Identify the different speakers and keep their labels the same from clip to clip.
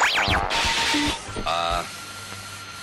Speaker 1: Uh,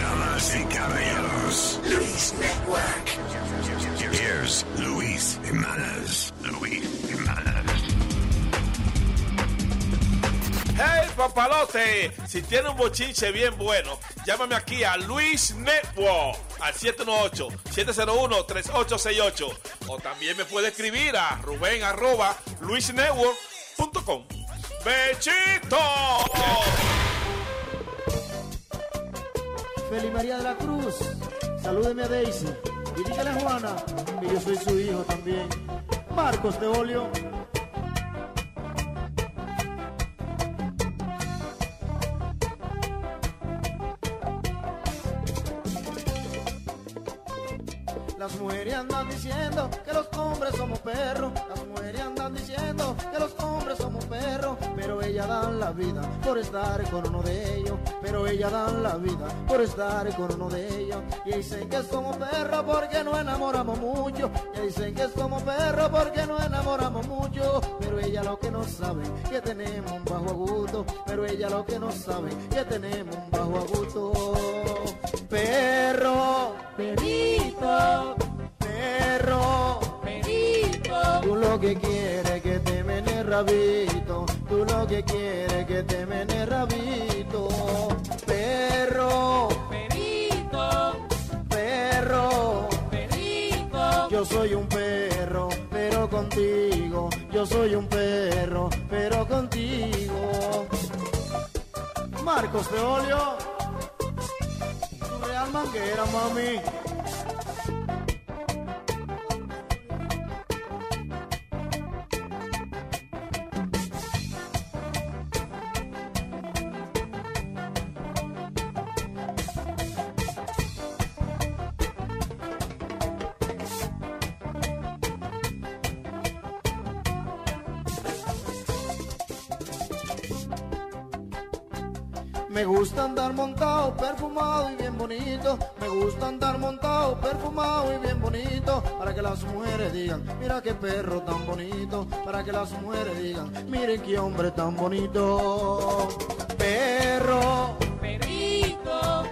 Speaker 2: Damas y caballeros, Luis Network. Here's Luis Jimenez. Luis Jimenez.
Speaker 3: ¡Hey, papalote! Si tiene un bochinche bien bueno, llámame aquí a Luis Network al 718-701-3868. O también me puede escribir a Rubén arroba luisnetwork.com. ¡Bechito!
Speaker 4: Feliz María de la Cruz, salúdeme a Daisy y dígale a Juana que yo soy su hijo también. Marcos Teolio. Las mujeres andan diciendo que los hombres somos perros. Las mujeres andan diciendo que los hombres somos perros. Pero ellas dan la vida por estar con uno de ellos. Pero ellas dan la vida por estar con uno de ellos. Y dicen que somos perros porque no enamoramos mucho. Y dicen que somos perros porque no enamoramos mucho. Pero ella lo que no sabe que tenemos un bajo agudo. Pero ella lo que no sabe que tenemos un bajo agudo. Perro, perrito, perro, perrito. Tú lo que quieres que te mene rabito, tú lo que quieres que te mene rabito. Perro, perrito, perro, perrito. Yo soy un perro, pero contigo. Yo soy un perro, pero contigo. Marcos de Olio. Tu real manguera, mami. Me gusta andar montado, perfumado y bien bonito. Me gusta andar montado, perfumado y bien bonito. Para que las mujeres digan, mira qué perro tan bonito. Para que las mujeres digan, miren qué hombre tan bonito. Perro, perrito,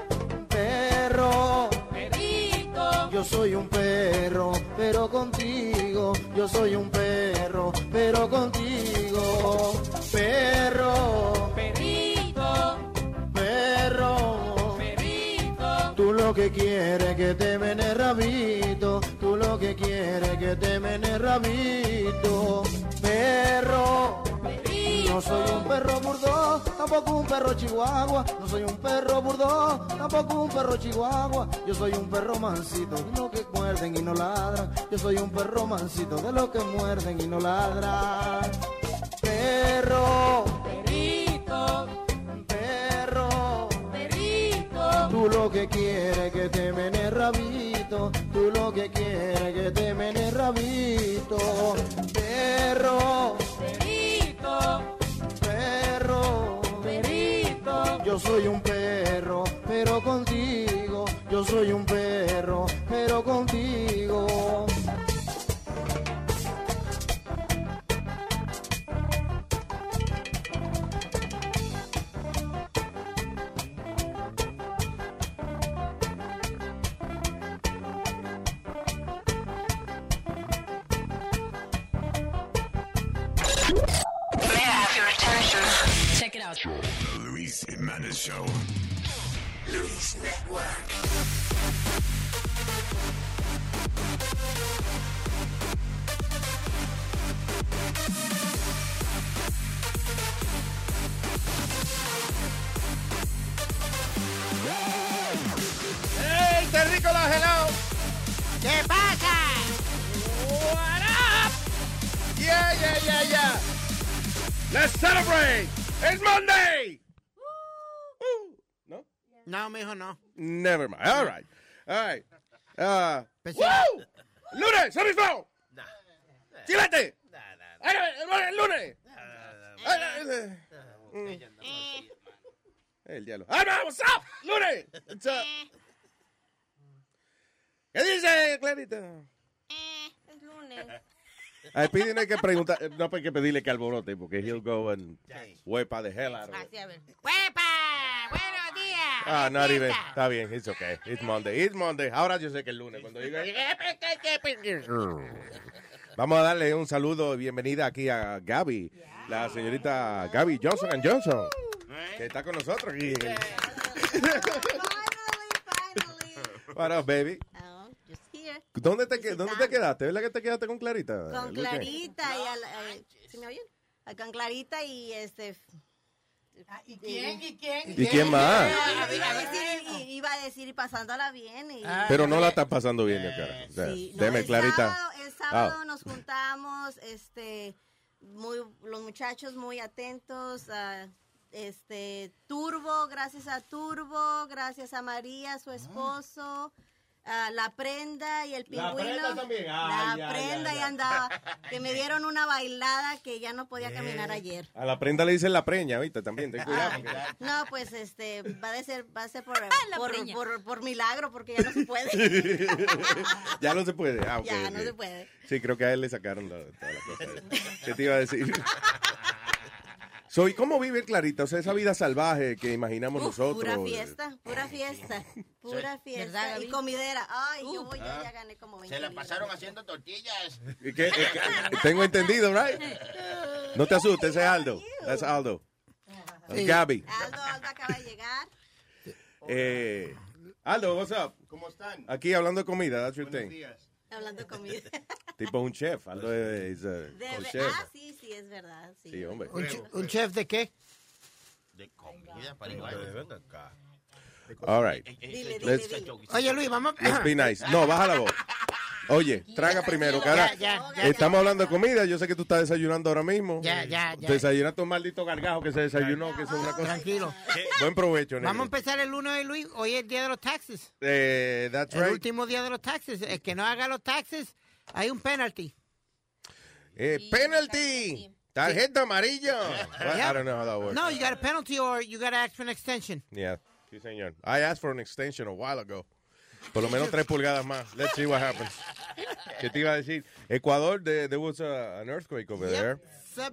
Speaker 4: perro, perrito. Yo soy un perro, pero contigo. Yo soy un perro, pero contigo. Perro, perrito perro. Tú lo que quieres que te mene rabito, tú lo que quieres que te mene rabito, perro. No soy un perro burdo, tampoco un perro chihuahua. No soy un perro burdo, tampoco un perro chihuahua. Yo soy un perro mansito, de los que muerden y no ladran. Yo soy un perro mansito, de los que muerden y no ladran. Perro, perrito, perro, perrito. Tú lo que quieres que te mene rabito, tú lo que quieres que te mene rabito. Perro, perrito, perro, perrito. Yo soy un perro, pero contigo. Yo soy un perro, pero contigo.
Speaker 5: May I have your attention? Check it out.
Speaker 2: The Luis Jimenez Show. Luis Network.
Speaker 3: ¡Hey, terrícola helado!
Speaker 6: ¿Qué pasa?
Speaker 3: What up? Yeah, yeah, yeah, yeah. Let's celebrate! It's Monday! Woo. No?
Speaker 6: No, mijo, no.
Speaker 3: Never mind. All right. All right. Uh,
Speaker 6: Pensé-
Speaker 3: ¡Woo! ¡Lunes! ¡Sorriso! ¡Chilete! ¡Ay, ay, ay, ¡Lunes! Ay, ay, ay.
Speaker 7: Ella andaba así, hermano.
Speaker 8: El diablo. ¡Alma, Ah, what's up? ¡Lunes! What's up? ¿Qué dice, Clarita?
Speaker 9: Eh, es lunes.
Speaker 8: A Speedy no hay que preguntar, eh, no pues hay que pedirle que alborote, porque he'll go and huepa the hell out of it.
Speaker 9: Así, a ver.
Speaker 7: ¡Huepa! ¡Buenos días!
Speaker 8: Ah, not even. Está bien, it's okay. It's Monday. It's Monday. Ahora yo sé que es lunes. Cuando diga. Vamos a darle un saludo y bienvenida aquí a Gaby, la señorita Gaby Johnson and Johnson, que está con nosotros aquí.
Speaker 9: finally, finally.
Speaker 8: What up, baby?
Speaker 9: Oh, just here.
Speaker 8: ¿Dónde te, que- ¿Dónde te quedaste? ¿Verdad que te quedaste con Clarita?
Speaker 9: Con
Speaker 8: Luque?
Speaker 9: Clarita y... a la- eh, ¿Sí me oyen? Ah, Con Clarita y este...
Speaker 10: ¿Y quién? ¿Y quién?
Speaker 8: ¿Y quién más?
Speaker 9: A ver, a ver si i- iba a decir y pasándola bien. Y,
Speaker 8: Pero Ah, no la están pasando bien, ya, cara. O sea,
Speaker 9: Ah, eh, Sí, no,
Speaker 8: Deme,
Speaker 9: el
Speaker 8: Clarita.
Speaker 9: sábado- el sábado
Speaker 8: Ah.
Speaker 9: nos juntamos, este, muy, los muchachos muy atentos. a, este, Turbo, gracias a Turbo, gracias a María,
Speaker 8: Ah.
Speaker 9: su esposo. a la prenda y el
Speaker 8: La
Speaker 9: pingüino.
Speaker 8: Prenda también.
Speaker 9: La
Speaker 8: Ay, ya,
Speaker 9: prenda
Speaker 8: ya,
Speaker 9: y
Speaker 8: ya.
Speaker 9: andaba. Que me dieron una bailada que ya no podía caminar ayer.
Speaker 8: A la prenda le dicen la preña, ¿viste? También, ten cuidado. porque-
Speaker 9: No, pues este va a ser va a ser por, por, por- por milagro porque ya no se puede.
Speaker 8: ya no se puede. Ah, ok,
Speaker 9: Ya, no
Speaker 8: ok.
Speaker 9: se puede.
Speaker 8: Sí, creo que a él le sacaron la, toda la cosa. ¿Qué te iba a decir? Soy cómo vive Clarita, o sea, esa vida salvaje que imaginamos
Speaker 9: Uf,
Speaker 8: nosotros.
Speaker 9: Pura fiesta, pura fiesta, pura
Speaker 10: ¿Verdad,
Speaker 9: fiesta.
Speaker 10: Gaby?
Speaker 9: Y comidera. Ay,
Speaker 11: Uh.
Speaker 9: yo, voy, yo
Speaker 11: Ah.
Speaker 9: ya gané como 20
Speaker 10: Se la
Speaker 9: libras.
Speaker 10: pasaron haciendo tortillas.
Speaker 8: Y que- eh, que- tengo entendido, right? No te asustes, ese es Aldo. That's Aldo. That's Gaby.
Speaker 9: Aldo, Aldo acaba de llegar.
Speaker 8: Eh, Aldo, what's up?
Speaker 11: ¿Cómo están?
Speaker 8: Aquí hablando de comida, that's your
Speaker 11: Buenos
Speaker 8: thing.
Speaker 11: días.
Speaker 9: Hablando de comida.
Speaker 8: Tipo un chef. Aldo
Speaker 11: Pues
Speaker 8: es is a
Speaker 9: De
Speaker 8: un
Speaker 9: ver-
Speaker 8: chef.
Speaker 9: ah, sí, sí, es verdad. Sí,
Speaker 8: Sí, hombre.
Speaker 11: Un ch-
Speaker 7: ¿Un chef de qué?
Speaker 11: De comida para igual.
Speaker 8: All right.
Speaker 9: Dile, dile,
Speaker 8: Let's-
Speaker 9: dile.
Speaker 7: Oye, Luis, vamos.
Speaker 8: Let's be nice. No, baja la voz. Oye, traga primero, cara.
Speaker 7: Ya,
Speaker 9: ya.
Speaker 8: Estamos hablando de comida. Yo sé que tú estás desayunando ahora mismo.
Speaker 7: Ya, ya, ya.
Speaker 8: Desayunaste un maldito gargajo que se desayunó, que eso es una cosa.
Speaker 7: Tranquilo.
Speaker 8: Buen provecho, negro.
Speaker 7: Vamos a empezar el 1 de Luis. Hoy es el día de los taxes.
Speaker 8: Eh, that's
Speaker 7: El
Speaker 8: right.
Speaker 7: último día de los taxes. El que no haga los taxes, hay un penalty.
Speaker 8: Eh, penalty. Tarjeta amarilla. Well, I don't know how that works.
Speaker 7: No, you got a penalty or you got to ask for an extension.
Speaker 8: Yeah. Sí, señor. I asked for an extension a while ago. Por lo menos tres pulgadas más. Let's see what happens. ¿Qué te iba a decir? Ecuador, there, there was a- an earthquake over there.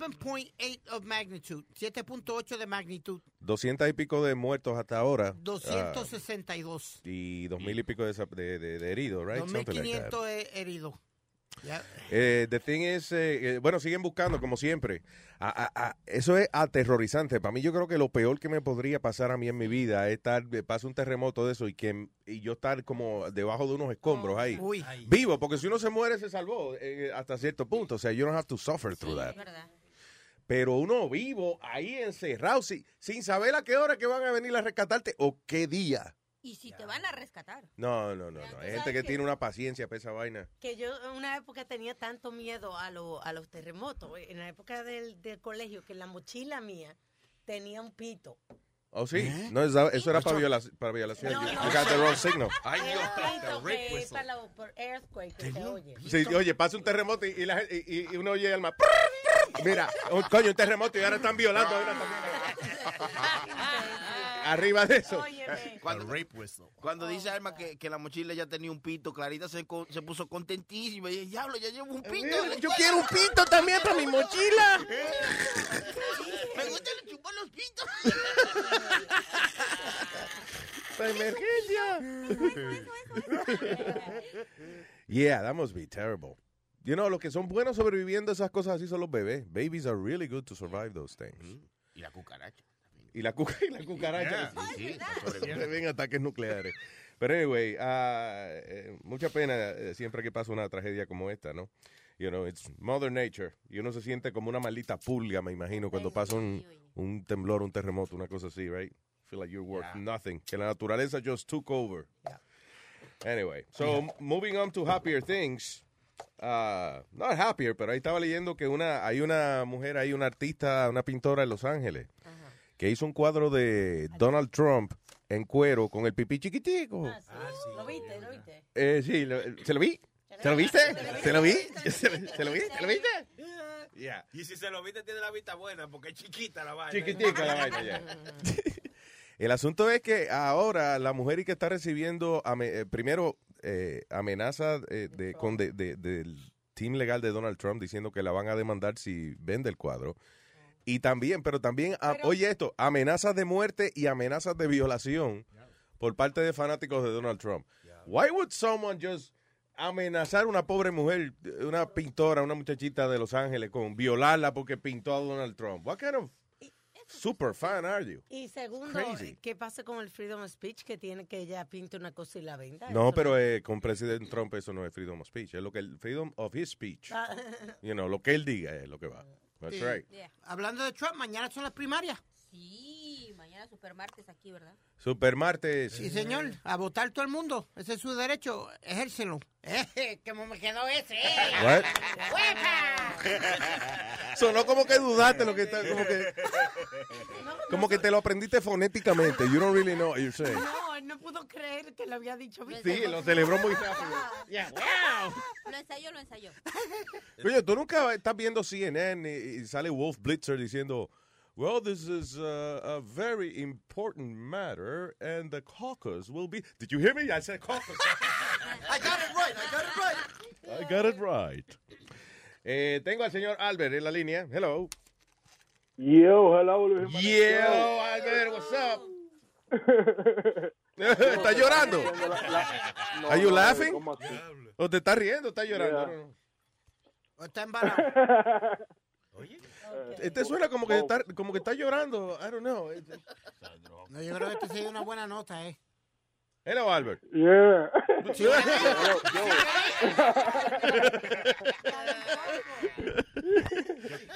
Speaker 7: 7.8 of magnitude. 7.8 de magnitud.
Speaker 8: 200 y pico de muertos hasta ahora. Ah,
Speaker 7: 262.
Speaker 8: y dos mil y pico de, de, de- de heridos, right? Something like that.
Speaker 7: 2.500 he- heridos. Ya.
Speaker 8: Eh, the thing is, eh, eh, bueno, siguen buscando como siempre. A- a- a- eso es aterrorizante. Para mí yo creo que lo peor que me podría pasar a mí en mi vida es estar, eh, pasa un terremoto de eso y que y yo estar como debajo de unos escombros ahí.
Speaker 7: Uy.
Speaker 8: Vivo, porque si uno se muere se salvó eh, hasta cierto punto. O sea, you don't have to suffer through that. Pero uno vivo ahí encerrado si- sin saber a qué hora que van a venir a rescatarte o qué día.
Speaker 9: Y si te van a rescatar.
Speaker 8: No, no, no,
Speaker 10: Ya,
Speaker 8: no.
Speaker 10: tú
Speaker 8: Hay
Speaker 10: sabes
Speaker 8: gente que
Speaker 10: que-
Speaker 8: tiene una paciencia para esa vaina.
Speaker 10: Que yo en una época tenía tanto miedo a, lo- a los terremotos. En la época del, del colegio, que la mochila mía tenía un pito.
Speaker 8: Oh, sí. No, esa- eso era para, viola- para violación.
Speaker 10: ¿Eh? No,
Speaker 8: You-
Speaker 10: no.
Speaker 8: you got the wrong signal.
Speaker 10: Ay, un pito que
Speaker 8: pues.
Speaker 10: es para los por earthquake que se oye.
Speaker 8: Sí, oye, pasa un terremoto y, y la gente- y- y uno oye el más. Mira, un, coño, un terremoto y ahora están violando. ahora están- Arriba de eso.
Speaker 10: Óyeme.
Speaker 11: Cuando, cuando dice Alma que, que la mochila ya tenía un pito, Clarita se, co- se puso contentísima. Y dice, diablo, ya llevo un pito.
Speaker 8: Mira, Yo quiero un pito también para mi mochila.
Speaker 11: Me gusta el chupar los pitos.
Speaker 8: Para
Speaker 11: pues,
Speaker 8: emergencia. Yeah, that must be terrible. You know, los que son buenos sobreviviendo a esas cosas así son los bebés. Babies are really good to survive those
Speaker 10: Mm.
Speaker 8: things.
Speaker 11: Y la cucaracha.
Speaker 8: Y la, cuca- y la cucaracha.
Speaker 11: Sí, sí, la
Speaker 8: Siempre
Speaker 11: sobrevive.
Speaker 8: ven ataques nucleares. Pero anyway, ah, eh, mucha pena eh, siempre que pasa una tragedia como esta, ¿no? You know, it's Mother Nature. Y uno se siente como una maldita pulga, me imagino, cuando pasa un, un temblor, un terremoto, una cosa así, right? Feel like you're worth nothing. Que la naturaleza just took over. Anyway, so moving on to happier things. Ah, not happier, pero ahí estaba leyendo que una, hay una mujer, hay una artista, una pintora en Los Ángeles que hizo un cuadro de Donald Trump en cuero con el pipí chiquitico.
Speaker 10: Ah, ¿Lo viste? ¿Lo viste?
Speaker 8: Eh, sí, lo- ¿se lo vi? ¿Se lo viste? ¿Se lo vi? ¿Se lo, se lo vi? ¿Se lo viste? Yeah.
Speaker 11: Y si se lo viste, tiene la vista buena, porque es chiquita la vaina.
Speaker 8: Chiquitica la vaina, ya. El asunto es que ahora la mujer y que está recibiendo, ame- eh, primero, eh, amenaza eh, de, con de- de- del team legal de Donald Trump diciendo que la van a demandar si vende el cuadro. Y también, pero también, a- oye esto, amenazas de muerte y amenazas de violación por parte de fanáticos de Donald Trump. Why would someone just amenazar a una pobre mujer, una pintora, una muchachita de Los Ángeles con violarla porque pintó a Donald Trump? What kind of super fan are you?
Speaker 10: Y segundo,
Speaker 8: Crazy.
Speaker 10: ¿qué pasa con el freedom of speech que tiene que ella pinta una cosa y la venda?
Speaker 8: No, pero eh, con presidente Trump eso no es freedom of speech, es lo que el freedom of his speech.
Speaker 10: Ah.
Speaker 8: You know, lo que él diga es lo que va. That's
Speaker 7: Sí.
Speaker 8: right.
Speaker 7: Hablando de Trump, mañana son las primarias.
Speaker 9: Sí, mañana supermartes aquí, ¿verdad?
Speaker 8: Super martes.
Speaker 7: Sí, señor, a votar todo el mundo. Ese es su derecho, ejércelo.
Speaker 11: pues.
Speaker 7: Eh, ¿Cómo me quedó ese? eh.
Speaker 8: What?
Speaker 7: ¡Huepa!
Speaker 8: Sonó como que dudaste lo que está, como que, como que te lo aprendiste fonéticamente. You don't really know what you're saying.
Speaker 10: No, él no pudo creer que lo había dicho.
Speaker 8: Sí, lo celebró muy rápido.
Speaker 9: Lo ensayó, lo ensayó.
Speaker 8: Oye, tú nunca estás viendo CNN y, y sale Wolf Blitzer diciendo, well, this is uh, a very important matter and the caucus will be... Did you hear me? I said caucus.
Speaker 11: I got it right, I got it right.
Speaker 8: I got it right. Eh, tengo al señor Albert en la línea. Hello.
Speaker 3: Yo, hello, Luis. Jiménez.
Speaker 8: Yo, Albert, what's up? ¿Está llorando?
Speaker 3: No,
Speaker 8: ¿Are you
Speaker 3: no,
Speaker 8: laughing?
Speaker 3: ¿cómo así?
Speaker 8: ¿O te está riendo? ¿Está llorando?
Speaker 3: Yeah.
Speaker 7: ¿O está embarazada?
Speaker 8: Este suena como que, está, como que está llorando. I don't know.
Speaker 7: No, yo creo que este sería una buena nota, ¿eh?
Speaker 8: Hello, Albert.
Speaker 3: Yeah.
Speaker 7: Sí, bueno.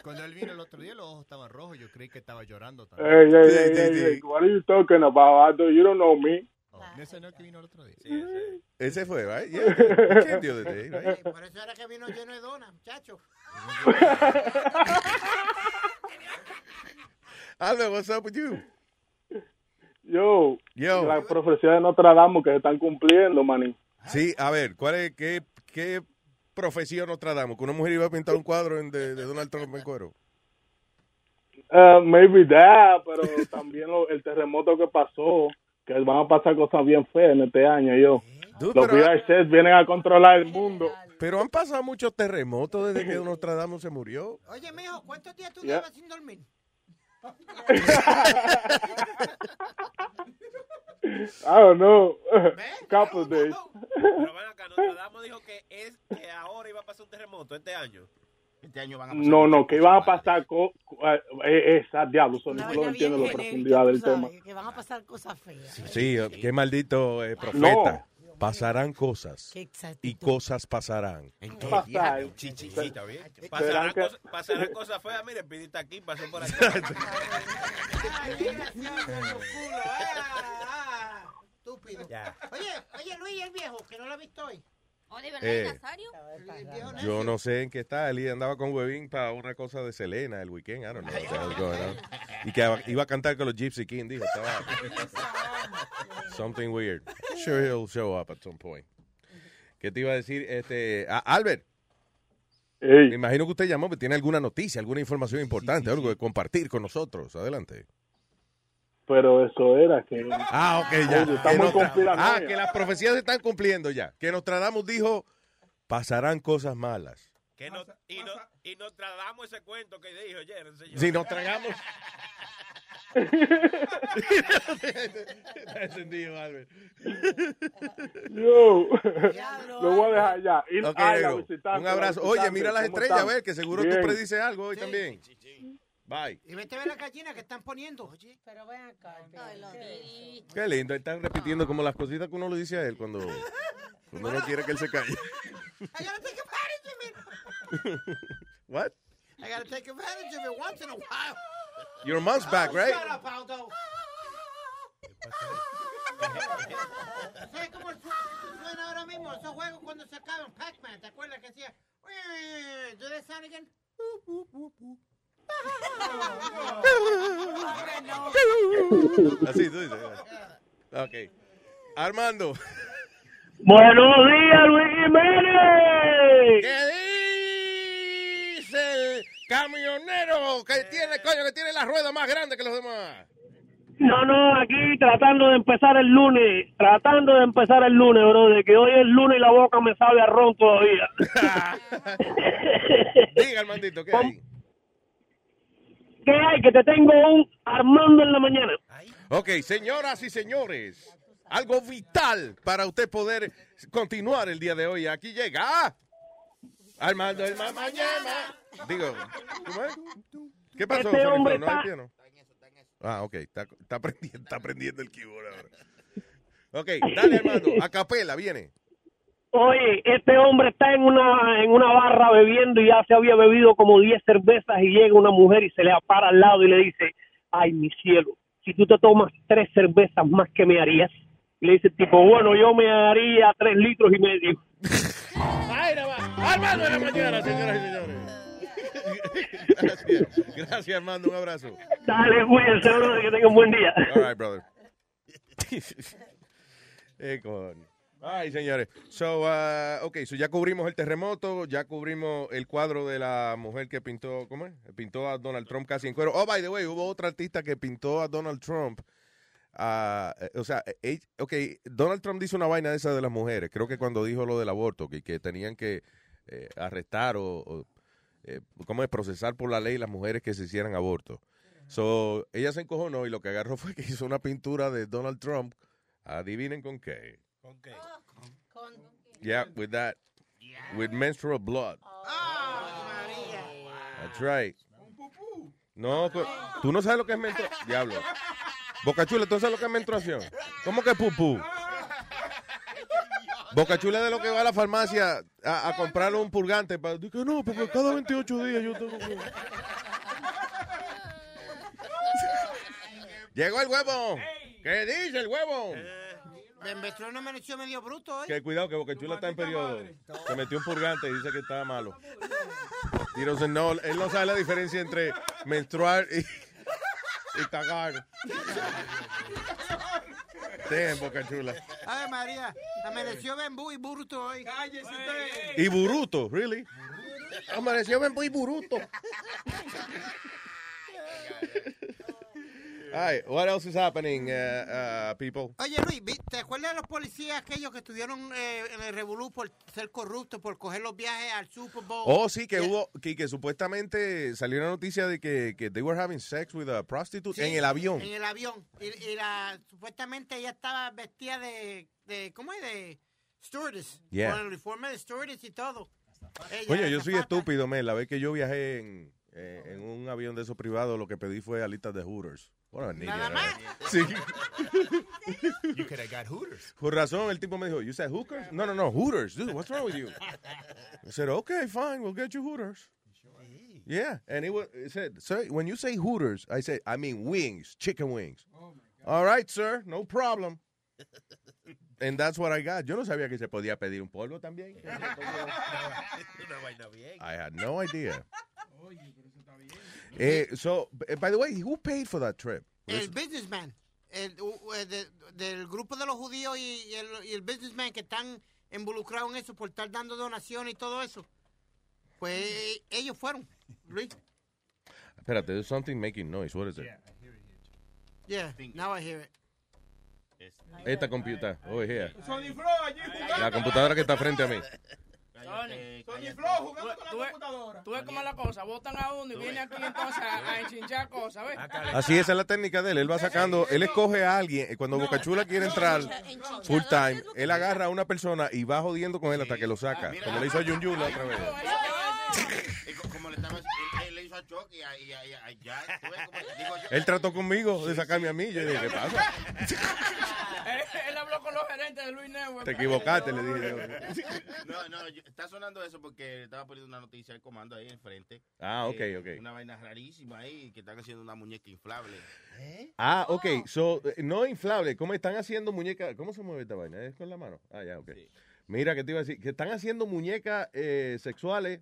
Speaker 12: Cuando él vino el otro día, los ojos estaban rojos. Yo creí que estaba llorando también.
Speaker 3: Hey, hey,
Speaker 12: Sí,
Speaker 3: hey,
Speaker 12: sí,
Speaker 3: hey,
Speaker 12: sí.
Speaker 3: hey, what are you talking about? I do- you don't know me.
Speaker 12: Oh, ¿no ese no el que vino el otro día?
Speaker 8: Ese fue, right? Yeah. I can't do the day, right?
Speaker 7: Por eso era que vino lleno de donas, muchacho.
Speaker 8: Albert, what's up with you?
Speaker 3: Yo, las profecías de Notre Dame que se están cumpliendo, maní.
Speaker 8: Sí, a ver, ¿cuál es, qué, qué profecía nos tratamos? ¿Que una mujer iba a pintar un cuadro en- de, de Donald Trump en cuero?
Speaker 3: Uh, maybe that, pero también lo- el terremoto que pasó, que van a pasar cosas bien feas en este año, yo. Los
Speaker 8: pero-
Speaker 3: VHS vienen a controlar el mundo.
Speaker 8: Pero han pasado muchos terremotos desde que Nostradamus se murió.
Speaker 7: Oye, mijo, ¿cuántos días tú
Speaker 8: Ya.
Speaker 7: llevas sin dormir? eh,
Speaker 3: I don't know. Couple days.
Speaker 11: Pero van acá, Nostradamus dijo que, es, que ahora iba a pasar un terremoto este año.
Speaker 12: Este año van a pasar
Speaker 3: No,
Speaker 12: muchas
Speaker 3: no, que
Speaker 12: cosas
Speaker 3: iban a
Speaker 12: malas.
Speaker 3: pasar co eh, eh, esa diablo, eso no,
Speaker 10: vaina
Speaker 3: entiendo la
Speaker 10: bien
Speaker 3: profundidad del
Speaker 10: genérica, tú
Speaker 3: tema.
Speaker 10: sabes, Que van a pasar cosas feas.
Speaker 8: Sí, qué maldito eh, profeta. Pasarán cosas.
Speaker 10: Qué exactitud.
Speaker 8: Y cosas pasarán.
Speaker 3: Pasar.
Speaker 11: Chichichita, bien.
Speaker 3: Serán
Speaker 11: Pasarán
Speaker 3: que-
Speaker 11: cosas, pasarán cosas feas. Mire, Pidi está aquí, pasó por aquí.
Speaker 7: ah, Estúpido.
Speaker 11: Ya.
Speaker 7: Oye, oye, Luis, el viejo, que no lo ha visto hoy.
Speaker 9: Oh, de
Speaker 8: verdad, Eh. Yo no sé en qué está. Él andaba con Webin para una cosa de Selena el weekend. I don't know what the hell's going on. Y que iba a cantar con los Gypsy King, dijo. Estaba... Something weird. I'm Sure he'll show up at some point. ¿Qué te iba a decir? Este, a- Albert. Me imagino que usted llamó, pero tiene alguna noticia, alguna información importante, algo que compartir con nosotros. Adelante.
Speaker 3: Pero eso era que.
Speaker 8: Ah, ok, ya.
Speaker 3: Oye, está
Speaker 8: Que
Speaker 3: muy
Speaker 8: no-
Speaker 3: conspiranoia.
Speaker 8: ah, que las profecías se están cumpliendo ya. Que Nostradamus dijo, pasarán cosas malas.
Speaker 11: Que no, y, no, y nos tragamos ese cuento que dijo ayer el señor.
Speaker 8: Si nos tragamos...
Speaker 11: encendido, Albert.
Speaker 3: Yo lo voy a dejar ya. Ir
Speaker 8: Ok,
Speaker 3: a ah, la
Speaker 8: Diego,
Speaker 3: visitante,
Speaker 8: un
Speaker 3: la
Speaker 8: abrazo. Oye,
Speaker 3: visitante,
Speaker 8: mira las
Speaker 3: ¿cómo
Speaker 8: estrellas, a
Speaker 3: están?
Speaker 8: ver, que seguro
Speaker 3: Bien.
Speaker 8: tú predices algo hoy también. Bye.
Speaker 7: Y vete a ver las gallinas que están poniendo. Oye,
Speaker 10: pero ven acá.
Speaker 8: Qué lindo, están repitiendo como las cositas que uno le dice a él cuando, cuando uno quiere que él se calle.
Speaker 7: I gotta take advantage of it.
Speaker 8: What?
Speaker 7: I gotta take advantage of it once in a while.
Speaker 8: Your mom's back,
Speaker 7: Oh,
Speaker 8: right?
Speaker 7: Shut up, Aldo. ¿Sabes cómo su- suena ahora mismo esos juegos cuando se acaban? Pac-Man, ¿te acuerdas que hacía? Do that sound again?
Speaker 8: Así Ah, tú dices. ah. Ok. Armando.
Speaker 13: Buenos días, Luis Jiménez.
Speaker 8: ¿Qué dice el Camionero que tiene, coño, que tiene la rueda más grande que los demás.
Speaker 13: No, no, aquí tratando de empezar el lunes, tratando de empezar el lunes, bro, de que hoy es lunes y la boca me sabe a ron todavía.
Speaker 8: Diga, Armandito, ¿qué hay?
Speaker 13: ¿Qué hay? Que te tengo un Armando en la mañana.
Speaker 8: Ok, señoras y señores, algo vital para usted poder continuar el día de hoy. Aquí llega ah, Armando el ma- mañana. Digo, ¿cómo es? ¿qué pasó?
Speaker 13: Este
Speaker 8: Sonic
Speaker 13: hombre
Speaker 8: Flow? ¿No hay
Speaker 13: está-
Speaker 8: piano? Ah, ok, está, está aprendiendo, está aprendiendo el keyboard ahora. Ok, dale, Armando, a capela, viene.
Speaker 13: Oye, este hombre está en una en una barra bebiendo y ya se había bebido como 10 cervezas y llega una mujer y se le apara al lado y le dice, ay, mi cielo, si tú te tomas tres cervezas más, ¿qué me harías? Y le dice el tipo, bueno, yo me haría tres litros y medio.
Speaker 8: Ay, nada más. Armando en la mañana, señoras y señores. Gracias, gracias, Armando, un abrazo.
Speaker 13: Dale, cuídense, brother, que tengan buen día.
Speaker 8: All right, brother. Eh, con- Ay, señores. So, ah, ok, so ya cubrimos el terremoto, ya cubrimos el cuadro de la mujer que pintó, ¿cómo es? Pintó a Donald Trump casi en cuero. Oh, by the way, hubo otra artista que pintó a Donald Trump. ah, eh, o sea, eh, eh, ok, Donald Trump dice una vaina de esa de las mujeres. Creo que cuando dijo lo del aborto, que, que tenían que eh, arrestar o, o, eh, ¿cómo es? Procesar por la ley las mujeres que se hicieran aborto. So, ella se encojonó y lo que agarró fue que hizo una pintura de Donald Trump. Adivinen con qué.
Speaker 11: Oh,
Speaker 8: Yeah, with that. With menstrual blood.
Speaker 11: oh,
Speaker 8: Oh, That's right. No, co- tú no sabes lo que es menstruación. Diablo. Bocachula, ¿tú sabes lo que es menstruación? ¿Cómo que pupú? Bocachula es de lo que va a la farmacia a, a comprarle un purgante. Para, Dice, no, porque cada 28 días yo tengo... que-". Llegó el huevo. ¿Qué dice el huevo?
Speaker 7: Me mezcló, no me nació medio bruto hoy.
Speaker 8: Que cuidado, que Bocachula está en periodo. Se metió un purgante y dice que está malo. He doesn't know- él no sabe la diferencia entre menstruar y, y cagar. Damn, Bocachula.
Speaker 7: Ay, María, amaneció bembú y bruto hoy. Cállese usted.
Speaker 8: Y buruto, really. Amaneció bien muy buruto. All right, what else is happening, uh, uh, people?
Speaker 7: Oye, Luis, vi- ¿te acuerdas de los policías aquellos que estuvieron eh, en el revolú por ser corruptos, por coger los viajes al Super Bowl?
Speaker 8: Oh, sí, que hubo, que, que supuestamente salió una noticia de que, que they were having sex with a prostitute en el avión.
Speaker 7: En el avión. Y, y la, supuestamente ella estaba vestida de, de ¿cómo es? De stewardess.
Speaker 8: Yeah.
Speaker 7: Con el uniforme de stewardess y todo. Ella-
Speaker 8: Coño, yo soy estúpido, men. La vez que yo viajé en, eh, en un avión de esos privados, lo que pedí fue alitas de Hooters. Bueno, ni
Speaker 7: Nada más.
Speaker 8: Sí.
Speaker 12: You could have got Hooters.
Speaker 8: Por razón, el tipo me dijo, you said hookers? No, no, no, Hooters. Dude, what's wrong with you? I said, okay, fine, we'll get you Hooters. Yeah, and it, was, it said, sir, when you say Hooters, I said, I mean wings, chicken wings. All right, sir, no problem. And that's what I got. Yo no sabía que se podía pedir un polvo también.
Speaker 11: Una vaina bien.
Speaker 8: I had no idea. Eh, so, eh, by the way, who paid for that trip?
Speaker 7: El businessman. El, u- eh, de- del grupo de los judíos y, y el, y el businessman que están involucrados en eso por estar dando donaciones y todo eso. Pues ellos fueron, Luis.
Speaker 8: Espérate, there's something making noise. What is it?
Speaker 7: Yeah, now I hear it.
Speaker 8: Esta computadora. Oh, here.
Speaker 7: Sony Flow allí
Speaker 8: La computadora que está frente a mí.
Speaker 14: Sony, jugando con la computadora. Tú ves cómo es la cosa, votan a uno y viene aquí entonces a, a enchinchar cosas, ¿ves?
Speaker 8: Así esa es la técnica de él. Él va sacando, él escoge a alguien. eh, Cuando Bocachula quiere entrar full time, él agarra a una persona y va jodiendo con él hasta que lo saca. Como le hizo a Jun Jun la otra vez.
Speaker 11: Y co- como le estaba él, él le hizo a Chucky y a, y a- y a- y a Jack, ¿tú ves cómo es? Digo, yo-
Speaker 8: Él trató conmigo de sacarme a mí. Yo dije, ¿qué pasa?
Speaker 14: él, él habló con los gerentes de Luis Network.
Speaker 8: Te equivocaste, le dije yo.
Speaker 11: No, no, yo- está sonando eso porque estaba poniendo una noticia del comando ahí enfrente.
Speaker 8: Ah, ok,
Speaker 11: Eh,
Speaker 8: ok.
Speaker 11: Una vaina rarísima ahí que están haciendo una muñeca inflable.
Speaker 8: Ah, ok. So, eh, no inflable. ¿Cómo están haciendo muñeca? ¿Cómo se mueve esta vaina? ¿Es con la mano? Ah, ya, ok. Mira, que te iba a decir, que están haciendo muñecas eh, sexuales.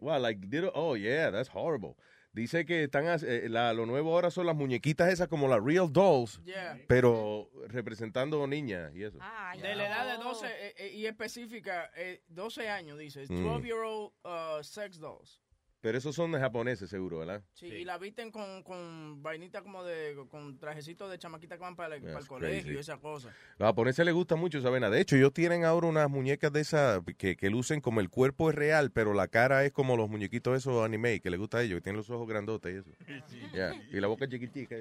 Speaker 8: Wow, like, little- oh, yeah, that's horrible. Dice que están, hac- eh, la- lo nuevo ahora son las muñequitas esas como las real dolls,
Speaker 14: Yeah.
Speaker 8: pero representando niñas y eso.
Speaker 14: de la edad de 12 eh, eh, y específica, eh, 12 años, dice.
Speaker 8: Mm.
Speaker 14: 12 year old uh, sex dolls.
Speaker 8: Pero esos son japoneses seguro, ¿verdad?
Speaker 14: Sí, y la visten con, con vainita como de, con trajecitos de chamaquita que van para, el- para
Speaker 8: That's
Speaker 14: el colegio
Speaker 8: crazy.
Speaker 14: y esa cosa.
Speaker 8: Los japoneses les gusta mucho esa vena. De hecho, ellos tienen ahora unas muñecas de esas que, que lucen como el cuerpo es real, pero la cara es como los muñequitos esos anime que les gusta a ellos, que tienen los ojos grandotes y eso. Yeah. Y la boca chiquitica.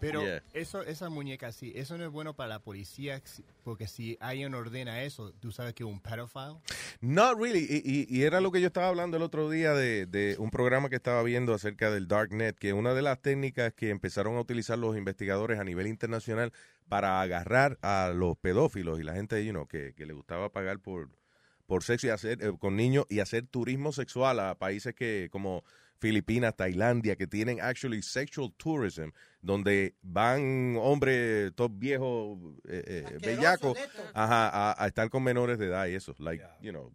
Speaker 12: Pero
Speaker 8: Yeah.
Speaker 12: eso, esa muñeca, sí, eso no es bueno para la policía, si- porque si alguien ordena eso, tú sabes que es un pedófilo.
Speaker 8: Not really. Y, y- y era lo que yo estaba hablando el otro día de, de un programa que estaba viendo acerca del Darknet, que una de las técnicas que empezaron a utilizar los investigadores a nivel internacional para agarrar a los pedófilos y la gente you know, que, que le gustaba pagar por, por sexo y hacer eh, con niños y hacer turismo sexual a países que como Filipinas, Tailandia, que tienen actually sexual tourism, donde van hombres, todos viejos, eh, eh, bellacos, ajá, a, a estar con menores de edad y eso, like, you know,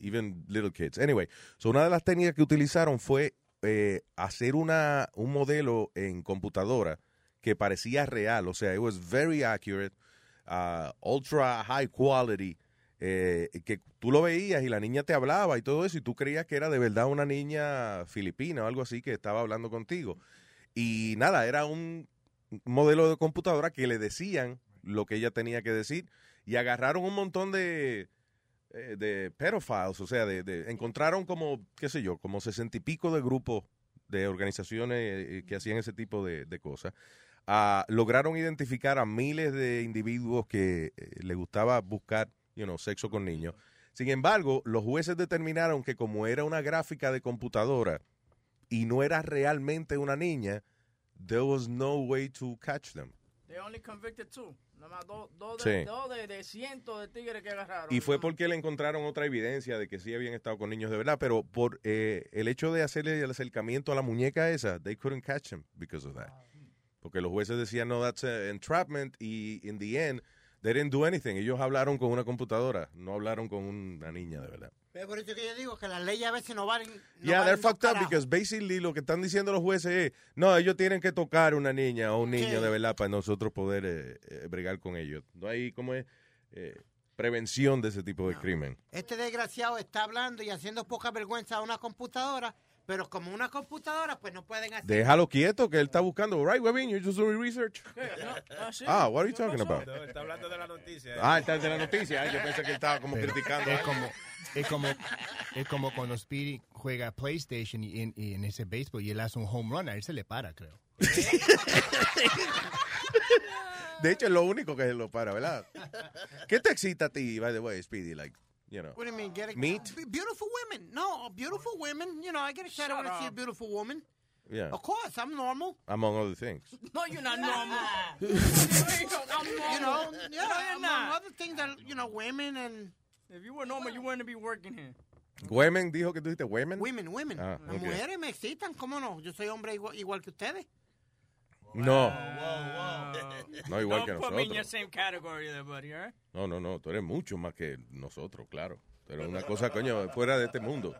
Speaker 8: even little kids. Anyway, so una de las técnicas que utilizaron fue eh, hacer una, un modelo en computadora que parecía real, o sea, it was very accurate, uh, ultra high quality, eh, que tú lo veías y la niña te hablaba y todo eso, y tú creías que era de verdad una niña filipina o algo así que estaba hablando contigo. Y nada, era un modelo de computadora que le decían lo que ella tenía que decir y agarraron un montón de, eh, de pedophiles, o sea, de, de- encontraron como, qué sé yo, como sesenta y pico de grupos de organizaciones eh, que hacían ese tipo de, de cosas. Ah, lograron identificar a miles de individuos que eh, le gustaba buscar you know, sexo con niños. Sin embargo, los jueces determinaron que como era una gráfica de computadora y no era realmente una niña, there was no way to catch them.
Speaker 14: They only convicted two. Nada más dos dos
Speaker 8: Sí.
Speaker 14: de, dos de, de cientos de tigres que agarraron.
Speaker 8: Y fue porque le encontraron otra evidencia de que sí habían estado con niños de verdad, pero por eh, el hecho de hacerle el acercamiento a la muñeca esa, they couldn't catch him because of
Speaker 7: Ah.
Speaker 8: that. Porque los jueces decían, no, that's eh, entrapment, y in the end, they didn't do anything. Ellos hablaron con una computadora, no hablaron con una niña de verdad.
Speaker 7: Pero por eso que yo digo que las leyes a veces no valen. no
Speaker 8: yeah, they're
Speaker 7: valen
Speaker 8: fucked up
Speaker 7: carajo.
Speaker 8: because basically lo que están diciendo los jueces es, no, ellos tienen que tocar una niña o un niño
Speaker 7: Sí.
Speaker 8: de verdad para nosotros poder eh, eh, bregar con ellos. No hay, ¿cómo es? Eh, prevención de ese tipo de crimen.
Speaker 7: Este desgraciado está hablando y haciendo poca vergüenza a una computadora, pero como una computadora, pues no pueden hacer.
Speaker 8: Déjalo quieto, que él está buscando. Right, Webin, you're just doing research. Ah, what are you talking about?
Speaker 6: No, está hablando de la noticia. eh.
Speaker 8: Ah, está de la noticia. Yo pensé que él estaba como
Speaker 12: Pero
Speaker 8: criticando.
Speaker 12: Es como, es como, es como cuando Speedy juega PlayStation y en, y en ese béisbol y él hace un home run, a él se le para, creo.
Speaker 8: De hecho, es lo único que se lo para, ¿verdad? ¿Qué te excita a ti, by the way, Speedy? Like, you know.
Speaker 7: What do you mean? Get a,
Speaker 8: Meat?
Speaker 7: Be- Beautiful women. No, beautiful women. You know, I get a shot when I see a beautiful woman.
Speaker 8: Yeah.
Speaker 7: Of course, I'm normal.
Speaker 8: Among other things.
Speaker 7: No, you're not normal. you know,
Speaker 14: normal.
Speaker 7: yeah,
Speaker 14: No, you're
Speaker 7: among
Speaker 14: not.
Speaker 7: other things that, you know, women and...
Speaker 14: If you were normal, you wouldn't be working here.
Speaker 8: Women dijo que tú dijiste women.
Speaker 7: Women, women.
Speaker 8: Ah,
Speaker 7: Las
Speaker 8: ok.
Speaker 7: mujeres me excitan, ¿cómo no? Yo soy hombre igual, igual que ustedes.
Speaker 8: No, No,
Speaker 14: No,
Speaker 8: igual que
Speaker 14: Don't put me in
Speaker 8: nosotros.
Speaker 14: your same category there, buddy, all right?
Speaker 8: no, no, no. Tú eres mucho más que nosotros, claro. Pero una cosa, coño, fuera de este mundo.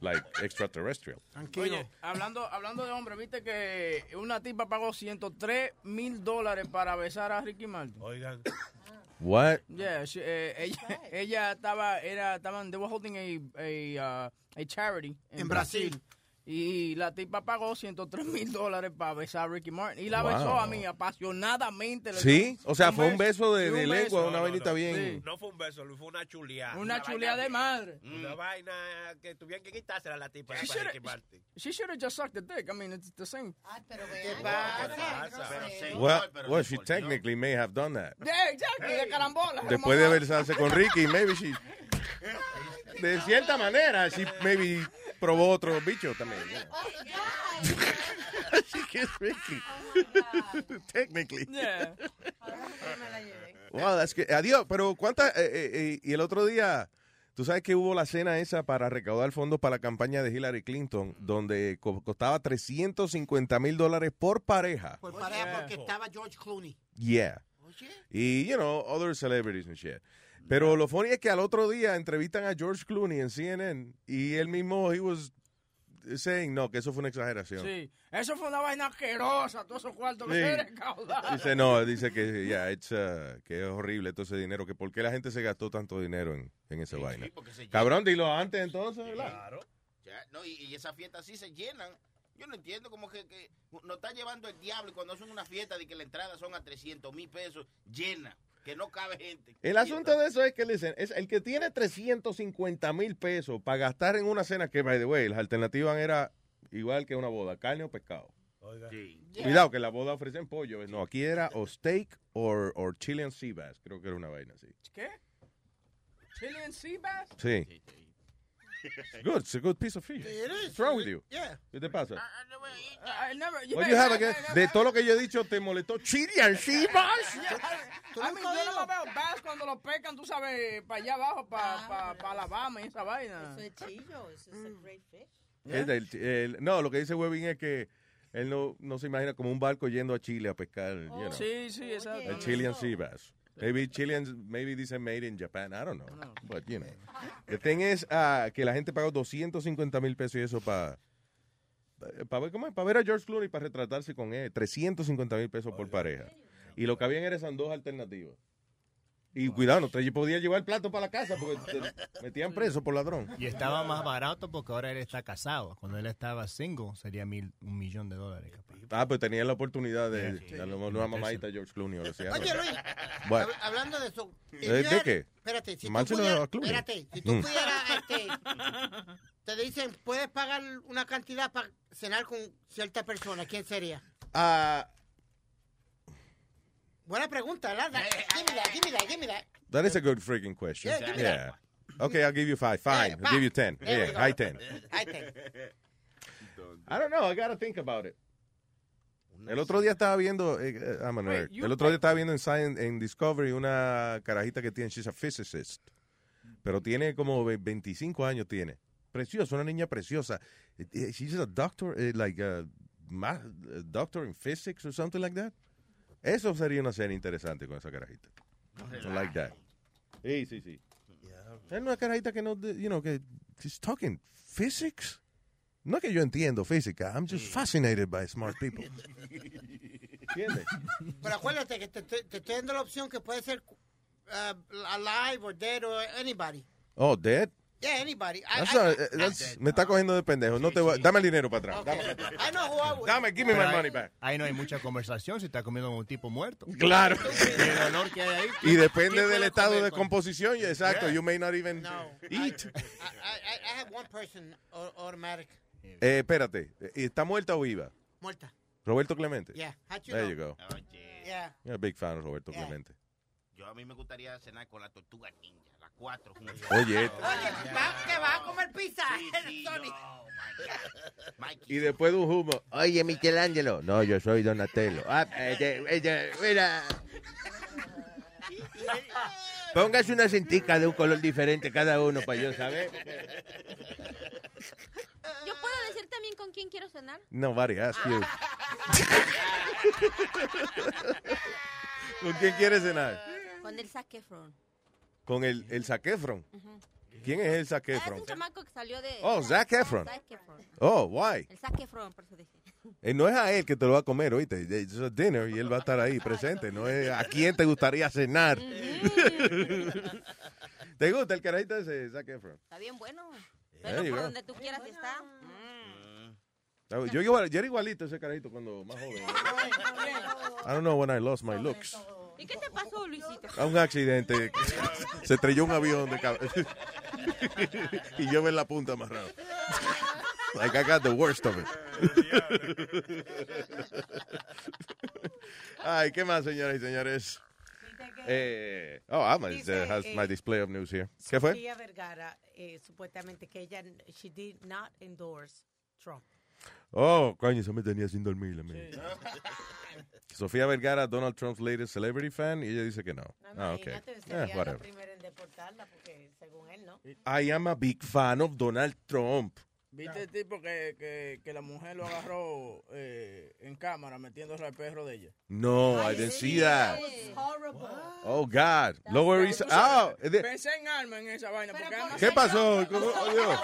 Speaker 8: Like, extraterrestrial.
Speaker 14: Oye, hablando, hablando de hombre, viste que una tipa pagó 103 mil dólares para besar a Ricky Martin.
Speaker 6: Oigan.
Speaker 8: What?
Speaker 14: Yeah, she- eh, ella, ella estaba, era, estaban, they were holding a, a, uh, a charity en,
Speaker 7: En Brasil.
Speaker 14: Brasil. Y la tipa pagó 103 mil dólares para besar a Ricky Martin. Y la
Speaker 8: Wow.
Speaker 14: besó a mí apasionadamente. Le
Speaker 8: ¿Sí?
Speaker 14: dio
Speaker 8: O sea, fue un beso
Speaker 14: Sí,
Speaker 8: de,
Speaker 14: un
Speaker 8: de
Speaker 14: beso.
Speaker 8: lengua, una
Speaker 14: No, no,
Speaker 8: vainita
Speaker 14: no.
Speaker 8: bien.
Speaker 6: No fue un beso, Luis, fue Ah, una chuleada.
Speaker 14: Una chuleada de madre.
Speaker 6: Una vaina que tuvieron que quitársela a la tipa.
Speaker 14: She
Speaker 6: para
Speaker 14: shoulda-
Speaker 6: Ricky Martin.
Speaker 14: She should have just sucked the dick. I mean, it's the same.
Speaker 6: ¿Qué pasa?
Speaker 8: Well, well, she technically may have done that.
Speaker 14: Yeah, exactly, de carambola.
Speaker 8: Después de besarse con Ricky, maybe she... De cierta manera, she maybe probó otro bicho también. yeah. she kissed Ricky. Technically.
Speaker 14: Yeah.
Speaker 8: Wow, that's good. Adiós. Pero cuántas... eh, eh, eh, y el otro día, tú sabes que hubo la cena esa para recaudar fondos para la campaña de Hillary Clinton, donde co- costaba 350 mil dólares por pareja.
Speaker 7: Por pareja, porque estaba George Clooney.
Speaker 8: Yeah. Y, you know, other celebrities and shit. Pero lo funny es que al otro día entrevistan a George Clooney en CNN y él mismo, he was saying, no, que eso fue una exageración.
Speaker 14: Sí, eso fue una vaina asquerosa, todos esos cuartos que
Speaker 8: Sí.
Speaker 14: se recaudaron.
Speaker 8: Dice, no, dice que, yeah, it's, uh, que es horrible todo ese dinero, que por Ah, qué la gente se gastó tanto dinero en, en esa vaina. Cabrón, dilo antes entonces, ¿verdad?
Speaker 11: Ya, no, y, y esas fiestas sí se llenan. Yo no entiendo como que, que nos está llevando el diablo y cuando hacen una fiesta de que la entrada son a 300 mil pesos, llena, que no cabe gente.
Speaker 8: El asunto de eso es que, listen, es el que tiene 350 mil pesos para gastar en una cena que, by the way, las alternativas eran igual que una boda, carne o pescado. Cuidado, que la boda ofrecen pollo. ¿eh? No, aquí era o steak or, or chili and sea bass. Creo que era una vaina así.
Speaker 14: ¿Qué? ¿Chili and sea bass?
Speaker 8: Sí. It's good, it's a good piece of
Speaker 14: It
Speaker 8: fish.
Speaker 14: is.
Speaker 8: What's wrong with you?
Speaker 14: Yeah. Uh,
Speaker 8: ¿Qué te pasa?
Speaker 14: I, I never.
Speaker 8: What you have
Speaker 14: I- I
Speaker 8: again?
Speaker 14: never-
Speaker 8: De todo lo que yo he dicho, ¿te molestó chili and sea bass?
Speaker 14: Yeah, I- I mean, yo no veo bass cuando lo pecan, tú sabes, para allá abajo, para pa, pa Alabama y esa vaina.
Speaker 10: Ah. Eso es chillo, eso es a great fish.
Speaker 8: Es del- el- no, lo que dice Webin es que él no, no se imagina como un barco yendo a Chile a pescar. you know.
Speaker 14: Oh, Sí, sí, exacto.
Speaker 8: El Chilean sea bass. Maybe Chilean, maybe dicen made in Japan, I don't know. But, you know. The thing is ah, que la gente pagó 250 mil pesos y eso para para ver, cómo es, pa ver a George Clooney para retratarse con él. 350 mil pesos por pareja. Y lo que habían eran esas dos alternativas. Y cuidado, no te podía llevar el plato para la casa porque te metían preso por ladrón.
Speaker 12: Y estaba más barato porque ahora él está casado. Cuando él estaba single sería mil, un millón de dólares. capaz.
Speaker 8: Ah, pues tenía la oportunidad de,
Speaker 12: Sí.
Speaker 8: de a lo mejor una mamadita George Clooney. O lo sea,
Speaker 7: Oye, Luis,
Speaker 8: Bueno.
Speaker 7: hab- hablando de eso.
Speaker 8: Eh, ¿de
Speaker 7: yo-
Speaker 8: qué?
Speaker 7: Espérate, si tú
Speaker 8: Márselo
Speaker 7: pudieras,
Speaker 8: a Clooney.
Speaker 7: espérate, si tú
Speaker 8: Mm.
Speaker 7: pudieras, este, te dicen, puedes pagar una cantidad para cenar con cierta persona, ¿quién sería?
Speaker 8: Ah,
Speaker 7: Buena pregunta, ¿verdad? Dímela, dímela, dímela.
Speaker 8: that is a good freaking question.
Speaker 7: Yeah, give me that
Speaker 8: Okay, I'll give you five. Fine. I'll give you ten.
Speaker 7: There we
Speaker 8: Yeah,
Speaker 7: go.
Speaker 8: I ten.
Speaker 7: Ahí ten.
Speaker 8: I don't know. I gotta think about it. El otro día estaba viendo, eh, eh, I'm a nerd.
Speaker 15: you
Speaker 8: El otro día estaba viendo en Science, en Discovery, una carajita que tiene, she's a physicist, pero tiene como ve- 25 años tiene. Preciosa, una niña preciosa. Eh, eh, She's a doctor, eh, like a, ma- a doctor in physics or something like that. Eso sería una serie interesante con esa carajita. Something like that. Sí, sí, sí. Es una carajita que no, de- you know, que she's talking physics. No que yo entiendo física, I'm just fascinated by smart people. ¿Entiendes?
Speaker 7: Pero acuérdate que te, estoy- te estoy dando la opción que puede ser ah, alive or dead or anybody.
Speaker 8: Oh, dead.
Speaker 7: Yeah, anybody. I,
Speaker 8: That's
Speaker 7: I-
Speaker 8: not- eh, that's- me está cogiendo de pendejo. No te voy a- dame el dinero para atrás. Dame-
Speaker 7: I know who I would.
Speaker 8: Dame, give me my
Speaker 12: Pero ahí-
Speaker 8: money back.
Speaker 12: Ahí no hay mucha conversación si está comiendo con un tipo muerto.
Speaker 8: Claro.
Speaker 12: Y el olor que hay ahí.
Speaker 8: Y depende
Speaker 12: ¿quién
Speaker 8: del
Speaker 12: puede
Speaker 8: estado
Speaker 12: comer
Speaker 8: de
Speaker 12: con-
Speaker 8: composición. y Exacto.
Speaker 12: Yeah.
Speaker 8: You may not even eat.
Speaker 7: I, I, I have one person au- automatic.
Speaker 8: Eh, espérate. Eh, ¿Está muerta o viva?
Speaker 7: Muerta.
Speaker 8: Roberto Clemente.
Speaker 7: Yeah. How'd you
Speaker 8: There you
Speaker 7: know? Oh,
Speaker 8: go.
Speaker 7: Yeah.
Speaker 8: You're a big fan of Roberto
Speaker 11: Yeah.
Speaker 8: Clemente.
Speaker 11: Yo a mí me gustaría cenar con la tortuga ninja, las cuatro juntas.
Speaker 8: Oye.
Speaker 7: ¿Va- ¿Que vas a comer pizza? Tony?
Speaker 8: Y después de un humo. Oye, Michelangelo. No, yo soy Donatello. Ah, eh, eh, eh, mira. Póngase una cintica de un color diferente cada uno para yo saber.
Speaker 16: Yo puedo decir también con quién quiero cenar. Ah.
Speaker 8: Nobody asked you. ¿Con quién quieres cenar?
Speaker 16: Con el Zac Efron.
Speaker 8: Con el, el Zac Efron. ¿Quién es el Zac
Speaker 16: Es
Speaker 8: Efron?
Speaker 16: un chamaco Ah, que salió de...
Speaker 8: Oh, Zac Efron.
Speaker 16: Zac Efron.
Speaker 8: Oh, why?
Speaker 16: El Zac Efron, por eso dije.
Speaker 8: Eh, no es a él que te lo va a comer, oíste. It's a dinner y él va a estar ahí presente. No es a quién te gustaría cenar. ¿Te gusta el carajito ese, Zac Efron?
Speaker 16: Está bien bueno.
Speaker 8: There
Speaker 16: Pero
Speaker 8: you
Speaker 16: por
Speaker 8: go.
Speaker 16: donde tú quieras está.
Speaker 8: Yo, igual, yo era igualito ese carajito cuando más joven. ¿eh?
Speaker 16: Mm.
Speaker 8: I don't know when I lost my looks.
Speaker 16: ¿Y qué te pasó, Luisito?
Speaker 8: A un accidente. Se estrelló un avión de cabeza. y yo en la punta amarrado. Like I got the worst of it. Ay, ¿qué más, señoras y señores? Eh, oh, ah, my,
Speaker 10: Dice,
Speaker 8: has
Speaker 10: eh,
Speaker 8: my display of news here. ¿Qué fue?
Speaker 10: Sofía Vergara, eh, supuestamente que ella, she did not endorse Trump.
Speaker 8: Oh, coño, eso me tenía sin dormir. la mía. Sofía Vergara, Donald Trump's latest celebrity fan, y ella dice que no. Ah, ok.
Speaker 10: Imagínate,
Speaker 8: Eh,
Speaker 10: sería la
Speaker 8: whatever.
Speaker 10: primera en deportarla, porque según él, ¿no?
Speaker 8: I am a big fan of Donald Trump.
Speaker 14: ¿Viste el tipo que, que, que la mujer lo agarró eh, en cámara metiéndose al perro de ella?
Speaker 8: No, I didn't see that.
Speaker 14: was horrible.
Speaker 8: Oh, God. Lower East. Oh, the-
Speaker 14: Pensé en alma en esa vaina. Porque además-
Speaker 8: ¿Qué pasó? ¿Cómo? Oh, Dios.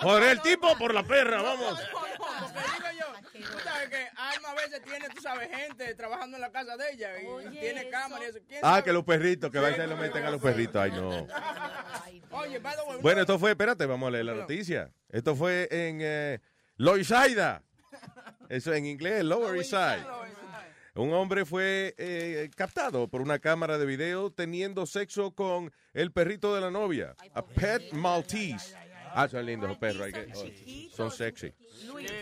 Speaker 8: Por el tipo, por la perra, vamos.
Speaker 14: Porque digo yo, tú sabes que Alma a veces tiene, tú sabes, gente trabajando en la casa de ella y tiene cámara y eso. ¿Quién
Speaker 8: Ah,
Speaker 14: sabe?
Speaker 8: que los perritos, que vayan y lo meten a los perritos. Ay, no.
Speaker 14: Oye, by the way,
Speaker 8: Bueno, esto fue, espérate, vamos a leer la noticia. Esto fue en eh, Loisaida. Eso en inglés es Lower East Side. Un hombre fue eh, captado por una cámara de video teniendo sexo con el perrito de la novia, a pet Maltese. Ah, son lindos los perros. hay que- son sexy.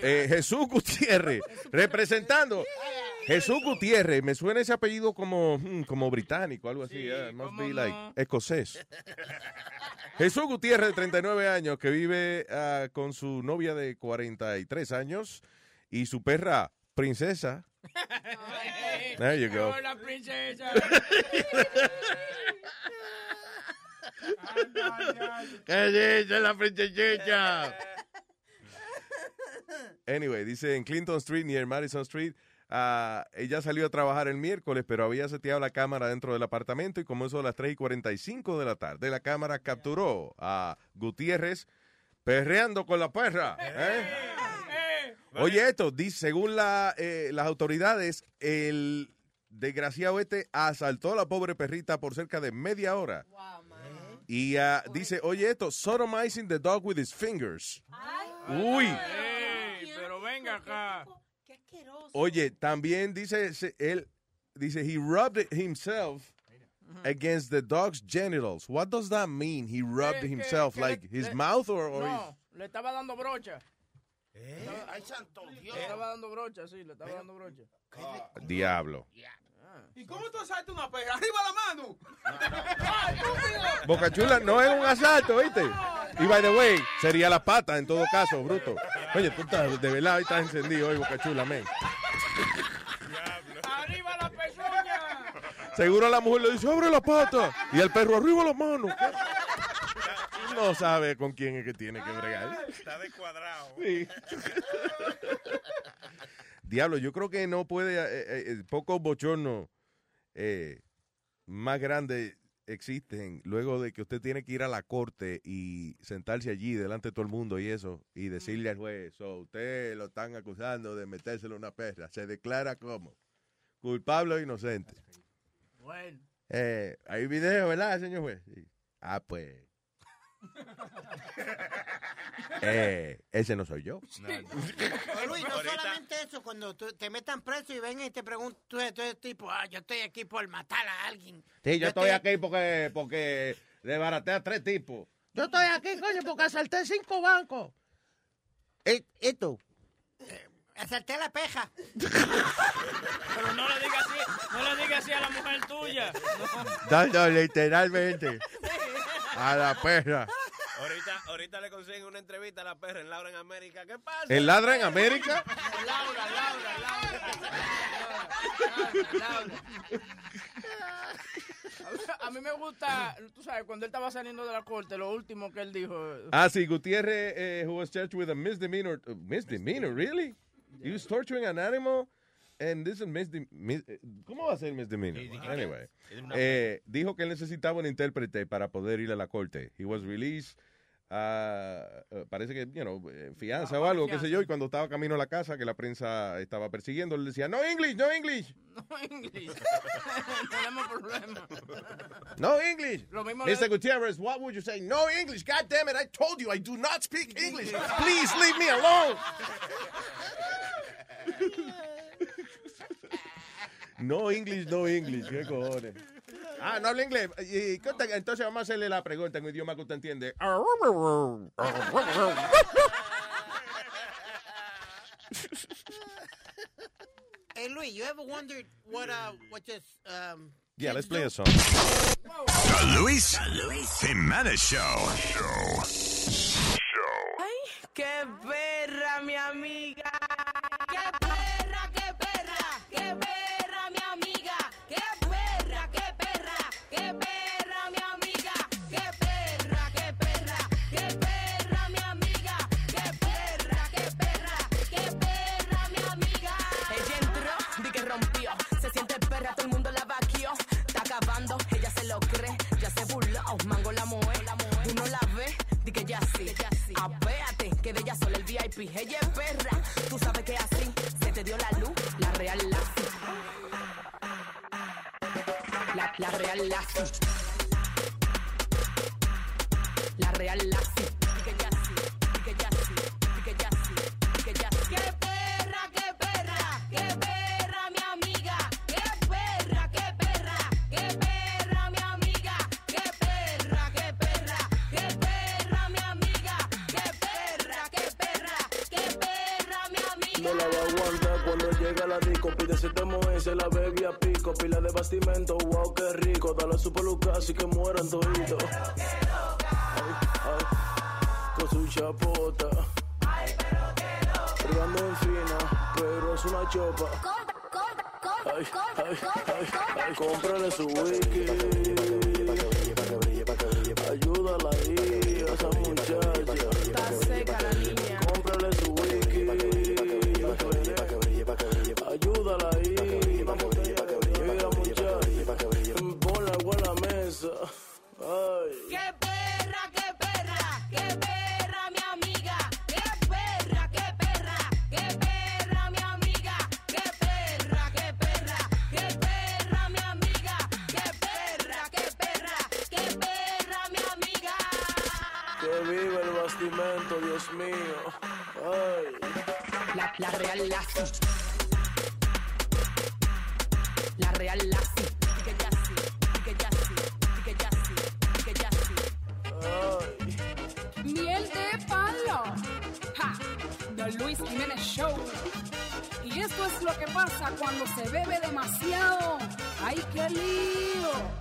Speaker 8: Eh, Jesús Gutiérrez, representando. Jesús Gutiérrez, me suena ese apellido como, hmm, como británico, algo así. yeah, must be like escocés. Jesús Gutiérrez, de 39 años, que vive ah, con su novia de 43 años y su perra princesa. There you go.
Speaker 14: Hola, princesa.
Speaker 8: ¿Qué dice la princesita? Anyway, dice en Clinton Street, near Madison Street, ah, ella salió a trabajar el miércoles, pero había seteado la cámara dentro del apartamento y como eso a las 3 y 45 de la tarde, la cámara capturó a Gutiérrez perreando con la perra. ¿eh? Oye, esto, dice, según la, eh, las autoridades, el desgraciado este asaltó a la pobre perrita por cerca de media hora. y ah, dice, oye, esto, sodomizing the dog with his fingers. Uy.
Speaker 14: Ey, pero venga acá.
Speaker 8: Oye, también dice se- él, dice, he rubbed himself against the dog's genitals. What does that mean? He rubbed
Speaker 14: Que- que-
Speaker 8: himself,
Speaker 14: que
Speaker 8: like
Speaker 14: le-
Speaker 8: his
Speaker 14: le-
Speaker 8: mouth or, or his-
Speaker 14: No, le estaba dando brocha.
Speaker 11: ¿Eh? Ay, santo Dios.
Speaker 14: Le estaba dando brocha, sí, le estaba dando brocha. Ah.
Speaker 8: diablo.
Speaker 14: ¿Y cómo tú asaltas una perra? ¡Arriba la mano!
Speaker 8: Bocachula no es un asalto, ¿viste? Y by the way, sería la pata en todo caso, bruto. Oye, tú estás de velado y estás encendido hoy, Bocachula, men.
Speaker 14: ¡Arriba la pezuña!
Speaker 8: Seguro la mujer le dice, abre la pata. Y el perro, arriba la mano. No sabe con quién es que tiene que bregar.
Speaker 6: Está descuadrado.
Speaker 8: Sí. Diablo, yo creo que no puede, eh, eh, eh, pocos bochornos eh, más grandes existen luego de que usted tiene que ir a la corte y sentarse allí delante de todo el mundo y eso, y decirle al juez, "So, usted lo están acusando de metérselo a una perra, se declara como culpable o inocente.
Speaker 14: Bueno.
Speaker 8: Eh, hay video, ¿verdad, señor juez? Sí. Ah, pues, eh, ese no soy yo.
Speaker 7: Pero, Luis, no solamente eso, cuando tú- te metan preso y vengan y te preguntan, tú eres tipo, ah, yo estoy aquí por matar a alguien.
Speaker 8: Sí, yo estoy aquí porque, porque desbaraté a tres tipos. Yo estoy aquí, coño, porque asalté cinco bancos.
Speaker 7: Eh,
Speaker 8: ¿Y tú?
Speaker 7: Asalté la peja.
Speaker 14: Pero no le digas así, no le digas así a la mujer tuya.
Speaker 8: literalmente a la perra.
Speaker 6: Ahorita, ahorita le consiguen una entrevista a la perra en Laura en América. ¿Qué pasa?
Speaker 8: ¿El ladra en América?
Speaker 6: Laura, Laura,
Speaker 14: A mí me gusta, tú sabes, cuando él estaba saliendo de la corte, lo último que él dijo.
Speaker 8: Ah, sí, Gutiérrez, eh, who was charged with a misdemeanor. uh, misdemeanor, really? You was torturing an animal and this is misdemeanor. ¿Cómo va a ser misdemeanor? Anyway. Eh, dijo que él necesitaba un intérprete para poder ir a la corte. He was released. ah, eh, parece que, you know, eh, fianza o algo, qué sé yo. Y cuando estaba camino a la casa, que la prensa estaba persiguiendo, le decía, no English, no English,
Speaker 14: No, inglés. Tenemos problemas.
Speaker 8: no English.
Speaker 14: Lo mismo le-
Speaker 8: Mr. Gutierrez, what would you say? No English, God damn it, I told you I do not speak English. Please leave me alone. No English, no English, qué cojones. Ah, no habla inglés. Y- y- conta- entonces vamos a hacerle la pregunta en un idioma que usted entiende.
Speaker 7: Hey, Luis, you ever wondered what, uh, what just, um,
Speaker 8: Yeah, let's play a song.
Speaker 15: The Luis, Jimenez Show. Show.
Speaker 14: ¡Ay, qué perra, mi amiga!
Speaker 17: ¡Qué perra, qué perra! ¡Qué perra, mi amiga! ¡Qué perra, qué perra! ¡Qué perra, mi amiga! ¡Qué perra, qué perra! ¡Qué perra, mi amiga! ¡Qué perra, qué perra! ¡Qué perra, mi amiga!
Speaker 18: Ella entró, di que rompió. Se siente perra, todo el mundo la vaquió. Está acabando, ella se lo cree. Ya se burló, mango la mueve. Uno la ve, di que ya sí. Apéate,
Speaker 10: Ah, que de ella solo el VIP. Ella es perra, tú sabes que así se te dio la luz, la real lazo. La, la real lazo. La real lazo.
Speaker 2: ¡Qué perra, qué perra! ¡Qué perra, mi amiga! ¡Qué perra, qué perra! ¡Qué perra, mi amiga! ¡Qué perra, qué perra! ¡Qué perra, mi amiga! ¡Qué perra, qué perra! ¡Qué perra, mi amiga!
Speaker 14: No la va a aguantar cuando llega la disco. Pide ese tomo ese, la bebe a pico. Pila de bastimento, wow, qué rico. Dale su peluca, así que mueran toditos. Ay, ay, con su chapota. Regando en fina, pero es una chopa. Ay, ay, ay, ay, cómprale su wiki. Ayúdala ahí, a esa muchacha. Cómprale su wiki. Ayúdala ahí. Mira, muchacha. Ponla agua a la mesa. Ay.
Speaker 2: ¡Qué perra, qué perra! ¡Qué perra, mi amiga! ¡Qué perra, qué perra! ¡Qué perra, mi amiga! ¡Qué perra, qué perra! ¡Qué perra, mi amiga! ¡Qué perra, qué perra! ¡Qué perra, mi amiga!
Speaker 14: Que viva el bastimento, Dios mío. Ay.
Speaker 10: La, la real lazo. La real lazo.
Speaker 19: Miel de palo. Ja, The Luis Jiménez Show. Y esto es lo que pasa cuando se bebe demasiado. ¡Ay, qué lío!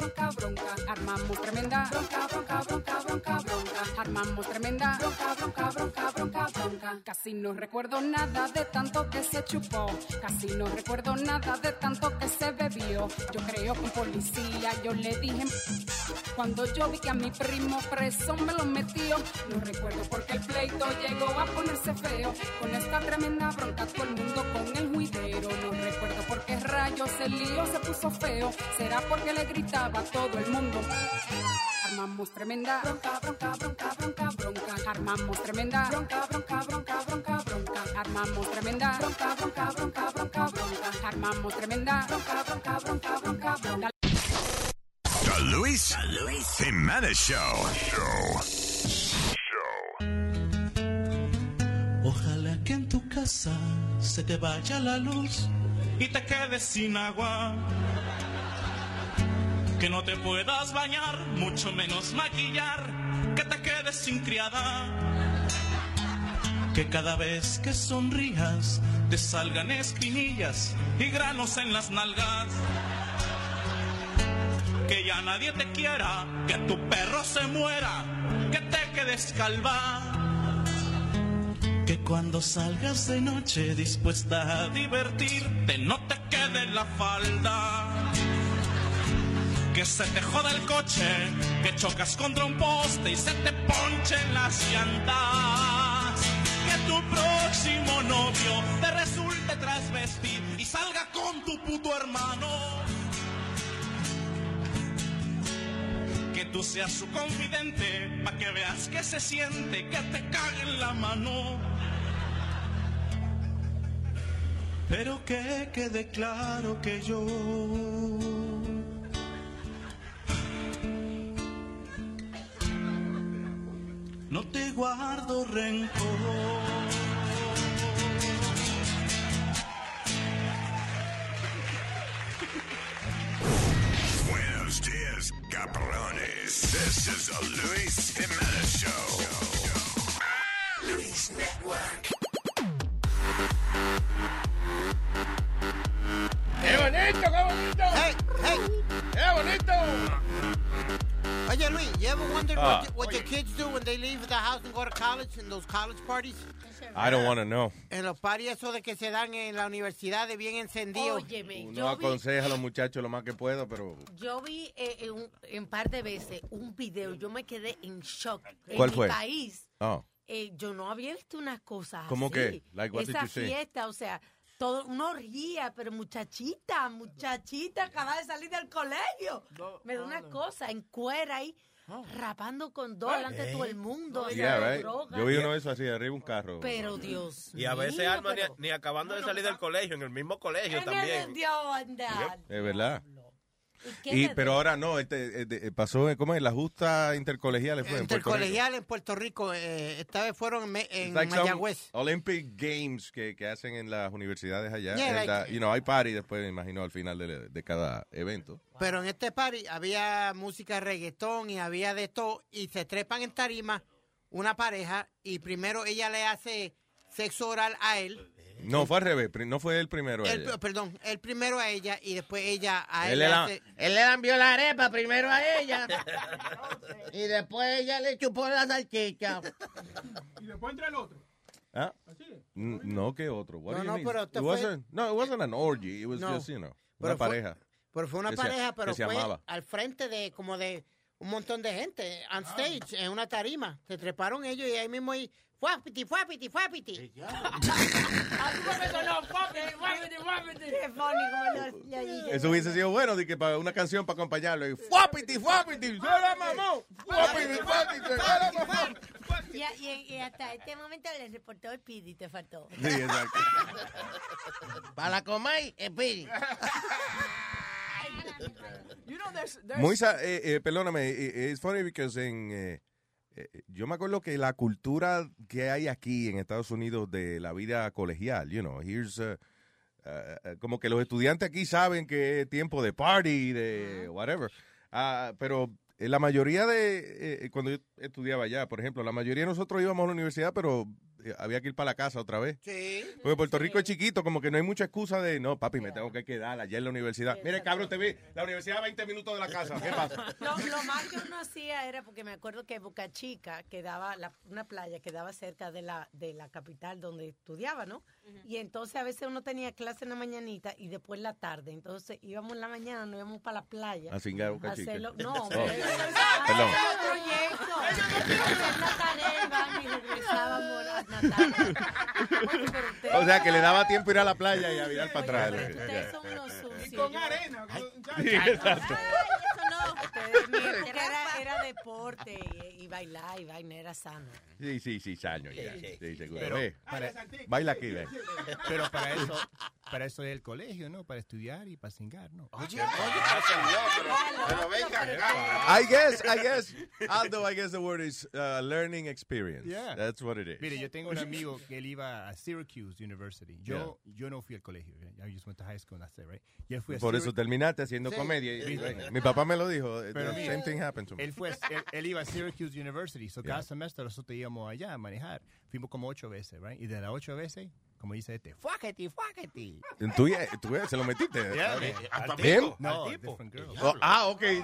Speaker 19: Armamos tremenda bronca, bronca, bronca, bronca, bronca. Armamos tremenda bronca, bronca, bronca, bronca, bronca. Casi no recuerdo nada de tanto que se chupó. Casi no recuerdo nada de tanto que se bebió. Yo creo que un policía, yo le dije. Cuando yo vi que a mi primo preso me lo metió. No recuerdo porque el pleito llegó a ponerse feo. Con esta tremenda bronca, todo el mundo con el juidero. No recuerdo por qué rayos el lío se puso feo. Será porque le gritaba a todo el mundo. Armamos tremenda bronca, bronca, bronca, bronca, bronca. Armamos tremenda bronca, bronca, bronca, bronca, bronca. Armamos tremenda bronca, bronca, bronca, bronca, bronca. Armamos tremenda bronca, bronca, bronca, bronca, bronca.
Speaker 6: The Luis, Jimenez Show.
Speaker 3: Ojalá que en tu casa se te vaya la luz y te quedes sin agua. Que no te puedas bañar, mucho menos maquillar, que te quedes sin criada. Que cada vez que sonrías te salgan espinillas y granos en las nalgas. Que ya nadie te quiera, que tu perro se muera, que te quedes calva. Que cuando salgas de noche dispuesta a divertirte, no te quede la falda. Que se te joda el coche, que chocas contra un poste y se te ponchen las llantas. Que tu próximo novio te resulte transvestir y salga con tu puto hermano. Que tú seas su confidente, pa' que veas que se siente, que te cague en la mano. Pero que quede claro que yo no te guardo rencor.
Speaker 6: Buenos dias, cabrones. This is the Luis Jimenez Show. Luis Network.
Speaker 7: ¡Qué bonito, qué bonito! ¡Qué bonito! Oye, Luis, you ever wondered
Speaker 8: Ah.
Speaker 7: what, you- what your kids do when they leave the house and go to college in those college parties?
Speaker 8: I don't want to know.
Speaker 7: En los parties esos de que se dan en la universidad de bien encendidos.
Speaker 10: Óyeme,
Speaker 8: No
Speaker 10: yo vi,
Speaker 8: aconseja a los muchachos lo más que puedo, pero
Speaker 10: yo vi eh, eh, un, en par de veces un video, yo me quedé en shock.
Speaker 8: ¿Cuál
Speaker 10: en
Speaker 8: fue?
Speaker 10: Mi país,
Speaker 8: Oh.
Speaker 10: eh, yo no había visto unas cosas
Speaker 8: ¿Cómo
Speaker 10: así.
Speaker 8: qué? Like, what did
Speaker 10: Esa
Speaker 8: you see?
Speaker 10: fiesta, o sea, todo, una orgía, pero muchachita, muchachita, acaba de salir del colegio. Me da una cosa, en cuera ahí, rapando con dos delante de todo
Speaker 8: Eh.
Speaker 10: el mundo.
Speaker 8: Yeah,
Speaker 10: esa
Speaker 8: right.
Speaker 10: droga.
Speaker 8: Yo vi uno de esos así, arriba un carro.
Speaker 10: Pero Dios
Speaker 6: Y a veces
Speaker 10: mío,
Speaker 6: Alma ni,
Speaker 10: pero-
Speaker 6: ni acabando de salir del colegio, en el mismo colegio
Speaker 10: En el
Speaker 6: también.
Speaker 10: Dios, anda.
Speaker 8: Es verdad.
Speaker 10: ¿Y qué
Speaker 8: Y,
Speaker 10: te
Speaker 8: pero ahora no, este, este, pasó, eh, ¿cómo es? La justa intercolegial fue en Puerto Rico.
Speaker 7: Colegial en Puerto Rico. eh, esta vez fueron en, Me- en
Speaker 8: It's like some
Speaker 7: Mayagüez.
Speaker 8: Olympic Games que, que hacen en las universidades allá.
Speaker 7: Yeah,
Speaker 8: And,
Speaker 7: like-
Speaker 8: uh, you know, hay party después, me imagino, al final de, de cada evento.
Speaker 7: Pero en este party había música reggaetón y había de todo y se trepan en tarima una pareja y primero ella le hace sexo oral a él,
Speaker 8: No, fue al revés. pri- No fue el primero.
Speaker 7: él,
Speaker 8: ella.
Speaker 7: perdón, él primero a ella y después ella a él.
Speaker 8: Él
Speaker 7: le
Speaker 8: era-
Speaker 7: hace-
Speaker 20: Él le envió la arepa primero a ella. y después ella le chupó la salchicha.
Speaker 14: Y después entra el otro.
Speaker 8: Ah. N- No, que otro. What
Speaker 7: No,
Speaker 8: do you
Speaker 7: no,
Speaker 8: mean?
Speaker 7: pero esto
Speaker 8: It
Speaker 7: fue-
Speaker 8: wasn't- No, it wasn't an orgy. It was
Speaker 7: No,
Speaker 8: just, you know,
Speaker 7: pero
Speaker 8: una
Speaker 7: fue-
Speaker 8: pareja.
Speaker 7: pero fue una
Speaker 8: que se-
Speaker 7: pareja, pero
Speaker 8: que se
Speaker 7: fue
Speaker 8: amaba.
Speaker 7: al frente de como de un montón de gente, on stage, en una tarima. Se treparon ellos y ahí mismo y fuapiti, fuapiti, fuapiti.
Speaker 14: Así fue que sonó, fuapiti, fuapiti, fuapiti. Qué funny como lo
Speaker 8: Eso hubiese sido bueno, de que para una canción para acompañarlo. y fu-
Speaker 14: Fuapiti, fuapiti, se la mamó.
Speaker 8: Fuapiti, fuapiti, se la mamó.
Speaker 10: Y, a- y- y hasta este momento le reportó el pidi, te faltó.
Speaker 8: Sí, exacto.
Speaker 20: Para la comay, es pidi.
Speaker 14: You know, there's, there's
Speaker 8: Muy, sa- eh, eh, perdóname, es funny because en, eh, eh, yo me acuerdo que la cultura que hay aquí en Estados Unidos de la vida colegial, you know, here's uh, uh, uh, como que los estudiantes aquí saben que es tiempo de party, de whatever, Ah, pero eh, la mayoría de, eh, cuando yo estudiaba allá, por ejemplo, la mayoría de nosotros íbamos a la universidad, pero eh, había que ir para la casa otra vez. Porque Puerto Rico es chiquito, como que no hay mucha excusa de, no, papi, me tengo que quedar allá en la universidad. Mire, cabrón, te vi, la universidad a 20 minutos de la casa, ¿qué pasa?
Speaker 10: Lo, lo más que uno hacía era porque me acuerdo que Boca Chica quedaba, la- una playa quedaba cerca de la, de la capital donde estudiaba, ¿no? Y entonces a veces uno tenía clase en la mañanita y después en la tarde. Entonces íbamos en la mañana, nos íbamos para la playa.
Speaker 8: A cingar a Boca
Speaker 10: a
Speaker 8: Chica.
Speaker 10: hacerlo-
Speaker 8: Oh.
Speaker 10: No, hombre, eso es-
Speaker 8: Perdón.
Speaker 10: hacer los proyectos, hacer la tarea, vamos, y regresábamos a Natal. Oye, pero ustedes-
Speaker 8: O sea, que le daba tiempo ir a la playa y a virar para atrás.
Speaker 10: Ustedes son unos sucios.
Speaker 14: Y con arena.
Speaker 8: Sí, exacto.
Speaker 10: Ustedes, mi época era, era deporte y, y bailar y vaina era sano.
Speaker 8: Sí, sí, sí, saño ya. Sí, seguro.
Speaker 12: Pero
Speaker 8: Ve,
Speaker 12: para-
Speaker 8: baila aquí, ve.
Speaker 12: Pero para eso, para eso es el colegio, ¿no? Para estudiar y para cingar, ¿no?
Speaker 14: Ah,
Speaker 11: Pero venga,
Speaker 8: I guess, I guess, Aldo, I guess the word is uh, learning experience.
Speaker 12: Yeah.
Speaker 8: That's what it is.
Speaker 12: Mire, yo tengo un amigo que él iba a Syracuse University. Yo, yo no fui al colegio. I just went to high school and that's it, right? Y él fue a
Speaker 8: Por eso
Speaker 12: Syrac-
Speaker 8: terminaste haciendo
Speaker 12: Sí.
Speaker 8: comedia. y-
Speaker 12: Sí.
Speaker 8: Mi papá me lo dijo. eh,
Speaker 12: Pero
Speaker 8: the
Speaker 12: mire,
Speaker 8: same thing happened to me.
Speaker 12: Él, fue, él, él iba a Syracuse University, so cada semestre nosotros íbamos allá a manejar. Fuimos como ocho veces, right? Y de las ocho veces, como dice este, fuáquete, fuáquete.
Speaker 8: Tú, ya- tú ya eh, se lo metiste.
Speaker 12: Yeah,
Speaker 8: ¿sabes?
Speaker 12: eh, al
Speaker 8: ¿Him?
Speaker 12: tipo, al tipo. Different girl.
Speaker 8: Oh, ah, ok.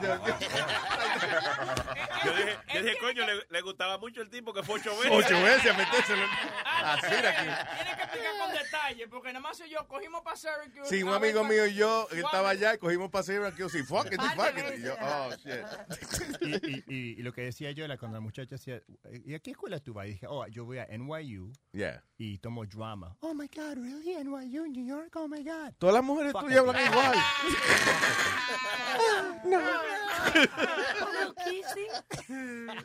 Speaker 6: Yo dije, yo dije, coño, le, le gustaba mucho el tipo que fue ocho veces.
Speaker 8: Ocho veces a metérselo. Así
Speaker 14: Tienes
Speaker 8: era
Speaker 14: que
Speaker 8: aquí.
Speaker 14: explicar con detalle, porque nada más soy yo cogimos para Syracuse.
Speaker 8: Sí, un
Speaker 14: a
Speaker 8: amigo
Speaker 14: ver,
Speaker 8: mío y yo
Speaker 14: Juan-
Speaker 8: él estaba allá y cogimos paseo aquí. Yo, sí, fuck it,
Speaker 14: Par de
Speaker 8: fuck it.
Speaker 14: veces.
Speaker 8: Y yo, oh, shit.
Speaker 12: y, y- y- y lo que decía yo era cuando la muchacha decía, ¿y a qué escuela tú vas? Y dije, oh, yo voy a NYU
Speaker 8: Yeah.
Speaker 12: y tomo drama. Oh my God, really? NYU, New York, oh my God.
Speaker 8: Todas las mujeres
Speaker 12: Fuck
Speaker 8: tuyas
Speaker 12: it.
Speaker 8: hablan igual.
Speaker 10: Hello, Kissy.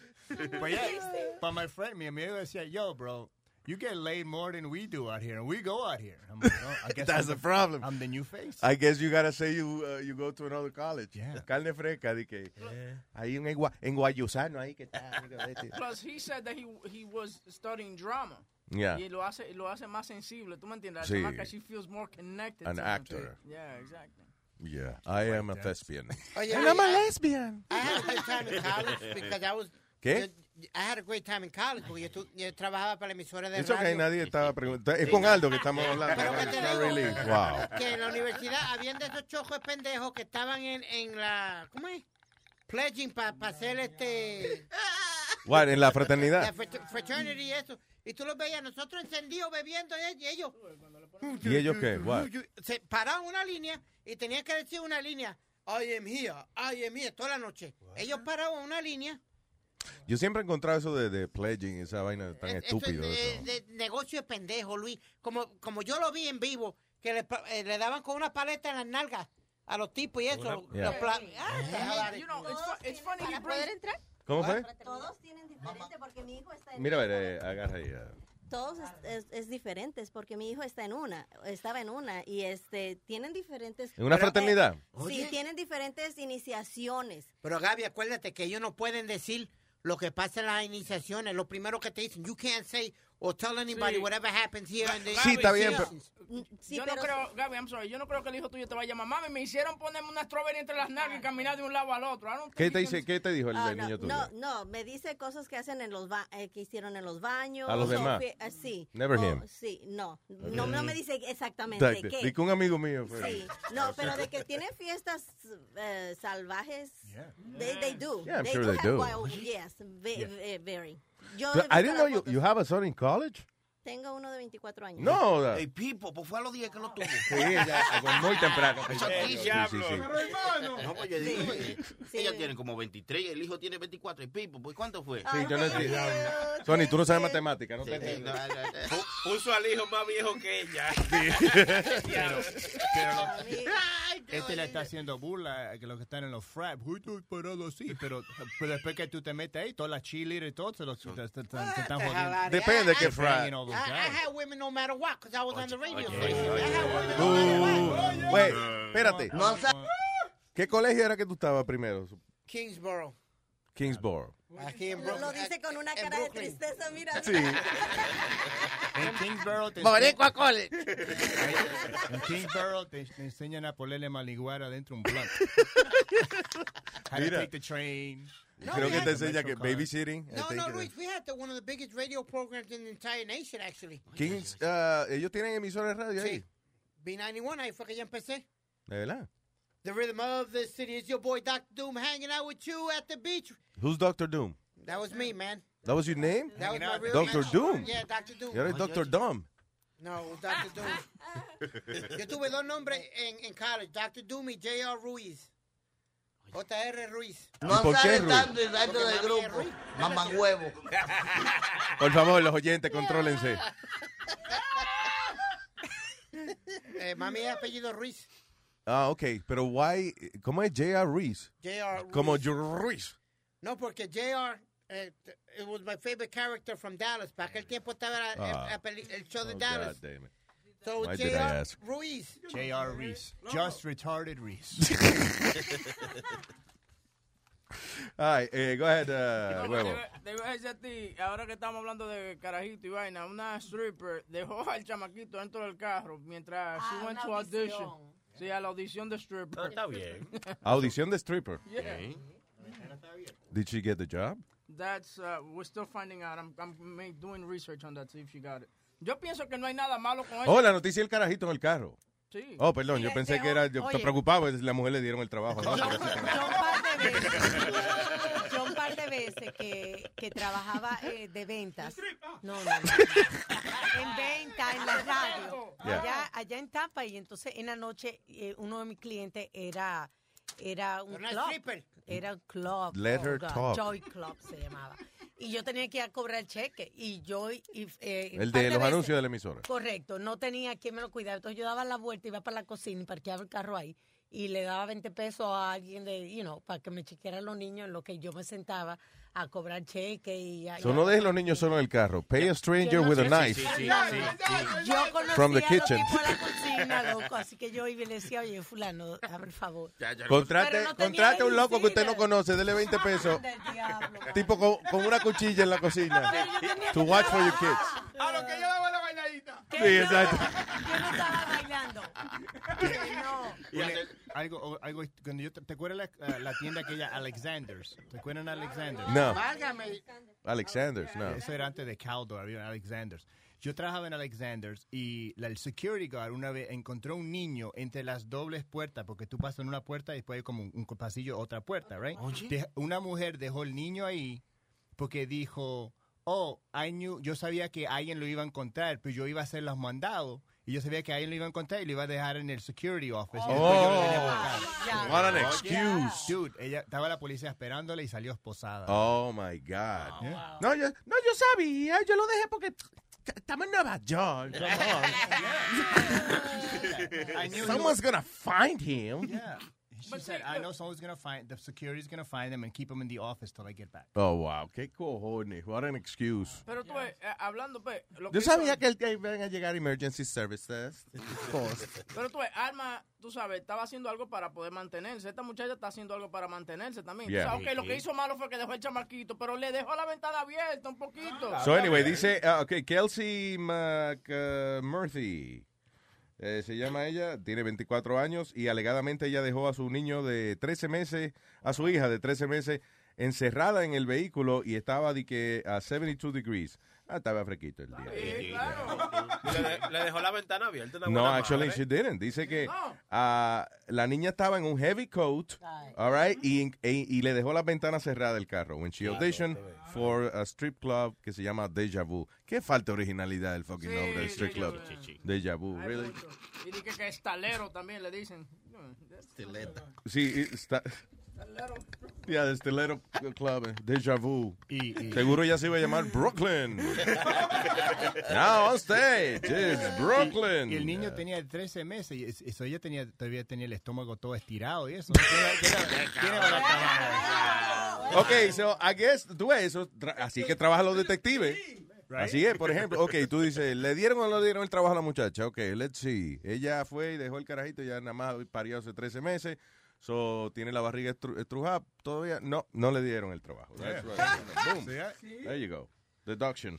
Speaker 12: But yeah, but Pues my friend, mi amigo decía, yo, bro, you get laid more than we do out here, and we go out here. I'm like, oh, I guess
Speaker 8: That's
Speaker 12: I'm
Speaker 8: the problem.
Speaker 12: I'm the new face.
Speaker 8: I guess you gotta say you, uh, you go to another college. Carne fresca, de que hay un engua- enguayusano ahí que está. amigo, vete.
Speaker 14: Plus, he said that he, he was studying drama.
Speaker 8: Yeah.
Speaker 14: Y lo hace, lo hace más sensible, ¿tú me entiendes? La
Speaker 8: Sí.
Speaker 14: chamaca, she feels more connected.
Speaker 8: An
Speaker 14: to him.
Speaker 8: actor.
Speaker 14: Yeah, exactly.
Speaker 8: Yeah, I am a thespian.
Speaker 7: Oye,
Speaker 8: And I'm a
Speaker 7: I-
Speaker 8: lesbian.
Speaker 7: I had a good time in college because I was.
Speaker 8: ¿Qué?
Speaker 7: yo- I had a great time in college porque yo, tu- yo trabajaba para la emisora de
Speaker 8: It's
Speaker 7: radio. Ah,
Speaker 8: okay, nadie estaba preguntando. Es con Aldo que estamos hablando.
Speaker 7: Pero que
Speaker 8: It's
Speaker 7: te
Speaker 8: not
Speaker 7: digo
Speaker 8: really. Wow.
Speaker 7: que en la universidad habían de esos chojos pendejos que estaban en, en la ¿cómo es? pledging para hacer este.
Speaker 8: What, en la fraternidad?
Speaker 7: La frat- fraternity y eso. Y tú los veías, nosotros encendidos bebiendo eh, y ellos.
Speaker 8: ¿Y ellos qué? What?
Speaker 7: Se paraban una línea y tenían que decir una línea. I am here, I am here, toda la noche. Ellos paraban una línea.
Speaker 8: Yo siempre he encontrado eso de, de pledging, esa vaina tan
Speaker 7: Eso es
Speaker 8: estúpido. eso.
Speaker 7: de, de negocio de pendejo, Luis. Como, como yo lo vi en vivo, que le, pa- eh, le daban con una paleta en las nalgas a los tipos y eso.
Speaker 8: Una-
Speaker 7: los
Speaker 8: Yeah.
Speaker 7: pla-
Speaker 9: Sí.
Speaker 7: Ah,
Speaker 9: Sí.
Speaker 7: jalar-
Speaker 14: You know, it's, fu- it's funny he
Speaker 9: ¿Para
Speaker 14: brings-
Speaker 9: poder entrar?
Speaker 8: ¿Cómo fue?
Speaker 9: Todos tienen diferente porque mi hijo está en
Speaker 8: Mira, a ver, eh, agarra ahí. ah.
Speaker 9: Todos es, es, es diferentes porque mi hijo está en una, estaba en una y este tienen diferentes.
Speaker 7: eh,
Speaker 8: ¿En una
Speaker 9: Pero-
Speaker 8: fraternidad?
Speaker 9: Sí,
Speaker 7: Oye.
Speaker 9: tienen diferentes iniciaciones.
Speaker 7: Pero Gaby, acuérdate que ellos no pueden decir lo que pasa en las iniciaciones. Lo primero que te dicen, you can't say or tell anybody
Speaker 14: Sí.
Speaker 7: whatever happens here. and there.
Speaker 8: Sí, está bien, pero-
Speaker 14: yo no creo, Gaby, I'm sorry, yo no creo que el hijo tuyo te vaya a mamá. Me hicieron ponerme una strawberry entre las nalgas y caminar de un lado al otro. I don't
Speaker 8: ¿Qué
Speaker 14: think
Speaker 8: te,
Speaker 14: you can-
Speaker 8: dice, ¿Qué te dijo el,
Speaker 9: Ah,
Speaker 8: el niño tuyo?
Speaker 9: no, no, me dice cosas que hacen en los ba- eh, que hicieron en los baños.
Speaker 8: A los
Speaker 9: o
Speaker 8: demás.
Speaker 9: que- ah, sí.
Speaker 8: Never
Speaker 9: o-
Speaker 8: him. Mm.
Speaker 9: Sí, no, no, no me dice exactamente
Speaker 8: Exacto.
Speaker 9: qué.
Speaker 8: Di que un amigo mío fue.
Speaker 9: Sí, no, pero de que tienen fiestas eh, salvajes, they, they do.
Speaker 8: Yeah, I'm
Speaker 9: they
Speaker 8: sure
Speaker 9: do
Speaker 8: they
Speaker 9: have
Speaker 8: do.
Speaker 9: wild- yes, ve-
Speaker 8: Yeah.
Speaker 9: ve- very. Yo he
Speaker 8: So, I
Speaker 9: visto
Speaker 8: didn't
Speaker 9: la
Speaker 8: know you, you have a son in college.
Speaker 9: Tengo uno de 24 años.
Speaker 8: No, that-
Speaker 11: El Pipo, pues fue a los 10 que lo tuvo.
Speaker 8: Sí, ya, muy temprano.
Speaker 11: Eso es
Speaker 8: Sí, sí,
Speaker 11: diablo.
Speaker 8: sí.
Speaker 11: Pero, hermano. No, pues yo digo,
Speaker 8: Sí.
Speaker 11: ella tiene como 23, el hijo tiene 24. ¿Y Pipo, pues cuánto fue?
Speaker 8: Sí, yo no entiendo. Sony, tú no sabes matemática, no
Speaker 11: Sí,
Speaker 8: te
Speaker 11: sí,
Speaker 8: entiendo.
Speaker 11: no, no, no.
Speaker 6: Puso al hijo más viejo que ella.
Speaker 12: Pero, pero lo- este le está haciendo burla a que los que están en los frat. Uy, estoy parado así. Pero, pero después que tú te metes ahí, todas las cheerleaders y todo se, los, se, se- se- se- se están jodiendo.
Speaker 8: Depende de qué frat.
Speaker 12: Banging all
Speaker 7: I,
Speaker 12: those
Speaker 7: I
Speaker 12: guys.
Speaker 7: had women no matter what, because I was on the radio.
Speaker 8: Uh, Wait, espérate. ¿Qué colegio era que tú estabas primero?
Speaker 7: Kingsborough.
Speaker 8: Kingsborough.
Speaker 7: Aquí en
Speaker 9: Lo,
Speaker 7: Brooklyn.
Speaker 9: lo dice con una cara de tristeza, mira.
Speaker 8: Sí.
Speaker 12: En Kingsborough te
Speaker 7: Boricua
Speaker 12: College. En Kingsborough te, te enseñan a ponerle maliguara dentro de un blunt. How to
Speaker 8: Mira.
Speaker 12: take the train.
Speaker 7: No,
Speaker 8: Creo
Speaker 7: we
Speaker 8: que
Speaker 7: had-
Speaker 8: te enseña que babysitting. I
Speaker 7: Ah, No,
Speaker 8: think
Speaker 7: no,
Speaker 8: it is.
Speaker 7: Luis, we had the, one of the biggest radio programs in the entire nation, actually.
Speaker 8: Kings, ah, ellos tienen emisoras de radio ahí.
Speaker 7: B91, ahí fue que yo empecé.
Speaker 8: ¿De verdad?
Speaker 7: The rhythm of the city is your boy Dr. Doom hanging out with you at the beach.
Speaker 8: Who's Dr. Doom?
Speaker 7: That was me, man.
Speaker 8: That was your name?
Speaker 7: That was my real
Speaker 8: Dr.
Speaker 7: name.
Speaker 8: Doom.
Speaker 7: Yeah, Dr. Doom.
Speaker 8: Y ahora es Dr. Doom.
Speaker 7: No, it was Dr. Doom. yo tuve dos nombres en, en college, Dr. Doom y J.R. Ruiz. J.R. Ruiz.
Speaker 8: No ¿Y por qué, sale Ruiz? tanto
Speaker 7: y tanto del grupo. Mamá huevo.
Speaker 8: Por favor, los oyentes, contrólense.
Speaker 7: eh, mami es apellido Ruiz.
Speaker 8: Ah, ok. Pero why, ¿cómo es J.R. Reese?
Speaker 7: J.R. Ruiz.
Speaker 8: Como J.R. Ruiz.
Speaker 7: No, porque J.R. eh, t- it was my favorite character from Dallas. Para aquel tiempo estaba la-
Speaker 8: Ah.
Speaker 7: el, peli- el show de
Speaker 8: Oh,
Speaker 7: Dallas.
Speaker 8: God damn it.
Speaker 7: So
Speaker 8: Why did I
Speaker 7: J.R.
Speaker 8: ask?
Speaker 7: Ruiz.
Speaker 12: J.R. Reese. Just retarded Reese.
Speaker 8: All right, eh, go ahead, uh, huevo.
Speaker 14: Debe- Debe decir a ti, ahora que estamos hablando de carajito y vaina, una stripper dejó al chamaquito dentro del carro mientras she went
Speaker 10: una
Speaker 14: to audition.
Speaker 10: audición.
Speaker 14: Sí, a la audición de stripper.
Speaker 6: está bien.
Speaker 8: Audición de stripper.
Speaker 14: Yeah.
Speaker 8: Did she get the job?
Speaker 14: That's, uh, we're still finding out. I'm, I'm ma- doing research on that, see if she got it. Yo pienso que no hay nada malo con eso.
Speaker 8: Oh, la noticia del carajito en el carro.
Speaker 14: Sí.
Speaker 8: Oh, perdón,
Speaker 14: Y
Speaker 8: yo
Speaker 14: le
Speaker 8: pensé
Speaker 14: dejó-
Speaker 8: que era. Yo
Speaker 14: oye.
Speaker 8: te preocupaba, la mujer le dieron el trabajo. ¿no?
Speaker 10: Yo un par de veces que, que trabajaba eh, de ventas.
Speaker 7: ah.
Speaker 10: No, no, no. En venta, en la radio.
Speaker 17: Yeah.
Speaker 10: Allá, allá en Tampa. Y entonces en la noche eh, uno de mis clientes era, era un
Speaker 7: Una
Speaker 10: club.
Speaker 7: stripper.
Speaker 10: Era un club. oh
Speaker 8: Let her
Speaker 10: God,
Speaker 8: talk.
Speaker 10: Joy Club se llamaba. Y yo tenía que ir a cobrar el cheque. Y yo... y- y, eh,
Speaker 8: El
Speaker 10: par
Speaker 8: de los
Speaker 10: veces-
Speaker 8: anuncios de la emisora.
Speaker 10: Correcto. No tenía quien me lo cuidara. Entonces yo daba la vuelta, iba para la cocina y parqueaba el carro ahí. Y le daba 20 pesos a alguien de, you know, para que me chequearan los niños en lo que yo me sentaba a cobrar cheque y a-
Speaker 8: So no dejes los niños solo en el carro. Pay a stranger
Speaker 10: Yo no
Speaker 8: with a
Speaker 10: sé-
Speaker 8: knife.
Speaker 10: Yo conocía
Speaker 8: From the
Speaker 10: a los
Speaker 8: kitchen.
Speaker 10: tipos de la cocina, loco, así que yo iba y le decía, oye, fulano, abre el favor.
Speaker 8: Contrate,
Speaker 10: Pero no tenía
Speaker 8: contrate a un loco que usted no
Speaker 10: babysitter.
Speaker 8: conoce, dele 20 pesos.
Speaker 10: Del diablo.
Speaker 8: Tipo con, con una cuchilla en la cocina.
Speaker 10: Pero yo tenía
Speaker 8: To
Speaker 10: que
Speaker 8: watch for your
Speaker 10: trabajar.
Speaker 8: kids.
Speaker 14: A lo que yo daba la bailadita.
Speaker 10: Que
Speaker 8: Sí,
Speaker 10: no,
Speaker 8: exacto.
Speaker 10: Yo no estaba bailando. Que no.
Speaker 12: Una- algo, o- algo, cuando yo te, ¿te acuerdas la, eh, la tienda aquella Alexander's? ¿Te acuerdan Alexander's?
Speaker 8: No.
Speaker 20: Válgame.
Speaker 8: Alexander's, no.
Speaker 12: Eso era antes de Caldo, había un Alexander's. Yo trabajaba en Alexander's y la- el security guard una vez encontró un niño entre las dobles puertas, porque tú pasas en una puerta y después hay como un, un pasillo, otra puerta, ¿right? Dej- una mujer dejó el niño ahí porque dijo, oh, I knew- yo sabía que alguien lo iba a encontrar, pero yo iba a hacer los mandados y yo sabía que alguien lo iba a encontrar y lo iba a dejar en el security office. y después yo lo venía a buscar.
Speaker 8: Oh, what an excuse.
Speaker 12: Dude, ella, estaba la policía esperándola y salió esposada.
Speaker 8: Oh my God.
Speaker 12: No, yo,
Speaker 21: No, yo sabía, yo lo dejé porque estamos en Nueva York. Someone's gonna find him.
Speaker 12: She said, I know someone's going to find, the security's going to find them and keep them in the office till I get back.
Speaker 8: Oh, wow. Qué cojones. What an excuse.
Speaker 14: Pero tú, ves, eh, hablando, pues. lo
Speaker 8: Yo
Speaker 14: hizo-
Speaker 8: sabía que el que iban a llegar emergency services. Of course.
Speaker 14: Pero tú, ves, Alma, tú sabes, estaba haciendo algo para poder mantenerse. Esta muchacha está haciendo algo para mantenerse también.
Speaker 8: Yeah.
Speaker 14: O sea, ok,
Speaker 8: Sí,
Speaker 14: lo
Speaker 8: sí.
Speaker 14: que hizo malo fue que dejó el chamaquito, pero le dejó la ventana abierta un poquito.
Speaker 8: So anyway, dice, ah, ok, Kelsey McMurphy. eh, se llama ella, tiene 24 años y alegadamente ella dejó a su niño de 13 meses, a su hija de 13 meses, encerrada en el vehículo y estaba de que a 72 degrees. Ah, estaba fresquito el día.
Speaker 6: Le, de- le dejó la ventana abierta. una
Speaker 8: No,
Speaker 6: buena
Speaker 8: actually
Speaker 6: madre.
Speaker 8: she didn't. Dice que
Speaker 6: No.
Speaker 8: ah, la niña estaba en un heavy coat, all right, y, y- y le dejó la ventana cerrada del carro. When she auditioned for a strip club que se llama Deja Vu. Qué falta de originalidad el fucking nombre del strip club. Deja Vu,
Speaker 14: Hay
Speaker 8: really.
Speaker 14: mucho. Y dije que, que estalero también le dicen.
Speaker 11: Este
Speaker 14: Estileta.
Speaker 8: Sí, está... Yeah, the Stiletto Club, eh, Deja Vu. Seguro ya se iba a llamar Brooklyn. Now on stage, it's Brooklyn.
Speaker 12: Y, y el niño tenía 13 meses y es- eso ella tenía, todavía tenía el estómago todo estirado y eso.
Speaker 8: Ok, so I guess, tú ves eso, tra- así es que trabajan los detectives. Así es, por ejemplo, ok, tú dices, ¿le dieron o no le dieron el trabajo a la muchacha? Ok, let's see. Ella fue y dejó el carajito, ya nada más parió hace 13 meses, so tiene la barriga estru- estrujada, todavía, no, no le dieron el trabajo. That's right. Boom. There you go. Deduction.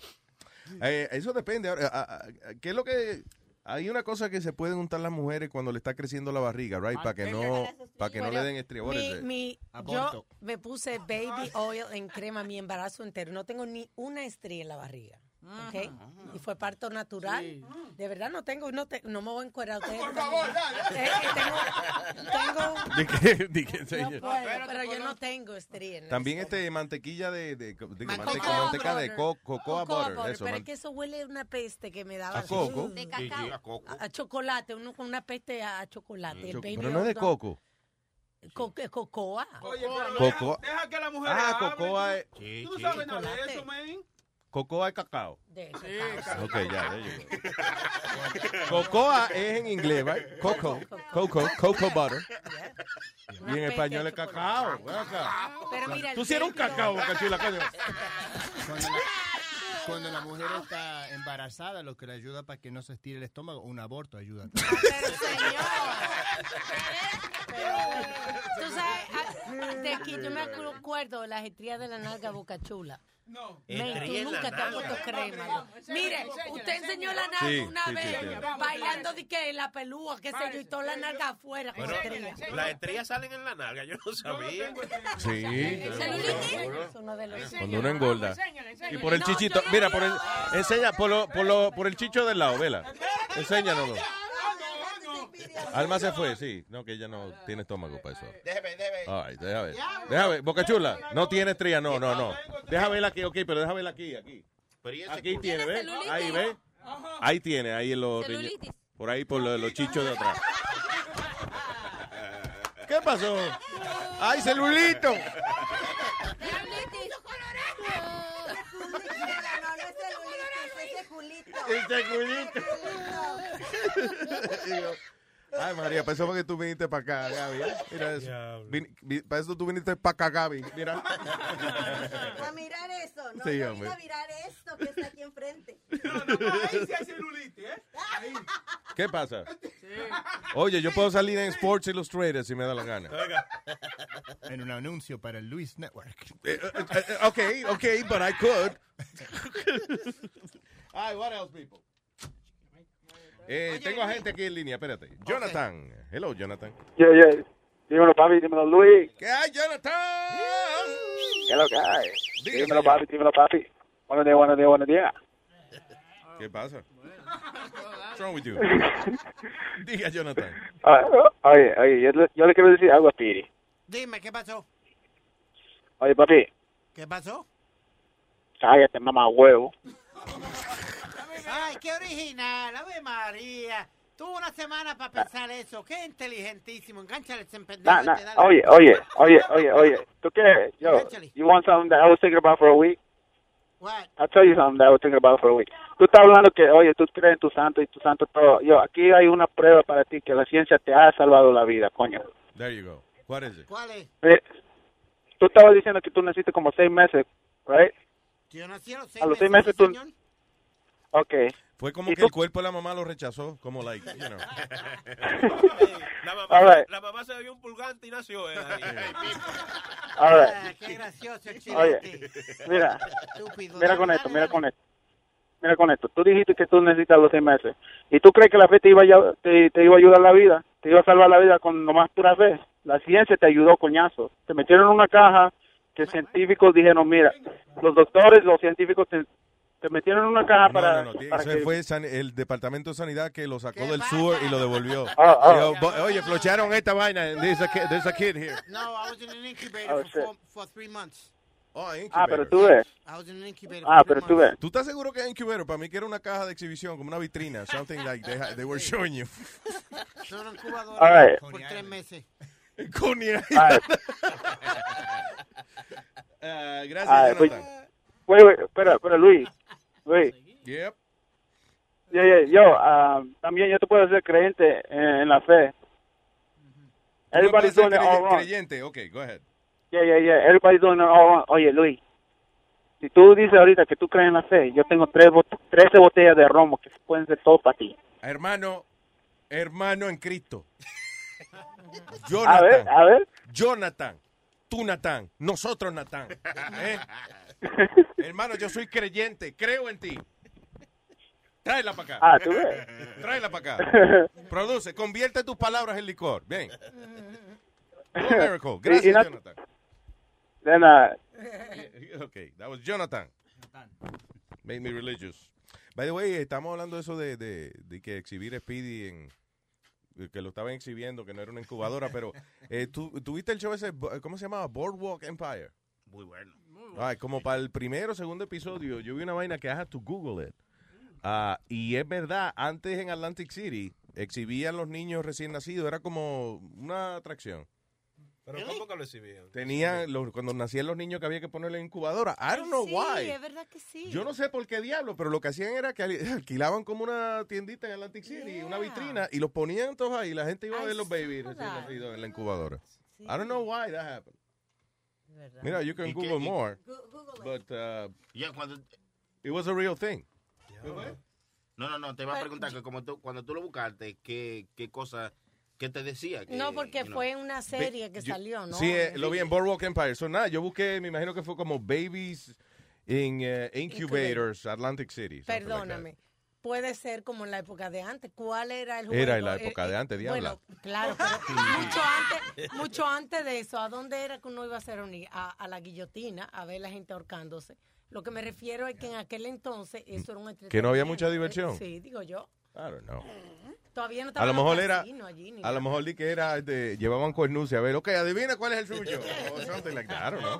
Speaker 8: Eh, eso depende. Ahora, ah, ah, ¿Qué es lo que...? Hay una cosa que se pueden untar las mujeres cuando le está creciendo la barriga, right? Para que no, para que no le den estribores.
Speaker 10: Mi-
Speaker 8: eh.
Speaker 10: mi- yo me puse baby oil en crema mi embarazo entero. No tengo ni una estría en la barriga. ¿ok? Y fue parto natural. De verdad no tengo, no, te- no me voy a encuerar. Por favor, dale. tengo,
Speaker 8: ¿De qué? ¿De qué,
Speaker 10: tengo-
Speaker 8: señor?
Speaker 10: no puedo, pero yo no tengo estría. en el-
Speaker 8: También este mantequilla de, de- digo, manteca,
Speaker 10: Cocoa
Speaker 8: manteca de
Speaker 10: butter.
Speaker 8: co- cocoa butter,
Speaker 10: butter,
Speaker 8: eso,
Speaker 10: pero
Speaker 8: man-
Speaker 10: es que eso huele a una peste que me daba.
Speaker 8: a coco.
Speaker 10: Mm. A, a chocolate, uno con una peste a, a chocolate. El
Speaker 8: Cho-
Speaker 10: baby
Speaker 8: pero no es de
Speaker 10: oil,
Speaker 8: coco.
Speaker 10: co- es cocoa.
Speaker 8: Cocoa.
Speaker 21: Deja que la mujer
Speaker 8: Ah, cocoa es,
Speaker 21: Tú no sabes nada de eso, man.
Speaker 8: cocoa es cacao.
Speaker 10: De eso,
Speaker 8: Ok, ya, there you go. Cocoa es en inglés, right? Coco, coco, cocoa butter. Y en español es cacao. ven acá.
Speaker 10: Pero mira, el
Speaker 8: Tú sí eres un
Speaker 10: baby
Speaker 8: cacao,
Speaker 10: oil-
Speaker 8: cachila, coño.
Speaker 12: Cuando la, cuando la mujer está embarazada, lo que le ayuda para que no se estire el estómago, un aborto ayuda.
Speaker 10: Eh, Tú sabes, a- de aquí yo me acuerdo las estrías de la nalga boca chula. No.
Speaker 20: Estría
Speaker 10: tú
Speaker 20: en la
Speaker 10: nunca te has
Speaker 20: nalga.
Speaker 10: puesto crema. ¿no? Mire, usted enseñó la nalga
Speaker 20: Sí,
Speaker 10: una
Speaker 20: sí, sí,
Speaker 10: vez
Speaker 20: sí.
Speaker 10: bailando de que la pelúa, que se yo, y toda la nalga afuera con
Speaker 6: Pero
Speaker 10: estrías.
Speaker 6: las estrías salen en la nalga, yo no sabía.
Speaker 8: Sí.
Speaker 10: Es uno de los-
Speaker 8: Cuando uno engorda. Y por el
Speaker 10: pues, No,
Speaker 8: chichito,
Speaker 10: yo no
Speaker 8: mira, por el, enseña, por, lo, por, lo, por el chicho del lado, vela. Enséñanoslo. Alma se fue, sí. No, que ella no tiene estómago para eso.
Speaker 11: Déjeme, déjeme.
Speaker 8: Ay, deja ver. Deja ver, Boca Chula. No tiene estría, no, no, no. Deja verla aquí, ok, pero deja verla aquí, aquí. Aquí tiene, ¿ves? Ahí, ¿ves? Ahí tiene, ahí en los...
Speaker 16: Celulitis.
Speaker 8: Por ahí, por lo- los chichos de atrás. ¿Qué pasó? ¡Ay, celulito!
Speaker 15: Este culito.
Speaker 8: Ay, María, para eso fue que tú viniste para acá, Gaby. ¿eh? Mira eso. Vin- vi- para eso tú viniste para acá, Gaby. Mira.
Speaker 9: A mirar eso, no
Speaker 8: Sí,
Speaker 9: Yo vine
Speaker 8: hombre.
Speaker 9: a mirar esto que está aquí enfrente.
Speaker 21: Ahí sí hay celulitis, ¿eh? Ahí.
Speaker 8: ¿Qué pasa? Oye, yo puedo salir en Sports Illustrated si me da la gana.
Speaker 12: En un anuncio para el Luis Network.
Speaker 8: Eh, eh, eh, ok, ok, but I could. Ay, what else, people? Eh, tengo a gente aquí en línea, espérate. Jonathan, Hello, Jonathan.
Speaker 21: Yo, yo, dímelo, papi, dímelo, Luis.
Speaker 8: ¿Qué hay, Jonathan?
Speaker 21: ¿Qué es lo que hay? Dímelo, papi, dímelo, papi. Buenos días, buenos días, buenos días.
Speaker 8: ¿Qué pasa? What's wrong with you? Diga, Jonathan.
Speaker 21: Ah, Oye, oye, yo le, yo le quiero decir algo a Piri.
Speaker 7: Dime, ¿qué pasó?
Speaker 21: Oye, papi,
Speaker 7: ¿Qué pasó?
Speaker 21: cállate, mamá huevo.
Speaker 7: Ay, qué original, Ave María. Tuvo una semana para pensar eso. Qué inteligentísimo. Engánchale ese pendejo.
Speaker 21: Nah, nah,
Speaker 7: este, dale.
Speaker 21: oye, oye, oye, oye, oye. ¿Tú qué? Yo, you want something that I was thinking about for a week?
Speaker 7: What?
Speaker 21: I'll tell you something that I was thinking about for a week. Tú estás hablando que, oye, tú crees en tu santo y tu santo todo. Yo, aquí hay una prueba para ti que la ciencia te ha salvado la vida, coño.
Speaker 8: There you go. ¿Cuál es?
Speaker 7: ¿Cuál es?
Speaker 21: Eh, Tú estabas diciendo que tú naciste como seis meses, right?
Speaker 7: Yo nací a los
Speaker 21: A los seis meses tú... Ok.
Speaker 8: Fue como
Speaker 21: ¿Y
Speaker 8: que
Speaker 21: tú?
Speaker 8: el cuerpo de la mamá lo rechazó, como like, you know.
Speaker 3: La mamá,
Speaker 21: All right.
Speaker 3: la mamá se bebió un pulgante y nació. eh, ahí.
Speaker 21: All right.
Speaker 7: Ah, Qué gracioso,
Speaker 21: Oye,
Speaker 7: chile.
Speaker 21: mira,
Speaker 7: Estúpido.
Speaker 21: mira
Speaker 7: Dale,
Speaker 21: con esto,
Speaker 7: dale,
Speaker 21: mira
Speaker 7: dale.
Speaker 21: con esto. Mira con esto. Tú dijiste que tú necesitas los seis meses. ¿Y tú crees que la fe te iba, a, ya- te, te iba a ayudar la vida? ¿Te iba a salvar la vida con nomás pura fe? La ciencia te ayudó, coñazo. Te metieron en una caja que científicos dijeron, mira, los doctores, los científicos te, te metieron en una caja
Speaker 8: No,
Speaker 21: para...
Speaker 8: no, no, tiene que
Speaker 21: para
Speaker 8: ser
Speaker 21: que-
Speaker 8: fue san- el Departamento de Sanidad que lo sacó del sur y lo devolvió.
Speaker 21: Ah, ah.
Speaker 8: Dijo, "Bo- Oye, flocharon esta vaina. and There's a kid, there's a kid here.
Speaker 7: No, I was in an incubator
Speaker 21: Oh,
Speaker 7: for,
Speaker 21: shit.
Speaker 7: four, for three months.
Speaker 8: Oh,
Speaker 21: Ah, pero tú ves.
Speaker 7: I was in an incubator.
Speaker 21: Ah,
Speaker 7: for
Speaker 21: pero
Speaker 7: three
Speaker 21: tú ves.
Speaker 8: ¿Tú estás seguro que es incubero? Para mí que era una caja de exhibición, como una vitrina. Something like they, ha- they were showing you.
Speaker 7: months. Solo en Cuba
Speaker 8: All right.
Speaker 7: por tres meses.
Speaker 8: Coney Island. Ah, gracias,
Speaker 21: Ah, pues-
Speaker 8: Jonathan.
Speaker 21: Wait, wait, espera, espera, Luis. Luis.
Speaker 8: Yep.
Speaker 21: Yo, yo, yo, ah, también yo te puedo hacer creyente en, en la fe.
Speaker 8: Tú me
Speaker 21: Everybody's
Speaker 8: puedes ser
Speaker 21: doing it all
Speaker 8: crey-
Speaker 21: wrong.
Speaker 8: creyente. Ok, go ahead.
Speaker 21: Yeah, yeah, yeah. Everybody's doing it all wrong. Oye, Luis, si tú dices ahorita que tú crees en la fe, yo tengo tres bot 13 botellas de romo que pueden ser todo para ti.
Speaker 8: Hermano, hermano en Cristo.
Speaker 21: A ver, a ver.
Speaker 8: Jonathan, tú Natán, nosotros Natán. ¿eh? Hermano, yo soy creyente, creo en ti. Tráela para acá.
Speaker 21: Ah, ¿tú ves?
Speaker 8: Tráela para acá. Produce, convierte tus palabras en licor. Bien. Do a miracle. Gracias,
Speaker 21: Y- y no-
Speaker 8: Jonathan.
Speaker 21: De nada.
Speaker 8: Ok, that was Jonathan. Made me religious. By the way, estamos hablando de eso de, de, de que exhibir Speedy en de que lo estaban exhibiendo, que no era una incubadora, pero eh, tú tuviste el show ese, Bo- eh, ¿cómo se llamaba? Boardwalk Empire.
Speaker 11: Muy bueno.
Speaker 3: Mm.
Speaker 8: Ay, como para el primero o segundo episodio, yo vi una vaina que I had to Google it. Ah, y es verdad, antes en Atlantic City exhibían los niños recién nacidos, era como una atracción.
Speaker 3: Pero ¿cómo que lo exhibían?
Speaker 8: Tenían, los- cuando nacían los niños que había que ponerle en incubadora. I don't know
Speaker 3: Sí,
Speaker 8: why.
Speaker 3: es
Speaker 10: verdad que sí.
Speaker 8: Yo no sé por qué diablo, pero lo que hacían era que al- alquilaban como una tiendita en Atlantic City, una vitrina, y los ponían todos ahí. La gente iba a ver los babies recién
Speaker 3: that.
Speaker 8: nacidos en la incubadora. I don't know why that happened. Mira, you can
Speaker 3: ¿Y qué-
Speaker 8: Google
Speaker 3: y-
Speaker 8: more.
Speaker 3: Gu- Google
Speaker 8: But uh,
Speaker 11: Ya cuando
Speaker 8: it was a real thing.
Speaker 11: No, no, no, te iba a preguntar que como tú, cuando tú lo buscaste, qué, qué cosa, qué te decía. que,
Speaker 10: No, porque
Speaker 11: you know.
Speaker 10: fue una serie que salió, ¿no?
Speaker 8: Sí, eh, lo vi en Boardwalk Empire. So, nada, yo busqué, me imagino que fue como Babies in eh, Incubators, Atlantic City. something like that.
Speaker 10: Perdóname. Puede ser como en la época de antes. ¿Cuál era el juego?
Speaker 8: Era en la época
Speaker 10: Eh,
Speaker 8: de
Speaker 10: eh,
Speaker 8: antes, diabla.
Speaker 10: Bueno, claro, pero mucho antes, mucho antes de eso. ¿A dónde era que uno iba a hacer unir? A, a la guillotina, a ver la gente ahorcándose. Lo que me refiero es que en aquel entonces eso era un
Speaker 8: Mm, Que no había
Speaker 10: entretenimiento.
Speaker 8: mucha diversión.
Speaker 10: Sí, digo yo.
Speaker 8: I don't know.
Speaker 10: Todavía no estaba
Speaker 8: A lo
Speaker 10: los
Speaker 8: mejor era,
Speaker 10: casinos allí, ni
Speaker 8: a lo
Speaker 10: nada.
Speaker 8: mejor di que era, este, llevaban cornucia. A ver, ok, adivina cuál es el suyo. O something like that, I don't know.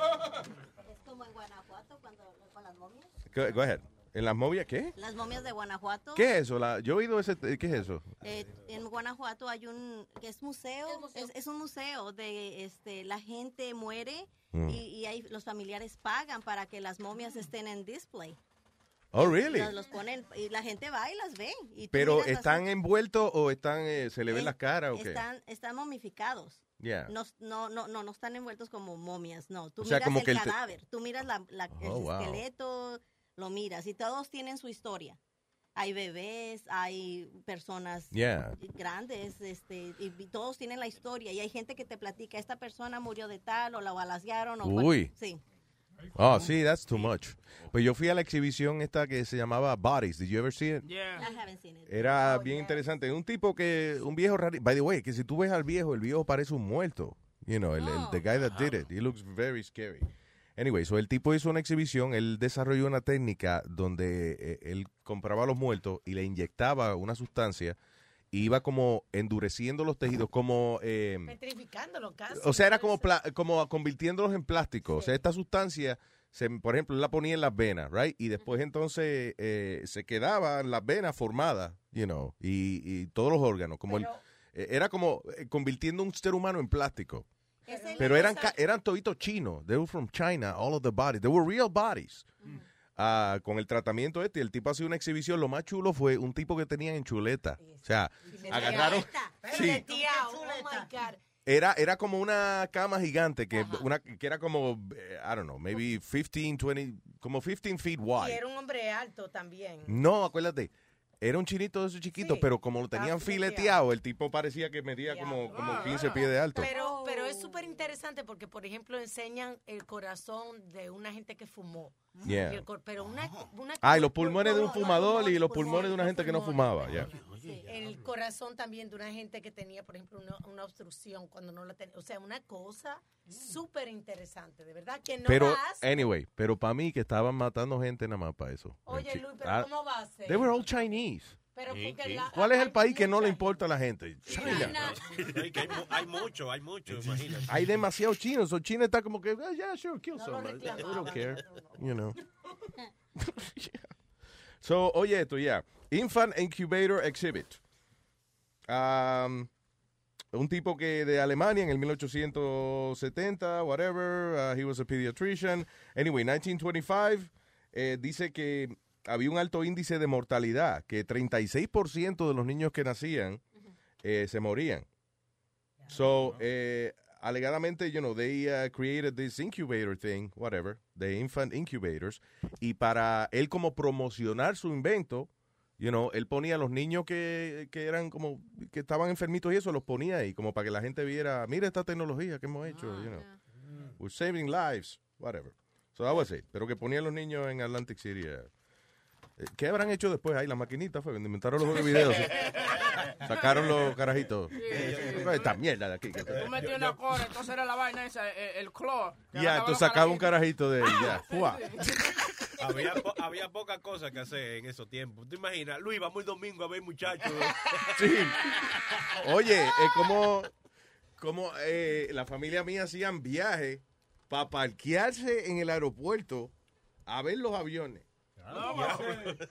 Speaker 9: Es como en Guanajuato cuando con las momias.
Speaker 8: Go, go ahead. ¿En las movias qué?
Speaker 9: Las momias de Guanajuato.
Speaker 8: ¿Qué es eso? La- yo he oído ese, eh, ¿qué es eso?
Speaker 9: Eh, en Guanajuato hay un que es museo, Es, es un museo de este la gente muere
Speaker 8: Mm.
Speaker 9: y, y ahí los familiares pagan para que las momias estén en display.
Speaker 8: Oh, really?
Speaker 9: Los, los ponen y la gente va y las ve. Y tú
Speaker 8: Pero
Speaker 9: miras las-
Speaker 8: están envueltos o están, eh, se le ven las caras o qué?
Speaker 9: están están momificados.
Speaker 8: Yeah.
Speaker 9: No, no, no, no, no están envueltos como momias, no. Tú
Speaker 8: O sea,
Speaker 9: miras
Speaker 8: como
Speaker 9: el
Speaker 8: que el te-
Speaker 9: cadáver, tú miras la- la- el
Speaker 8: Oh, wow.
Speaker 9: esqueleto, lo miras y todos tienen su historia. Hay bebés, hay personas
Speaker 8: Yeah.
Speaker 9: grandes, este, y vi- todos tienen la historia y hay gente que te platica, esta persona murió de tal o la balasearon o cual-
Speaker 8: Uy.
Speaker 9: sí.
Speaker 8: Oh, sí, that's too much. Pues yo fui a la exhibición esta que se llamaba Bodies. Did you ever see it?
Speaker 9: I haven't seen it.
Speaker 8: Era bien interesante. Un tipo que, un viejo raro. By the way, que si tú ves al viejo, el viejo parece un muerto. You know, el,
Speaker 9: Oh.
Speaker 8: el- the guy that did it. He looks very scary. Anyway, so el tipo hizo una exhibición, él desarrolló una técnica donde eh, él compraba a los muertos y le inyectaba una sustancia y iba como endureciendo los tejidos, como... eh,
Speaker 10: Petrificándolo casi.
Speaker 8: o sea, era como, pla- como convirtiéndolos en plástico. O sea, esta sustancia, se, por ejemplo, él la ponía en las venas, right? Y después entonces eh, se quedaban las venas formadas, you know, y, y todos los órganos. Como el- eh, era como eh, convirtiendo un ser humano en plástico. Pero eran, ca- eran toditos chinos. They were from China, all of the bodies. They were real bodies. Ah, con el tratamiento este, el tipo hacía una exhibición. Lo más chulo fue un tipo que tenían en chuleta. O sea, agarraron. Sí.
Speaker 10: Fileteado, oh my God.
Speaker 8: Era, era como una cama gigante que, una, que era como, eh, I don't know, maybe 15, 20, como 15 feet
Speaker 10: Y
Speaker 8: wide.
Speaker 10: era un hombre alto también.
Speaker 8: No, acuérdate, era un chinito de esos chiquitos, pero como lo tenían fileteado, el tipo parecía que medía como, como 15 pies de alto.
Speaker 10: Pero,
Speaker 7: Oh.
Speaker 10: pero es súper interesante porque, por ejemplo, enseñan el corazón de una gente que fumó.
Speaker 8: Yeah.
Speaker 10: Y el cor- pero una, una-
Speaker 8: Ah, y los pulmones de un fumador y los pulmones de una gente que no fumaba. ya.
Speaker 10: el corazón también de una gente que tenía, por ejemplo, una, una obstrucción cuando no la tenía. O sea, una cosa súper interesante, de verdad, que no
Speaker 8: Pero,
Speaker 10: vas.
Speaker 8: anyway, pero para mí que estaban matando gente nada más para eso.
Speaker 10: Oye,
Speaker 8: En
Speaker 10: Luis,
Speaker 8: Chi-
Speaker 10: pero
Speaker 8: Ah,
Speaker 10: ¿cómo va a ser?
Speaker 8: They were all Chinese.
Speaker 10: Pero porque la-
Speaker 8: ¿Cuál es el país que no le importa a la gente? China.
Speaker 6: Hay, que hay mu- hay mucho, hay mucho, imagínate.
Speaker 8: Hay demasiados chinos. O China está como que, "Ah, yeah, sure, kill
Speaker 6: No lo
Speaker 8: somebody.
Speaker 6: reclamaba.
Speaker 8: We don't care. You know. So, oye esto, ya. Infant Incubator Exhibit. Um, un tipo que de Alemania en el 1870, whatever. uh, he was a pediatrician. Anyway, 1925. eh, dice que había un alto índice de mortalidad, que 36% de los niños que nacían eh, se morían. So, eh, alegadamente, you know, they uh, created this incubator thing, whatever, the infant incubators, y para él como promocionar su invento, you know, él ponía a los niños que, que eran como, que estaban enfermitos y eso, los ponía ahí, como para que la gente viera, mira esta tecnología que hemos hecho, you know, we're saving lives, whatever. So that was it. Pero que ponía a los niños en Atlantic City. uh, eh, ¿Qué habrán hecho después? Ahí la maquinita fue, inventaron los juegos de video. Sacaron los carajitos. Eh, pues, Esta mierda de aquí. que-
Speaker 14: Tú metías una cora, entonces era la vaina esa, eh, el, clor.
Speaker 8: Ya, tú sacabas un carajito de ahí,
Speaker 14: Ah,
Speaker 8: ya. Fua.
Speaker 6: Había, po- había pocas cosas que hacer en esos tiempos. ¿Te imaginas? Luis, vamos el domingo a ver muchachos.
Speaker 8: Sí. Oye, es como, como eh, la familia mía hacían viajes para parquearse en el aeropuerto a ver los aviones.
Speaker 14: No, va a ser.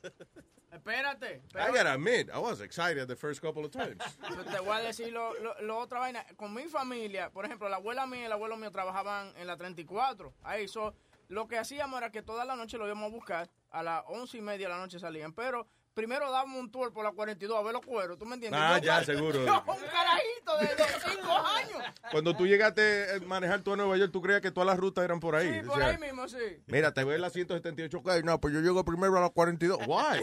Speaker 14: Espérate.
Speaker 8: I gotta admit, I was excited the first couple of times.
Speaker 14: Yo te voy a decir lo, lo- lo otra vaina. Con mi familia, por ejemplo, la abuela mía y el abuelo mío trabajaban en la 34. Ahí, so, lo que hacíamos era que toda la noche lo íbamos a buscar. A las once y media de la noche salían. Pero primero dábamos un tour por la 42 a ver los cueros. ¿Tú me entiendes?
Speaker 8: Ah,
Speaker 14: Yo-
Speaker 8: ya, seguro.
Speaker 14: yo, un carajito de, de cinco años.
Speaker 8: Cuando tú llegaste a manejar tú a Nueva York, tú creías que todas las rutas eran por ahí.
Speaker 14: Sí, por
Speaker 8: O sea,
Speaker 14: ahí mismo, sí.
Speaker 8: Mira, te veo en la 178 calle. No, pues yo llego primero a la 42. Why?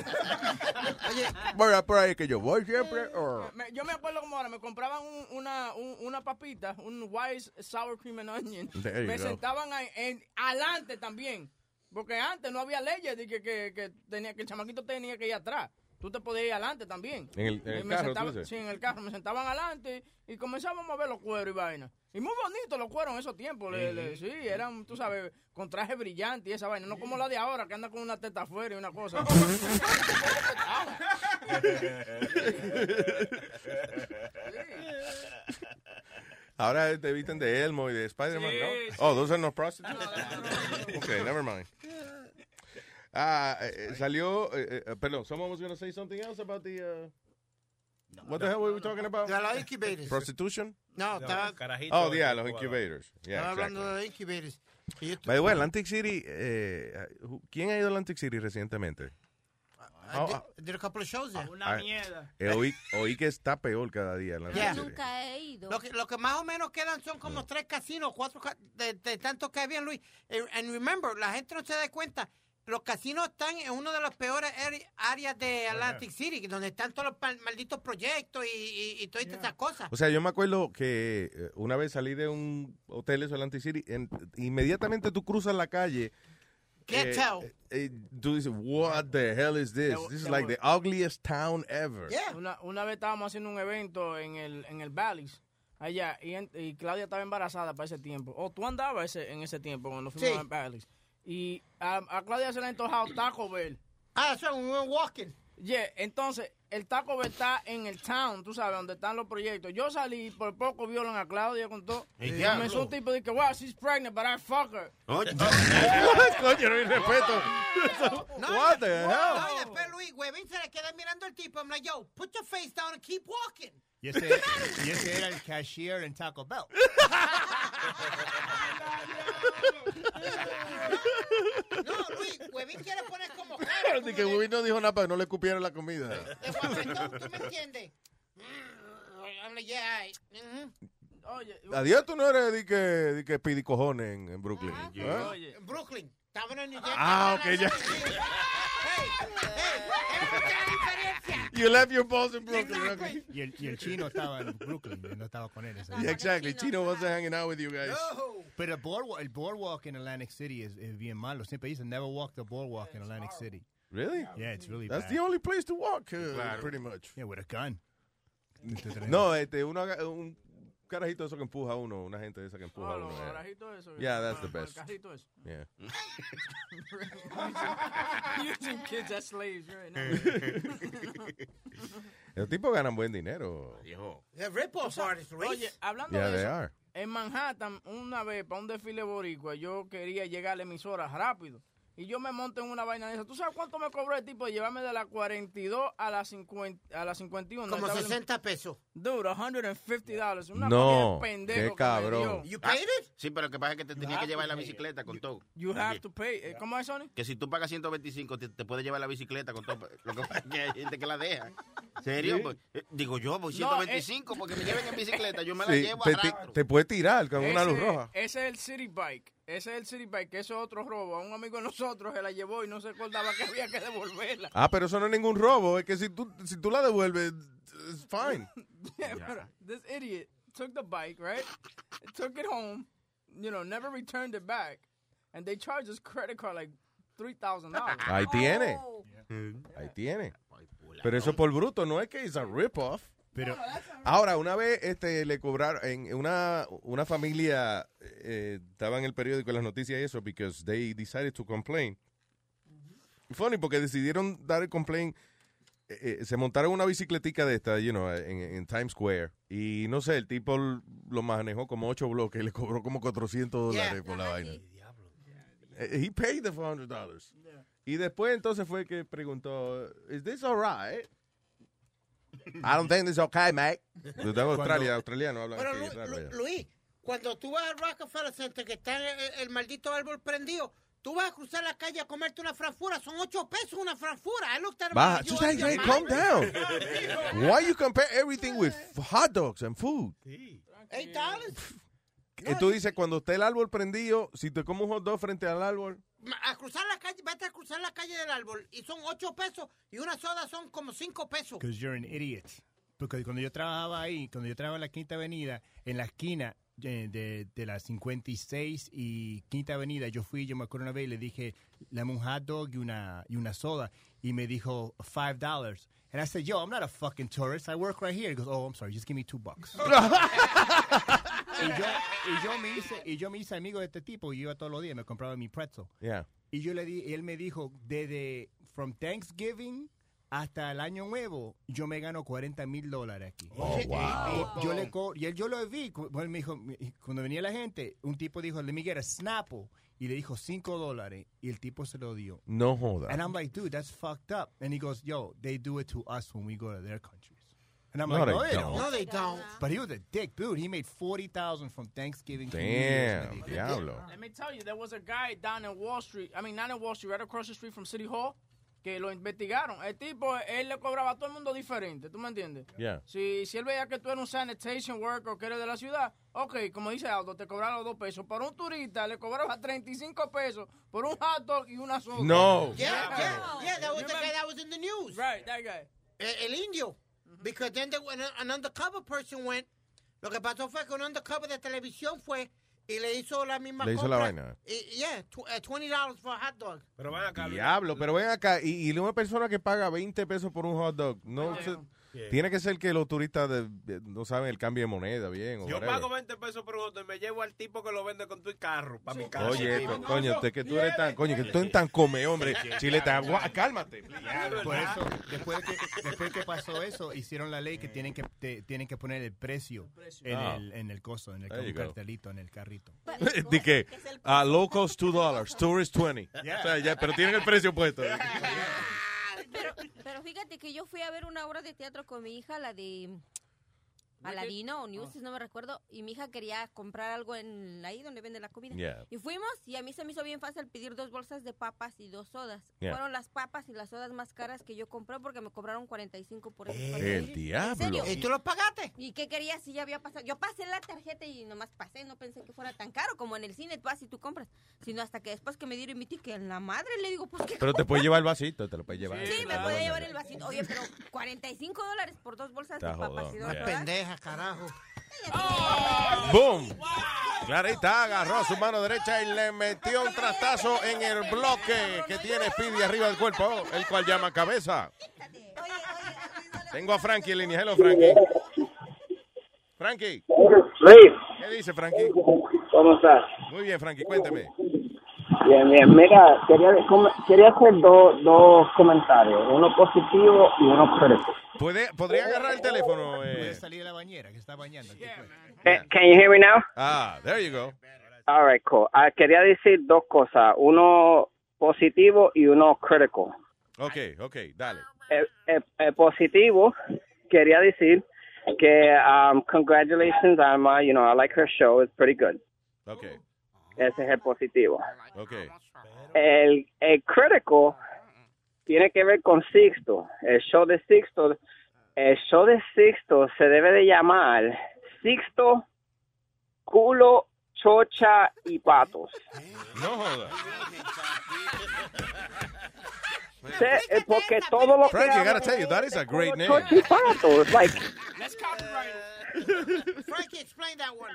Speaker 8: Bueno, por ahí que yo voy siempre. or-
Speaker 14: Me- yo me acuerdo como ahora, me compraban un- una, un- una papita, un Wise Sour Cream and Onion.
Speaker 8: There you
Speaker 14: me
Speaker 8: go.
Speaker 14: sentaban ahí, en, adelante también. Porque antes no había leyes de que, que, que tenía, que el chamaquito tenía que ir atrás. Tú te podías ir adelante también.
Speaker 8: En el- en
Speaker 14: Y
Speaker 8: el
Speaker 14: me
Speaker 8: carro,
Speaker 14: sentaban-
Speaker 8: tú dices.
Speaker 14: Sí, en el carro. Me sentaban adelante y comenzábamos a ver los cueros y vaina. Y muy bonitos los cueros en esos tiempos. le- le- sí, eran, tú sabes, con traje brillante y esa vaina. No como la de ahora, que anda con una teta afuera y una cosa.
Speaker 8: Ahora te visten de Elmo y de Spider-Man,
Speaker 14: Sí,
Speaker 8: ¿no?
Speaker 14: sí.
Speaker 8: Oh, those are no prostitutes. okay, never mind. Ah, eh, eh, salió, eh, eh, perdón, someone was going to say something else about the, uh, what the hell were we talking about?
Speaker 7: De los incubators.
Speaker 8: Prostitution?
Speaker 7: No, estaba-
Speaker 8: Oh, yeah, los incubators.
Speaker 7: Estaba
Speaker 8: Yeah,
Speaker 7: hablando
Speaker 8: exactly.
Speaker 7: de incubators. Y esto-
Speaker 8: By the way, Atlantic City, eh, ¿quién ha ido a Atlantic City recientemente?
Speaker 7: I did- did a couple of shows there.
Speaker 8: Ah, eh, oí, oí que está peor cada día Atlantic
Speaker 7: Yeah.
Speaker 8: City.
Speaker 7: he ido. Lo que, lo que más o menos quedan son
Speaker 8: Mm.
Speaker 7: como tres casinos, cuatro ca- de, de tantos que había, Luis. Eh, And remember, la gente no se da cuenta. los casinos están en una de las peores are- áreas de Atlantic City, donde están todos los pa- malditos proyectos y, y- y todas estas cosas.
Speaker 8: O sea, yo me acuerdo que eh, una vez salí de un hotel en Atlantic City, en- inmediatamente tú cruzas la calle.
Speaker 7: Get
Speaker 8: eh,
Speaker 7: out.
Speaker 8: eh, tú dices, what the hell is this? This is like the ugliest town ever.
Speaker 14: Una, una vez estábamos haciendo un evento en el, en el Valleys, allá, y, en- y Claudia estaba embarazada para ese tiempo. O tú andabas ese- en ese tiempo cuando fuimos
Speaker 7: Sí.
Speaker 14: al Valleys. Y a, a Claudia se le ha antojado Taco Bell.
Speaker 7: Ah, eso es un walking.
Speaker 14: Yeah, entonces, el Taco Bell está en el town, tú sabes, donde están los proyectos. Yo salí, por poco violan a Claudia con todo.
Speaker 15: ¿Y
Speaker 14: Y
Speaker 15: qué habló?
Speaker 14: me un tipo de que, wow, she's pregnant, but I fuck her.
Speaker 15: Oye.
Speaker 8: Coño, no hay respeto. What the hell?
Speaker 7: No, y después Luis Huevín se le queda mirando al tipo. I'm like, yo, put your face down and keep walking.
Speaker 12: Y ese, y ese era el cashier en Taco Bell.
Speaker 7: No, Luis, Huevín quiere poner como
Speaker 8: Ni que Bubi no dijo nada para que no le cupieran la comida.
Speaker 7: de guapetón, eh, ¿tú me entiendes? Mm, I'm like, yeah, I- mhm.
Speaker 14: Oye,
Speaker 8: Adiós, tú no eres de que, de que pidi cojones en, en Brooklyn. ¿eh?
Speaker 14: Oye.
Speaker 7: En Brooklyn. Estaba en New Jersey.
Speaker 8: Ah, ok, ya. You left your balls in Brooklyn. okay.
Speaker 12: Y el, y el chino estaba en Brooklyn, no estaba con él. ese día.
Speaker 8: Yeah, exactly. Chino wasn't hanging out with you guys.
Speaker 12: Pero el boardwalk, el boardwalk in Atlantic City es, es bien malo. Siempre dicen, never walk the boardwalk in Atlantic City.
Speaker 8: Really?
Speaker 12: Yeah, it's really
Speaker 8: That's
Speaker 12: bad.
Speaker 8: the only place to walk, uh,
Speaker 12: Claro.
Speaker 8: pretty much.
Speaker 12: Yeah, with a gun.
Speaker 8: No, este, uno, haga- un carajito de eso que empuja a uno, una gente de esa que empuja a
Speaker 14: Oh, los
Speaker 8: uno. yeah.
Speaker 14: carajitos esos que-
Speaker 8: Yeah, that's the
Speaker 14: con- con el
Speaker 8: best.
Speaker 14: carrito eso.
Speaker 8: Yeah.
Speaker 14: Using kids as slaves right now.
Speaker 8: Los tipos ganan buen dinero.
Speaker 7: The rip-off artist, Luis.
Speaker 14: Oye, hablando
Speaker 8: Yeah,
Speaker 14: de
Speaker 8: they
Speaker 14: eso,
Speaker 8: are.
Speaker 14: en Manhattan, una vez para un desfile boricua, yo quería llegar a la emisora rápido. Y yo me monto en una vaina de esa. ¿Tú sabes cuánto me cobró el tipo de llevarme de la 42 a la, 50, a la 51?
Speaker 7: Como
Speaker 14: Estaba en-
Speaker 7: 60 pesos.
Speaker 14: Dude, $150. Una
Speaker 8: No,
Speaker 14: comida de pendejo
Speaker 8: qué
Speaker 14: que me
Speaker 8: cabrón.
Speaker 14: dio. Ah,
Speaker 7: You paid it?
Speaker 11: Sí, pero lo que pasa es que te tenía
Speaker 14: have
Speaker 11: que
Speaker 14: to
Speaker 11: llevar la
Speaker 14: pay it.
Speaker 11: bicicleta con todo.
Speaker 14: You have
Speaker 11: También.
Speaker 14: to pay. Eh, ¿Cómo es, Sony?
Speaker 11: Que si tú pagas 125, te, te puedes llevar la bicicleta con todo. Lo que pasa es que hay gente que la deja. ¿Serio?
Speaker 8: Sí.
Speaker 11: Pues, eh, digo yo, pues
Speaker 14: No,
Speaker 11: 125, porque me lleven en bicicleta, yo me la
Speaker 8: Sí,
Speaker 11: llevo a
Speaker 8: te, te,
Speaker 11: rastro.
Speaker 8: te puede tirar con una
Speaker 14: Ese-
Speaker 8: luz roja.
Speaker 14: Ese es el City Bike. Ese es el City Bike, que eso es otro robo. A un amigo de nosotros se la llevó y no se acordaba que había que devolverla.
Speaker 8: Ah, pero eso no es ningún robo. Es que si tú, si tú la devuelves, it's fine.
Speaker 14: Yeah, but this idiot took the bike, right? took it home, you know, never returned it back, and they charged his credit card like three thousand dollars.
Speaker 8: Ahí tiene.
Speaker 14: Oh.
Speaker 8: Ahí tiene. Pero eso por bruto, no es que es a rip-off.
Speaker 12: Pero,
Speaker 8: Ahora, una vez este, le cobraron, en una, una familia eh, estaba en el periódico las noticias y eso, because they decided to complain. Funny, porque decidieron dar el complaint. eh, eh, se montaron una bicicletica de esta, you know, en, en Times Square. Y no sé, el tipo lo manejó como ocho bloques y le cobró como 400 dólares por la vaina. Eh, He paid the $400. Y después entonces fue que preguntó, ¿Is this alright? I don't think this is okay, mate. Desde Australia, australiano hablan
Speaker 7: Pero
Speaker 8: aquí,
Speaker 7: Lu-
Speaker 8: raro
Speaker 7: Lu-
Speaker 8: allá.
Speaker 7: Luis, cuando tú vas al Rockefeller Center, que está el, el- el maldito árbol prendido, tú vas a cruzar la calle a comerte una franfura. Son 8 pesos una franfura. I looked at him
Speaker 8: Baja,
Speaker 7: like, you
Speaker 8: just like,
Speaker 7: out your
Speaker 8: hey,
Speaker 7: mind.
Speaker 8: calm down. Why you compare everything with hot dogs and food?
Speaker 7: Eight dollars?
Speaker 8: Eh, tú dices, cuando está el árbol prendido, si te comes un hot dog frente al árbol,
Speaker 7: Ma- A cruzar la calle, vete a cruzar la calle del árbol y son 8 pesos y una soda son como 5 pesos.
Speaker 12: Because you're an idiot. Porque cuando yo trabajaba ahí, cuando yo trabajaba en la Quinta Avenida, en la esquina eh, de, de la 56 y Quinta Avenida, yo fui, yo me acuerdo una vez y le dije, dame un hot dog y una, y una soda. Y me dijo, five dollars. And I said, yo, I'm not a fucking tourist. I work right here. He goes, oh, I'm sorry, just give me two bucks. y, yo, y yo me hice, y yo me hice amigo de este tipo. Y yo todos los días me compraba mi pretzel.
Speaker 8: yeah.
Speaker 12: Y yo le di, y él me dijo, desde from Thanksgiving hasta el año nuevo, yo me gano 40 mil dólares aquí.
Speaker 8: Oh, wow.
Speaker 12: Y yo le co- y él, yo lo vi, cu- bueno, él me dijo, me- cuando venía la gente, un tipo dijo, let me get a Snapple, y le dijo 5 dólares, y el tipo se lo dio.
Speaker 8: no joda.
Speaker 12: And I'm like, dude, that's fucked up. And he goes, yo, they do it to us when we go to their countries. And I'm
Speaker 8: No,
Speaker 12: like,
Speaker 8: they
Speaker 12: no, they
Speaker 8: don't.
Speaker 12: don't.
Speaker 7: No, they don't.
Speaker 12: But he was a dick, dude. He made 40,000 from Thanksgiving. to New Year's.
Speaker 8: Damn, diablo.
Speaker 12: Ah.
Speaker 14: Let me tell you, there was a guy down in Wall Street. I mean, not in Wall Street, right across the street from City Hall, que que lo investigaron. El tipo, él le cobraba a todo el mundo diferente, ¿tú me entiendes?
Speaker 8: Yeah.
Speaker 14: Si, si él veía que tú eres un sanitation worker que eres de la ciudad, ok, como dice Aldo, te cobraba los dos pesos. Por un turista le cobraba 35 pesos por un hot dog y una soda.
Speaker 8: No.
Speaker 7: Yeah, yeah, yeah. That was the guy that was in the news. Eh,
Speaker 14: Right, that guy.
Speaker 7: El, indio. Because then there, an, an undercover person went. Lo que pasó fue que un undercover de televisión fue y le hizo la misma
Speaker 8: Le hizo la
Speaker 7: compra.
Speaker 8: vaina.
Speaker 7: Y- yeah, tw- uh, $20 for a hot dog.
Speaker 6: Pero van acá.
Speaker 8: Diablo, pero ven acá. Y, y una persona que paga 20 pesos por un hot dog, no
Speaker 6: Ah,
Speaker 8: se-
Speaker 6: yeah.
Speaker 8: tiene que ser que los turistas de- de- no saben el cambio de moneda bien. o
Speaker 6: Yo
Speaker 8: whatever.
Speaker 6: pago 20 pesos por un auto y me llevo al tipo que lo vende con tu carro para mi casa.
Speaker 8: Oye, esto, coño, usted que tú eres tan, coño, que tú eres tan come, hombre. Chile, te agua- cálmate.
Speaker 12: Por eso, después que, después que pasó eso, hicieron la ley que tienen que, te- tienen que poner el precio, En,
Speaker 8: Ah.
Speaker 12: el, en el coso, en el
Speaker 8: There you
Speaker 12: un
Speaker 8: go.
Speaker 12: cartelito, en el carrito.
Speaker 16: Pues,
Speaker 8: Di que, a locals $2, tourist 20. O sea, ya, pero tienen el precio puesto.
Speaker 16: Pero, pero fíjate que yo fui a ver una obra de teatro con mi hija, la de Aladino o
Speaker 8: Ah.
Speaker 16: Newsies, no me recuerdo, y mi hija quería comprar algo en ahí donde venden la comida.
Speaker 17: Yeah.
Speaker 16: Y fuimos y a mí se me hizo bien fácil pedir dos bolsas de papas y dos sodas.
Speaker 8: Yeah.
Speaker 16: Fueron las papas y las sodas más caras que yo compré porque me cobraron 45 por eso.
Speaker 8: El diablo.
Speaker 16: ¿Y
Speaker 7: tú los pagaste?
Speaker 16: ¿Y qué querías si ya había pasado? Yo pasé la tarjeta y nomás pasé, no pensé que fuera tan caro como en el cine, tú vas y tú compras, sino hasta que después que me dieron mi ticket en la madre, le digo, pues qué
Speaker 8: Pero te puedes llevar el vasito, te lo puedes llevar.
Speaker 16: Sí, me puede llevar el vasito. Oye, pero 45 dólares por dos bolsas de
Speaker 8: Está
Speaker 16: papas y
Speaker 8: jodón,
Speaker 16: dos
Speaker 8: ya.
Speaker 7: Pendeja, carajo.
Speaker 8: ¡Oh! ¡Boom! Clarita agarró su mano derecha y le metió un trastazo en el bloque que tiene Speedy arriba del cuerpo, el cual llama cabeza. Tengo a Frankie en línea. Hello, Frankie. Frankie.
Speaker 1: Sí.
Speaker 8: ¿Qué dice Frankie?
Speaker 1: ¿Cómo estás?
Speaker 8: Muy bien, Frankie, cuéntame.
Speaker 1: Bien, bien. Mira, quería, com- quería hacer dos dos comentarios, uno positivo y uno crítico.
Speaker 8: ¿Puede, ¿Podría agarrar el teléfono? eh?
Speaker 12: Salir de la bañera, que está bañando. aquí, pues.
Speaker 1: Eh, Can you hear me now?
Speaker 8: Ah, there you go.
Speaker 1: All right, cool. Ah, quería decir dos cosas, uno positivo y uno crítico.
Speaker 8: Ok, ok, dale.
Speaker 1: Eh, eh, eh, positivo, quería decir que um, congratulations, Alma. You know, I like her show. It's pretty good.
Speaker 8: Ok,
Speaker 1: Ese es el positivo.
Speaker 8: ok.
Speaker 1: El, el crítico tiene que ver con Sixto. El show de Sixto, el show de Sixto se debe de llamar Sixto, culo, chocha y patos.
Speaker 8: No jodas.
Speaker 1: Se- eh, porque todo lo que
Speaker 8: Frankie, I
Speaker 1: habla
Speaker 8: gotta tell you, that is a great
Speaker 1: es
Speaker 8: name.
Speaker 1: chocha y patos. Like,
Speaker 7: Let's copyright it. Frankie, explain that one.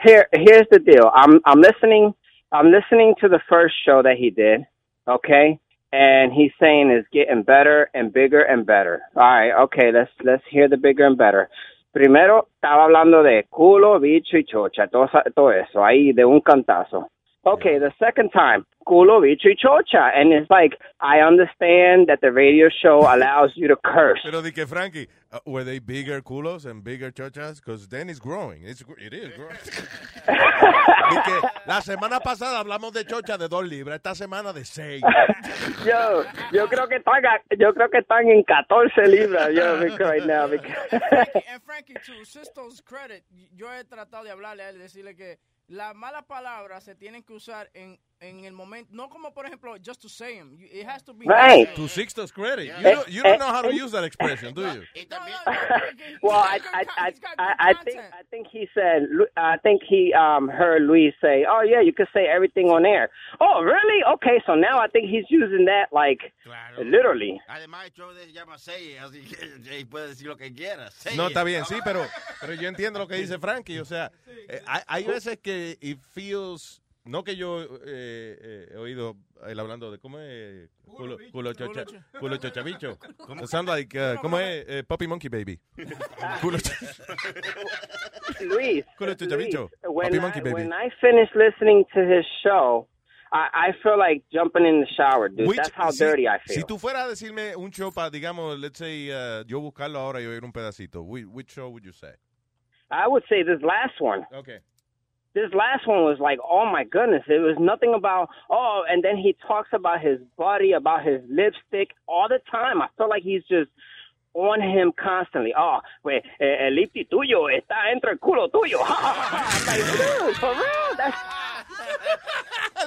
Speaker 1: here here's the deal. I'm I'm listening I'm listening to the first show that he did, okay? And he's saying it's getting better and bigger and better. All right, okay, let's let's hear the bigger and better. Primero estaba hablando de culo, bicho y chocha, todo, esa- todo eso, ahí de un cantazo. Okay, the second time, culo, bicho y chocha. And it's like, I understand that the radio show allows you to curse.
Speaker 8: Pero di que Frankie, uh, were they bigger culos and bigger chochas? Because then it's growing. It's, gr- it is growing. Di que la semana pasada hablamos de chocha de dos libras, esta semana de seis.
Speaker 1: yo, yo creo que están, a- yo creo que están en 14 libras, yo, because right now, because-
Speaker 14: And eh, Frankie, to Sisto's credit, yo he tratado de hablarle a él, decirle que las malas palabras se tienen que usar en, en el momento, no como por ejemplo, just to say them. You- It has to be.
Speaker 1: Right.
Speaker 8: To Sixto's credit. You,
Speaker 1: Yeah. Eh,
Speaker 8: don't, you don't know how to use that expression, do you?
Speaker 1: well, I, I, I, I, I think I think he said Lu- I think he um heard Luis say, "Oh yeah, you could say everything on air." Oh really? Okay, so now I think he's using that like literally.
Speaker 11: Además, el show de llama Seye, así que eh, puedes decir lo que quieras. Seye.
Speaker 8: No, está bien, sí, pero, pero yo entiendo lo que dice Frankie. O sea, eh, hay, hay veces que it feels. No que yo eh, eh, he oído él hablando de cómo es culo, culo chocha, culo chochabicho.
Speaker 11: ¿Cómo?
Speaker 8: It sound like, uh, ¿Cómo es eh, Puppy Monkey Baby? Culo chocha-
Speaker 1: Ah, Luis,
Speaker 8: Culo chochabicho.
Speaker 1: when
Speaker 8: Papi
Speaker 1: I,
Speaker 8: Monkey Baby.
Speaker 1: when I finish listening to his show, I, I feel like jumping in the shower, dude.
Speaker 8: Which-
Speaker 1: That's how
Speaker 8: si-
Speaker 1: dirty I
Speaker 8: Si
Speaker 1: feel.
Speaker 8: tú fueras a decirme un show para, digamos, let's say, uh, yo buscarlo ahora y oír un pedacito, whi- which, show would you say?
Speaker 1: I would say this last one.
Speaker 8: Okay.
Speaker 1: this last one was like, oh my goodness, it was nothing about oh, and then he talks about his body, about his lipstick all the time. I feel like he's just on him constantly. Oh, wait, el lipstick tuyo está entre el culo tuyo. I'm like, dude, for real, that's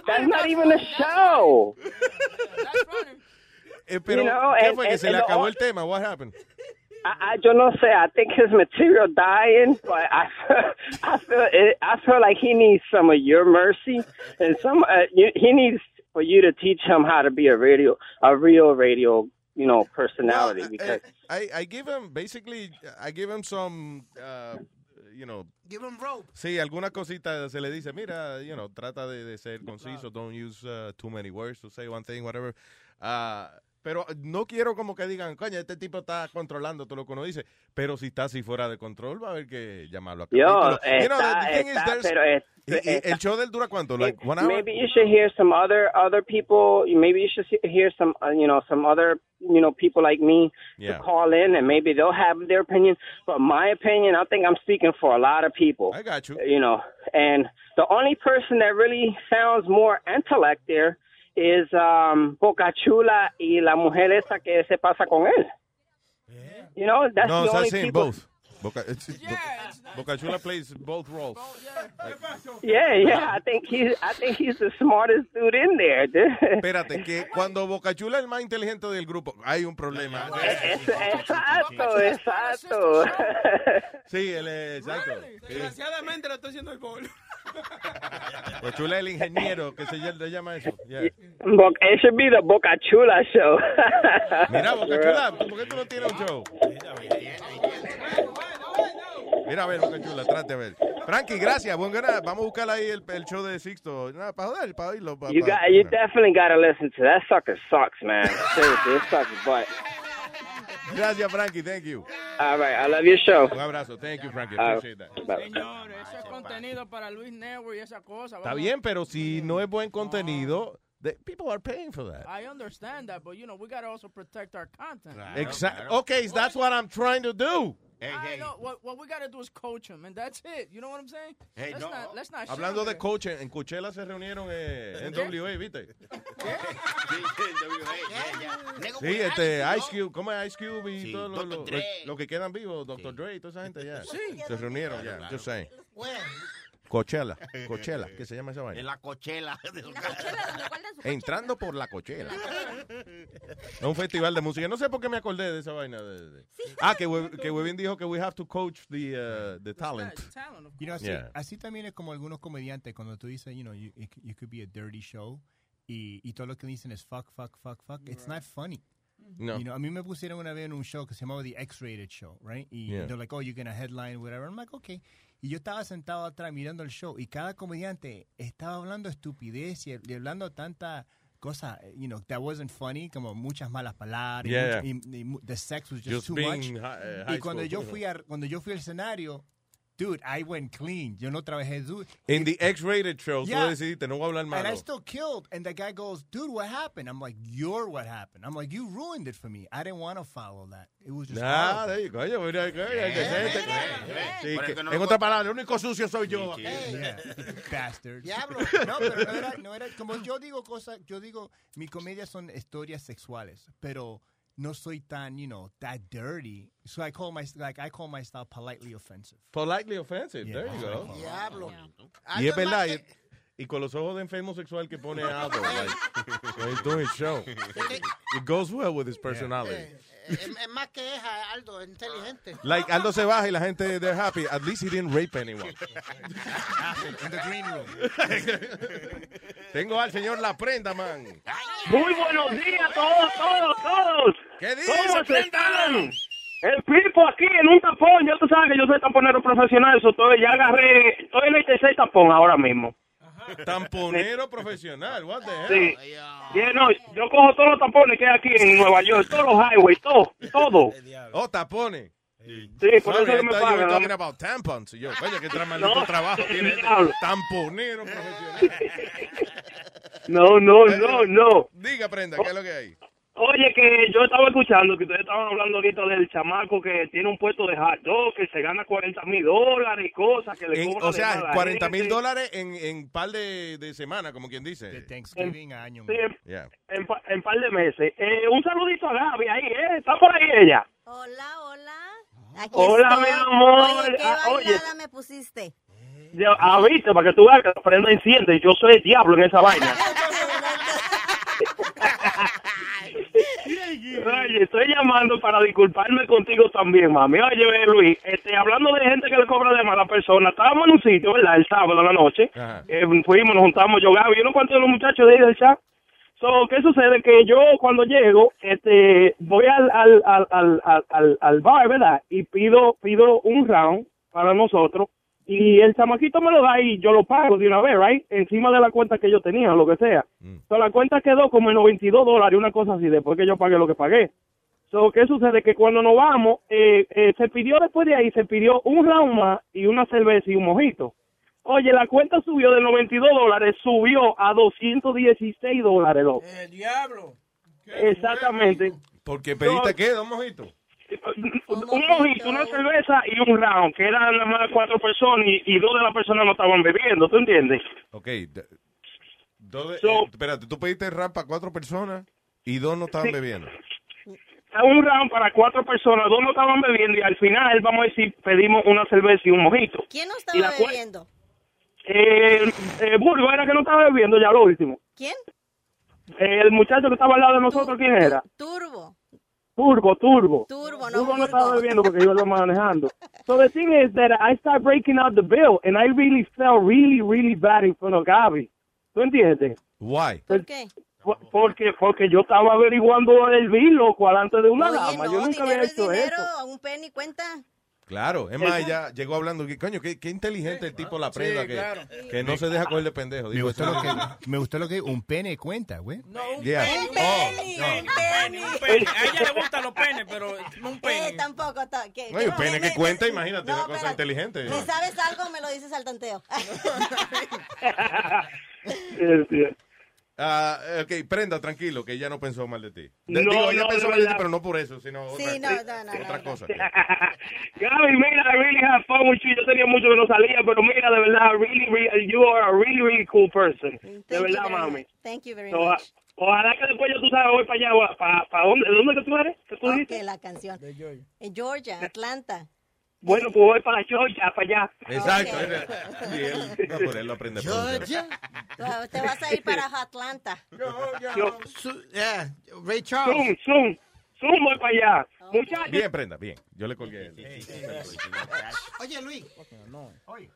Speaker 1: that's not even a show.
Speaker 8: Eh, pero,
Speaker 1: You know,
Speaker 8: ¿qué
Speaker 1: and-
Speaker 8: fue? Que
Speaker 1: and-
Speaker 8: se le
Speaker 1: and the
Speaker 8: acabó
Speaker 1: o-
Speaker 8: el tema. What happened?
Speaker 1: I, I don't know, say I think his material dying, but I feel, I feel it, I feel like he needs some of your mercy and some uh, you, he needs for you to teach him how to be a radio a real radio you know personality
Speaker 8: uh,
Speaker 1: because
Speaker 8: eh, I, I give him, basically, I give him some, uh, you know,
Speaker 7: Give him rope.
Speaker 8: Sí, alguna cosita se le dice, mira, you know, trata de, de ser conciso, don't use uh, too many words to say one thing, whatever. Ah, pero no quiero como que digan, coño, este tipo está controlando todo lo que uno dice. Pero si está así fuera de control, va a haber que llamarlo a
Speaker 1: Yo,
Speaker 8: capítulo.
Speaker 1: está-
Speaker 8: the thing is,
Speaker 1: está,
Speaker 8: there's-
Speaker 1: pero es-
Speaker 8: y- y-
Speaker 1: está- Eh,
Speaker 8: el show del dura cuánto, like one hour?
Speaker 1: maybe you should hear some other other people. Maybe you should se- hear some uh, you know some other you know people like me
Speaker 8: Yeah.
Speaker 1: to call in and maybe they'll have their opinion. But my opinion, I think I'm speaking for a lot of people. I
Speaker 8: got you.
Speaker 1: You know, and the only person that really sounds more intellect there is um, Boca Chula y la mujer esa que se pasa con él. You know, that's
Speaker 8: no,
Speaker 1: the
Speaker 8: estás
Speaker 1: only
Speaker 8: saying
Speaker 1: people.
Speaker 8: both. Boca, eh, Boca Chula plays both roles.
Speaker 1: Yeah, yeah. I think he's I think he's the smartest dude in there.
Speaker 8: Espérate, que cuando Bocachula es el más inteligente del grupo, hay un problema.
Speaker 1: Exacto, exacto.
Speaker 8: Sí, él es exacto. Sí.
Speaker 3: Desgraciadamente lo estoy haciendo el bol.
Speaker 8: Bocachula es el ingeniero, que se ll- le llama eso. yeah.
Speaker 1: Bo- It should be the Boca Chula show.
Speaker 8: Mira, Bocachula, ¿por qué tú no tienes un show? Mira, a ver, Bocachula, trate a ver. Frankie, gracias. Buen gana. Vamos a buscar ahí el, el show de Sixto. Nada, para joder, para oírlo. pa-
Speaker 1: You
Speaker 8: pa-
Speaker 1: got you definitely gotta listen to that sucker sucks, man. Seriously, it sucks butt.
Speaker 8: Gracias, Frankie. Thank you.
Speaker 1: All right, I love your show.
Speaker 8: Un abrazo. Thank you, Frankie.
Speaker 1: Ah,
Speaker 8: Appreciate that.
Speaker 14: Señor, eso es contenido para Luis Network y esa cosa.
Speaker 8: Está
Speaker 14: vamos.
Speaker 8: bien, pero si no es buen contenido, the- people are paying for that.
Speaker 14: I understand that, but you know, we gotta also protect our content.
Speaker 8: Exactly. Okay, that's what I'm trying to do.
Speaker 14: I know. What, what we gotta do is coach him, and that's it. You know what I'm saying?
Speaker 8: Hey,
Speaker 14: let's
Speaker 8: no.
Speaker 14: not let's not. shit
Speaker 8: Hablando
Speaker 14: on
Speaker 8: de
Speaker 14: him.
Speaker 8: coach, en Coachella se reunieron eh, en WA, ¿viste? Sí, este Ice Cube, ¿cómo es Ice Cube y todos los los- los- los que quedan vivos? Dr. Dre y toda esa gente ya.
Speaker 11: Sí.
Speaker 8: Se reunieron ya,
Speaker 11: Claro,
Speaker 8: yo sé.
Speaker 11: claro.
Speaker 8: Coachella, Coachella, ¿qué se llama esa
Speaker 11: En
Speaker 8: vaina?
Speaker 11: la cochela.
Speaker 8: Entrando por la Coachella. Es un festival de música. No sé por qué me acordé de esa vaina. de- de- Ah, que, Hue- que Webin dijo que we have to coach the, uh, the talent.
Speaker 12: You know, así,
Speaker 8: Yeah.
Speaker 12: así también es como algunos comediantes cuando tú dices, you know, you, it- you could be a dirty show y, y todo lo que dicen es fuck, fuck, fuck, fuck. It's not funny.
Speaker 8: Mm-hmm. No.
Speaker 12: You know, a mí me pusieron una vez en un show que se llamaba The X-Rated Show, right? Y
Speaker 8: Yeah.
Speaker 12: they're like, oh, you're gonna headline, whatever. I'm like, okay. Y yo estaba sentado atrás mirando el show y cada comediante estaba hablando estupidez y, y hablando tanta cosa, you know, that wasn't funny, como muchas malas palabras. y
Speaker 8: Yeah,
Speaker 12: mucho- y- y mu- the sex was
Speaker 8: Just
Speaker 12: just, too
Speaker 8: being
Speaker 12: much.
Speaker 8: hi- eh,
Speaker 12: y
Speaker 8: high
Speaker 12: cuando
Speaker 8: school, you
Speaker 12: yo
Speaker 8: know.
Speaker 12: fui a- cuando yo fui al escenario, dude, I went clean. Yo no trabajé duro.
Speaker 8: En the X-rated show,
Speaker 12: Yeah.
Speaker 8: tú decidiste, no voy a hablar
Speaker 12: And I
Speaker 8: malo.
Speaker 12: still killed. And the guy goes, dude, what happened? I'm like, you're what happened. I'm like, you ruined it for me. I didn't want to follow that. It was just.
Speaker 8: Nah,
Speaker 12: horrible.
Speaker 8: there you go. Oye, mira, coño, hay que
Speaker 12: Eh,
Speaker 8: ser-
Speaker 12: eh,
Speaker 8: Sí,
Speaker 12: eh.
Speaker 8: que-
Speaker 12: Pero que no
Speaker 8: en
Speaker 12: lo
Speaker 8: otras
Speaker 12: contra-
Speaker 8: palabras, el único sucio soy yo.
Speaker 12: Sí, sí. Bastards.
Speaker 8: Diablo.
Speaker 12: No, pero no era, no era. Como yo digo cosas, yo digo, mis comedias son historias sexuales, pero no soy tan, you know, that dirty. So I call my, like, I call my style politely offensive.
Speaker 8: Politely offensive, there you go.
Speaker 7: Diablo.
Speaker 8: Y es verdad, y, y con los ojos de enfermo sexual que pone Aldo, like, he's doing show. It goes well with his personality.
Speaker 7: Es, es más que es Aldo, es inteligente.
Speaker 8: Like, Aldo se baja y la gente, they're happy. At least he didn't rape anyone.
Speaker 12: In the green room.
Speaker 8: Tengo al señor La Prenda, man.
Speaker 13: Muy buenos días a todos, todos, todos.
Speaker 8: ¿Qué
Speaker 13: dices,
Speaker 8: ¿Cómo se
Speaker 13: están? El pipo aquí en un tapón, ya tú sabes que yo soy tamponero profesional, so todo- ya agarré, estoy en el tercer tapón ahora mismo.
Speaker 8: Tamponero profesional, what the hell?
Speaker 13: Sí. Yeah, no, yo cojo todos los tapones que hay aquí en Nueva York, todos los highways, todo, todo.
Speaker 8: Oh, tapones.
Speaker 13: Sí, por eso
Speaker 8: Sorry,
Speaker 13: que me
Speaker 8: I thought you were
Speaker 13: pagan.
Speaker 8: talking about tampons. Y yo, coño, qué tra- maldito
Speaker 13: No,
Speaker 8: trabajo tiene este
Speaker 13: diablo.
Speaker 8: tamponero profesional.
Speaker 13: No, no, no, no.
Speaker 8: Diga, Prenda, ¿qué es lo que hay?
Speaker 13: Oye, que yo estaba escuchando que ustedes estaban hablando ahorita del chamaco que tiene un puesto de hard dog, que se gana 40 mil dólares y cosas que le
Speaker 8: En-
Speaker 13: cobran
Speaker 8: o
Speaker 13: de este.
Speaker 8: sea,
Speaker 13: mala
Speaker 8: 40 mil
Speaker 13: gente.
Speaker 8: dólares en, en par de, de semana, como quien dice. De
Speaker 12: Thanksgiving a año.
Speaker 13: Sí,
Speaker 8: Yeah.
Speaker 13: en, pa- en par de meses. Eh, un saludito a Gaby ahí, ¿eh? Está por ahí ella.
Speaker 9: Aquí
Speaker 13: Hola,
Speaker 9: estoy.
Speaker 13: mi amor.
Speaker 9: Este, Oye, qué
Speaker 13: Ah, oye.
Speaker 9: bailada me pusiste.
Speaker 13: Yo, ah, viste, para que tú veas que la prenda enciende. Yo soy el diablo en esa vaina. Oye, estoy llamando para disculparme contigo también, mami. Oye, ve, Luis, este, hablando de gente que le cobra de mala persona, estábamos en un sitio, ¿verdad? El sábado en la noche. Eh, fuimos, nos juntamos, yo, Gaby, y unos cuantos de los muchachos de ahí del chat. So, ¿qué sucede? Que yo cuando llego, este, voy al, al, al, al, al, al- al bar, ¿verdad? Y pido, pido un round para nosotros. Y el chamaquito me lo da y yo lo pago de una vez, right? Encima de la cuenta que yo tenía, lo que sea. So, la cuenta quedó como en 92 dólares, una cosa así, después que yo pagué lo que pagué. So, ¿qué sucede? Que cuando nos vamos, eh, eh, se pidió después de ahí, se pidió un round más y una cerveza y un mojito. Oye, la cuenta subió de 92 dólares, subió a 216 dólares, loco.
Speaker 21: El diablo.
Speaker 13: Exactamente.
Speaker 8: Porque pediste
Speaker 13: No.
Speaker 8: qué, dos mojitos.
Speaker 13: Pues, Un mojito, una cerveza y un round, que eran nada más cuatro personas y, y dos de las personas no estaban bebiendo, ¿tú entiendes?
Speaker 8: Ok. d- dos de- eh, espérate, tú pediste rap para cuatro personas y dos no estaban
Speaker 13: Sí.
Speaker 8: bebiendo.
Speaker 13: Un round para cuatro personas, dos no estaban bebiendo y al final, vamos a decir, pedimos una cerveza y un mojito.
Speaker 9: ¿Quién no
Speaker 13: Y
Speaker 9: estaba
Speaker 13: la cuen-
Speaker 9: bebiendo?
Speaker 13: Eh, eh, Burgo era que no estaba bebiendo ya lo último.
Speaker 9: ¿Quién?
Speaker 13: Eh, el muchacho que estaba al lado de nosotros, ¿quién era?
Speaker 9: Turbo.
Speaker 13: Turbo, Turbo.
Speaker 9: Turbo, no
Speaker 13: Turbo no estaba bebiendo porque yo lo manejando. So the thing is that I start breaking out the bill and I really felt really, really bad in front of Gaby. ¿Tú entiendes?
Speaker 8: Why?
Speaker 13: ¿Por qué? Porque, porque yo estaba averiguando el bill, loco, delante de una dama. yo nunca había hecho eso.
Speaker 9: Pero Pues a un penny cuenta.
Speaker 8: Claro, es más, ya llegó hablando que, coño, qué, qué inteligente el tipo la prenda,
Speaker 9: Sí,
Speaker 8: que,
Speaker 9: claro.
Speaker 8: que no se deja coger de pendejo.
Speaker 12: Me
Speaker 8: Digo,
Speaker 12: gustó lo que, me gustó lo que un pene cuenta, güey.
Speaker 8: Yeah. Oh,
Speaker 14: Un pene. A ella le gustan los penes, pero no un pene.
Speaker 9: Eh, tampoco. ta- que-
Speaker 8: No, hay un
Speaker 9: que-
Speaker 8: pene
Speaker 9: me-
Speaker 8: que cuenta, imagínate,
Speaker 9: No,
Speaker 8: una cosa
Speaker 9: espérate.
Speaker 8: inteligente.
Speaker 9: ¿Me sabes algo? Me lo dices al tanteo.
Speaker 8: Ah, ok, prenda, tranquilo, que ella no pensó mal de ti. De-
Speaker 13: No,
Speaker 8: digo, ella
Speaker 13: no,
Speaker 8: pensó
Speaker 13: de
Speaker 8: mal de ti,
Speaker 13: verdad.
Speaker 8: pero no por eso, sino otra,
Speaker 13: Sí, no, no, no,
Speaker 8: otra cosa.
Speaker 13: Gaby, mira, I really have fun with you. Yo tenía mucho que no salía, pero mira, de verdad, really, really, you are a really, really cool person. De
Speaker 9: Thank you
Speaker 13: verdad,
Speaker 9: very
Speaker 13: mami.
Speaker 9: much. Thank you very
Speaker 13: So, ah,
Speaker 9: much.
Speaker 13: ojalá que después yo, tú sabes, voy para allá, para, para dónde, ¿de dónde que tú eres? ¿Qué tú
Speaker 9: Ok,
Speaker 13: dijiste?
Speaker 9: la canción.
Speaker 16: Eh,
Speaker 9: En Georgia, Atlanta.
Speaker 13: Bueno, pues voy para Georgia, para allá.
Speaker 8: Exacto.
Speaker 9: Ok.
Speaker 8: era- Y él, no, por él lo aprende. por eso.
Speaker 9: Tú- Te vas a ir para Atlanta.
Speaker 7: Su- yeah,
Speaker 13: Zoom,
Speaker 7: Ray Charles.
Speaker 13: zoom, zoom, voy para allá. Muchachos.
Speaker 8: Bien, prenda, bien. Yo le colgué. a él.
Speaker 7: Oye, Luis.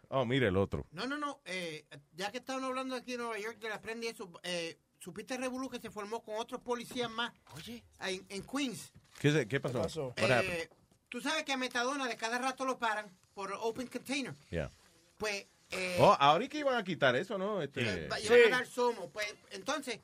Speaker 8: Oh, mira el otro.
Speaker 7: No, no, no. eh, ya que estaban hablando aquí en Nueva York de la prenda y eso, eh, ¿supiste el revolú que se formó con otros policías más? Oye. En, en Queens.
Speaker 8: ¿Qué, se- qué pasó? What happened?
Speaker 7: Eh, Tú sabes que a Metadona de cada rato lo paran por open container.
Speaker 8: Yeah.
Speaker 7: Pues, eh,
Speaker 8: Oh, ahora es que iban a quitar eso, ¿no? Este,
Speaker 7: va- iban a dar somo. Pues, entonces,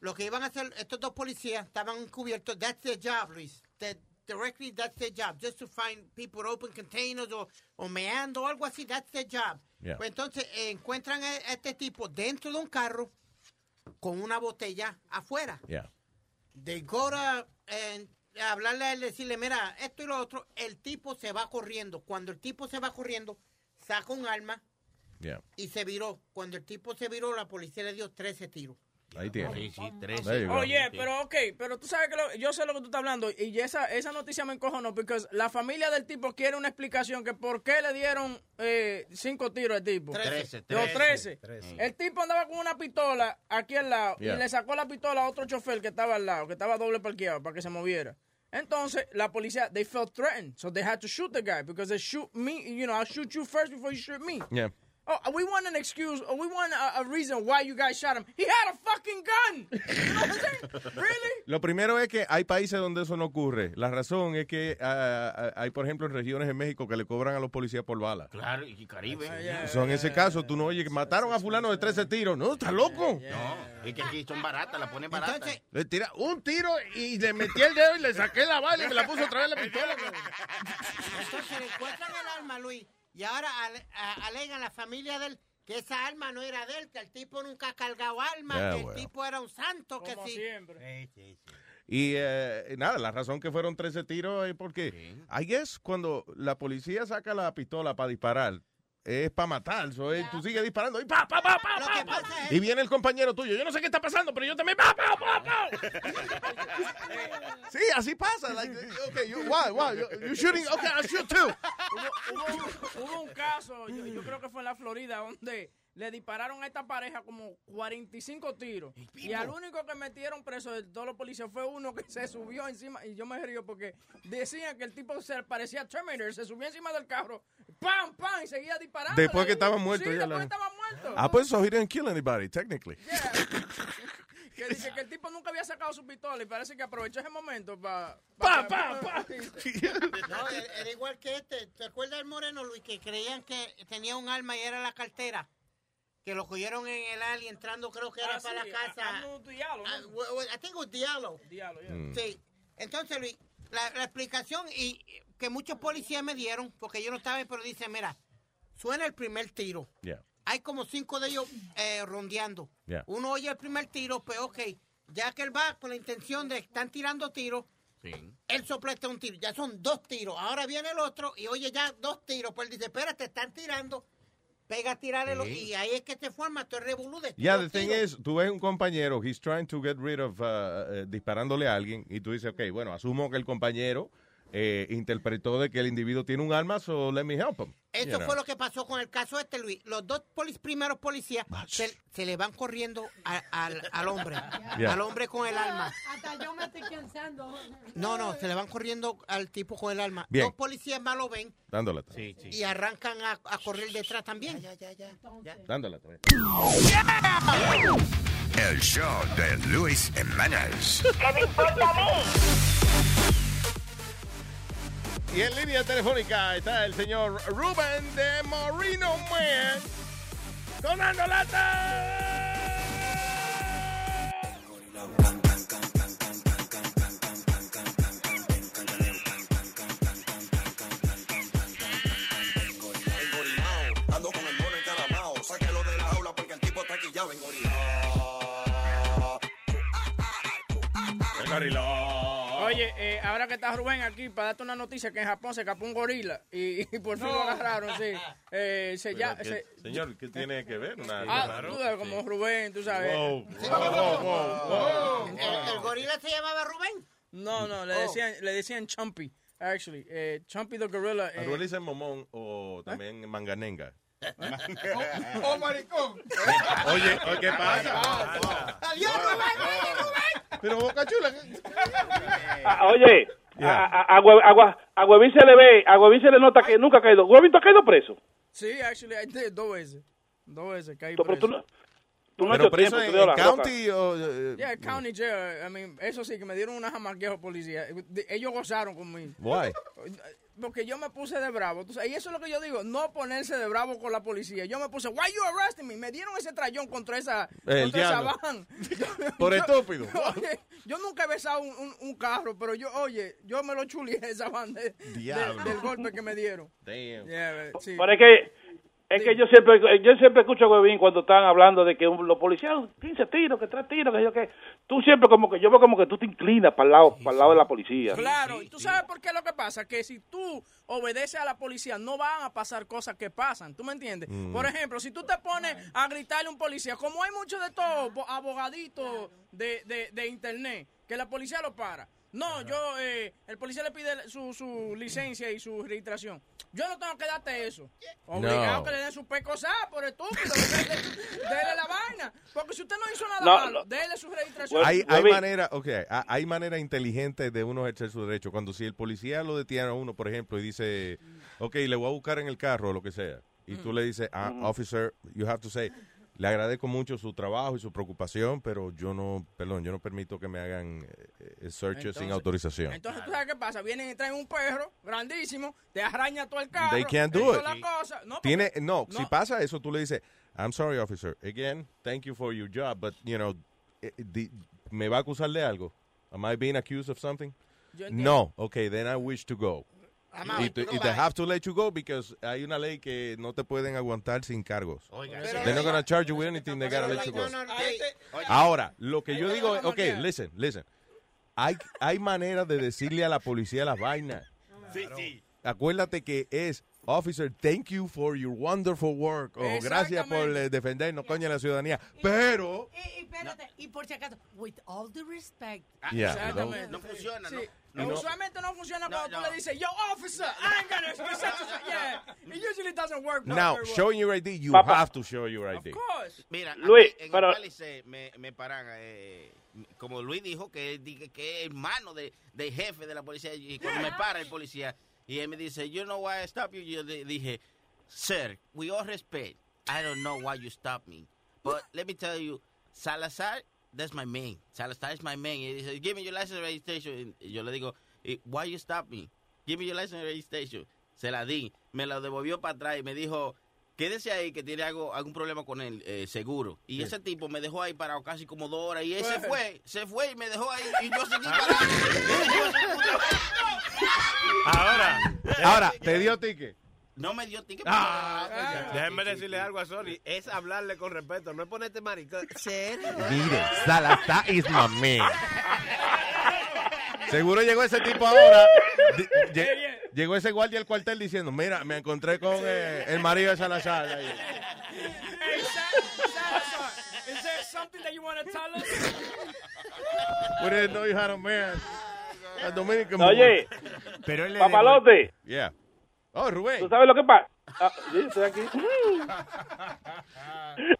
Speaker 7: lo que iban a hacer estos dos policías estaban encubiertos. That's their job, Luis. That- directly, that's their job. Just to find people with open containers o, o meando o algo así. That's their job.
Speaker 3: Yeah.
Speaker 7: Pues entonces eh, encuentran a a este tipo dentro de un carro con una botella afuera.
Speaker 8: Yeah.
Speaker 7: They go to, eh, a hablarle a él, decirle, mira, esto y lo otro. El tipo se va corriendo. Cuando el tipo se va corriendo, saca un arma
Speaker 8: Yeah.
Speaker 7: y se viró. Cuando el tipo se viró, la policía le dio 13 tiros.
Speaker 8: Ahí tiene.
Speaker 11: Sí, sí,
Speaker 8: There you go.
Speaker 14: Oye, Oh, pero ok, pero tú sabes que lo- yo sé lo que tú estás hablando y esa, esa noticia me encojonó porque la familia del tipo quiere una explicación que por qué le dieron eh, cinco tiros al tipo.
Speaker 11: Trece. Trece,
Speaker 14: Los trece.
Speaker 11: trece. Trece.
Speaker 2: Mm.
Speaker 14: El tipo andaba con una pistola aquí al lado
Speaker 11: Yeah.
Speaker 14: y le sacó la pistola a otro chofer que estaba al lado, que estaba doble parqueado para que se moviera. Entonces, la policía, they felt threatened, so they had to shoot the guy because they shoot me, you know, I'll shoot you first before you shoot me.
Speaker 8: Yeah.
Speaker 14: Oh, we want an excuse. Or we want a, a reason why you guys shot him. He had a fucking gun.
Speaker 8: Lo primero es que hay países donde eso no ocurre. La razón es que ah, ah, hay, por ejemplo, en regiones en México que le cobran a los policías por bala.
Speaker 11: Claro, y Caribe.
Speaker 8: Son en ese caso, tú no oyes que mataron a fulano de 13 tiros. No, está loco.
Speaker 11: No, es que aquí son baratas, la ponen barata.
Speaker 8: Le tira un tiro y le metí el dedo y le saqué la bala y me la puse otra vez la pistola.
Speaker 7: Entonces le encuentran el arma, Luis. Y ahora ale- a- alegan la familia de él que esa arma no era de él, que el tipo nunca ha cargado arma,
Speaker 8: Ah,
Speaker 7: que el
Speaker 8: bueno.
Speaker 7: tipo era un santo, que sí.
Speaker 8: Y eh, nada, la razón que fueron 13 tiros es porque, I guess, cuando la policía saca la pistola para disparar, es para matar. So, eh, Tú sigues disparando y pa, pa, pa, pa, pa, pa. Y viene el compañero tuyo. Yo no sé qué está pasando, pero yo también pa, pa, pa, pa. Sí, así pasa. Like, okay, you, why, why? You, you shooting? Okay, I shoot too.
Speaker 14: hubo, hubo un, hubo un caso, yo, yo creo que fue en la Florida, donde le dispararon a esta pareja como 45 tiros. Y
Speaker 3: pipo.
Speaker 14: al único que metieron preso de todos los policías fue uno que se subió encima. Y yo me río porque decían que el tipo se parecía a Terminator. Se subió encima del carro, ¡pam, pam! Y seguía disparando.
Speaker 8: Después que estaba muerto
Speaker 14: Sí,
Speaker 8: ya
Speaker 14: después
Speaker 8: la-
Speaker 14: estaba muerto.
Speaker 8: Ah, pues so he didn't kill anybody, technically.
Speaker 14: Que dice que el tipo nunca había sacado su pistola y parece que aprovechó ese momento para...
Speaker 7: Pa,
Speaker 14: pa!
Speaker 7: No, era era igual que este. ¿Te acuerdas del moreno, Luis, que creían que tenía un alma y era la cartera? Que lo cogieron en el ali entrando, creo que era
Speaker 14: Ah,
Speaker 7: para
Speaker 14: sí,
Speaker 7: la casa.
Speaker 14: ah, no, Diallo, ¿no?
Speaker 7: Ah, we- we- I think it was Diallo.
Speaker 14: yeah.
Speaker 7: Mm. Sí. Entonces, Luis, la, la explicación y y que muchos policías me dieron, porque yo no estaba, ahí, pero dicen, mira, suena el primer tiro.
Speaker 8: Yeah.
Speaker 7: Hay como cinco de ellos eh, rondeando.
Speaker 8: Yeah.
Speaker 7: Uno oye el primer tiro, pues ok, ya que él va con la intención de que están tirando tiros, él sopleta un tiro, ya son dos tiros. Ahora viene el otro y oye ya dos tiros. Pues él dice, espérate, están tirando. Pega a tirar el
Speaker 8: Sí.
Speaker 7: y ahí es que se forma todo el revolú de
Speaker 8: Yeah,
Speaker 7: todos
Speaker 8: the
Speaker 7: los
Speaker 8: thing
Speaker 7: tiros.
Speaker 8: is, tú ves un compañero, he's trying to get rid of, uh, eh, disparándole a alguien, y tú dices, ok, bueno, asumo que el compañero eh, interpretó de que el individuo tiene un arma, so let me help him.
Speaker 7: Eso fue lo que pasó con el caso este, Luis. Los dos poli- primeros policías se, se le van corriendo a- al, al hombre,
Speaker 8: Yeah.
Speaker 7: al hombre con el alma.
Speaker 10: Hasta yo me estoy cansando.
Speaker 7: No, no, se le van corriendo al tipo con el alma.
Speaker 8: Bien.
Speaker 7: Dos policías más lo ven
Speaker 8: Dándole.
Speaker 7: y arrancan a, a correr detrás también.
Speaker 8: Dándole.
Speaker 15: El show de Luis Jiménez.
Speaker 7: ¿Qué me importa a mí?
Speaker 8: Y en línea telefónica está el señor Rubén de Moreno Man. ¡Sonando lata!
Speaker 22: Ando con el mono encaramao. Sáquelo de la jaula porque el tipo está aquí ya
Speaker 14: Oye, eh, ahora que está Rubén aquí, para darte una noticia que en Japón se escapó un gorila y, y por fin
Speaker 8: No.
Speaker 14: lo agarraron, sí. Eh, se ya,
Speaker 8: Pero
Speaker 14: se-
Speaker 8: que- señor, ¿qué tiene que ver? Nada,
Speaker 14: ah,
Speaker 8: claro.
Speaker 14: tú sabes, como Rubén, tú sabes.
Speaker 8: Wow, wow, wow, wow, wow.
Speaker 7: ¿El, el gorila se llamaba Rubén?
Speaker 14: No, no, le
Speaker 7: Oh.
Speaker 14: decían, le decían Chumpy, actually. Eh, Chumpy the gorilla. eh,
Speaker 8: Manuel dice Momón o también Manganenga.
Speaker 7: ¡Oh, maricón!
Speaker 8: Oye, oye, ¿qué pasa?
Speaker 7: ¡Adiós, Rubén!
Speaker 8: Pero Boca Chula.
Speaker 3: Ah, oye, a, a, a Hue- a Hue- a Huevín se le ve, a Huevín se le nota que nunca ha caído. Huevín, ¿tú has caído preso?
Speaker 14: Sí, actually, I did, dos veces. Dos veces caí
Speaker 3: Pero tú
Speaker 14: preso.
Speaker 3: no- tú no has
Speaker 8: Pero
Speaker 3: hecho
Speaker 8: preso
Speaker 3: tiempo,
Speaker 8: en
Speaker 3: te dio la
Speaker 8: en county o... eh,
Speaker 14: Yeah, county jail. I mean, eso sí, que me dieron una jamaqueja policía. De- Ellos gozaron conmigo.
Speaker 8: Why?
Speaker 14: Porque yo me puse de bravo. tú sabes, y eso es lo que yo digo, no ponerse de bravo con la policía. Yo me puse, why you arresting me? Me dieron ese trayón contra esa,
Speaker 8: El
Speaker 14: contra esa
Speaker 8: diablo.
Speaker 14: van.
Speaker 8: Por
Speaker 14: Yo-
Speaker 8: estúpido.
Speaker 14: Oye, yo nunca he besado un, un- un carro, pero yo, oye, yo me lo chulié esa van de- de-
Speaker 8: Diablo.
Speaker 14: del golpe que me dieron.
Speaker 8: Damn.
Speaker 14: Yeah, eh, sí.
Speaker 3: Pero es que, es que yo siempre yo siempre escucho a Huevín cuando están hablando de que un- los policías, 15 tiros, que 3 tiros, que yo que. Tú siempre como que, yo veo como que tú te inclinas para el lado, para el lado de la policía.
Speaker 14: Claro, y tú sabes por qué lo que pasa, que si tú obedeces a la policía, no van a pasar cosas que pasan, ¿tú me entiendes?
Speaker 3: Mm.
Speaker 14: Por ejemplo, si tú te pones a gritarle a un policía, como hay muchos de estos bo- abogaditos de, de- de internet, que la policía lo para. No, yo, eh, el policía le pide su, su licencia y su registración. Yo no tengo que darte eso. Obligado
Speaker 3: No.
Speaker 14: que le den su pecosá por estúpido. Dele, dele la vaina. Porque si usted no hizo nada
Speaker 8: No,
Speaker 14: malo,
Speaker 8: no.
Speaker 14: dele su registración.
Speaker 8: Hay, hay manera, okay, ha- hay manera inteligente de uno ejercer su derecho. Cuando si el policía lo detiene a uno, por ejemplo, y dice, ok, le voy a buscar en el carro o lo que sea, y
Speaker 14: Mm.
Speaker 8: tú le dices, ah, officer, you have to say, le agradezco mucho su trabajo y su preocupación, pero yo no, perdón, yo no permito que me hagan eh, eh, searches sin
Speaker 14: Entonces-
Speaker 8: autorización.
Speaker 14: Entonces, ¿tú sabes qué pasa? Vienen y traen un perro grandísimo, te arraña todo el carro.
Speaker 8: They can't
Speaker 14: y
Speaker 8: do
Speaker 14: toda
Speaker 8: it.
Speaker 14: la cosa. No,
Speaker 8: Tiene,
Speaker 14: porque-
Speaker 8: no, si pasa eso, tú le dices, I'm sorry, officer. Again, thank you for your job, but, you know, eh, di- me va a acusar de algo. Am I being accused of something?
Speaker 14: Yo
Speaker 8: No, okay, then I wish to go.
Speaker 7: I'm out,
Speaker 8: Y, te-
Speaker 7: tú
Speaker 8: y
Speaker 7: no
Speaker 8: they
Speaker 7: vas.
Speaker 8: have to let you go because hay una ley que no te pueden aguantar sin cargos. They're not gonna charge you with anything, they gotta let you go.
Speaker 3: este-
Speaker 8: Ahora, lo que yo digo es, ok, listen, listen. Hay, hay manera de decirle a la policía las vainas.
Speaker 6: Sí, sí.
Speaker 8: Acuérdate que es, officer, thank you for your wonderful work. O gracias por eh, defendernos, coño, la ciudadanía. Pero, Oh.
Speaker 10: Y, y espérate, y por si acaso, with all the respect.
Speaker 8: Yeah, with all-
Speaker 11: No funciona, ¿no?
Speaker 8: Y no-
Speaker 14: usualmente no funciona cuando tú le dices, yo, officer, I ain't gonna do such and such." Yeah, it usually doesn't work.
Speaker 8: Now,
Speaker 14: very well.
Speaker 8: showing your ID, you
Speaker 14: Papá.
Speaker 8: have to show your ID.
Speaker 11: Mira,
Speaker 8: Luis,
Speaker 11: Luis, en
Speaker 8: pero-
Speaker 11: el Palisade me, me paran, eh, como Luis dijo, que, él di- que es hermano de, del jefe de la policía. Y cuando me para el policía, y él me dice, you know why I stop you? Yo le dije, sir, we all respect. I don't know why you stop me. But let me tell you, Salazar, that's my man. Salazar is my man. Y él dice, give me your license and registration. Y yo le digo, "Eh, why you stop me? Give me your license and registration. Se la di. Me la devolvió para atrás y me dijo, Quédese ahí que tiene algo, algún problema con él, eh, seguro. Y
Speaker 18: Sí.
Speaker 11: ese tipo me dejó ahí parado casi como dos horas y él se
Speaker 14: Pues.
Speaker 18: Bueno.
Speaker 11: fue, se fue y me dejó ahí y yo seguí
Speaker 14: Ah.
Speaker 11: parado.
Speaker 6: Ahora,
Speaker 8: Ahora, ¿te dio ticket?
Speaker 11: No me dio ticket.
Speaker 6: Ah, déjenme decirle algo a Sony. Es hablarle con respeto, no es ponerte maricón. ¿Serio?
Speaker 8: Mire, Salazar is my man. Seguro llegó ese tipo ahora. di- lle- llegó ese guardia al cuartel diciendo, mira, me encontré con eh, el marido de Salazar. ahí".
Speaker 14: Hey, Sa- Salazar, is there something that you want to tell us?
Speaker 8: We didn't know you had a man. A Dominican
Speaker 3: Oye,
Speaker 8: boy.
Speaker 3: papalote.
Speaker 8: Yeah. Oh, Rubén.
Speaker 3: ¿Tú sabes lo que pasa? Ah, sí, estoy aquí.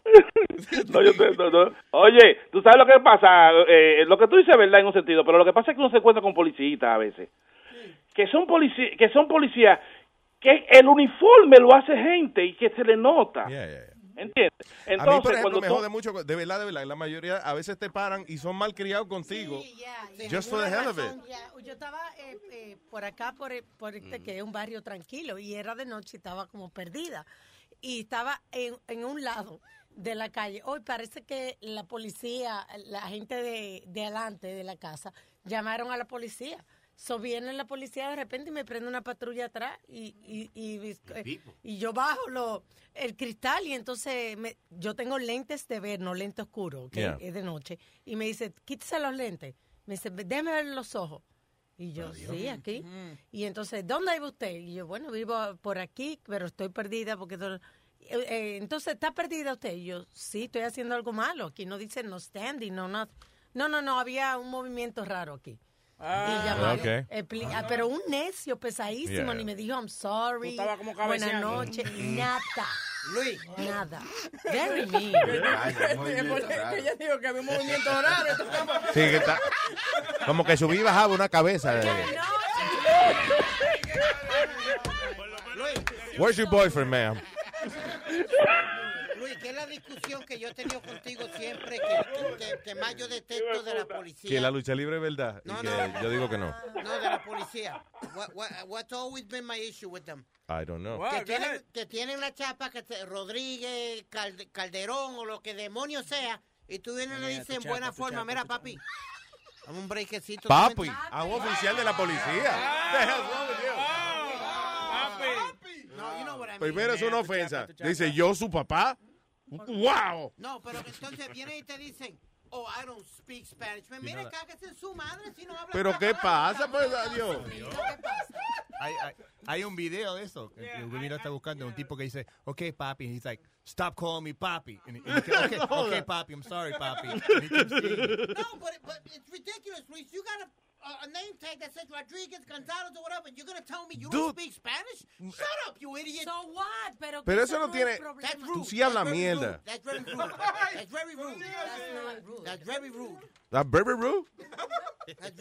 Speaker 3: No, yo te- no, no. Oye, tú sabes lo que pasa, Eh, lo que tú dices es verdad en un sentido, pero lo que pasa es que uno se encuentra con policitas a veces, que son policías, que son policías, que el uniforme lo hace gente y que se le nota, ¿entiendes?
Speaker 8: a mí, por
Speaker 3: Entonces,
Speaker 8: ejemplo,
Speaker 3: cuando
Speaker 8: me
Speaker 3: tú-
Speaker 8: jode mucho, de verdad, de verdad, la mayoría a veces te paran y son mal criados contigo. Just for the hell of it. Mm.
Speaker 10: Ya, Yo estaba eh, eh, por acá, por, por este que es un barrio tranquilo, y era de noche y estaba como perdida. Y estaba en, en un lado de la calle. Hoy parece que la policía, la gente de, de adelante de la casa, llamaron a la policía. So viene la policía de repente y me prende una patrulla atrás y, y, y, y yo bajo lo, el cristal y entonces me- yo tengo lentes de ver, no lente oscuro, que
Speaker 17: Yeah.
Speaker 10: es de noche. Y me dice, quítese los lentes. Me dice, déjeme ver los ojos. Y yo,
Speaker 17: Adiós.
Speaker 10: sí, aquí. Y entonces, ¿dónde vive usted? Y yo, bueno, vivo por aquí, pero estoy perdida porque... todo- Eh, eh, entonces, ¿está perdida usted? Y yo, sí, estoy haciendo algo malo. Aquí no dice no standing, no not. No, no, no, había un movimiento raro aquí.
Speaker 8: Ah.
Speaker 10: Y llamaron.
Speaker 17: Ok.
Speaker 10: Expli- ah, pero un necio pesadísimo,
Speaker 17: Yeah.
Speaker 10: ni me dijo, I'm sorry,
Speaker 14: Tú estabas como
Speaker 10: buenas
Speaker 14: cabeceando.
Speaker 10: noches,
Speaker 14: Mm.
Speaker 10: nada.
Speaker 14: Luis.
Speaker 10: Nada. Very mean.
Speaker 14: Ella dijo que había un movimiento raro.
Speaker 8: Sí, que está- Como que subí y bajaba una cabeza. de- Where's your boyfriend, ma'am?
Speaker 7: Luis, que es la discusión que yo he tenido contigo siempre, que, que- que- que más yo detesto de la policía.
Speaker 8: Que la lucha libre es verdad. y que yo digo que no.
Speaker 7: No, de la policía. What, what, what's always been my issue with them?
Speaker 8: I don't know.
Speaker 7: que, tienen, que tienen la chapa que te- Rodríguez, Calde- Calderón o lo que demonio sea, y tú vienes y le
Speaker 8: Mira,
Speaker 7: dices en
Speaker 8: tu
Speaker 7: buena
Speaker 8: chapa, tu
Speaker 7: forma,
Speaker 8: chapa,
Speaker 7: mira papi, dame un brequecito.
Speaker 8: Papi, a un oficial de la policía. Ah.
Speaker 7: No, you know what I mean.
Speaker 8: Primero Pues es una ofensa. Dice, yo su papá. ¡Wow!
Speaker 7: No, pero entonces vienen y te dicen, oh, I don't speak Spanish. Pues
Speaker 8: Y
Speaker 7: mire,
Speaker 8: nada.
Speaker 7: cágate en su madre si no habla.
Speaker 8: ¿Pero qué pasa, pues, adiós?
Speaker 12: Hay, hay, hay un video de eso. que El gobierno está buscando un tipo que dice, ok, papi. And he's like, stop calling me papi. And he- and he- okay,
Speaker 7: No,
Speaker 12: okay,
Speaker 7: no.
Speaker 12: papi, I'm sorry, papi. And he keeps saying-
Speaker 7: No, but, but it's ridiculous, Luis. You got a, a- a name tag that says Rodriguez, Gonzalez, or whatever, and you're going to tell me you don't
Speaker 8: Dude. Mm.
Speaker 7: speak Spanish? Shut up, you idiot. So what? Pero,
Speaker 8: Pero eso no tiene-
Speaker 7: That's
Speaker 8: Tú
Speaker 7: rude.
Speaker 8: sí hablas
Speaker 7: That's very
Speaker 8: mierda.
Speaker 7: rude. That's very rude. That's very rude. That's rude. That's very rude.
Speaker 8: ¿La Baby Ruth?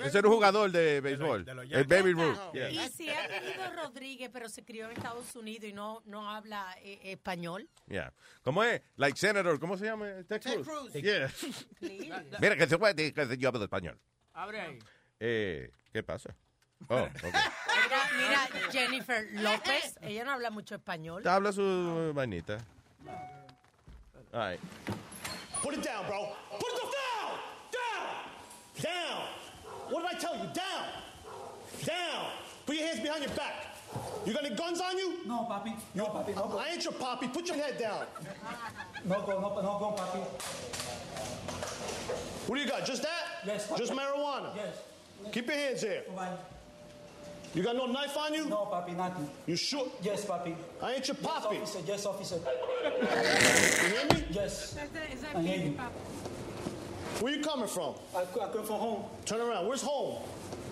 Speaker 8: Ese era un jugador de béisbol. El Baby Ruth. yeah.
Speaker 10: Y si ha tenido Rodríguez, pero se crió en Estados Unidos y no, no habla eh, español.
Speaker 8: Yeah. ¿Cómo es? Like Senator, ¿cómo se llama? Ted
Speaker 10: Ted
Speaker 8: Cruz.
Speaker 10: Cruz.
Speaker 8: Yeah. Mira, que se puede decir que yo hablo español.
Speaker 14: Abre ahí.
Speaker 8: Eh, ¿Qué pasa? Oh, ok.
Speaker 10: Mira, mira, Jennifer López, ella no habla mucho español.
Speaker 8: Habla su vainita. All right.
Speaker 23: Put it down, bro. Put it down. Down. Down. What did I tell you? Down. Down. Put your hands behind your back. You got any guns on you? No, papi. No, papi. No, I ain't your papi. Put your head down. No go, no, no go, papi. What do you got? Just that? Yes. Just marijuana. Yes. Keep your hands here. You got no knife on you? No, papi, nothing. You sure? Yes, papi. I ain't your papi. Yes, officer. Yes, officer. you hear me? Yes. I hear you. Where you coming from? I, I come from home. Turn around. Where's home?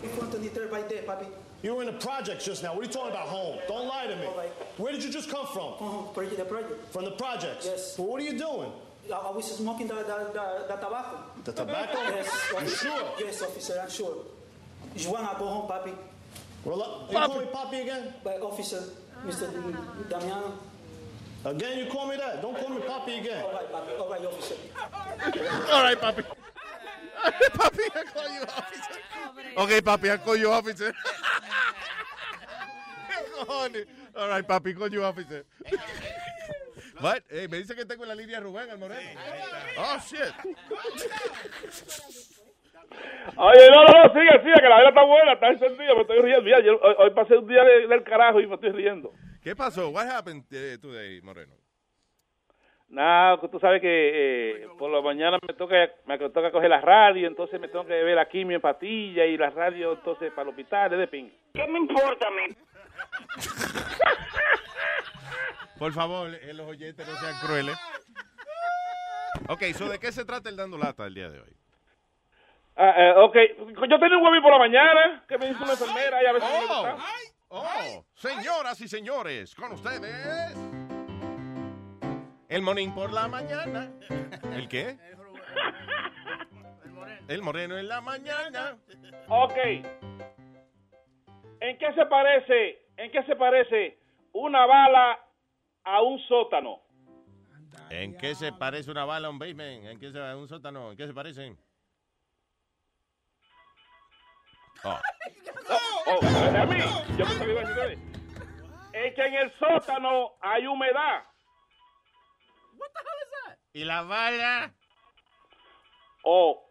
Speaker 23: 23rd right there, papi. You were in the projects just now. What are you talking about, home? Don't lie to me. Where did you just come from? From the project. From the projects? Yes. Well, what are you doing?
Speaker 18: I was smoking the, the, the, the tobacco.
Speaker 23: The tobacco?
Speaker 18: Yes.
Speaker 23: You
Speaker 18: officer.
Speaker 23: sure?
Speaker 18: Yes, officer, I'm sure. You wanna go home, papi?
Speaker 23: Well, you call me papi again?
Speaker 18: But officer, Mr. Damiano.
Speaker 23: Again, you call me that. Don't call me papi again.
Speaker 18: All right, papi. All right, officer.
Speaker 8: All right, papi. All right, papi, I call you officer. Okay, papi, I call you officer. ¿Qué cojones? All right, papi, call you officer. What? Eh, me dice que tengo en la línea a Rubén, al moreno. Oh, shit.
Speaker 3: Oye, no, no, no, sigue, sigue, que la vida está buena, está encendida, me estoy riendo. Mira, yo- hoy, hoy pasé un día de- del carajo y me estoy riendo.
Speaker 8: ¿Qué pasó? What happened eh, today, Moreno?
Speaker 3: Nada, tú sabes que eh, por la mañana me toca, me toca coger la radio, entonces me tengo que ver la quimio en patilla y la radio entonces para el hospital, es de ping. ¿Qué me importa a mí?
Speaker 8: Por favor, eh, los oyentes no sean crueles. Ok, so, ¿de qué se trata el dando lata el día de hoy?
Speaker 3: Ah, eh, ok, yo tenía un huevín por la mañana que me hizo una enfermera y a veces me
Speaker 8: Oh.
Speaker 3: gustaba.
Speaker 8: Oh, señoras y señores, con ustedes. El Morning por la mañana. ¿El qué? El Moreno en la mañana.
Speaker 3: Ok. ¿En qué se parece, en qué se parece una bala a un sótano?
Speaker 8: ¿En qué se parece una bala a un basement? ¿En qué se un sótano? ¿En qué se parecen? Oh.
Speaker 3: Oh, a mí, yo pensaba que iba a decir otra vez. Es que en el sótano hay humedad.
Speaker 8: ¿Y la bala?
Speaker 3: Oh.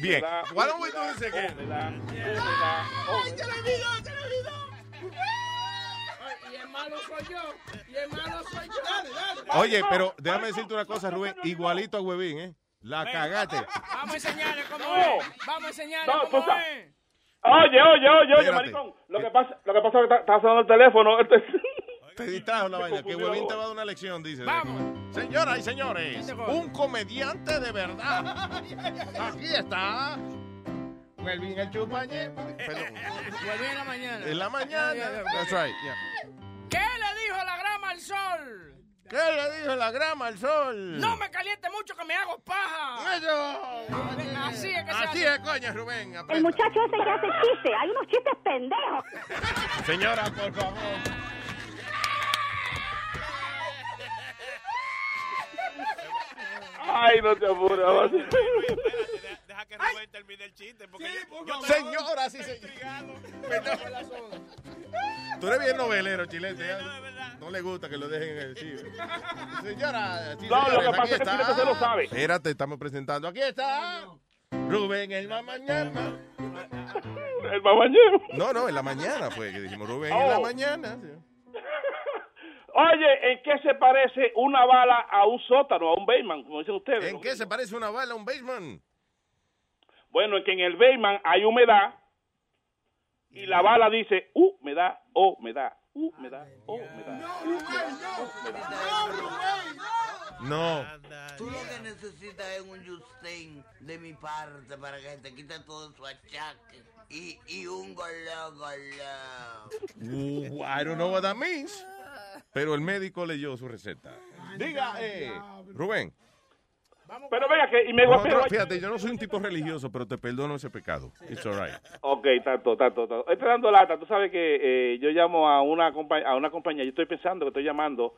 Speaker 8: Bien.
Speaker 3: Humedad,
Speaker 8: Why don't we do
Speaker 3: humedad,
Speaker 8: this again?
Speaker 3: humedad, humedad, humedad.
Speaker 14: ¡Se le olvidó, se le olvidó! Ay, Y el malo soy yo, y el malo soy yo. Dale, dale.
Speaker 8: Oye, pero déjame decirte una cosa, Rubén. Igualito a Huevín, ¿eh? La cagaste.
Speaker 14: Vamos a enseñarle cómo
Speaker 3: No.
Speaker 14: es. Vamos a enseñarle
Speaker 3: No, pues,
Speaker 14: cómo
Speaker 3: tú sa-
Speaker 14: es.
Speaker 3: Oye, oye, oye, oye,
Speaker 8: Espérate.
Speaker 3: maricón. Lo que pasa, lo que pasa es que está, está sonando el teléfono. Este-
Speaker 8: Te distrajo la vaina. Que
Speaker 3: confundió la
Speaker 8: Huevín
Speaker 3: voz.
Speaker 8: te va a dar una lección, dice.
Speaker 3: Vamos.
Speaker 8: Señoras y señores, un comediante de verdad. Aquí está. Huevín el chupañe. Perdón.
Speaker 14: Volví Pues en la mañana.
Speaker 8: En la mañana. That's right, yeah.
Speaker 14: ¿Qué le dijo la grama al sol?
Speaker 8: ¿Qué le dijo la grama al sol?
Speaker 14: No me caliente mucho que me hago paja. Así es que se
Speaker 8: Así
Speaker 14: hace.
Speaker 8: es, coño, Rubén.
Speaker 24: El muchacho ese que hace chistes, hay unos chistes pendejos.
Speaker 8: Uh, Señora, Ah, por favor.
Speaker 3: Ay, no te apures. vamos.
Speaker 8: Señoras y señores. Tú eres bien novelero, chilete. ¿eh? No le gusta que lo dejen en el cine. Señora, sí,
Speaker 3: No, lo
Speaker 8: señores,
Speaker 3: que pasa
Speaker 8: aquí
Speaker 3: es que
Speaker 8: está.
Speaker 3: Chile se lo sabe.
Speaker 8: Espérate, estamos presentando. Aquí está Rubén en la mañana.
Speaker 3: El mañana.
Speaker 8: No, no, en la mañana fue que dijimos Rubén en la
Speaker 3: Oh.
Speaker 8: mañana.
Speaker 3: Oye, ¿en qué se parece una bala a un sótano, a un Bayman, como dicen ustedes?
Speaker 8: ¿En qué se parece una bala a un basement?
Speaker 3: Bueno, es que en el Bayman hay humedad y la bala dice, uh, me da, oh, me da, uh, me da, oh, me da.
Speaker 8: No.
Speaker 25: Tú lo que necesitas es un Justin de mi parte para que te quite todo su achaque. Y, y un goleo, goleo.
Speaker 8: Ooh, Uh, I don't know what that means. Pero el médico leyó su receta. Diga, eh, Rubén.
Speaker 3: Pero venga, que y me
Speaker 8: Nosotros-
Speaker 3: guapeo.
Speaker 8: Fíjate, yo no soy un tipo religioso, pero te perdono ese pecado. It's all right.
Speaker 3: Ok, tanto, tanto, tanto. Estoy dando lata. Tú sabes que eh, yo llamo a una, compa- a una compañía. Yo estoy pensando que estoy llamando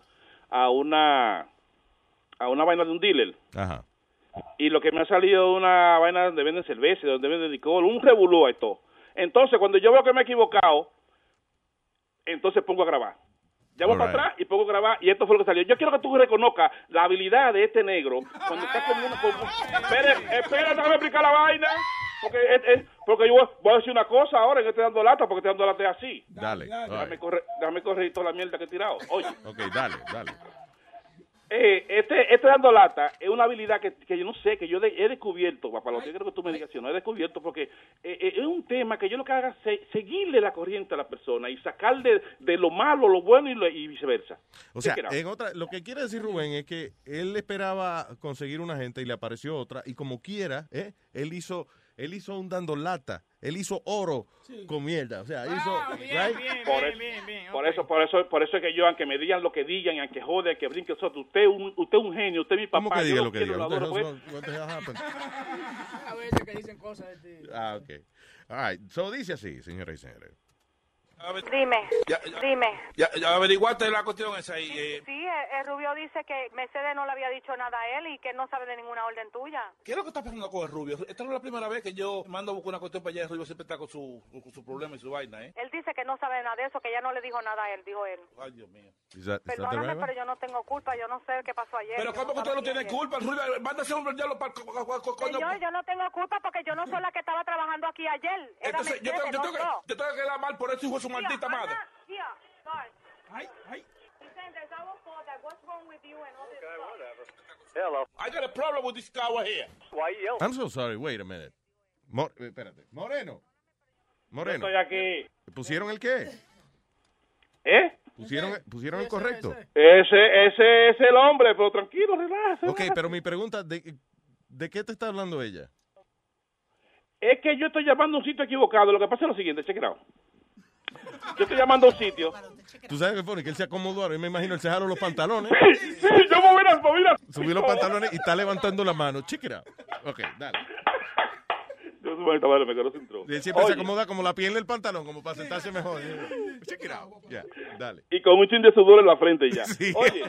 Speaker 3: a una a una vaina de un dealer.
Speaker 8: Ajá.
Speaker 3: Y lo que me ha salido es una vaina donde venden cerveza, donde venden licor, un revolú y todo. Entonces, cuando yo veo que me he equivocado, entonces pongo a grabar. Llamo
Speaker 8: All
Speaker 3: para
Speaker 8: right.
Speaker 3: atrás y pongo a grabar y esto fue lo que salió. Yo quiero que tú reconozcas la habilidad de este negro cuando está con uno... con- con- Espera, espera, déjame explicar la vaina. Porque, es- es- porque yo voy- voy a decir una cosa ahora que estoy dando lata, porque estoy dando lata es así.
Speaker 8: Dale. all
Speaker 3: Déjame,
Speaker 8: right.
Speaker 3: corre- déjame corregir toda la mierda que he tirado. Oye.
Speaker 8: Ok, dale, dale.
Speaker 3: Eh, este, este dando lata es una habilidad que, que yo no sé, que yo de- he descubierto, papá, lo que creo que tú me digas, si no he descubierto, porque eh, eh, es un tema que yo lo que haga es se- seguirle la corriente a la persona y sacarle de lo malo, lo bueno y, lo- y viceversa.
Speaker 8: O sea,
Speaker 3: ¿Qué era?
Speaker 8: en otra, lo que quiere decir Rubén es que él esperaba conseguir una gente y le apareció otra y como quiera, ¿eh? él hizo, él hizo un dando lata. él hizo oro con mierda. O sea,
Speaker 26: Ah,
Speaker 8: hizo. right?
Speaker 26: por, eso, por eso, por eso, por eso es que yo, aunque me digan lo que digan, y aunque jode, que brinque, eso, usted es un, usted es un genio, usted es mi papá.
Speaker 8: ¿Cómo que
Speaker 26: yo
Speaker 8: diga
Speaker 26: lo
Speaker 8: lo que
Speaker 26: quiero,
Speaker 8: diga?
Speaker 26: lo pues.
Speaker 8: What the
Speaker 26: adoro,
Speaker 8: hell- what the hell happened?
Speaker 14: A veces que dicen cosas de
Speaker 3: pues.
Speaker 14: ti.
Speaker 8: Ah, ok. All right. So dice así, señoras y señores.
Speaker 27: Dime,
Speaker 3: Ya, ya-
Speaker 27: dime.
Speaker 3: ya- ya averiguaste la cuestión esa ahí. eh,
Speaker 27: Sí, eh, eh, Rubio dice que Mercedes no le había dicho nada a él y que él no sabe de ninguna orden tuya.
Speaker 3: ¿Qué es lo que está pasando con el Rubio? Esta no es la primera vez que yo mando a buscar una cuestión para allá. El Rubio siempre está con su, con su problema y su vaina, ¿eh?
Speaker 27: Él dice que no sabe nada de eso, que ya no le dijo nada a él, dijo él.
Speaker 3: Ay, Dios mío.
Speaker 8: Is that- is that the
Speaker 27: Perdóname,
Speaker 8: right
Speaker 27: pero yo no tengo culpa, yo no sé qué pasó ayer.
Speaker 3: Pero
Speaker 27: yo
Speaker 3: ¿cómo que usted
Speaker 27: estaba
Speaker 3: no
Speaker 27: aquí
Speaker 3: tiene
Speaker 27: ayer.
Speaker 3: culpa? El Rubio, manda a ese hombre al diablo para... pues.
Speaker 27: Señor, yo no tengo culpa porque yo no soy la que estaba trabajando aquí ayer. Era
Speaker 3: Entonces, yo tengo,
Speaker 27: Mercedes,
Speaker 3: yo, tengo
Speaker 27: no
Speaker 3: que,
Speaker 27: yo.
Speaker 3: yo tengo que quedar mal por eso, hijo de su maldita
Speaker 27: Tía,
Speaker 3: madre.
Speaker 27: Ana, tía, sorry.
Speaker 3: Ay, ay.
Speaker 27: He said there's our fault, that what's wrong with you and all this stuff.
Speaker 3: Hello. I got a problem with this guy right here. Why you?
Speaker 8: I'm so sorry. Wait a minute. Mor- eh, espérate. Moreno. Moreno.
Speaker 26: Yo estoy aquí.
Speaker 8: ¿Pusieron el qué?
Speaker 26: ¿Eh?
Speaker 8: ¿Pusieron, pusieron el correcto?
Speaker 26: Ese, ese es el hombre, pero tranquilo, relájese.
Speaker 8: Ok, pero mi pregunta, ¿de, de qué te está hablando ella?
Speaker 26: Es que yo estoy llamando a un sitio equivocado. Lo que pasa es lo siguiente, check it out. Yo estoy llamando a un sitio.
Speaker 8: Tú sabes que fue que él se acomodó ahora. Yo me imagino, él se jaló los pantalones.
Speaker 26: yo me voy a
Speaker 8: Subí los pantalones y está levantando la mano. Chiquera. Ok, dale.
Speaker 26: Yo soy maldita madre, me quedo sin tro.
Speaker 8: Y él siempre se
Speaker 26: Oye.
Speaker 8: acomoda como la piel del pantalón, como para sentarse mejor. Chiquera. Ya, dale.
Speaker 26: Y con un chin de sudor en la frente y ya.
Speaker 8: Sí.
Speaker 26: Oye,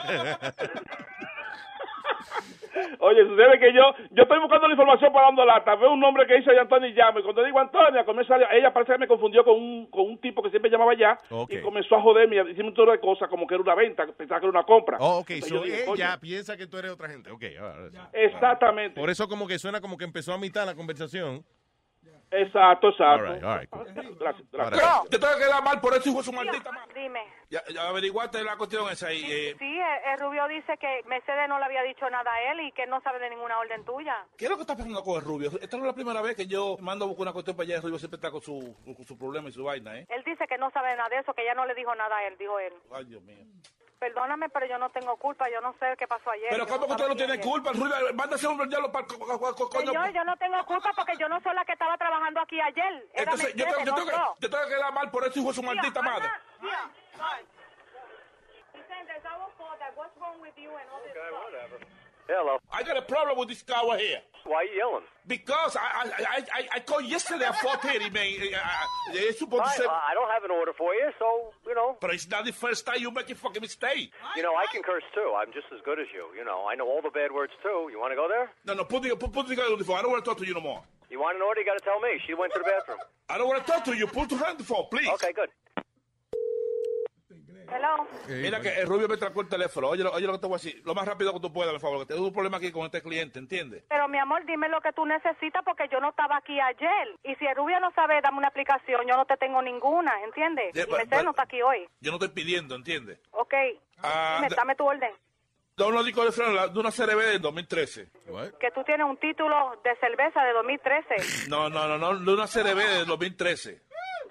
Speaker 26: oye, sucede que yo yo estoy buscando la información para dando lata. Veo un nombre que dice ahí Antonio y llamo. Y cuando digo Antonia, comienza, a- ella parece que me confundió con un, con un tipo que siempre llamaba ya.
Speaker 8: Ok.
Speaker 26: Y comenzó a joderme y a decirme un montón de cosas como que era una venta, que pensaba que era una compra.
Speaker 8: Oh, ok,
Speaker 26: Entonces
Speaker 8: so
Speaker 26: yo dije, coño,
Speaker 8: ella piensa que tú eres otra gente. Ok, ahora sí.
Speaker 26: Exactamente.
Speaker 8: Por eso como que suena como que empezó a mitad la conversación.
Speaker 26: Exacto, exacto.
Speaker 8: All right, all right, cool.
Speaker 26: Gracias, gracias.
Speaker 3: Yo tengo que quedar mal por eso, hijo de su maldita madre.
Speaker 27: Dime.
Speaker 3: Ya, ya averiguaste la cuestión esa ahí. eh,
Speaker 27: Sí, eh, eh, Rubio dice que Mercedes no le había dicho nada a él y que no sabe de ninguna orden tuya.
Speaker 3: ¿Qué es lo que está pasando con el Rubio? Esta no es la primera vez que yo mando a buscar una cuestión para allá. El Rubio siempre está con su, con su problema y su vaina, ¿eh?
Speaker 27: Él dice que no sabe nada de eso, que ya no le dijo nada a él, dijo él.
Speaker 3: Ay, Dios mío.
Speaker 27: Perdóname, pero yo no tengo culpa, yo no sé qué pasó ayer.
Speaker 3: Pero
Speaker 27: yo
Speaker 3: ¿cómo que
Speaker 27: estaba
Speaker 3: usted no
Speaker 27: aquí
Speaker 3: tiene
Speaker 27: ayer.
Speaker 3: culpa? El Rubio, manda a ese hombre al diablo para...
Speaker 27: Señor, yo no tengo culpa porque yo no soy la que estaba trabajando aquí ayer. Era
Speaker 3: Entonces, yo tengo,
Speaker 27: Mercedes,
Speaker 3: yo,
Speaker 27: no
Speaker 3: tengo que,
Speaker 27: yo.
Speaker 3: yo tengo que quedar mal por eso, hijo de su maldita
Speaker 27: Ana,
Speaker 3: madre.
Speaker 27: tía, sorry. He said there's our fault, that what's wrong with you and all this stuff.
Speaker 3: Hello. I got a problem with this guy right here. Why you yelling? Because I I I, I- I called yesterday at 4:30, man. I- I- It's supposed to
Speaker 6: Right,
Speaker 3: say.
Speaker 6: well, I don't have an order for you, so you know.
Speaker 3: But it's not the first time you make a fucking mistake.
Speaker 6: You know, I can curse too. I'm just as good as you. You know, I know all the bad words too. You want to go there?
Speaker 3: No, no, put the put, put the guy on the phone. I don't want to talk to you no more.
Speaker 6: You want an order? You got to tell me. She went to the bathroom.
Speaker 3: I don't want to talk to you. Put her on the phone, please. Okay,
Speaker 6: good.
Speaker 27: Hello.
Speaker 3: Eh, Mira que el rubio me trajo el teléfono. Oye, lo- oye lo que te voy a decir. Lo más rápido que tú puedas, por favor. Que tengo un problema aquí con este cliente, ¿entiendes?
Speaker 27: Pero mi amor, dime lo que tú necesitas porque yo no estaba aquí ayer. Y si el rubio no sabe, dame una explicación. Yo no te tengo ninguna, ¿entiendes?
Speaker 3: Yeah,
Speaker 27: y
Speaker 3: but-
Speaker 27: Mercedes
Speaker 3: but-
Speaker 27: no está aquí hoy.
Speaker 3: Yo no estoy pidiendo, ¿entiendes?
Speaker 27: Ok,
Speaker 3: Ah,
Speaker 27: dime,
Speaker 3: de-
Speaker 27: dame tu orden.
Speaker 3: de unos discos de freno la- de una CRB del 2013.
Speaker 27: Que tú tienes un título de cerveza de 2013.
Speaker 3: No, no, no, no, de una CRB del 2013.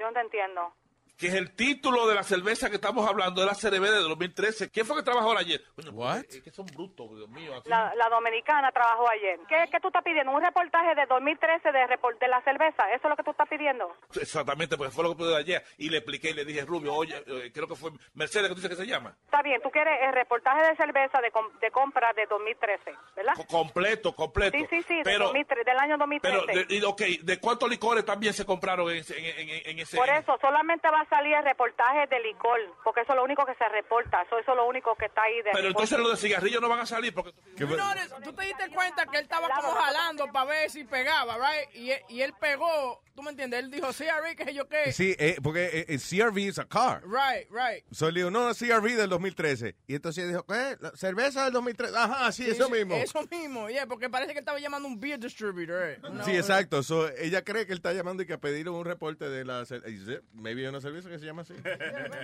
Speaker 27: yo no te entiendo.
Speaker 3: que es el título de la cerveza que estamos hablando, de la CRB de 2013. ¿Quién fue que trabajó ayer? Coño, Es que son brutos, Dios mío. así.
Speaker 27: La, la dominicana trabajó ayer. ¿Qué, qué tú estás pidiendo? ¿Un reportaje de 2013 de, repor- de la cerveza? ¿Eso es lo que tú estás pidiendo?
Speaker 3: Exactamente, porque fue lo que pude ayer. Y le expliqué y le dije, Rubio, oye, eh, creo que fue Mercedes que tú dices que se llama.
Speaker 27: Está bien, tú quieres el reportaje de cerveza de, com- de compra de 2013, ¿verdad?
Speaker 3: Co- completo, completo.
Speaker 27: Sí, sí, sí, de
Speaker 3: Pero,
Speaker 27: 2003, del año 2013.
Speaker 3: pero de, y, ok, ¿de cuántos licores también se compraron en, ese- en- en- en ese?
Speaker 27: Por eso solamente va a salir el reportaje de licor, porque eso es lo único que se reporta, eso, eso es lo único que está ahí. De
Speaker 3: Pero entonces los de cigarrillos no van a salir porque...
Speaker 14: Señores, tú te diste cuenta que él estaba como jalando para ver si pegaba, right? Y, él- y él pegó, ¿tú me entiendes? Él dijo, sí, Ari, que yo qué.
Speaker 8: Sí, eh, porque eh, eh, CRV es a car.
Speaker 14: Right, right.
Speaker 8: So, le digo, no, CRV del 2013. Y entonces dijo, ¿qué? La cerveza del 2013. Ajá, sí, eso
Speaker 14: Sí,
Speaker 8: mismo.
Speaker 14: Eso mismo, yeah, porque parece que estaba llamando un beer distributor. eh. No,
Speaker 8: Sí, exacto. So, ella cree que él está llamando y que a pedir un reporte de la cerveza. Maybe una cerveza. dice que se llama así.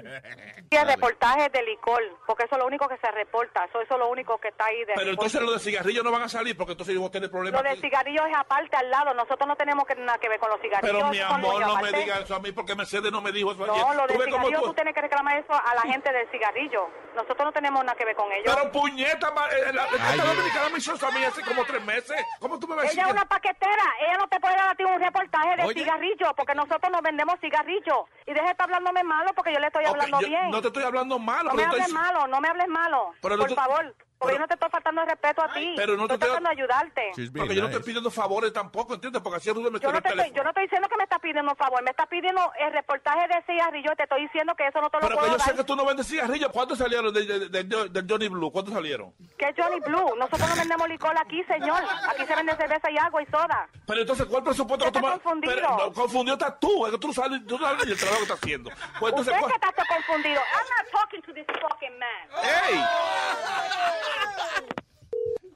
Speaker 27: de reportajes de licor, porque eso es lo único que se reporta, eso, eso es lo único que está ahí. De
Speaker 3: Pero entonces los de cigarrillo no van a salir porque entonces vos tenés problemas.
Speaker 27: Lo de cigarrillos es aparte, al lado. Nosotros no tenemos que- nada que ver con los cigarrillos.
Speaker 3: Pero mi
Speaker 27: eso son
Speaker 3: amor,
Speaker 27: los
Speaker 3: no me
Speaker 27: aparte.
Speaker 3: digas eso a mí porque Mercedes no me dijo eso ayer.
Speaker 27: No, lo
Speaker 3: Tú
Speaker 27: de
Speaker 3: ves cómo
Speaker 27: cigarrillos tú...
Speaker 3: tú-
Speaker 27: tienes que reclamar eso a la gente del cigarrillo. Nosotros no tenemos nada que ver con ellos.
Speaker 3: Pero puñeta, ma- eh, la, esta
Speaker 27: Ay, eh.
Speaker 3: dominicana me hizo eso a mí hace como tres meses. ¿Cómo tú me vas a decir?
Speaker 27: Ella es
Speaker 3: que-
Speaker 27: una paquetera, ella no te puede dar a ti un reportaje de
Speaker 3: Oye.
Speaker 27: cigarrillos, porque nosotros nos vendemos cigarrillos. Y deje de estar hablándome malo, porque yo le estoy
Speaker 3: Ok,
Speaker 27: hablando
Speaker 3: yo
Speaker 27: bien.
Speaker 3: No te estoy hablando mal,
Speaker 27: No me
Speaker 3: pero, estoy-
Speaker 27: hables malo, no me hables malo,
Speaker 3: Pero no
Speaker 27: por
Speaker 3: te-
Speaker 27: favor, porque yo no te estoy faltando el respeto a ti,
Speaker 3: pero no
Speaker 27: estoy
Speaker 3: te estoy-
Speaker 27: tratando de ayudarte.
Speaker 3: porque yo no estoy pidiendo favores tampoco, ¿entiendes? Porque así es me
Speaker 27: Yo
Speaker 3: estoy
Speaker 27: no, te estoy, yo no estoy diciendo que me estás pidiendo un favor, me estás pidiendo el reportaje de cigarrillos, te estoy diciendo que eso no te lo
Speaker 3: Pero que
Speaker 27: puedo
Speaker 3: yo sé
Speaker 27: dar.
Speaker 3: que tú no vendes cigarrillos. ¿Cuántos salieron de, de- de- de- del Johnny Blue? ¿Cuántos salieron?
Speaker 27: Que es Johnny Blue, nosotros no vendemos licor aquí, señor, aquí se vende cerveza y agua y soda.
Speaker 3: Pero entonces, ¿cuál presupuesto que tú me...
Speaker 27: confundido.
Speaker 3: Pero, no, confundido estás tú. Es que tú no sabes, tú no sabes ni el trabajo que estás haciendo. Pues
Speaker 27: Usted
Speaker 3: entonces,
Speaker 27: que
Speaker 3: ¿cuál-
Speaker 27: está todo confundido. I'm not talking to this fucking man.
Speaker 3: ¡Ey!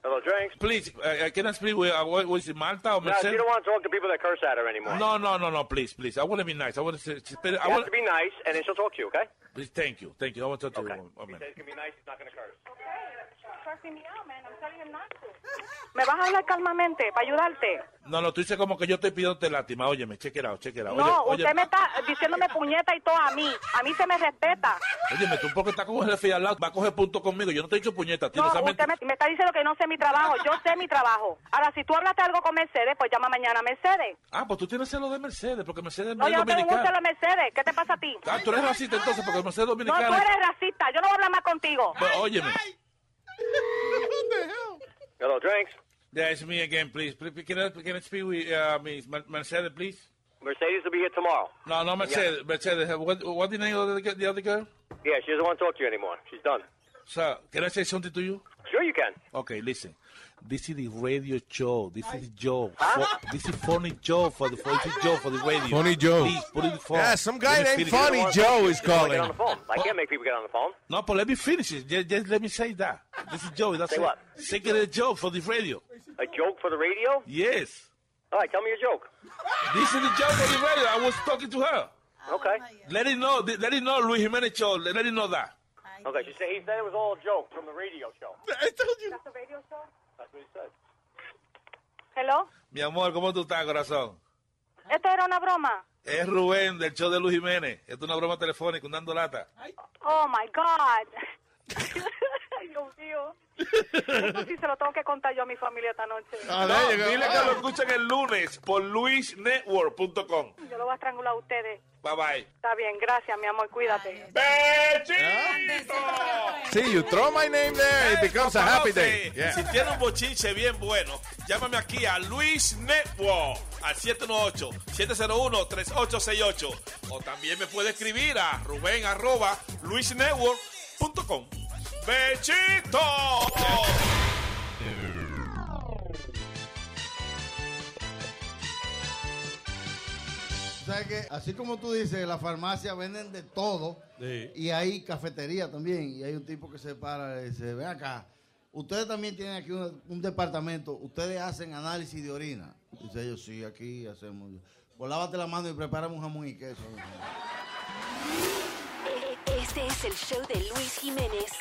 Speaker 12: Hello, drinks.
Speaker 3: Please, I, I can speak with, uh, with- with Marta or
Speaker 12: No,
Speaker 3: Mercedes.
Speaker 12: you don't want to talk to people that curse at her anymore.
Speaker 3: No, no, no, no, please, please. I want to be nice. I want to say,
Speaker 12: You
Speaker 3: I
Speaker 12: have
Speaker 3: want
Speaker 12: to be nice, and then she'll talk to you, okay?
Speaker 3: please, thank you, thank you. I want to talk to you. a
Speaker 12: He
Speaker 3: minute.
Speaker 12: says, can be nice, he's not going to curse.
Speaker 27: ¿Me vas a hablar calmamente para ayudarte?
Speaker 3: No, no, tú dices como que yo estoy pidiéndote lástima. Óyeme, check it out, check it out.
Speaker 27: no,
Speaker 3: Oye,
Speaker 27: usted
Speaker 3: oye,
Speaker 27: me está diciéndome puñeta y todo a mí. A mí se me respeta.
Speaker 3: óyeme, tú porque estás con el jefe al lado, va a coger punto conmigo. Yo no te he hecho puñeta, tío.
Speaker 27: No,
Speaker 3: No, sabes-
Speaker 27: usted me, me está diciendo que no sé mi trabajo. Yo sé mi trabajo. Ahora, si tú hablaste algo con Mercedes, pues llama mañana a Mercedes.
Speaker 3: Ah, pues tú tienes celo de Mercedes, porque Mercedes
Speaker 27: No,
Speaker 3: es
Speaker 27: yo no tengo gusto a
Speaker 3: dominicana.
Speaker 27: los Mercedes. ¿Qué te pasa a ti?
Speaker 3: Ah, tú eres racista entonces, porque Mercedes es
Speaker 27: No,
Speaker 3: dominicana.
Speaker 27: tú eres racista. Yo no voy a hablar más contigo.
Speaker 3: Pues, óyeme.
Speaker 12: Hello, drinks.
Speaker 3: Yeah, it's me again, please. Please, Can I, can I speak with uh, Miss Mer- Mercedes, please?
Speaker 12: Mercedes will be here tomorrow.
Speaker 3: No, no, Mercedes. Mercedes, what, what the name of the, the other girl?
Speaker 12: Yeah, she doesn't want to talk to you anymore. She's done.
Speaker 3: So, can I say something to you?
Speaker 12: Sure you can.
Speaker 3: Okay, listen. This is the radio show. This is Joe.
Speaker 12: Ah.
Speaker 3: Fo- this is funny Joe for the funny Joe for the radio.
Speaker 8: Funny Joe.
Speaker 3: Please put it in the phone.
Speaker 8: Yeah, some guy
Speaker 3: Let me
Speaker 8: named
Speaker 3: finish
Speaker 8: Funny
Speaker 3: it.
Speaker 8: Joe is
Speaker 12: Just wanna Get on
Speaker 8: calling.
Speaker 12: the phone. I can't make people get on the phone.
Speaker 3: No, but let me finish it. Just, just let me say that. This is Joe. That's
Speaker 12: Say
Speaker 3: it.
Speaker 12: what?
Speaker 3: Secret Joe for the radio.
Speaker 12: A joke for the radio?
Speaker 3: Yes.
Speaker 12: All right, tell me your joke.
Speaker 3: This is the Joe for the radio. I was talking to her.
Speaker 12: Okay.
Speaker 3: Let it know. Let it know Luis Jimenez Show. Let it know that.
Speaker 12: Okay, she said, he said it was all a joke from the radio show.
Speaker 3: I told you.
Speaker 12: That's a radio show? That's what he said.
Speaker 27: Hello.
Speaker 3: Mi amor, ¿cómo tú estás, corazón?
Speaker 27: ¿Esto era una broma?
Speaker 3: Es Rubén del show de Luis Jiménez. Esto es una broma telefónica, un dando lata.
Speaker 27: Oh my God. Ay, Dios mío. Esto sí se lo tengo que contar yo a mi familia esta noche.
Speaker 8: Ah,
Speaker 3: No, dile que lo escuchen el lunes por luisnetwork.com.
Speaker 27: Yo lo voy a estrangular a ustedes.
Speaker 3: Bye bye.
Speaker 27: Está bien, gracias, mi amor, cuídate.
Speaker 8: See, you throw Ah. Oh, my name there, it becomes a happy day. Yeah.
Speaker 28: Si tiene un bochinche bien bueno, llámame aquí a Luis Network al 718-701-3868. O también me puede escribir a Rubén arroba luisnetwork.com. ¡Bechito!
Speaker 4: O sea que, así como tú dices, en la farmacia venden de todo. Y hay cafetería también. Y hay un tipo que se para y dice, ven acá. Ustedes también tienen aquí un, un departamento. Ustedes hacen análisis de orina. Dice ellos, sí, aquí hacemos. Pues lávate la mano y prepárame un jamón y queso.
Speaker 29: Este es el show de Luis Jiménez.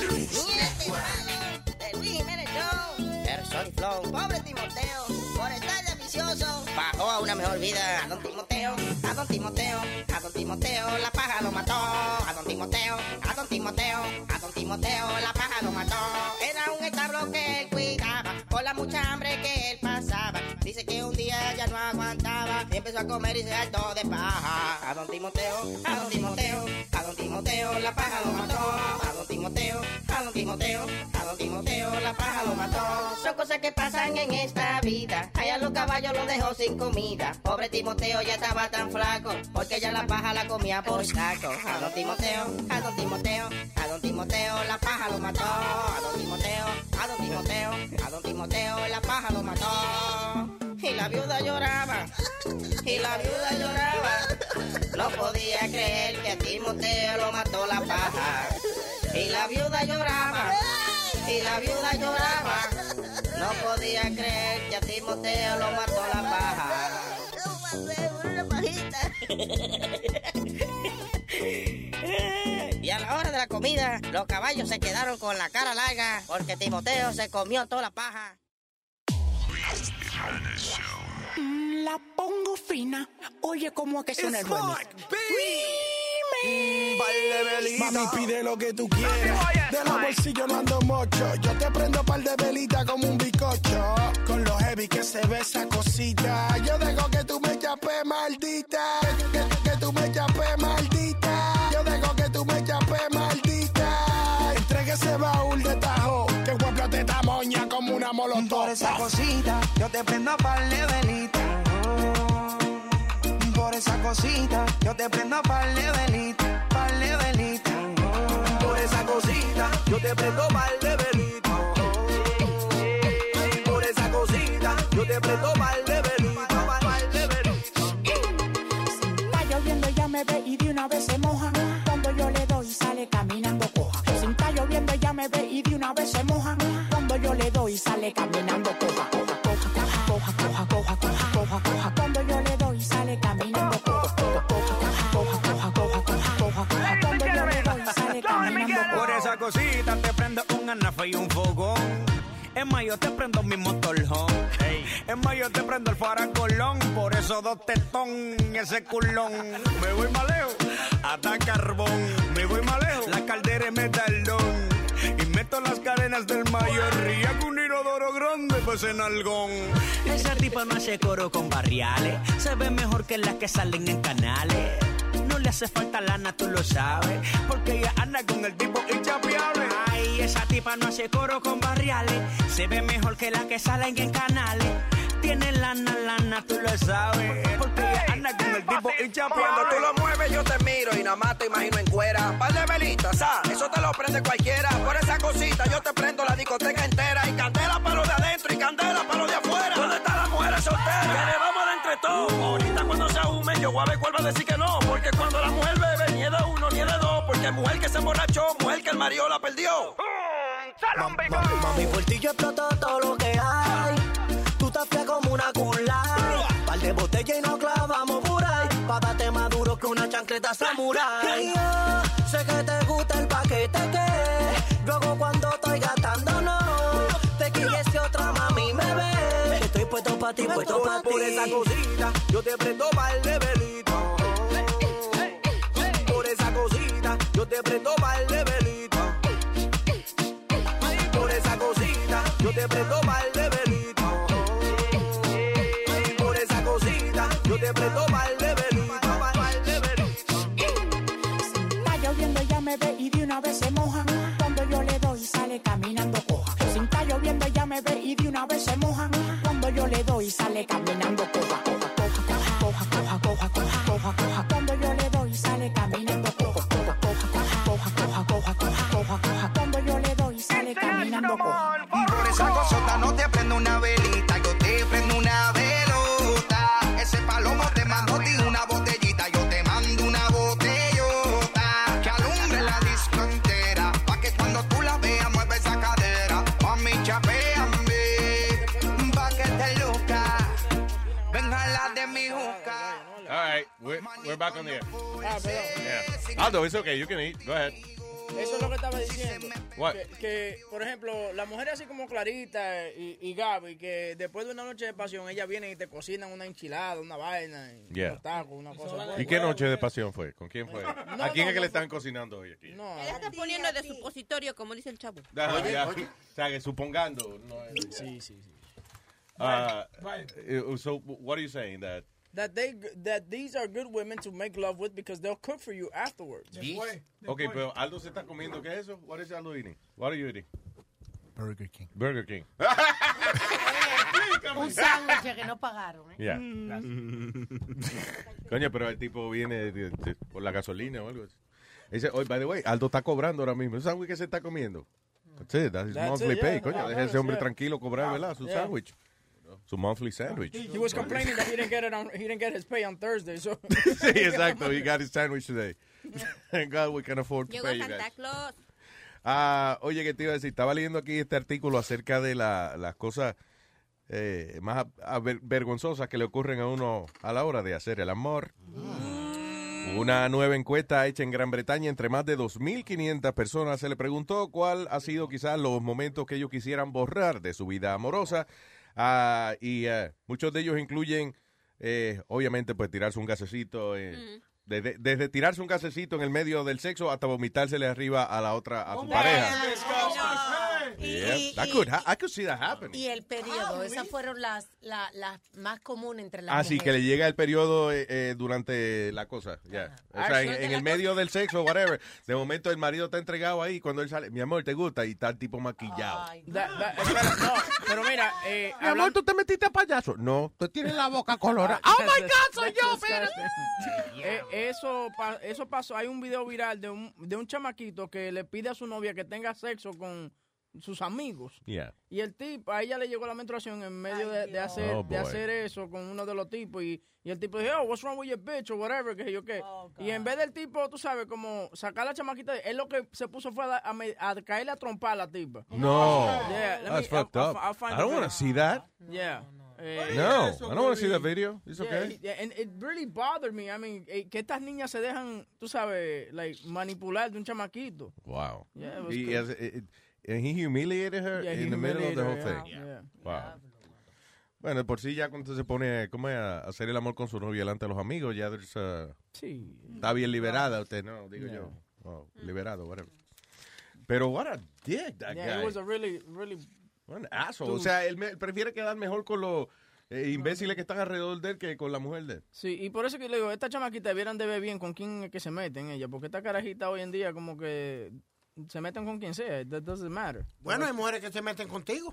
Speaker 29: Luis Jiménez.
Speaker 16: Eh,
Speaker 30: De Luis Jiménez Show.
Speaker 16: Person Flow
Speaker 30: Pobre Timoteo, por estar de vicioso.
Speaker 16: bajó a una mejor vida. A don Timoteo, a don Timoteo, a don Timoteo, la paja lo mató. A don Timoteo, a don Timoteo, a don Timoteo, la paja lo mató. Era un establo que él cuidaba, por la mucha hambre que él pasaba. Dice que un día ya no aguantaba y empezó a comer y se hartó de
Speaker 20: Ah.
Speaker 16: paja. A don Timoteo, a don Timoteo, a don Timoteo, la paja lo mató. A don Timoteo, a don Timoteo, a don Timoteo, la paja lo mató. Son cosas que pasan en esta vida. Allá los caballos lo dejó sin comida. Pobre Timoteo ya estaba tan flaco, porque ya la paja la comía por saco. A don Timoteo, a don Timoteo, a don Timoteo, la paja lo mató. A don Timoteo, a don Timoteo, a don Timoteo, la paja lo mató. Y la viuda lloraba, y la viuda lloraba. No podía creer que a Timoteo lo mató la paja. Y la viuda lloraba, y la viuda lloraba. No podía creer que a Timoteo lo mató la paja.
Speaker 30: Una pajita.
Speaker 16: Y a la hora de la comida, los caballos se quedaron con la cara larga porque Timoteo se comió toda la paja.
Speaker 31: Mm, La pongo fina. Oye, ¿cómo es que suena el bueno?
Speaker 6: Mami, pide lo que tú quieras. De los bolsillos no ando mocho. Yo te prendo par de velita como un bizcocho. Con lo heavy que se ve esa cosita. Yo dejo que tú me chapes, maldita. Que, que tú me chapes, maldita. Yo dejo que tú me chapes, maldita. Entregue ese baúl de tajo. Que huevla te tamoña como una molotov.
Speaker 20: Por esa cosita, yo te prendo par de velita. Oh. Por esa cosita, yo te prendo par de velita, par de velita. Oh. Por esa cosita, yo te prendo par de velita. Oh. Por esa cosita, yo te prendo par de velita, par de velita.
Speaker 31: Está lloviendo, ya me ve y de una vez se moja. Cuando yo le doy, sale caminando coja. Si está lloviendo, ya me ve y de una vez se moja. Cuando yo le doy, sale caminando coja. Coja, coja, coja, coja, coja, coja, coja, coja. Cuando yo le doy, sale caminando coja. Coja, coja, coja, coja, coja, coja, coja, coja. Cuando yo le doy, sale caminando
Speaker 32: Por esa cosita te prendo un anafe y un fogón. En mayo te prendo mi motorhome. En mayo te prendo el faracolón. Por eso dos tetón, ese culón. Me voy maleo hasta carbón. Me voy maleo, la caldera es metalón. Y meto las cadenas del mayor. Y hago un inodoro grande, pues en algón.
Speaker 20: Esa tipa no hace coro con barriales. Se ve mejor que las que salen en canales. No le hace falta lana, tú lo sabes. Porque ella anda con el tipo inchapeable. Ay, esa tipa no hace coro con barriales. Se ve mejor que las que salen en canales. Tiene lana, lana, tú lo sabes. Porque ella anda con el tipo
Speaker 6: Cuando
Speaker 20: inchapeable.
Speaker 6: tú lo mueves, yo te miro y nada más te imagino en cuera. Par de velitas, ah, eso te lo prende cualquiera. Por esa cosita, yo te prendo la discoteca entera. Y candela para lo de adentro y candela para lo de afuera. ¿Dónde están las mujeres solteras? Que le vamos a dar entre todos. Ahorita cuando se ahume, yo voy a ver cuál va a decir que no. Porque cuando la mujer bebe, ni es de uno ni es de dos. Porque mujer que se emborrachó, mujer que el marido la perdió.
Speaker 20: Mami, mami, por ti yo exploto todo lo que hay. Tú te frías como una culá. Par de botella y nos clavamos por ahí. Pa' darte más duro que una chancleta samurai. Yo sé que te gusta el paquete que luego cuando estoy gastando no. Te quilles que otra mami me ve. Estoy puesto pa' ti, puesto
Speaker 6: Por-
Speaker 20: pa' ti.
Speaker 6: por esa
Speaker 20: cosita yo te prendo par de velita. Por esa cosita yo te prendo par de velita. Por esa cosita, yo te prendo mal de velita. Por esa cosita, yo te prendo mal de velita. Mal de velita.
Speaker 31: Está lloviendo, ya me ve y de una vez se moja. Cuando yo le doy, sale caminando coja. Si está lloviendo, ya me ve y de una vez se moja. Cuando yo le doy, sale caminando coja. Coja, coja, coja, coja, coja, coja, coja, coja. Cuando yo le doy, sale caminando coja. Coja, coja, coja, coja, coja, coja, coja, coja. Cuando yo le doy, sale caminando coja.
Speaker 20: Por esa cosota no te prendo una velita, yo te prendo una velota. Ese palomo te mando a ti una botellita, yo te mando una botellota. Que alumbre la disco entera, pa' que cuando tú la veas mueve esa cadera. Mami, chapeame, pa' que te luzca. Venga la de mi juca.
Speaker 8: All right, we're, we're back on the air.
Speaker 14: Ah, perdón.
Speaker 8: Yeah. Aldo, it's okay. You can eat. Go ahead.
Speaker 14: Eso es lo que estaba diciendo.
Speaker 8: What?
Speaker 14: Que, que, por ejemplo, las mujeres así como Clarita y, y Gaby, que después de una noche de pasión, ellas vienen y te cocinan una enchilada, una vaina, y
Speaker 8: Yeah.
Speaker 14: unos tacos, una cosa.
Speaker 8: ¿Y qué noche de pasión fue? ¿Con quién fue?
Speaker 14: No,
Speaker 8: ¿A quién
Speaker 14: no,
Speaker 8: es que
Speaker 14: no
Speaker 8: le están cocinando hoy aquí?
Speaker 14: No.
Speaker 15: Ella está poniendo de supositorio, como dice el chavo.
Speaker 8: Ya, ya. O sea, que supongando. No es,
Speaker 14: sí, sí, sí.
Speaker 8: Uh,
Speaker 14: Right.
Speaker 8: eh, So, what are you saying? That
Speaker 14: That they that these are good women to make love with because they'll cook for you afterwards.
Speaker 8: Okay, pero ah, Aldo se está comiendo. ¿Qué es eso? What is Aldo eating? What are you eating?
Speaker 33: Burger King.
Speaker 8: Burger King.
Speaker 10: Un sándwich que no pagaron. ¿eh?
Speaker 8: Yeah. Coño, pero el tipo viene de- de- por la gasolina o algo. así. Dice, oye, by the way, Aldo está cobrando ahora mismo. ¿Un sándwich que se está comiendo? That's it, that's his
Speaker 14: Mm. That's
Speaker 8: monthly
Speaker 14: it,
Speaker 8: pay.
Speaker 14: yeah.
Speaker 8: Coño,
Speaker 14: Ah,
Speaker 8: deje ese hombre
Speaker 14: yeah.
Speaker 8: tranquilo cobrar, ¿verdad? Su
Speaker 14: Yeah.
Speaker 8: sándwich. Su monthly sandwich.
Speaker 14: He was complaining that he didn't get it on he didn't get his pay on Thursday, so
Speaker 8: sí, exacto. He got his sandwich today. Thank God we can afford to
Speaker 15: Llegó
Speaker 8: pay you
Speaker 15: Santa
Speaker 8: guys.
Speaker 15: Claus.
Speaker 8: Ah, oye, que te iba a decir, estaba leyendo aquí este artículo acerca de la- las cosas eh, más aver- vergonzosas que le ocurren a uno a la hora de hacer el amor. Una nueva encuesta hecha en Gran Bretaña entre más de 2.500 personas se le preguntó cuál ha sido quizás los momentos que ellos quisieran borrar de su vida amorosa. Ah, y eh, muchos de ellos incluyen, eh, obviamente, pues tirarse un gasecito.
Speaker 10: Mm.
Speaker 8: eh, desde, desde tirarse un gasecito en el medio del sexo hasta vomitársele arriba a la otra, a su pareja. Yeah,
Speaker 10: Y-
Speaker 8: that
Speaker 10: y-
Speaker 8: could ha- I could see that happening.
Speaker 10: Y el periodo,
Speaker 34: Ah,
Speaker 10: esas fueron las, la- las más comunes entre las
Speaker 8: Así Ah, que
Speaker 10: mujeres.
Speaker 8: le llega el periodo eh, eh, durante la cosa. ya. O sea, en, en el medio del sexo, whatever. De momento el marido está entregado ahí. Cuando él sale, mi amor, ¿te gusta? Y está el tipo maquillado.
Speaker 14: Da- da- espera, no, pero mira, eh, hablan-
Speaker 8: ¿tú te metiste payaso? No, tú tienes la boca colorada.
Speaker 14: Ah,
Speaker 8: ¡Oh, my God, soy
Speaker 14: that's
Speaker 8: yo!
Speaker 14: disgusting.
Speaker 8: espérate.
Speaker 14: Eh, eso, pa- eso pasó. Hay un video viral de un, de un chamaquito que le pide a su novia que tenga sexo con sus amigos.
Speaker 8: Yeah.
Speaker 14: Y el tipo, a ella le llegó la menstruación en medio de, de hacer,
Speaker 8: Oh,
Speaker 14: de
Speaker 8: boy.
Speaker 14: hacer eso con uno de los tipos. Y, y el tipo dijo, oh, what's wrong with your bitch? O whatever, que sé yo qué. y en vez del tipo, tú sabes, como sacar la chamaquita, él lo que se puso fue a, da- a me- a caerle a trompar a la tipa.
Speaker 8: No.
Speaker 14: Yeah, let
Speaker 8: That's
Speaker 14: me- I'll-
Speaker 8: fucked
Speaker 14: I'll-
Speaker 8: up.
Speaker 14: I'll find
Speaker 8: I don't
Speaker 14: the
Speaker 8: want to
Speaker 14: video.
Speaker 8: see that.
Speaker 14: Yeah. Eh,
Speaker 8: No, I don't want to see that video. It's
Speaker 14: Yeah,
Speaker 8: okay.
Speaker 14: it- yeah, and it really bothered me. I mean, eh, que estas niñas se dejan, tú sabes, like, manipular de un chamaquito.
Speaker 8: Wow.
Speaker 14: Yeah, it was
Speaker 8: he,
Speaker 14: good.
Speaker 8: has- it- it- and he humiliated her
Speaker 14: Yeah, he
Speaker 8: in the middle of the whole
Speaker 14: humiliated her,
Speaker 8: thing.
Speaker 14: yeah. Yeah.
Speaker 8: Wow. Bueno, de por sí ya cuando se pone ¿cómo es? a hacer el amor con su novia delante de los amigos, ya there's a-
Speaker 14: Sí.
Speaker 8: está bien liberada usted, no, digo
Speaker 14: Yeah.
Speaker 8: yo. Oh, liberado, whatever. Pero what a dick that
Speaker 14: Yeah,
Speaker 8: guy.
Speaker 14: it was a really, really...
Speaker 8: An asshole. O sea, él me- prefiere quedar mejor con los eh, imbéciles que están alrededor de él que con la mujer de él.
Speaker 14: Sí, y por eso que le digo, esta chamaquita debieran de ver bien con quién es que se meten ella, porque esta carajita hoy en día como que se meten con quien sea, that doesn't matter.
Speaker 35: Bueno, hay mujeres que se meten contigo.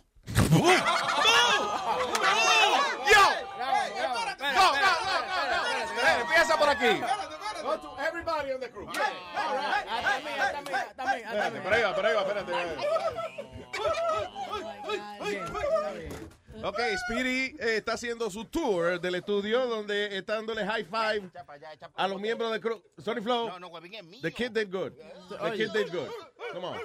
Speaker 8: Empieza por aquí.
Speaker 14: Go to everybody on the crew. All right. Hasta mí, hasta mí, hasta mí, hasta mí.
Speaker 8: Pero ahí va, pero ahí va, espérate. Ok, Speedy eh, está haciendo su tour del estudio donde está dándole high five a los miembros de Cruz. Sorry, Flow.
Speaker 11: No, no, huevín, es mío.
Speaker 8: The kid did good. The
Speaker 11: Oye.
Speaker 8: kid did good. Come on.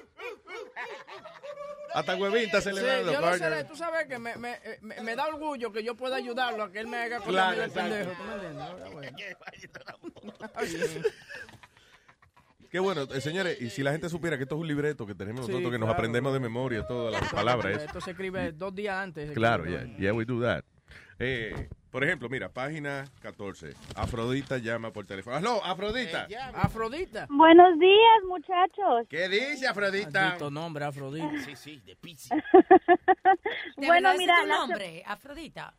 Speaker 8: Hasta huevín está
Speaker 14: Sí,
Speaker 8: celebrando.
Speaker 14: yo lo
Speaker 8: partner.
Speaker 14: sé, tú sabes que me, me, eh, me, me da orgullo que yo pueda ayudarlo a que él me haga con
Speaker 8: Claro,
Speaker 14: la vida
Speaker 8: exacto.
Speaker 14: pendejo. ¿tú me entiendes? Ahora, bueno.
Speaker 8: Qué bueno, eh, señores, y si la gente supiera que esto es un libreto que tenemos
Speaker 14: Sí,
Speaker 8: nosotros, que nos
Speaker 14: claro.
Speaker 8: aprendemos de memoria todas las palabras. ¿eh?
Speaker 14: Esto se escribe dos días antes.
Speaker 8: Claro, yeah, yeah, we do that. Eh, por ejemplo, mira, página 14. Afrodita llama por teléfono. ¡Aló, Afrodita!
Speaker 14: Afrodita.
Speaker 34: Buenos días, muchachos.
Speaker 8: ¿Qué dice Afrodita?
Speaker 14: Maldito nombre, Afrodita.
Speaker 11: Sí, sí, de pizza.
Speaker 10: ¿De
Speaker 34: Bueno,
Speaker 10: verdad ese es
Speaker 34: mira,
Speaker 10: tu
Speaker 34: la-
Speaker 10: nombre, Ah. Afrodita.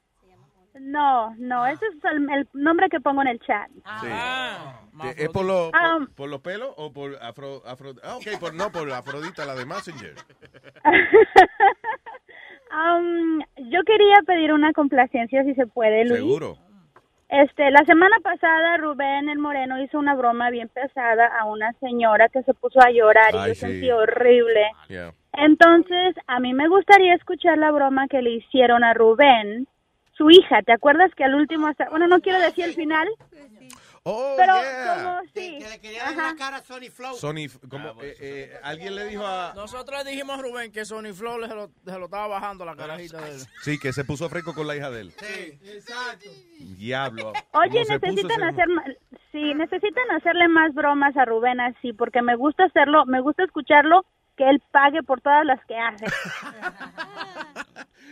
Speaker 34: No, no, ese es el, el nombre que pongo en el chat.
Speaker 10: Ah.
Speaker 8: Sí. Eh, ¿Es por, lo-
Speaker 34: Ah.
Speaker 8: por, por los pelos o por afro, afro- Ah, ok, por, no, por Afrodita, la de Messenger.
Speaker 34: Am, Um, yo quería pedir una complacencia, si se puede, Luis.
Speaker 8: Seguro.
Speaker 34: Este, la semana pasada Rubén el Moreno hizo una broma bien pesada a una señora que se puso a llorar y
Speaker 8: Ay,
Speaker 34: yo
Speaker 8: sí.
Speaker 34: sentí horrible.
Speaker 8: Yeah.
Speaker 34: Entonces, a mí me gustaría escuchar la broma que le hicieron a Rubén, su hija. ¿Te acuerdas que al último, hasta, bueno, no quiero decir el final,
Speaker 8: Oh,
Speaker 34: pero
Speaker 8: yeah.
Speaker 34: como sí.
Speaker 35: Que le quería dar la cara a Sony Flow.
Speaker 8: Sony, como, eh, eh, alguien le dijo a...
Speaker 14: Nosotros le dijimos a Rubén que Sony Flow le- se lo, se lo estaba bajando la carajita de él.
Speaker 8: Sí, que se puso fresco con la hija de él.
Speaker 14: Sí, exacto.
Speaker 8: Diablo. Como
Speaker 34: Oye,
Speaker 8: se puso
Speaker 34: necesitan
Speaker 8: ese-
Speaker 34: hacer, ma- sí, necesitan hacerle más bromas a Rubén así, porque me gusta hacerlo, me gusta escucharlo, que él pague por todas las que hace.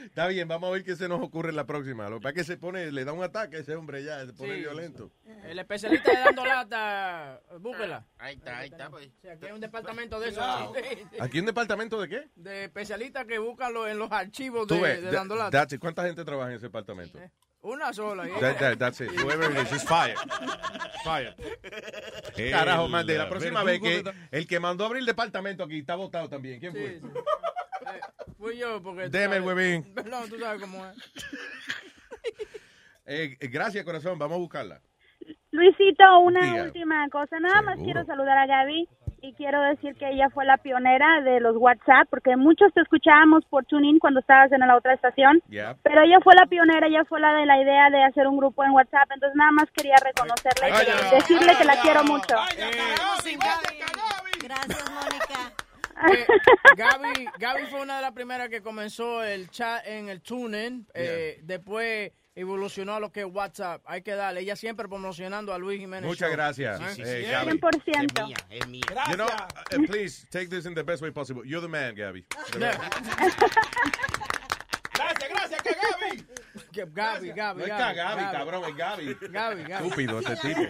Speaker 8: Está bien, vamos a ver qué se nos ocurre en la próxima. Lo que pasa es que se pone, le da un ataque a ese hombre ya, se pone
Speaker 14: Sí.
Speaker 8: violento.
Speaker 14: El especialista de dando lata, búsquela.
Speaker 11: Ahí está, ahí está. pues.
Speaker 14: Sí, aquí hay un departamento de eso.
Speaker 11: Cuidado.
Speaker 8: ¿Aquí un departamento de qué?
Speaker 14: De especialistas que buscan lo- en los archivos
Speaker 8: Tú
Speaker 14: de,
Speaker 8: ves,
Speaker 14: de
Speaker 8: that-
Speaker 14: dando lata.
Speaker 8: that's it. ¿cuánta gente trabaja en ese departamento?
Speaker 14: Una sola. ¿eh?
Speaker 8: That- that- that's it. Whoever it is, it's fired. Fired. Carajo, Mande, la próxima vez que el que mandó a abrir el departamento aquí está votado también. ¿Quién fue?
Speaker 14: Fui yo porque... tú
Speaker 8: Deme el
Speaker 14: sabes-
Speaker 8: huevín.
Speaker 14: No, tú sabes cómo es.
Speaker 8: Eh, eh, gracias, corazón. Vamos a buscarla.
Speaker 34: Luisito, una
Speaker 8: Diga.
Speaker 34: última cosa, nada más
Speaker 8: Seguro.
Speaker 34: quiero saludar a Gaby y quiero decir que ella fue la pionera de los WhatsApp, porque muchos te escuchábamos por TuneIn cuando estabas en la otra estación,
Speaker 8: Ya.
Speaker 34: pero ella fue la pionera, ella fue la de la idea de hacer un grupo en WhatsApp, entonces nada más quería reconocerla y decirle que la quiero mucho.
Speaker 36: Gracias, Mónica.
Speaker 14: eh, Gaby, Gaby fue una de las primeras que comenzó el chat en el tuning. eh, Después evolucionó a lo que es WhatsApp. Hay que darle. Ella siempre promocionando a Luis Jiménez.
Speaker 8: Muchas
Speaker 14: Show.
Speaker 8: gracias,
Speaker 14: ¿Eh?
Speaker 8: Sí, sí, eh, sí. Gaby.
Speaker 24: 100%.
Speaker 8: You know, uh, please take this in the best way possible. You're the man, Gabby. The man.
Speaker 14: Gracias, gracias, que Gaby. Que Gaby, Gaby.
Speaker 8: No es que a Gaby, cabrón, es Gaby.
Speaker 14: Gaby, Gaby.
Speaker 8: Estúpido este tipo.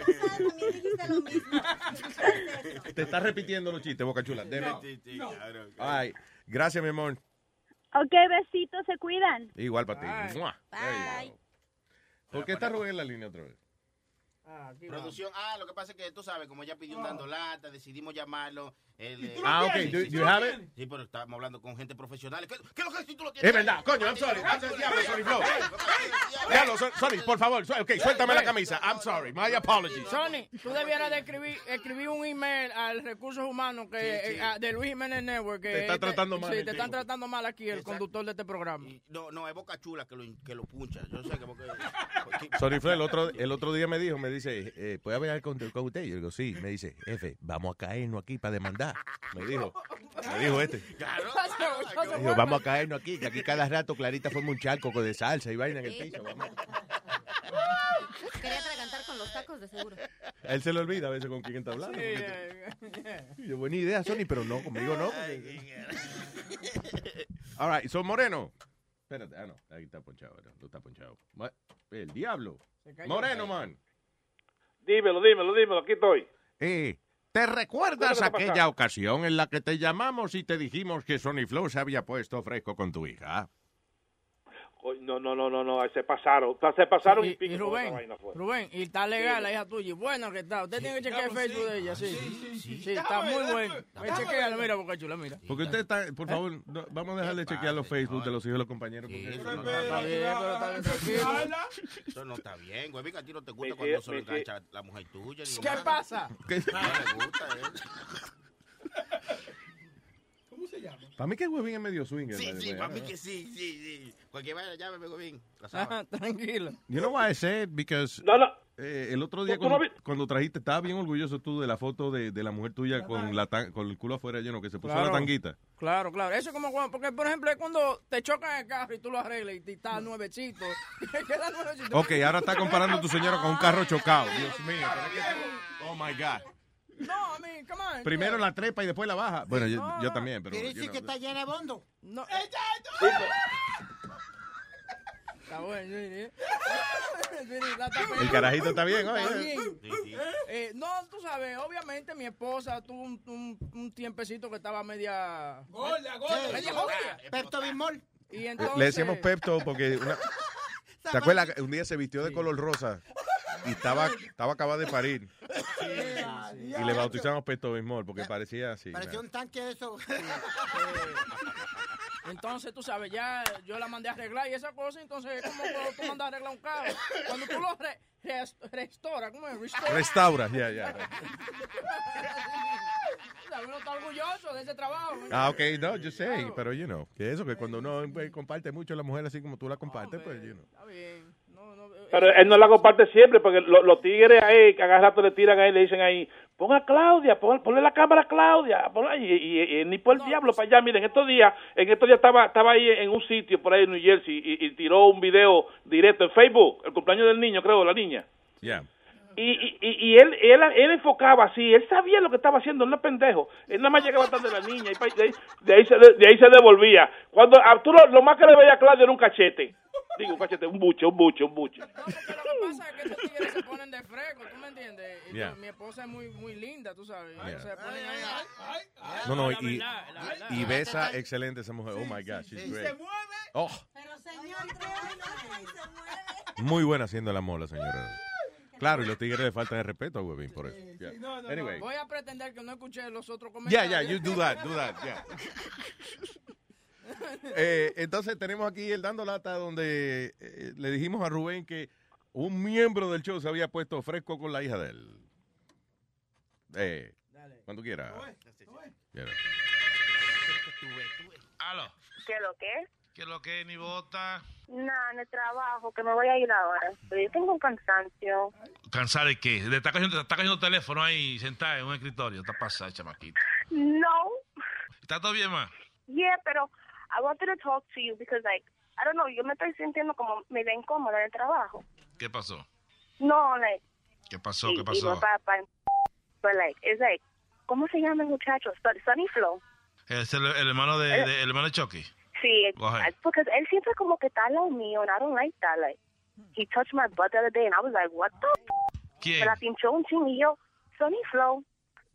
Speaker 8: Te estás repitiendo los chistes, Boca Chula. Deme. Ay, gracias, mi amor.
Speaker 24: Ok, besitos, se cuidan.
Speaker 8: Igual para ti. Mua. There you go. ¿Por qué está Rubén en la línea otra vez?
Speaker 11: Producción, ah, lo que pasa es que tú sabes, como ya pidió un dando
Speaker 14: Ah.
Speaker 11: lata, decidimos llamarlo. el, eh,
Speaker 8: Ah, ok, do- do you have it?
Speaker 11: Sí, pero estamos hablando con gente profesional. ¿Qué, qué es lo que si tú lo tienes?
Speaker 8: Es verdad, coño, I'm sorry. I'm sorry, diablo, sorry, Flo. Diablo, so- sorry, por favor. su- Ok, suéltame la camisa. I'm sorry. My apologies.
Speaker 14: Sony, tú debieras de escribir, escribir un email al Recursos Humanos que,
Speaker 11: Sí, sí.
Speaker 14: eh, a- de Luis Jiménez Network. Que
Speaker 11: Te está tratando mal
Speaker 14: Sí,
Speaker 11: el
Speaker 14: te están
Speaker 11: tipo.
Speaker 14: tratando mal aquí, el
Speaker 11: Exacto.
Speaker 14: conductor de este programa.
Speaker 11: No, no, es Boca Chula que lo, que lo puncha. Yo sé que Boca...
Speaker 8: Sorry, Flo, el otro, el otro día me dijo, me dice, eh, ¿puedo hablar con, con usted? Yo digo, sí. Me dice, jefe, vamos a caernos aquí para demandar. Me dijo, me dijo este. Me dijo, vamos a caernos aquí, que aquí cada rato Clarita forma un charco de salsa y vaina en el piso. Vamos.
Speaker 34: Quería atragantar con los tacos, de seguro.
Speaker 8: A él se le olvida a veces con quién está hablando.
Speaker 2: eh.
Speaker 8: Yo, buena idea, Sony, pero no, conmigo no. All right, so Moreno. Espérate, ah, no, ahí está ponchado, no, no está ponchado. Ma- El diablo.
Speaker 3: cayó.
Speaker 8: Moreno, man.
Speaker 3: Dímelo, dímelo, dímelo, aquí estoy.
Speaker 8: Eh, ¿te recuerdas
Speaker 3: Cuéntame,
Speaker 8: aquella
Speaker 3: papá.
Speaker 8: ocasión en la que te llamamos y te dijimos que Sony Flow se había puesto fresco con tu hija?
Speaker 3: Oy, No, no, no, no, no, se pasaron, pa- se pasaron y,
Speaker 14: Y,
Speaker 3: pico
Speaker 14: y
Speaker 3: con esa
Speaker 14: Rubén,
Speaker 3: vaina fue.
Speaker 14: Rubén, y está legal
Speaker 3: Sí.
Speaker 14: la hija tuya. Y bueno que está. Usted tiene que chequear el
Speaker 3: cabrón,
Speaker 14: Facebook
Speaker 3: sí.
Speaker 14: de ella, sí. Sí, está
Speaker 3: Déjame
Speaker 14: muy
Speaker 3: ver,
Speaker 14: bueno.
Speaker 3: déjame
Speaker 14: Ve,
Speaker 3: ver.
Speaker 14: chequéalo, mira, Boca Chula, mira.
Speaker 8: Porque usted está,
Speaker 11: Eh.
Speaker 8: por favor, no, vamos a dejarle chequear los Facebook de los hijos de los compañeros. porque eso no-
Speaker 11: Está bien, pero está bien, tranquilo. Eso no está bien, güey. Que a ti no te
Speaker 8: Eh,
Speaker 11: gusta cuando se lo engancha la mujer tuya. ni
Speaker 14: ¿Qué
Speaker 11: nada.
Speaker 14: pasa?
Speaker 11: No le gusta, eh.
Speaker 14: ¿Cómo se llama?
Speaker 8: Para mí que Huevín es medio swing.
Speaker 11: Sí, sí, para mí que sí, sí, sí. Cualquier vaina, llámeme, Gobín. La
Speaker 14: Ajá,
Speaker 11: sábana.
Speaker 14: Ah, tranquilo.
Speaker 8: You know why I said? Because eh, el otro día
Speaker 11: Tú- tú
Speaker 8: cuando,
Speaker 11: no
Speaker 8: cuando trajiste, estaba bien orgulloso tú de la foto de, de la mujer tuya con, la tan- con el culo afuera lleno, que se puso
Speaker 14: Claro.
Speaker 8: la tanguita.
Speaker 14: Claro, claro. Eso es como cuando, porque por ejemplo es cuando te chocan el carro y tú lo arreglas y te está nuevecito. Te queda nuevecito.
Speaker 8: Ok, ahora está comparando a tu señora con un carro
Speaker 11: Ah.
Speaker 8: chocado. Dios mío. Oh, my God.
Speaker 14: No, a mí, come on.
Speaker 8: Primero la trepa y después la baja. Bueno, yo, yo también, pero...
Speaker 7: Quiere
Speaker 8: you
Speaker 7: decir que
Speaker 8: know.
Speaker 7: está llena de bondo.
Speaker 14: No. Está bueno, Junior. Junior, la tapa-
Speaker 8: El carajito está bien, oye.
Speaker 14: Está bien. Eh, no, tú sabes, obviamente mi esposa tuvo un, un- un tiempecito que estaba media...
Speaker 7: Gorda,
Speaker 14: Sí,
Speaker 7: gorda.
Speaker 14: Media jodida.
Speaker 7: Pepto Bismol.
Speaker 14: Y entonces...
Speaker 8: Le decíamos Pepto porque... una- ¿Te acuerdas? que Un día se vistió de color rosa y estaba, estaba acabada de parir.
Speaker 14: eh,
Speaker 8: Y le bautizamos Pepto Bismol porque parecía así.
Speaker 7: Parecía
Speaker 8: nada.
Speaker 7: un tanque de eso.
Speaker 14: Entonces, tú sabes, ya yo la mandé a arreglar y esa cosa, entonces es como cuando tú mandas a arreglar un carro. Cuando tú lo re- res- restauras, ¿cómo es? Restauras.
Speaker 8: Restaura, ya, ya.
Speaker 14: ¿Sabes? Uno está orgulloso de ese trabajo. ¿no?
Speaker 8: Ah, ok, no, yo sé, pero you know, que eso, que cuando uno pues, comparte mucho a la mujer así como tú la compartes, pues you know.
Speaker 3: Pero él no la comparte siempre, porque lo- los tigres ahí, que cada rato le tiran ahí, le dicen ahí, pon a Claudia, pon, ponle la cámara a Claudia, ponla ahí", y, y- y ni por el diablo para allá. Miren, estos días, en estos días estaba, estaba ahí en un sitio por ahí en New Jersey y, y tiró un video directo en Facebook, el cumpleaños del niño, creo, la niña.
Speaker 8: Yeah.
Speaker 3: Y, y, y- y él, él, él enfocaba así, él sabía lo que estaba haciendo, él no es pendejo. Él nada más llegaba atrás de la niña y pa- de ahí, de ahí se, de, ahí se devolvía. Cuando Arturo, lo más que le veía a Claudia era un cachete. Digo, un cachete, un buche, un buche, un buche.
Speaker 14: Lo que pasa es que esos tigres se ponen de fresco, ¿tú me entiendes? Y
Speaker 8: Yeah.
Speaker 14: yo- mi esposa es muy, muy linda, tú sabes.
Speaker 8: Yeah.
Speaker 14: Entonces, se ponen ahí.
Speaker 8: No, no,
Speaker 14: Ah, La
Speaker 8: y,
Speaker 14: verdad, la verdad.
Speaker 8: y besa excelente esa mujer. Oh my God, she's
Speaker 14: sí.
Speaker 8: great.
Speaker 14: Se mueve.
Speaker 8: Oh,
Speaker 17: Pero señor,
Speaker 8: muy buena haciendo el amor la señora. Claro, y los tigres le faltan el respeto a Webin por eso. Yeah.
Speaker 14: No, no,
Speaker 8: Anyway,
Speaker 14: no. Voy a pretender que no escuché los otros
Speaker 8: yeah,
Speaker 14: comentarios.
Speaker 8: yeah, you do that, do that, yeah. Eh, entonces tenemos aquí el dando lata donde eh, le dijimos a Rubén que un miembro del show se había puesto fresco con la hija de él. Eh, cuando quiera. Yeah.
Speaker 18: Aló,
Speaker 23: ¿Qué lo que es?
Speaker 18: ¿qué es lo que es mi bota?
Speaker 23: Nada, en el trabajo, que me voy a ir ahora. Pero yo tengo un cansancio.
Speaker 18: ¿Cansada de qué? Le está cayendo, te está cayendo el teléfono ahí sentada en un escritorio. Está pasada, chamaquita.
Speaker 23: No,
Speaker 3: ¿Está todo bien, ma?
Speaker 23: Yeah, pero I wanted to talk to you because like I don't know, yo me estoy sintiendo como media incómoda en el trabajo.
Speaker 3: ¿Qué pasó?
Speaker 23: No, like
Speaker 3: ¿Qué pasó? ¿Qué
Speaker 23: y
Speaker 3: pasó?
Speaker 23: papá, but like it's like ¿cómo se llama el muchacho? Sun- Sunny Flow.
Speaker 3: Es el, el hermano de, de- el hermano de Chucky.
Speaker 23: Sí,
Speaker 3: Go ahead.
Speaker 23: porque él siempre como que está al lado mío and I don't like that like he touched my butt the other day and I was like, "What the?" f-?"
Speaker 3: ¿Quién?
Speaker 23: Me la pinchó un chin y yo, Sunny Flow.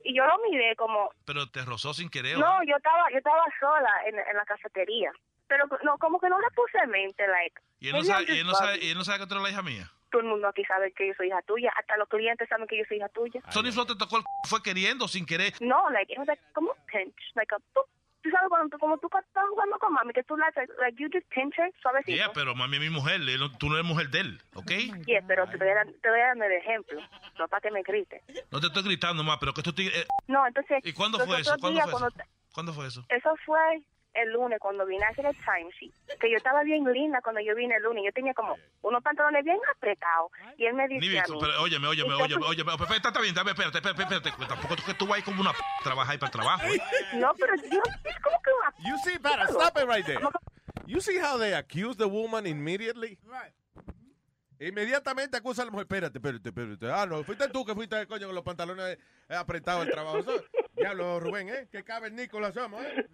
Speaker 23: Y yo lo miré como
Speaker 3: Pero te rozó sin querer. ¿o?
Speaker 23: No, yo estaba, yo estaba sola en, en la cafetería. Pero no, como que no le puse en mente, like.
Speaker 3: Y él no
Speaker 23: maybe I'm
Speaker 3: sabe, y
Speaker 23: just
Speaker 3: él no sabe,
Speaker 23: bugged.
Speaker 3: y él no sabe que tú eres la hija mía.
Speaker 23: Todo el mundo aquí sabe que yo soy hija tuya, hasta los clientes saben que yo soy hija tuya.
Speaker 3: Sony Flo te tocó el c- fue queriendo o sin querer.
Speaker 23: No, like, it was like, como un pinch, like a pop. Tú sabes, cuando tú, como tú estás jugando con mami, que tú la haces, like, you just pinch her, suavecito.
Speaker 3: Yeah, pero mami es mi mujer, él no- tú no eres mujer de él, ¿ok?
Speaker 23: Yeah, pero te voy, a, dar- te voy a dar el ejemplo, no para que me grites.
Speaker 3: No te estoy gritando más, pero que esto estoy... eh,
Speaker 23: No, entonces...
Speaker 3: ¿Y cuándo
Speaker 23: los
Speaker 3: fue eso?
Speaker 23: otros
Speaker 3: ¿Cuándo
Speaker 23: días
Speaker 3: fue eso?
Speaker 23: cuando te-
Speaker 3: ¿Cuándo fue eso?
Speaker 23: Eso fue el lunes cuando vine a hacer el timesheet. Que yo estaba bien linda cuando yo vine el lunes. Yo tenía como unos pantalones bien apretados. Y él me dice
Speaker 3: Nivi,
Speaker 23: a mí, "Este
Speaker 3: pero óyeme, óyeme,
Speaker 23: ¿y qué
Speaker 3: óyeme,
Speaker 23: tú-
Speaker 3: óyeme. Espérate, está bien, dame, espérate, espérate, espérate. espérate. Tampoco tú que tú vas ahí como una p... trabajar para el trabajo. ¿eh?
Speaker 23: No, pero yo como que una
Speaker 8: You see, para, stop it right there. You see how they accuse the woman immediately?
Speaker 2: Right.
Speaker 8: Inmediatamente acusa a la mujer, espérate, espérate, espérate. Ah, no, fuiste tú que fuiste, coño, con los pantalones eh, apretados al trabajo. Eso- Diablo, Rubén, ¿eh? Que Nicolás somos, ¿eh?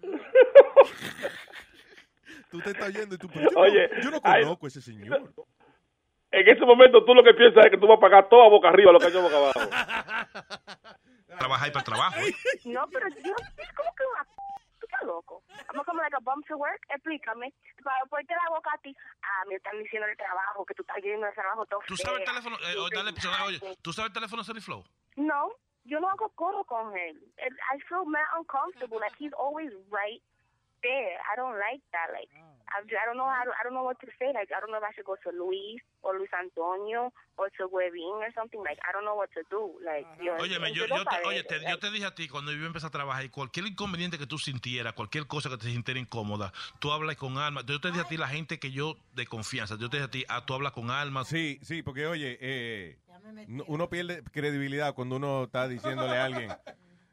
Speaker 8: Tú te estás oyendo y tú, pero yo,
Speaker 37: Oye,
Speaker 8: no, yo no
Speaker 37: ay-
Speaker 8: conozco a ese señor.
Speaker 37: En ese momento tú lo que piensas es que tú vas a pagar toda boca arriba lo que yo boca abajo.
Speaker 3: Trabajar para el trabajo. ¿eh?
Speaker 23: No, pero yo como que una p- Tú estás loco. Vamos como like a bump to work. Explícame. Para ponerte la boca a ti. Ah, me están diciendo el trabajo, que tú estás yendo al trabajo todo
Speaker 3: ¿Tú sabes el
Speaker 23: fea.
Speaker 3: teléfono? eh, o- dale, pues, oye, ¿tú sabes el teléfono de Sony Flow?
Speaker 23: No, yo no hago coro con él. And I feel mad uncomfortable. Like he's always right there. I don't like that. Like I, I don't know. I don't, I don't know what to say. Like I don't know if I should go to Luis or Luis Antonio or to Webin or something. Like I don't know what to do. Like you know,
Speaker 3: Óyeme,
Speaker 23: and
Speaker 3: yo,
Speaker 23: no
Speaker 3: yo, te,
Speaker 23: sabe.
Speaker 3: oye, te- yo te dije a ti cuando yo empecé a trabajar y cualquier inconveniente que tú sintieras, cualquier cosa que te sintiera incómoda, tú hablas con alma. Yo te dije a ti la gente que yo de confianza, yo te dije a ti, ah, tú hablas con alma.
Speaker 8: Sí, sí, porque oye, eh, no- uno pierde credibilidad cuando uno está diciéndole a alguien,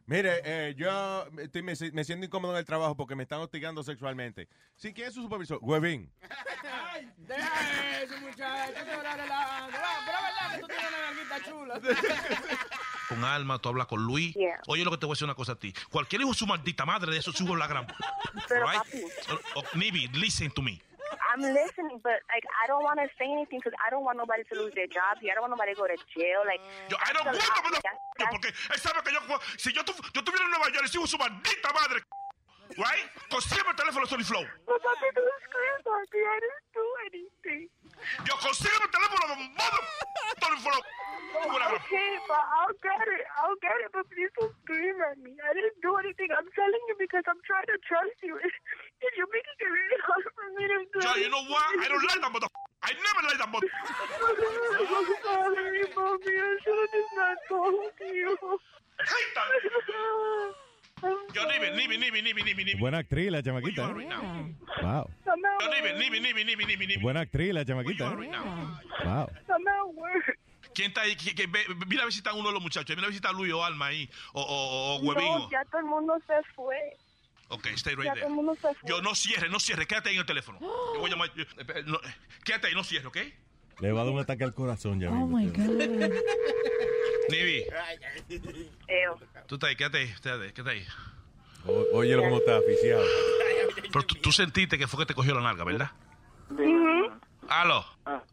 Speaker 8: mire, eh, yo estoy- me, si- me siento incómodo en el trabajo porque me están hostigando sexualmente. Sí, ¿quién es su supervisor? Huevín.
Speaker 2: Ay, Deja eso, muchacho. tú te vas relajando. Va, Pero es verdad que tú tienes una nalguita chula.
Speaker 3: Con alma, tú hablas con Luis. Oye, lo que te voy a decir una cosa a ti. Cualquier hijo de su maldita madre de eso subo la gran.
Speaker 23: Pero,
Speaker 3: Right?
Speaker 23: papi.
Speaker 3: O- o- Nibi, listen to me.
Speaker 23: I'm listening, but like I don't want to say anything because I don't want nobody to lose their job. Here. I don't want nobody to go to jail. Like I don't want
Speaker 3: Porque él sabe que yo, si yo, tu- yo estuviera en Nueva York, le sigo su maldita madre. Right? Con siempre el teléfono de Sony Flow.
Speaker 23: I didn't do anything.
Speaker 3: Yo consigo el teléfono, mother. Sony Flow.
Speaker 23: Okay, but I'll get it. I'll get it, but please don't scream at me. I didn't do anything. I'm telling you because I'm trying to trust you. And you're making it really hard for me to do
Speaker 3: Yo, you know what? I don't like that mother. I never like that mother.
Speaker 23: I'm sorry, mommy. I should have just not told you.
Speaker 3: Yo, Nibi, Nibi, Nibi, Nibi, Nibi, Nibi.
Speaker 6: Buena actriz la chamaquita. ¿eh? Wow.
Speaker 3: Yo, Nibi, Nibi, Nibi, Nibi, Nibi, Nibi.
Speaker 6: Buena actriz la chamaquita. ¿eh? Wow.
Speaker 23: I'm at work.
Speaker 3: ¿Quién está ahí? Que- que ve- Mira a visitar a uno de los muchachos. Mira a visitar a Luis o Alma ahí. O, o, o Oh, Huevín.
Speaker 23: No, ya todo el mundo se fue.
Speaker 3: Ok, stay
Speaker 23: Ya
Speaker 3: right
Speaker 23: todo
Speaker 3: there.
Speaker 23: el mundo se fue.
Speaker 3: Yo no cierre, no cierre, quédate ahí en el teléfono. Te voy a llamar. yo- eh, no, eh, quédate ahí, no cierre, ¿ok?
Speaker 6: Le va a dar un ataque al corazón ya.
Speaker 3: Oh,
Speaker 6: mismo.
Speaker 3: my God. Nivi,
Speaker 23: Ew.
Speaker 3: tú estás ahí, quédate ahí, quédate, ahí, quédate ahí.
Speaker 8: O- óyelo cómo está aficiado.
Speaker 3: Pero tú, tú sentiste que fue que te cogió la nalga, ¿verdad? Aló,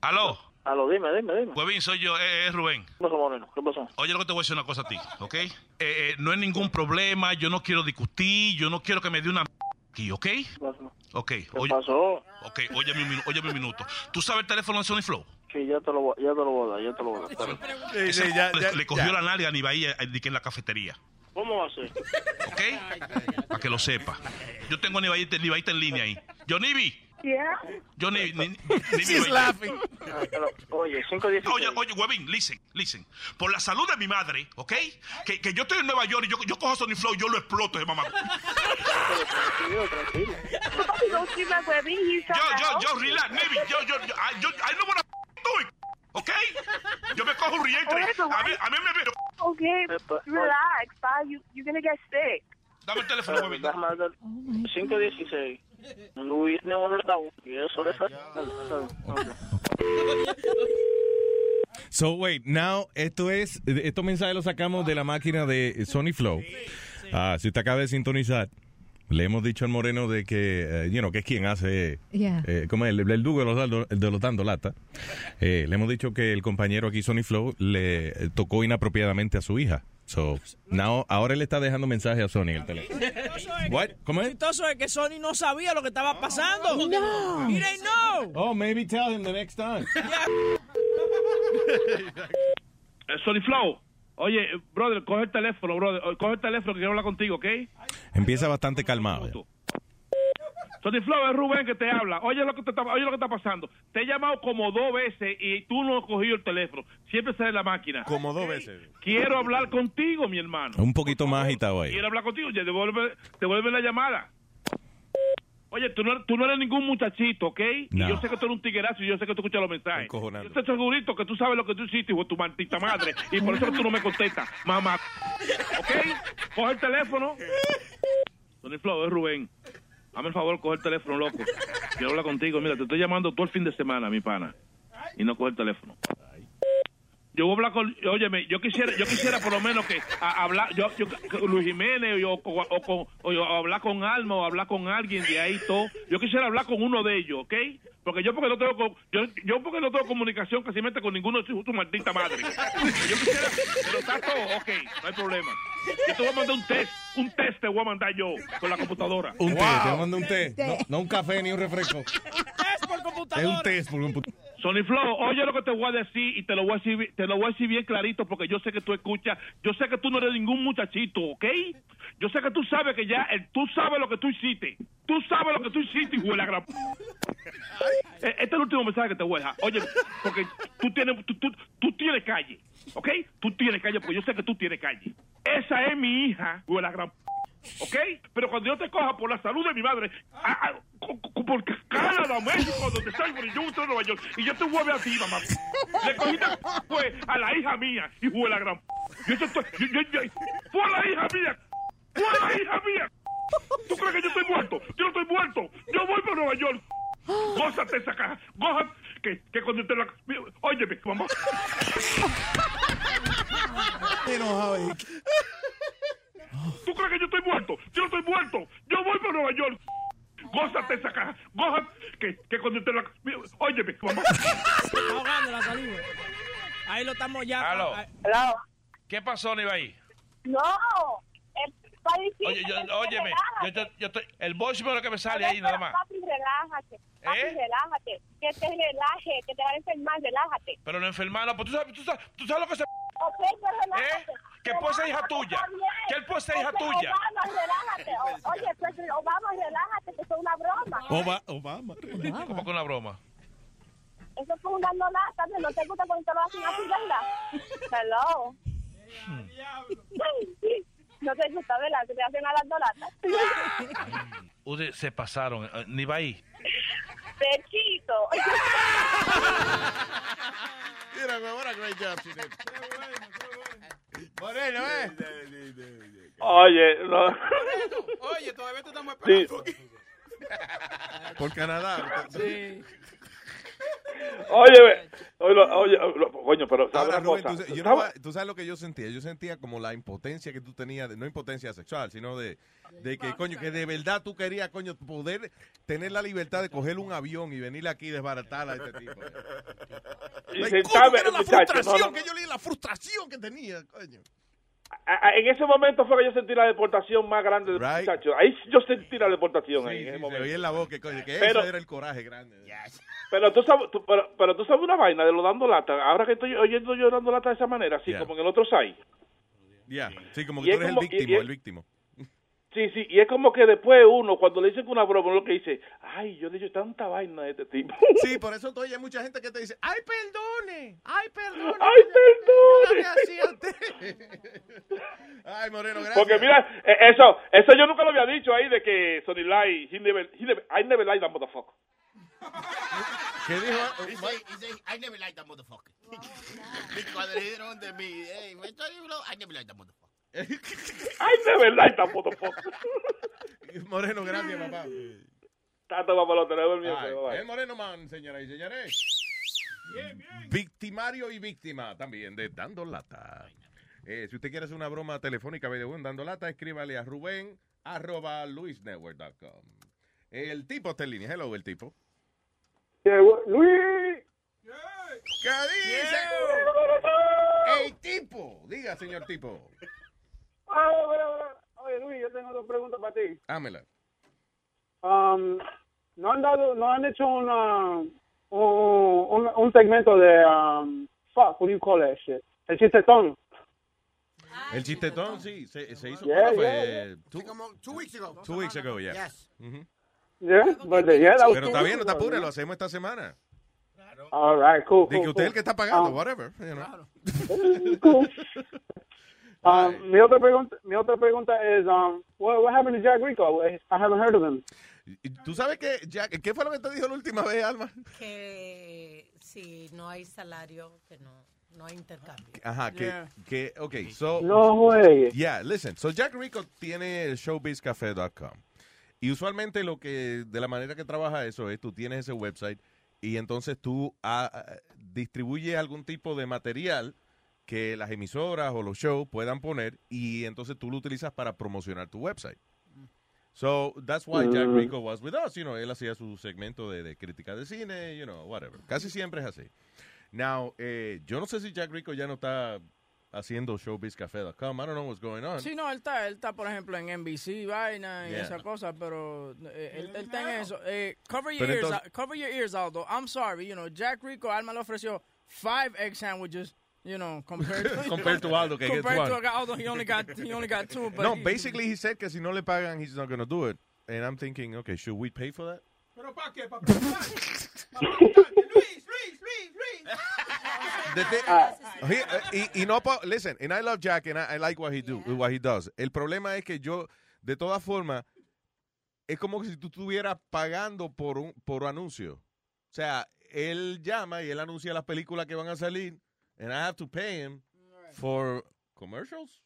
Speaker 3: aló.
Speaker 26: Ah. Aló, dime, dime, dime.
Speaker 3: Huevín, soy yo, eh, eh, Rubén.
Speaker 26: ¿Qué pasó, Moreno? ¿Qué pasó?
Speaker 3: Oye, lo que te voy a decir una cosa a ti, ¿ok? Eh, eh, no hay ningún problema, yo no quiero discutir, yo no quiero que me dé una... Aquí, ¿ok? Ok, oye,
Speaker 26: pasó?
Speaker 3: ok, óyeme un, minu- óyeme un minuto. ¿Tú sabes el teléfono de Sony Flow?
Speaker 26: Sí, ya te lo voy, ya te lo voy a dar, ya te lo voy a dar. espérate.
Speaker 3: Ese
Speaker 26: sí, ya,
Speaker 3: le,
Speaker 26: ya,
Speaker 3: le cogió
Speaker 26: ya.
Speaker 3: la nalga a Nibaí eh, de que en la cafetería.
Speaker 26: ¿Cómo va a ser?
Speaker 3: Para que lo sepa. Yo tengo a Nibaí, te- Nibaí está en línea ahí. Yo, Nibi.
Speaker 23: Yeah.
Speaker 3: Yo, Nibi. ni- ni-
Speaker 26: She's
Speaker 3: Nibi-
Speaker 26: laughing. Oye, 516.
Speaker 3: Oye, oye, Huevín, listen, listen. Por la salud de mi madre, ¿ok? Que, que yo estoy en Nueva York y yo, yo cojo Sony Flow y yo lo exploto, ese mamá.
Speaker 23: Papi, don't scream at Webby. He's
Speaker 3: Yo,
Speaker 23: trying to
Speaker 3: yo,
Speaker 23: help
Speaker 3: yo,
Speaker 23: you.
Speaker 3: relax, Nibi. Yo, yo, yo, I, yo, I know what I'm doing, ¿ok? Yo me cojo un
Speaker 23: Por
Speaker 3: rientre.
Speaker 23: eso,
Speaker 3: A mí, a mí me vieron.
Speaker 23: Okay, relax, pa. You, you're gonna get sick.
Speaker 38: Dame el teléfono,
Speaker 39: Pero,
Speaker 38: huevito.
Speaker 39: déjame dar- 516. Luis Neobrau. Y eso le sale.
Speaker 8: So, wait, now, esto es, estos mensajes los sacamos de la máquina de Sony Flow. Ah, si usted acaba de sintonizar, le hemos dicho al Moreno de que, eh, you know, que es quien hace,
Speaker 40: Yeah.
Speaker 8: eh, como el, el Dugo de los, dando- de los dando lata. Eh, le hemos dicho que el compañero aquí, Sony Flow, le eh, tocó inapropiadamente a su hija. So, now, ahora él está dejando mensaje a Sony en el teléfono. What? ¿Cómo es?
Speaker 14: Entonces es que Sony no sabía lo que estaba pasando. No. He didn't know.
Speaker 41: Oh, maybe tell him the next time.
Speaker 3: Eh, Sony Flow. Oye, eh, brother, coge el teléfono, brother. Eh, Coge el teléfono que quiero hablar contigo, ¿ok?
Speaker 8: Empieza bastante calmado. ya.
Speaker 3: Sony Flow es Rubén que te habla. Oye lo que, te está, oye lo que está pasando. Te he llamado como dos veces y tú no has cogido el teléfono. Siempre sale la máquina.
Speaker 8: Como dos veces.
Speaker 3: Quiero hablar contigo, mi hermano.
Speaker 8: Un poquito más agitado ahí.
Speaker 3: Quiero hablar contigo. Ya devuelve, devuelve la llamada. Oye, tú no, tú no eres ningún muchachito, ¿ok? Y
Speaker 8: No.
Speaker 3: yo sé que tú eres un tiguerazo y yo sé que tú escuchas los mensajes. Yo estoy segurito que tú sabes lo que tú hiciste, hijo de tu maldita madre. Y por eso que tú no me contestas, mamá. ¿Ok? Coge el teléfono. Tony Flow, es Rubén. Hazme el favor, coge el teléfono, loco. Quiero hablar contigo. Mira, te estoy llamando todo el fin de semana, mi pana. Y no coge el teléfono. Yo voy a hablar con, óyeme, yo quisiera, yo quisiera por lo menos que a- hablar, yo, yo- que Luis Jiménez o, o- o con- o yo hablar con Alma o hablar con alguien de ahí todo. Yo quisiera hablar con uno de ellos, ¿ok? Porque yo porque no tengo, co- yo, yo porque no tengo comunicación casi mete con ninguno de sus tu maldita madre. Yo quisiera, pero está todo, ok, no hay problema. Yo te voy a mandar un test, un test te voy a mandar yo con la computadora.
Speaker 8: Un té, te mando un té. No, no un café ni un refresco. Es un test por un put-
Speaker 3: Sony Flow, oye lo que te voy a decir y te lo voy a decir, bi- te lo voy a decir bien clarito porque yo sé que tú escuchas, yo sé que tú no eres ningún muchachito, ¿ok? Yo sé que tú sabes que ya, el- tú sabes lo que tú hiciste, tú sabes lo que tú hiciste, hijo de la gran... E- Este es el último mensaje que te voy a dejar. Oye, porque tú tienes, tú, tú- tú tienes calle, ¿ok? Tú tienes calle porque yo sé que tú tienes calle. Esa es mi hija, hijo de la gran... ¿Ok? Pero cuando yo te coja por la salud de mi madre, a- a- cu- cu- por Canadá, México, donde estoy, por yo estoy en Nueva York, y yo te vuelvo a ti, mamá. Le cogiste pues, a la hija mía, y de la gran. Yo te estoy. Yo, yo, yo- fue a la hija mía. Fue a la hija mía. ¿Tú crees que yo estoy muerto? Yo no estoy muerto. Yo voy para Nueva York. Gózate esa caja. Gózate. Que, que cuando te la. Óyeme, mamá. ¿Tú crees que yo estoy muerto? Yo no estoy muerto. Yo voy para Nueva York. Gózate esa caja. Gózate. Que, que cuando te la... Óyeme, mamá.
Speaker 14: Está ahogando la saliva. Ahí lo estamos ya.
Speaker 38: Aló.
Speaker 14: Ah,
Speaker 38: ¿Qué pasó, Nibaí?
Speaker 14: No.
Speaker 23: Eh,
Speaker 38: Oye, yo, óyeme, yo, yo, yo estoy, el voicemail que me sale ahí nada más.
Speaker 23: Papi, relájate. Papi,
Speaker 3: ¿Eh?
Speaker 23: relájate. Que te relaje, que te va a enfermar, relájate.
Speaker 38: Pero lo enfermaron, pues tú sabes, tú sabes, tú sabes lo que se...
Speaker 23: Ok, pues relájate.
Speaker 38: ¿Eh? Que puede ser hija
Speaker 23: Relájate,
Speaker 38: tuya.
Speaker 23: está bien.
Speaker 38: Que él puede ser hija
Speaker 23: Ok,
Speaker 38: tuya.
Speaker 23: Obama, relájate. O- oye, pues Obama, relájate, que fue una broma.
Speaker 8: Oba- Obama.
Speaker 38: Como que una broma.
Speaker 23: Eso fue una nolata, ¿no te gusta cuando te lo hacen así, verdad? Hello. No te gusta, ¿verdad? Que te hacen a las nolatas.
Speaker 38: Ustedes se pasaron, eh, Nibaí.
Speaker 23: Pechito.
Speaker 11: Mira, me van a great job,
Speaker 6: Moreno, ¿eh?
Speaker 2: Oye, no.
Speaker 6: Oye, todavía te estamos
Speaker 2: Sí.
Speaker 6: esperando.
Speaker 8: Por Canadá.
Speaker 6: Sí.
Speaker 2: Oye, ve. oye, lo- oye, lo- coño, pero ¿sabes
Speaker 8: Ahora,
Speaker 2: una
Speaker 8: Rubén,
Speaker 2: cosa?
Speaker 8: tú, sa- yo Ah, no
Speaker 2: ¿Sabes?
Speaker 8: va- tú sabes lo que yo sentía. Yo sentía como la impotencia que tú tenías, de- no impotencia sexual, sino de, de que, coño, que de verdad tú querías, coño, poder tener la libertad de coger un avión y venir aquí y desbaratar a este tipo.
Speaker 2: Y
Speaker 8: Like,
Speaker 2: sentarme,
Speaker 8: coño, era la
Speaker 2: muchacho,
Speaker 8: frustración
Speaker 2: no, no.
Speaker 8: que yo leí, la frustración que tenía, coño.
Speaker 2: A- a- en ese momento fue que yo sentí la deportación más grande del muchacho. Ahí yo sentí la deportación. ahí, en ese momento.
Speaker 8: Oí en la boca, que, coño, que
Speaker 2: Pero-
Speaker 8: ese era el coraje grande.
Speaker 2: Pero tú, sabes, tú- pero, pero tú sabes una vaina de lo dando lata. Ahora que estoy oyendo yo dando lata de esa manera, así
Speaker 8: Ya.
Speaker 2: como en el otro site.
Speaker 8: Ya, sí, como
Speaker 2: Y
Speaker 8: que
Speaker 2: es
Speaker 8: tú eres
Speaker 2: como- y-
Speaker 8: el
Speaker 2: y
Speaker 8: víctima,
Speaker 2: es-
Speaker 8: el víctima.
Speaker 2: Sí, sí, y es como que después uno, cuando le dicen que una broma, uno lo que dice, ay, yo he dicho tanta vaina de este tipo.
Speaker 8: Sí, por eso todavía hay mucha gente que te dice, ay, perdone, ay, perdone.
Speaker 2: ¡Ay,
Speaker 8: perdone! Ay, Moreno, gracias.
Speaker 2: Porque mira, eh, eso, eso yo nunca lo había dicho ahí de que Sonny Lai, he never, he never- I never like that motherfucker.
Speaker 8: ¿Qué dijo?
Speaker 11: He say, he say, I never liked that motherfucker. Because they hit on to me. Hey, when I tell you, I never liked that motherfucker.
Speaker 3: Ay, de verdad, esta puto poco.
Speaker 8: Moreno, gracias, papá.
Speaker 3: Tanto papalote, no he dormido.
Speaker 8: Ay,
Speaker 3: pero, bye.
Speaker 8: el Moreno Man, señoras y señores. Victimario y víctima también de Dando Lata. Eh, si usted quiere hacer una broma telefónica, by the way, en Dando Lata, escríbale a Rubén arroba luisnetwork.com. El tipo está en línea. Hello, el tipo.
Speaker 21: Luis.
Speaker 8: ¿Qué dice? El tipo. Diga, señor tipo.
Speaker 21: Ah, bueno, bueno. Oye, Luis, yo tengo dos preguntas para ti.
Speaker 8: Ámela.
Speaker 21: Um, ¿no, han dado, ¿No han hecho una, un, un, un segmento de... um, fuck, what do you call that shit? El chistetón.
Speaker 8: El chistetón, sí. Se, se hizo.
Speaker 21: Yeah,
Speaker 8: ¿cuándo
Speaker 21: yeah,
Speaker 8: fue? Two,
Speaker 1: Como two weeks ago.
Speaker 8: two weeks ago, ya.
Speaker 1: Yes.
Speaker 8: Ujú.
Speaker 21: Yeah, but the- yeah, that was
Speaker 8: Pero
Speaker 21: two
Speaker 8: está bien, no
Speaker 21: weeks
Speaker 8: te
Speaker 21: ago,
Speaker 8: apures,
Speaker 21: yeah.
Speaker 8: lo hacemos esta semana.
Speaker 21: All right, cool,
Speaker 8: De que
Speaker 21: cool,
Speaker 8: usted es el
Speaker 21: cool.
Speaker 8: que está pagando,
Speaker 21: Um,
Speaker 8: whatever. you know.
Speaker 21: cool. Um, mi otra pregunta, mi otra pregunta es, um, what, what happened to Jack Rico? I haven't heard of him.
Speaker 8: ¿Tú sabes que Jack, qué fue lo que te dijo la última vez, Alma?
Speaker 10: Que si no hay salario, que no, no hay intercambio.
Speaker 8: Ajá, que,
Speaker 10: Yeah.
Speaker 8: que, ok, so.
Speaker 21: No way.
Speaker 8: Yeah, listen, so Jack Rico tiene el showbizcafé.com. Y usualmente lo que, de la manera que trabaja eso es, tú tienes ese website y entonces tú ah, ah, distribuyes algún tipo de material que las emisoras o los shows puedan poner y entonces tú lo utilizas para promocionar tu website. So that's why Jack
Speaker 21: Mm.
Speaker 8: Rico was with us. You know, él hacía su segmento de, de crítica de cine, you know, whatever. Casi siempre es así. Now, eh, yo no sé si Jack Rico ya no está haciendo showbizcafé.com. I don't know what's going on.
Speaker 14: Sí, no, él está, él está, por ejemplo, en NBC, vaina y
Speaker 8: Yeah.
Speaker 14: esa cosa, pero eh, él, él está en eso. Eh, cover, your
Speaker 8: Pero
Speaker 14: ears,
Speaker 8: entonces-
Speaker 14: Al- cover your ears, Aldo. I'm sorry, you know, Jack Rico, Alma le ofreció five egg sandwiches, you know, compared to,
Speaker 8: Compared to Aldo, que gets
Speaker 14: compared to
Speaker 8: one.
Speaker 14: Aldo, he only got, he only got two. But
Speaker 8: No,
Speaker 14: he-
Speaker 8: basically he said que si no le pagan, he's not going to do it. And I'm thinking, okay, should we pay for that?
Speaker 7: Pero pa' qué, pa'
Speaker 8: The thi-
Speaker 21: Ah.
Speaker 8: he- eh, y, y no, po- listen, and I love Jack and I, I like what he do, what he does. El problema es que yo, de todas formas, es como que si tú estuvieras pagando por un por anuncio. O sea, él llama y él anuncia las películas que van a salir, and I have to pay him for commercials.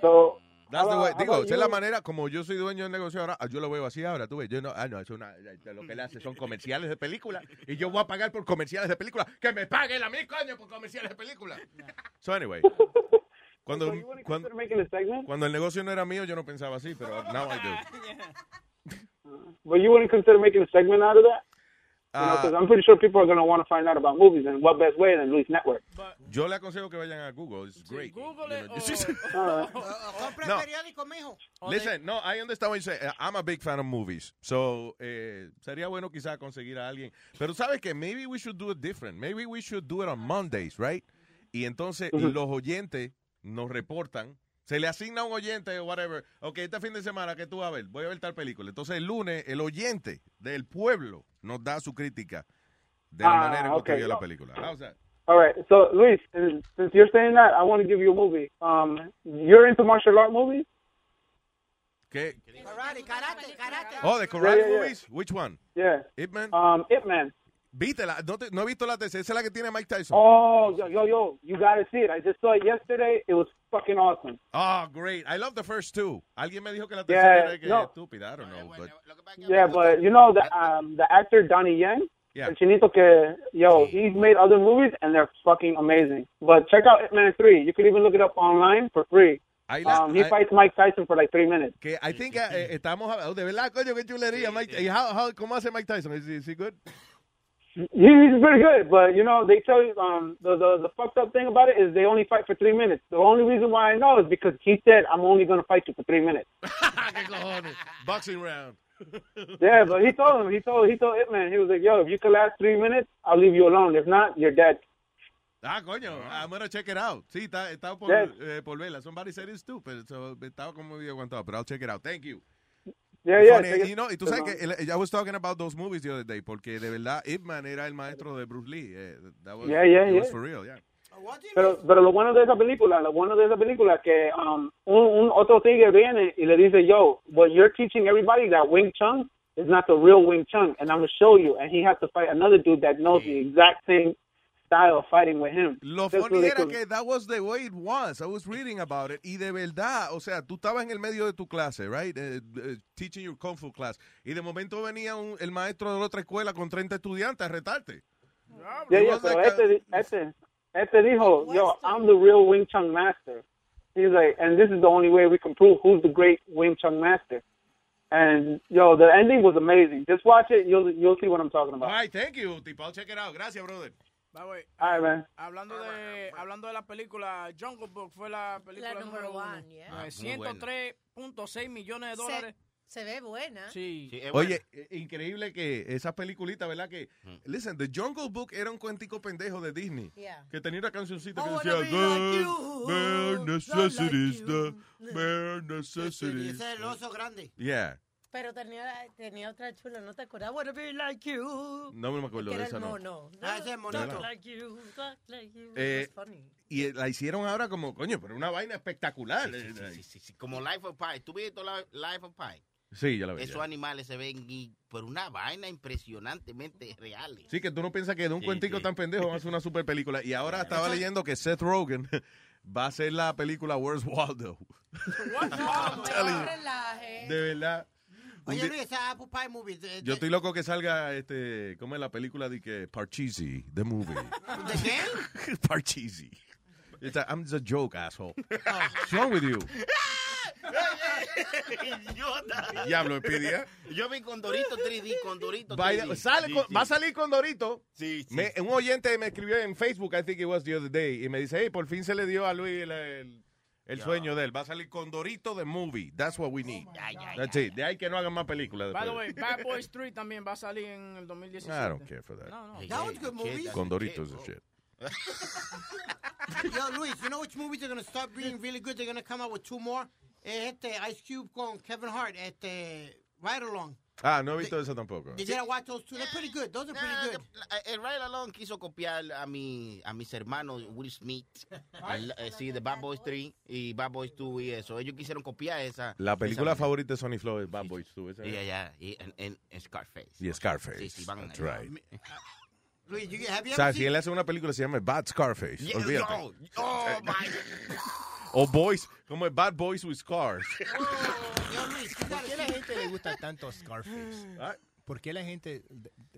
Speaker 21: So,
Speaker 8: That's the
Speaker 21: how
Speaker 8: way-
Speaker 21: about-
Speaker 8: digo,
Speaker 21: how
Speaker 8: esa es la
Speaker 21: about you?
Speaker 8: manera, como yo soy dueño del negocio ahora, yo lo veo así ahora, tú ves, yo no, ah, no, es una, lo que él hace son comerciales de películas, y yo voy a pagar por comerciales de películas, que me paguen a mí, coño, por comerciales de películas. So anyway, cuando, cuando, cuando el negocio no era mío, yo no pensaba así, pero now I do.
Speaker 21: But you wouldn't consider making a segment out of that?
Speaker 8: Ah.
Speaker 21: Because I'm pretty sure people are going to want to find out about movies, and what best way than Luis Network?
Speaker 8: Yo le aconsejo que vayan a Google, it's great.
Speaker 14: Google it
Speaker 8: You know,
Speaker 14: or-
Speaker 8: just-
Speaker 1: Compra
Speaker 8: No.
Speaker 1: el periódico, mijo.
Speaker 8: Listen, no, I understand what you say. eh, I'm a big fan of movies. So, eh, sería bueno quizá conseguir a alguien. Pero sabes que maybe we should do it different. Maybe we should do it on Mondays, right? Y entonces
Speaker 21: Ujú.
Speaker 8: los oyentes nos reportan. Se le asigna a un oyente o whatever. Ok, este fin de semana que tú vas a ver, voy a ver tal película. Entonces el lunes el oyente del pueblo nos da su crítica de la
Speaker 21: Ah,
Speaker 8: manera en que usted
Speaker 21: ok.
Speaker 8: vio la película. Ah, How's that?
Speaker 21: All right. So, Luis, since since you're saying that, I want to give you a movie. Um, you're into martial art movies?
Speaker 8: ¿Qué?
Speaker 1: Karate, karate, karate.
Speaker 8: Oh, the
Speaker 21: Yeah,
Speaker 8: karate
Speaker 21: yeah, yeah.
Speaker 8: movies? Which one?
Speaker 21: Yeah.
Speaker 8: Ip Man?
Speaker 21: Um, Ip Man.
Speaker 8: Vítela. No, te- no he visto la tercera. Esa es la que tiene Mike Tyson.
Speaker 21: Oh, yo, yo, yo. You got to see it. I just saw it yesterday. It was fucking awesome.
Speaker 8: Oh, great. I love the first two. Alguien me dijo que la
Speaker 21: Yeah,
Speaker 8: tercera era que
Speaker 21: no.
Speaker 8: estúpida. I don't know. but-
Speaker 21: Yeah, but you know, the um, the actor Donnie Yen,
Speaker 8: Yeah. Hmm.
Speaker 21: El Chinito, que, yo, he's made other movies, and they're fucking amazing. But check out Ip Man 3. You could even look it up online for free.
Speaker 8: I la-
Speaker 21: Um, he
Speaker 8: I-
Speaker 21: fights Mike Tyson for like three minutes.
Speaker 8: que I think eh, estamos hablando de verdad, coño, qué chulería. Mike, ¿Y how- how- ¿Cómo hace Mike Tyson? ¿Es he good?
Speaker 21: He's pretty good, but you know they tell you um the, the the fucked up thing about it is they only fight for three minutes. The only reason why I know is because he said I'm only gonna fight you for three minutes.
Speaker 8: ¿Qué cojones? Boxing round.
Speaker 21: yeah, but he told him he told he told it man he was like yo if you can last three minutes I'll leave you alone if not you're dead.
Speaker 8: Ah, coño, I'm gonna check it out. Sí, está, está por,
Speaker 21: Yes.
Speaker 8: eh, por verla. Somebody said it's stupid. So, estaba como medio aguantado, pero I'll check it out. Thank you.
Speaker 21: Yeah,
Speaker 8: Y
Speaker 21: yeah.
Speaker 8: funny,
Speaker 21: check it-
Speaker 8: you know, y tú sabes que el- I was talking about those movies the other day, porque de verdad Ip Man era el maestro de Bruce Lee. eh, that was,
Speaker 21: Yeah, yeah,
Speaker 8: it was
Speaker 21: yeah. pues,
Speaker 8: for real, yeah.
Speaker 21: Pero, pero lo bueno de esa película, lo bueno de esa película que um, un, un otro tigre viene y le dice, yo, what you're teaching everybody that Wing Chun is not the real Wing Chun, and I'm going to show you. And he has to fight another dude that knows the exact same style of fighting with him.
Speaker 8: Lo
Speaker 21: That's
Speaker 8: funny era
Speaker 21: ridiculous.
Speaker 8: que that was the way it was. I was reading about it. Y de verdad, o sea, tú estabas en el medio de tu clase, right? Eh, eh, teaching your Kung Fu class. Y de momento venía un- el maestro de la otra escuela con 30 estudiantes a retarte.
Speaker 21: Yeah,
Speaker 8: It
Speaker 21: yeah,
Speaker 8: was
Speaker 21: pero
Speaker 8: like a-
Speaker 21: este, este, este dijo, yo, I'm the real Wing Chun master. He's like, and this is the only way we can prove who's the great Wing Chun master. And yo, the ending was amazing. Just watch it, you'll you'll see what I'm talking about.
Speaker 8: All right, thank you, tipo. I'll check it out. Gracias, brother.
Speaker 14: By the way,
Speaker 21: All right, man.
Speaker 14: Hablando de, hablando de la película, Jungle Book fue la película
Speaker 10: La
Speaker 14: número
Speaker 10: number
Speaker 14: uno.
Speaker 10: one, yeah.
Speaker 14: Eh,
Speaker 10: Ah, muy
Speaker 14: 103.6 millones de dólares.
Speaker 10: Se ve buena.
Speaker 14: Sí.
Speaker 8: Oye, eh, increíble que esa peliculita, ¿verdad? Que, listen, The Jungle Book era un cuentico pendejo de Disney.
Speaker 10: Yeah.
Speaker 8: Que tenía una cancioncita
Speaker 7: Oh, I
Speaker 8: que
Speaker 7: wanna
Speaker 8: decía,
Speaker 7: be like
Speaker 8: "Bare-
Speaker 7: you,
Speaker 8: bare
Speaker 7: not
Speaker 8: necessities,
Speaker 7: like
Speaker 8: the
Speaker 7: you."
Speaker 8: bare
Speaker 7: Ese
Speaker 8: necessities.
Speaker 7: es el oso grande.
Speaker 8: Yeah,
Speaker 10: Pero tenía, tenía otra chula, ¿no te acuerdas? I wanna be like you.
Speaker 8: no me acuerdo
Speaker 10: Oh, que
Speaker 8: de
Speaker 10: era
Speaker 8: esa,
Speaker 10: el
Speaker 8: no.
Speaker 10: mono.
Speaker 7: Ah, ese monito.
Speaker 10: Not like you, not like you.
Speaker 8: Eh,
Speaker 10: That's funny.
Speaker 8: y la hicieron ahora como, coño, pero una vaina espectacular. Eh,
Speaker 11: Sí, sí, sí, sí, sí, sí. Como Life of Pi. ¿Tú viste la- Life of Pi?
Speaker 8: Sí, yo la vi,
Speaker 11: Esos
Speaker 8: ya.
Speaker 11: animales se ven y- por una vaina impresionantemente reales.
Speaker 8: Sí, que tú no piensas que de un cuentico tan pendejo va a ser una super película. Y ahora estaba leyendo que Seth Rogen va a hacer la película Where's Waldo.
Speaker 10: Eh.
Speaker 7: Relaje.
Speaker 8: De verdad. Un
Speaker 7: Oye,
Speaker 8: di-
Speaker 7: Luis, esa Apple Pie Movie. de-
Speaker 8: Yo
Speaker 11: eh,
Speaker 7: de-
Speaker 8: estoy loco que salga, este, ¿cómo es la película de que Parcheesi, the movie?
Speaker 7: ¿De qué?
Speaker 8: Parcheesi. It's a, I'm just a joke, asshole.
Speaker 11: Oh.
Speaker 8: What's wrong with you?
Speaker 11: Idiota.
Speaker 8: Diablo, Speedy, ¿eh?
Speaker 11: Yo vi con Dorito 3D, con Dorito 3D.
Speaker 8: Vaya- sale
Speaker 11: Sí,
Speaker 8: con-
Speaker 11: sí.
Speaker 8: Va a salir con Dorito.
Speaker 11: Sí,
Speaker 8: Me- un oyente me escribió en Facebook, I think it was the other day, y me dice, hey, por fin se le dio a Luis el, el- el
Speaker 11: Ya.
Speaker 8: sueño de él. Va a salir con Dorito the movie. That's what we
Speaker 14: Oh
Speaker 8: need. That's it. De ahí que no hagan más películas.
Speaker 14: By the way,
Speaker 8: después.
Speaker 14: Bad Boys 3 también va a salir en el 2017.
Speaker 8: I don't care for that.
Speaker 14: No, no.
Speaker 7: That was a good movie.
Speaker 8: Con Doritos
Speaker 11: oh.
Speaker 8: and shit.
Speaker 7: Yo, Luis, you know which movies are going to start being really good? They're going to come out with two more. Es este Ice Cube con Kevin Hart, este Ride Along.
Speaker 8: Ah, no he visto eso tampoco.
Speaker 7: You gotta watch those two. They're pretty good. Those are pretty good.
Speaker 11: Eh, El Ride Along quiso copiar a, mi, a mis hermanos Will Smith, al- eh, sí, de Bad Boys 3 y Bad Boys 2 y eso. Ellos quisieron copiar esa.
Speaker 8: La
Speaker 11: esa
Speaker 8: película
Speaker 11: vaina.
Speaker 8: favorita de Sony Flow es Bad Boys 2. esa
Speaker 11: Ya,
Speaker 8: es.
Speaker 11: ya, y en, en- en Scarface.
Speaker 8: Y Scarface.
Speaker 11: Sí, sí, van
Speaker 8: That's
Speaker 11: ahí.
Speaker 8: right.
Speaker 7: Luis, you, have you
Speaker 8: O
Speaker 7: ever
Speaker 8: sea,
Speaker 7: seen?
Speaker 8: si él hace una película se llama Bad Scarface.
Speaker 11: Yeah,
Speaker 8: Olvídate.
Speaker 11: no. Oh, my.
Speaker 8: O Boys, como es Bad Boys with Scars.
Speaker 12: ¿Por qué a la gente le gusta tanto Scarface? ¿Por qué a la gente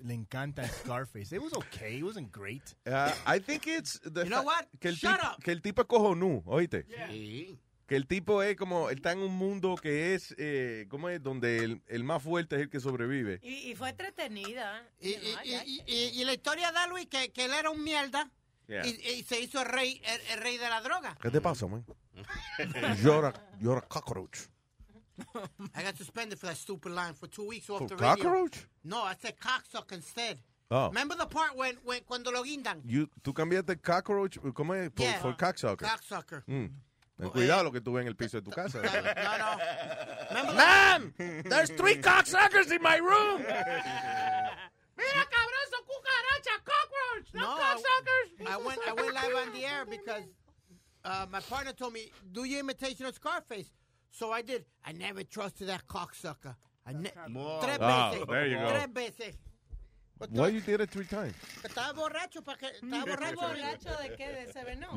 Speaker 12: le encanta Scarface? It was okay, it wasn't great.
Speaker 8: Uh, I think it's the
Speaker 12: You know
Speaker 8: fa-
Speaker 12: what?
Speaker 8: Que el,
Speaker 12: Shut
Speaker 8: tipo-
Speaker 12: up.
Speaker 8: que el tipo es cojonú, ¿oíste?
Speaker 11: Sí.
Speaker 8: Que el tipo es como, él está en un mundo que es, eh, ¿cómo es? Donde el, el más fuerte es el que sobrevive.
Speaker 10: Y, y fue entretenida.
Speaker 7: Y, y- y- y- y la historia da Luis que, que él era un mierda
Speaker 8: Yeah.
Speaker 7: y, y se hizo el rey, el, el rey de la droga.
Speaker 8: ¿Qué te pasa, man? Llora, llora cockroach.
Speaker 7: I got suspended for that stupid line for two weeks off
Speaker 8: Oh, For
Speaker 7: the
Speaker 8: cockroach?
Speaker 7: radio. No, I said cocksucker instead.
Speaker 8: Oh.
Speaker 7: Remember the part when, when cuando lo guindan?
Speaker 8: You- tú cambiaste cockroach, ¿cómo es? Por,
Speaker 7: Yeah.
Speaker 8: por cocksucker.
Speaker 7: Cocksucker.
Speaker 8: Mm. Ten
Speaker 12: eh,
Speaker 8: cuidado lo que tú ves en el piso de tu casa.
Speaker 7: Ma'am,
Speaker 8: there's three cocksuckers in my room.
Speaker 7: Mira, cabrón, son cucarachas, cockroach, no, cocksuckers. I went, I went live on the air because uh, my partner told me, do your imitation of Scarface. So I did. I never trusted that cocksucker. I ne- tres
Speaker 8: Ah,
Speaker 7: veces.
Speaker 8: there you go.
Speaker 7: Tres veces.
Speaker 8: Why you did it three times?
Speaker 7: Estaba borracho para que... Estaba borracho.
Speaker 10: ¿Borracho de qué? ¿De ese veneno?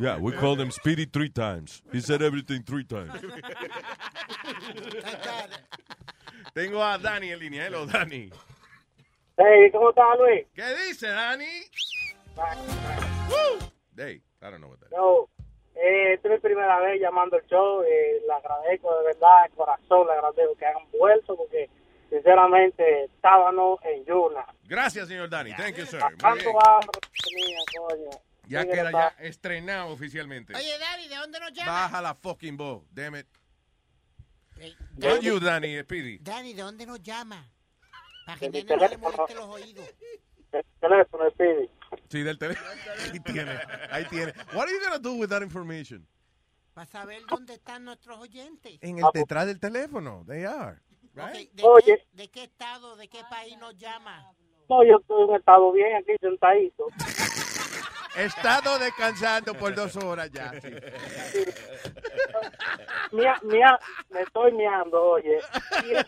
Speaker 8: him Speedy three times. He said everything three times. Tengo a Dani en línea. Hello, Dani.
Speaker 39: Hey, ¿cómo estás, Luis?
Speaker 8: ¿Qué dice, Dani? Hey, I don't know what that
Speaker 39: Yo, eh, esta es mi primera vez llamando al show. Eh, le agradezco de verdad, de corazón, le agradezco que hayan vuelto porque, sinceramente, estábamos en Yuna.
Speaker 8: is. Gracias, señor Dani. Thank you, sir. Muy
Speaker 39: ¿Cuánto
Speaker 8: bien.
Speaker 39: barro tenía, coño?
Speaker 8: Ya
Speaker 39: Tigre
Speaker 8: queda ya
Speaker 39: está-
Speaker 8: estrenado oficialmente.
Speaker 7: Oye, Dani, ¿de dónde nos llamas?
Speaker 8: Baja la fucking voz. Damn it.
Speaker 7: Hey,
Speaker 8: Not
Speaker 7: Dani,
Speaker 8: you, Dani, Speedy.
Speaker 7: Dani, ¿de dónde nos llama? Para
Speaker 39: De
Speaker 7: que
Speaker 39: mi
Speaker 7: Nene no le
Speaker 39: teléfono.
Speaker 7: moleste los oídos.
Speaker 39: Teléfono, Speedy.
Speaker 8: Sí, del teléfono. Ahí tiene. Ahí tiene. What are you going to do with that information?
Speaker 7: Para saber dónde están nuestros oyentes.
Speaker 8: En el detrás del teléfono. They are.
Speaker 7: Ok, ¿de,
Speaker 39: Oye.
Speaker 7: qué, ¿De qué estado, de qué país nos llama?
Speaker 39: No, yo estoy en un estado bien aquí sentadito.
Speaker 8: He estado descansando por dos horas ya. sí.
Speaker 39: Mia- mia- me estoy miando, oye. Y es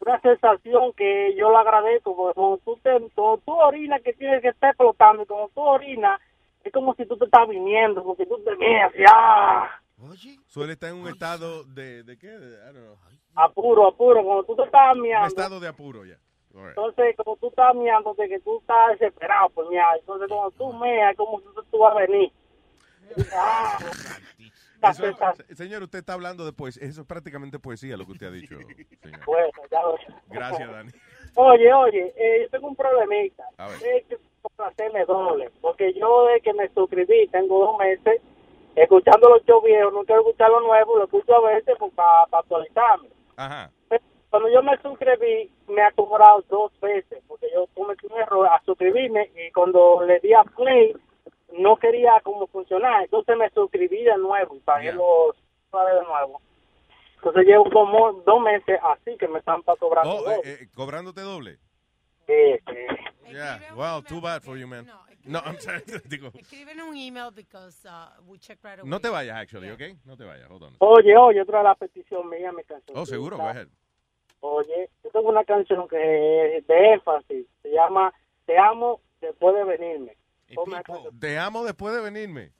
Speaker 39: Una sensación que yo la agradezco, porque cuando tú, te, cuando tú orinas, que tienes que estar explotando, y cuando tú orinas, Es como si tú te estás viniendo, porque tú te vienes ya.
Speaker 8: Suele estar en un estado de, ¿de qué? De- I don't know.
Speaker 39: Apuro, apuro, cuando tú te estás miando.
Speaker 8: Un estado de apuro ya. All right.
Speaker 39: Entonces, como tú estás miándote, que tú estás desesperado por miar. Entonces, cuando tú meas, es como si tú, tú vas a venir. Ah,
Speaker 8: Eso- se- señor, usted está hablando de poesía. Eso es prácticamente poesía lo que usted ha dicho. señor.
Speaker 39: bueno, ya lo-
Speaker 8: Gracias, Dani.
Speaker 39: Oye, oye, eh, yo tengo un problemita.
Speaker 8: A ver.
Speaker 39: Es que complacerme doble, porque yo desde que me suscribí tengo dos meses escuchando los shows viejos, no quiero escuchar los nuevos, lo escucho a veces para actualizarme.
Speaker 8: Ajá.
Speaker 39: Cuando yo me suscribí, me ha cobrado dos veces, porque yo cometí un error a suscribirme y cuando le di a play, no quería cómo funcionar. Entonces me suscribí de nuevo y pagué los dólares de nuevo. Entonces llevo como dos meses así que me están pa' cobrando.
Speaker 8: Oh,
Speaker 39: dos. Este,
Speaker 8: eh, eh, cobrándote doble.
Speaker 39: Sí, sí.
Speaker 8: Yeah. Wow, too bad for you, man. No, I'm sorry. Digo,
Speaker 10: Escriben un email because uh, we check right away.
Speaker 8: no te vayas, actually, ¿ok? No te vayas, hold on.
Speaker 39: Oye, oye, otra de las peticiones mías, mi canción.
Speaker 8: Oh, seguro, go ahead.
Speaker 39: Oye, yo tengo una canción que es de énfasis, se llama Te amo después de venirme. Ponme la canción.
Speaker 8: Te amo después de venirme.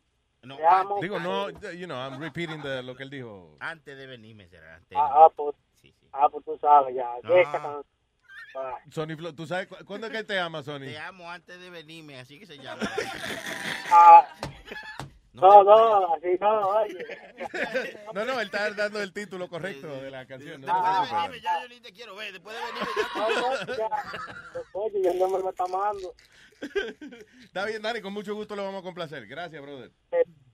Speaker 39: Te amo.
Speaker 8: Digo, no, you know, I'm repeating the- lo que él dijo.
Speaker 11: Antes de venirme, será. Antes.
Speaker 39: Ah, ah, pues, ah, pues tú sabes ya.
Speaker 8: Ah.
Speaker 39: de esta canción. Ah,
Speaker 8: Sony Flo, ¿tú sabes cu- cuándo es que te ama, Sony?
Speaker 11: Te amo antes de venirme, así que se llama.
Speaker 39: ah. No, no, así no, oye.
Speaker 8: No, no, él está dando el título correcto de la canción. no te
Speaker 39: Ah,
Speaker 8: preocupes.
Speaker 39: ah,
Speaker 11: ya yo ni te quiero ver, después de venirme
Speaker 42: Ah,
Speaker 11: ya.
Speaker 39: no, ya. Oye, yo no me lo está amando.
Speaker 8: Está bien, Dani, con mucho gusto lo vamos a complacer. Gracias, brother.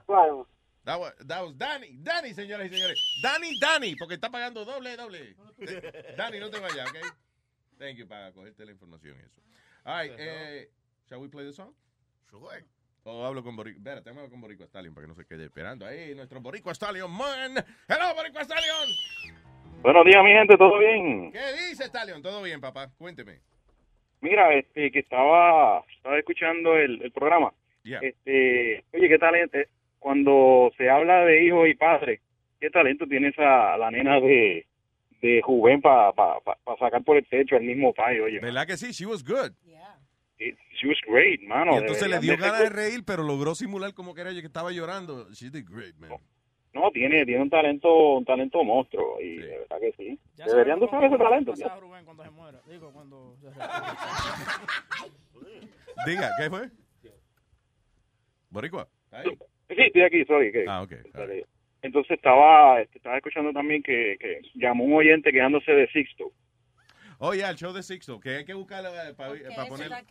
Speaker 39: Claro.
Speaker 8: That was, that was Dani, Dani, señoras y señores. Dani, Dani, porque está pagando doble, doble. Eh, Dani, no te vayas, ¿ok? Thank you para cogerte la información y eso. All right, eh, shall we play the song?
Speaker 11: Sure.
Speaker 8: O hablo con Boricua. Espérate, hablo con Boricua Stallion para que no se quede esperando. Ahí, nuestro Boricua Stallion, man. Hello, Boricua Stallion.
Speaker 43: Buenos días, mi gente, ¿todo bien?
Speaker 8: ¿Qué dice Stallion? ¿Todo bien, papá? Cuénteme.
Speaker 43: Mira, este, que estaba, estaba escuchando el, el programa.
Speaker 8: Yeah.
Speaker 43: Este, oye, qué talento. Cuando se habla de hijo y padre, qué talento tiene esa la nena de, de Juven para pa, pa- pa sacar por el techo al mismo padre, oye.
Speaker 8: ¿Verdad que sí? She was good.
Speaker 43: It- she was great, mano.
Speaker 8: y entonces le
Speaker 43: deberían de ser
Speaker 8: dio ganas de
Speaker 43: good.
Speaker 8: reír, pero logró simular como que era yo que estaba llorando. She did great, man.
Speaker 43: No, tiene, tiene un talento, un talento monstruo, y de verdad que sí. Deberían de usar ese talento. tío.
Speaker 8: Diga, ¿qué fue? Boricua. Ahí.
Speaker 43: Sí, estoy aquí, sorry. que-
Speaker 8: Ah, ok. all right.
Speaker 43: Entonces estaba, estaba escuchando también que, que llamó un oyente quejándose de Sixto.
Speaker 8: Oh, yeah, el show de Sixto, que hay que buscarlo eh, para,
Speaker 43: él se
Speaker 8: poner...
Speaker 43: está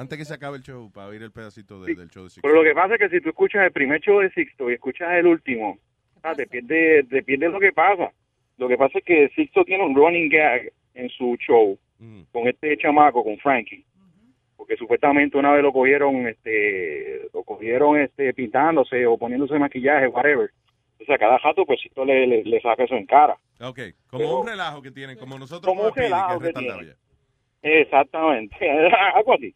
Speaker 8: Antes que se acabe el show, para oír el pedacito de- del show de Sixto.
Speaker 43: Pero lo que pasa es que si tú escuchas el primer show de Sixto y escuchas el último, ah, te pierdes te pierdes lo que pasa. Lo que pasa es que Sixto tiene un running gag en su show
Speaker 8: Mm.
Speaker 43: con este chamaco, con Frankie. Porque supuestamente una vez lo cogieron, este, lo cogieron este, pintándose o poniéndose maquillaje, whatever. O sea, cada rato, pues, Sixto le, le, le saca eso en cara.
Speaker 8: Ok, como
Speaker 43: Pero-
Speaker 8: un relajo que tienen, como nosotros
Speaker 43: Como
Speaker 8: con
Speaker 43: un
Speaker 8: Speedy, que
Speaker 43: relajo
Speaker 8: es
Speaker 43: que
Speaker 8: retardado
Speaker 43: tienen.
Speaker 8: ya.
Speaker 43: Exactamente, algo así.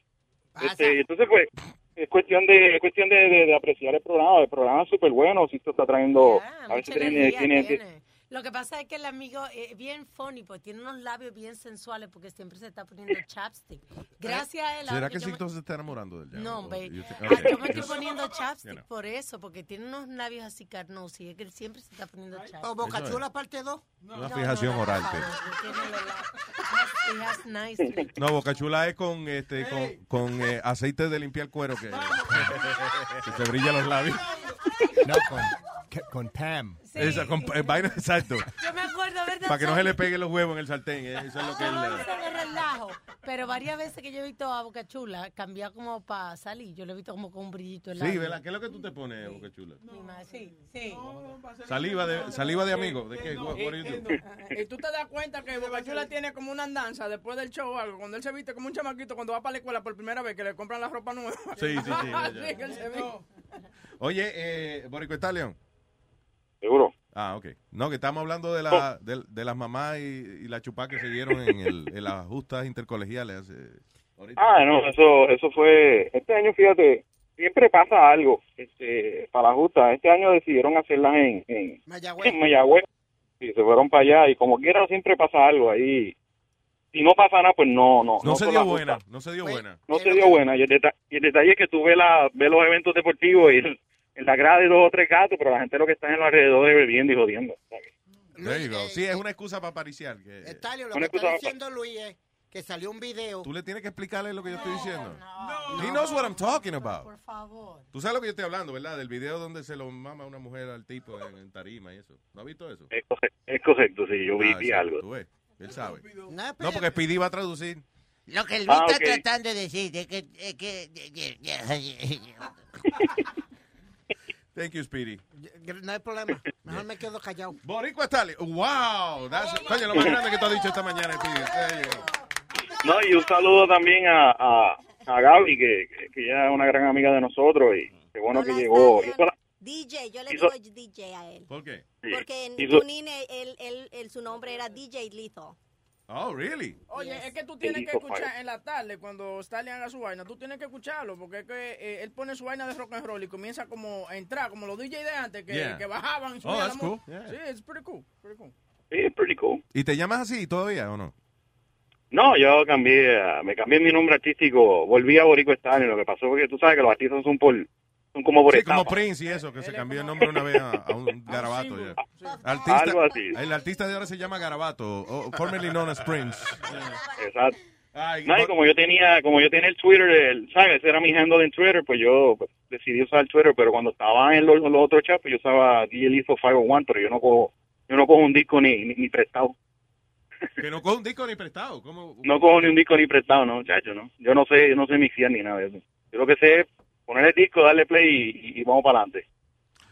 Speaker 43: Este, entonces, pues, es cuestión de es cuestión de, de- de apreciar el programa. El programa es súper bueno. Si esto está trayendo, a veces tiene,
Speaker 10: Ah, energía
Speaker 43: tiene-
Speaker 10: Lo que pasa es que el amigo es bien funny, porque tiene unos labios bien sensuales, porque siempre se está poniendo chapstick. Gracias a él. ahora
Speaker 8: ¿Será que
Speaker 10: yo me-
Speaker 8: Sixto se está enamorando del ya?
Speaker 10: No,
Speaker 8: O-
Speaker 10: hombre.
Speaker 8: you think-
Speaker 10: Ah,
Speaker 8: okay,
Speaker 10: yo me estoy
Speaker 8: just-
Speaker 10: poniendo chapstick
Speaker 8: you know.
Speaker 10: por eso, porque tiene unos labios así carnosos y es que él siempre se está poniendo chapstick.
Speaker 8: O Oh, Boca Eso es. Chula
Speaker 10: parte 2?
Speaker 8: Una fijación oral, pe. No, Bocachula es con, este, con, con eh, aceite de limpiar cuero que, que se brilla los labios.
Speaker 44: No, con, que- con Pam.
Speaker 8: Esa, con, eh, vaina, exacto.
Speaker 10: Yo me acuerdo, ¿verdad?
Speaker 8: Para que no se le
Speaker 10: Sony?
Speaker 8: peguen los huevos en el sartén. eh, Eso es lo que él...
Speaker 10: No lo
Speaker 8: eh,
Speaker 10: hice de relajo, pero varias veces que yo he visto a Boca Chula cambiar como para salir, yo lo he visto como con un brillito en la
Speaker 8: Sí, ¿verdad? ¿Qué es lo que tú te pones, Bocachula?
Speaker 10: Mi madre, sí, sí.
Speaker 8: Saliva de, saliva de amigo. ¿De qué? What- what do you do?
Speaker 14: Y tú te das cuenta que Bocachula tiene como una andanza después del show o algo. Cuando él se viste como un chamaquito, cuando va para la escuela por primera vez, que le compran la ropa nueva.
Speaker 8: Sí, sí, sí, ya, ya.
Speaker 14: Así que él se viste.
Speaker 8: Oye, eh, Borico Stallion.
Speaker 43: Seguro. Oh.
Speaker 8: Ah, ok. No, que estamos hablando de, la, de, de las mamás y, y la chupá que se dieron en, el, en las justas intercolegiales. eh.
Speaker 43: Ah, no, eso, eso fue. Este año, fíjate, siempre pasa algo este, para la justa. Este año decidieron hacerlas en, en, en Mayagüez. Y se fueron para allá y como quiera siempre pasa algo ahí. si no pasa nada, pues no, no.
Speaker 8: No, se
Speaker 43: son
Speaker 8: dio
Speaker 43: las
Speaker 8: buena,
Speaker 43: justas.
Speaker 8: no se dio buena.
Speaker 43: No se dio buena. Y el, deta- y el detalle es que tú ves, la, ves los eventos deportivos y el- en la grada hay dos o tres gatos, pero la gente lo que está en los alrededores bebiendo y jodiendo.
Speaker 8: There you go. Sí, es una excusa para apariciar. que-
Speaker 7: eh, Talio, lo
Speaker 43: Una
Speaker 7: que está
Speaker 43: excusa-
Speaker 7: diciendo Luis es que salió un video.
Speaker 8: Tú le tienes que explicarle lo que yo estoy diciendo. He knows what I'm talking about.
Speaker 7: favor.
Speaker 8: Tú sabes lo que yo estoy hablando, ¿verdad? Del video donde se lo mama una mujer al tipo en, en tarima y eso. ¿No has visto eso?
Speaker 43: Es, corre- es correcto, sí, yo vi,
Speaker 8: Ah,
Speaker 43: vi
Speaker 8: sí,
Speaker 43: algo.
Speaker 8: tú ves, él sabe.
Speaker 45: No,
Speaker 8: No, porque Speedy va a traducir.
Speaker 45: Lo que Luis
Speaker 8: Ah,
Speaker 45: está
Speaker 8: ok.
Speaker 45: tratando de decir es que... es que-
Speaker 8: Thank you, Speedy.
Speaker 7: No hay problema. Mejor me quedo callado.
Speaker 8: Boricua Talio. Wow. That's, coño, lo más grande que tú has dicho esta mañana, Speedy. There you go.
Speaker 43: No, y un saludo también a, a, a Gaby, que, que- que ya es una gran amiga de nosotros y qué bueno que llegó. Hizo la-
Speaker 10: DJ, yo le
Speaker 43: Hizo-
Speaker 10: digo DJ a él.
Speaker 8: ¿Por qué?
Speaker 43: sí,
Speaker 10: Porque en
Speaker 43: hizo-
Speaker 10: TuneIn él, él, él- él- su nombre era DJ Lito.
Speaker 8: Oh, really?
Speaker 14: Oye, es que tú tienes que
Speaker 8: Bendito
Speaker 14: escuchar
Speaker 8: padre.
Speaker 14: en la tarde cuando Stalin haga su vaina, tú tienes que escucharlo porque es que eh, él pone su vaina de rock and roll y comienza como a entrar, como los DJ de antes que,
Speaker 8: Yeah.
Speaker 14: que bajaban y
Speaker 8: Oh,
Speaker 14: subían la
Speaker 8: that's
Speaker 14: mu-
Speaker 8: cool. Yeah.
Speaker 14: Sí, it's pretty cool, pretty cool.
Speaker 8: ¿Y te llamas así todavía o no?
Speaker 43: No, yo cambié, ah, me cambié mi nombre artístico, volví a Borico Stanley, lo que pasó fue que tú sabes que los artistas son por, son como por
Speaker 8: Sí,
Speaker 43: etapas.
Speaker 8: como Prince y eso, que se cambió el nombre una vez a, a un
Speaker 14: Ah,
Speaker 8: garabato. ya. Artista,
Speaker 43: Algo así.
Speaker 8: El artista de ahora se llama Garabato, o- formerly known as Prince.
Speaker 43: Exacto.
Speaker 8: Ay,
Speaker 43: No, y como yo tenía, como yo tenía el Twitter, el, ¿sabes? Ese era mi handle en Twitter, pues yo pues, decidí usar el Twitter, pero cuando estaba en los, los otros chats, pues yo usaba DJ Lizzo 501, pero yo no cojo, yo no cojo un disco ni, ni, ni prestado.
Speaker 8: Que no coge un disco ni prestado. ¿Cómo?
Speaker 43: No cojo ni un disco ni prestado, no, chacho, no. Yo no sé, yo no sé mixear ni nada de eso. Yo lo que sé es poner el disco, darle play y, y vamos para adelante.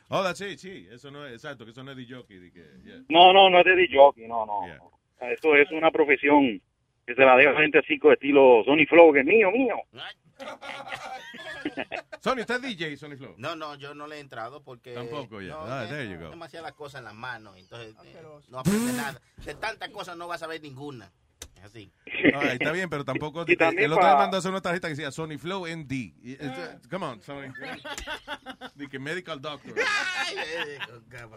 Speaker 8: Oh, that's it, sí. Eso no es, exacto, que eso no es de jockey. de que- yeah.
Speaker 43: No, no, no es de DJ jockey, no, no.
Speaker 8: Yeah.
Speaker 43: Eso es una profesión que se la deja gente así con estilo Sony Flow, que es mío, mío.
Speaker 8: Sony, ¿usted es DJ, Sony Flow?
Speaker 11: No, no, yo no le he entrado porque...
Speaker 8: Tampoco, ya.
Speaker 11: No,
Speaker 8: Ah,
Speaker 11: tengo
Speaker 8: there you go.
Speaker 11: demasiadas cosas en las manos, entonces eh, no aprende nada. De tantas cosas no vas a saber ninguna. Es así.
Speaker 8: Ay, está bien, pero tampoco.
Speaker 11: Y también
Speaker 8: el otro día
Speaker 11: pa-
Speaker 8: mandó a hacer una tarjeta que decía Sony Flow ND. Y- it's- Come on, Sony. De que medical doctor.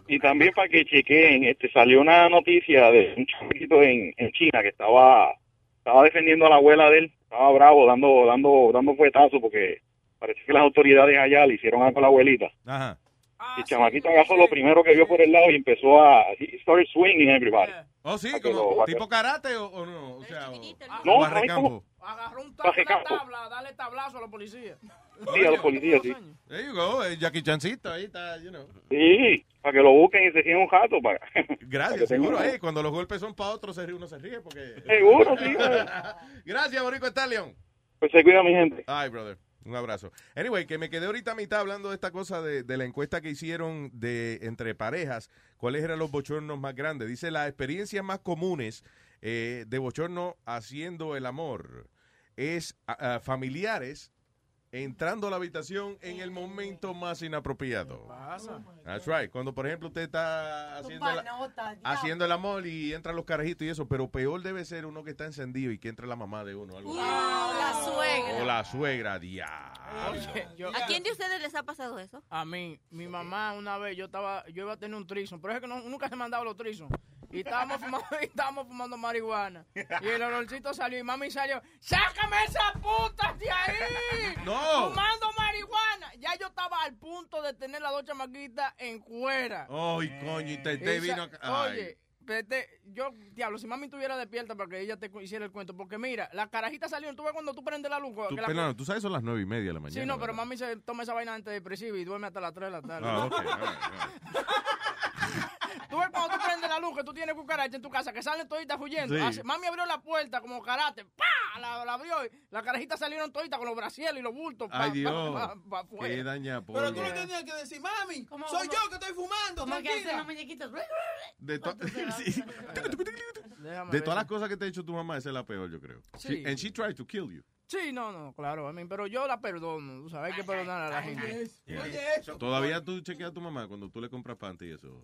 Speaker 43: Y también para que chequen, este, salió una noticia de un chiquito en, en China que estaba, estaba defendiendo a la abuela de él, estaba bravo, dando, dando, dando puetazo porque parece que las autoridades allá le hicieron algo a la abuelita.
Speaker 8: Ajá. Ah,
Speaker 43: y el chamaquito agarró lo primero que vio por el lado y empezó a he started swinging everybody.
Speaker 8: Oh, sí,
Speaker 43: Para que lo-
Speaker 8: como
Speaker 43: para que-
Speaker 8: tipo karate o, o no. O sea, o-
Speaker 43: No,
Speaker 8: o arrecampo.
Speaker 14: Ah, Agarró un ta-
Speaker 43: Baje
Speaker 14: una
Speaker 43: campo.
Speaker 14: tabla, dale tablazo a los policías.
Speaker 43: Sí, a los policías, sí.
Speaker 8: There you go, eh, Jackie Chancito, ahí está, you know.
Speaker 43: Sí, para que lo busquen y se queden un jato. Para, para que
Speaker 8: Gracias,
Speaker 43: tengan-
Speaker 8: seguro. eh, cuando los golpes son para otros, se ríe- uno se ríe porque...
Speaker 43: Seguro, sí, güey.
Speaker 8: Gracias, Borico Stallion.
Speaker 43: Pues se cuida mi gente.
Speaker 8: Ay, brother. Un abrazo. Anyway, que me quedé ahorita a mitad hablando de esta cosa de, de la encuesta que hicieron de entre parejas, cuáles eran los bochornos más grandes. Dice las experiencias más comunes eh, de bochorno haciendo el amor es a- a familiares entrando a la habitación en el momento más inapropiado. That's right. Cuando, por ejemplo, usted está haciendo la- haciendo el amor y entran los carajitos y eso, pero peor debe ser uno que está encendido y que entra la mamá de uno. Algo así.
Speaker 10: la suegra.
Speaker 8: O la suegra, diablo.
Speaker 10: ¿A quién de ustedes les ha pasado eso?
Speaker 14: A mí, mi mamá una vez, yo estaba, yo iba a tener un trison, pero es que no- nunca se me han dado los trison. Y estábamos fumando, y estábamos fumando marihuana. Y el olorcito salió y mami salió, ¡sácame esa puta de ahí!
Speaker 2: No.
Speaker 14: ¡Fumando marihuana! Ya yo estaba al punto de tener las dos chamaquitas en cuera.
Speaker 8: Ay, coño, y Oh, te, te
Speaker 14: Eh, Esa-
Speaker 8: vino. a- ay.
Speaker 14: Oye, vete, yo, diablo, si mami estuviera despierta para que ella te cu- hiciera el cuento, porque mira, las carajitas salieron, tú ves cuando tú prendes la luz.
Speaker 8: Tú,
Speaker 14: que la-
Speaker 8: pero no, tú sabes, son las nueve y media de la mañana.
Speaker 14: Sí, no, pero
Speaker 8: ¿verdad?
Speaker 14: mami se toma esa vaina antidepresiva y duerme hasta las 3 de la tarde.
Speaker 8: Ah, ok, all right, all
Speaker 14: Tú ves cuando tú prendes la luz que tú tienes cucaracha en tu casa, que salen toditas huyendo.
Speaker 8: Sí.
Speaker 14: Hace- mami abrió la puerta como karate, ¡pa! La, la abrió y las carajitas salieron toditas con los bracieles y los bultos. ¡pa!
Speaker 8: Ay,
Speaker 14: pa,
Speaker 8: Dios.
Speaker 14: pa, pa, afuera.
Speaker 8: Qué daña
Speaker 14: tú
Speaker 8: polvo.
Speaker 14: no
Speaker 8: De
Speaker 14: tenías que decir, mami,
Speaker 6: soy yo
Speaker 14: que estoy fumando.
Speaker 6: Como que hacen los muñequitos.
Speaker 8: to- Sí. De todas las cosas que te ha hecho tu mamá, esa es la peor, yo creo.
Speaker 14: Sí.
Speaker 8: She- and she tried to kill you.
Speaker 14: Sí, no, no, claro, I mean, pero yo la perdono. Tú sabes hay que perdonar a la gente.
Speaker 8: Yeah. Todavía tú chequeas a tu mamá cuando tú le compras panty y eso.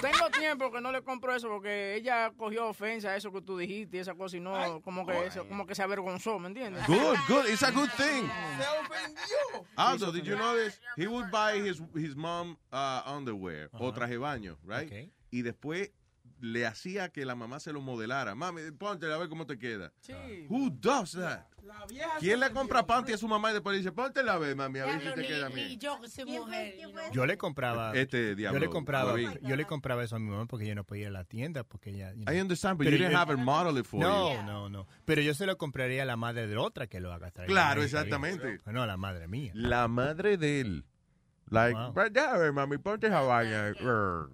Speaker 14: Tengo tiempo que no le compro eso porque ella cogió ofensa a eso que tú dijiste y esa cosa y no, como que eso, como que se avergonzó, ¿me entiendes?
Speaker 8: Good, good. It's a good thing.
Speaker 14: Se ofendió.
Speaker 8: Also, Ah, did you notice he would buy his his mom uh, underwear o traje baño, right? Y después le hacía que la mamá se lo modelara. Mami, póntelo a ver cómo te queda.
Speaker 14: Sí.
Speaker 8: Who does that?
Speaker 14: La vieja
Speaker 8: ¿Quién le
Speaker 14: se-
Speaker 8: compra panty a su mamá y después le dice, póntelo a ver, mami, a ver si
Speaker 10: Diablo,
Speaker 8: te
Speaker 10: ni-
Speaker 8: queda bien?
Speaker 10: ni yo que soy mujer. you know.
Speaker 12: Yo le compraba.
Speaker 8: Este diablo,
Speaker 12: Yo le compraba,
Speaker 16: Oh
Speaker 8: Marín.
Speaker 12: yo le compraba eso a mi mamá porque yo no podía ir a la tienda porque ella. you know.
Speaker 8: I understand, but you didn't
Speaker 12: yo-
Speaker 8: have her model it for
Speaker 12: no,
Speaker 8: you.
Speaker 12: No, no, Pero yo se lo compraría a la madre de otra que lo haga. traer
Speaker 8: Claro,
Speaker 12: a mí, está bien.
Speaker 8: exactamente.
Speaker 12: No, a la madre mía.
Speaker 8: La madre de él. Like,
Speaker 12: Wow.
Speaker 8: "But ya, a ver, mami, ponte Hawaiian. Grr.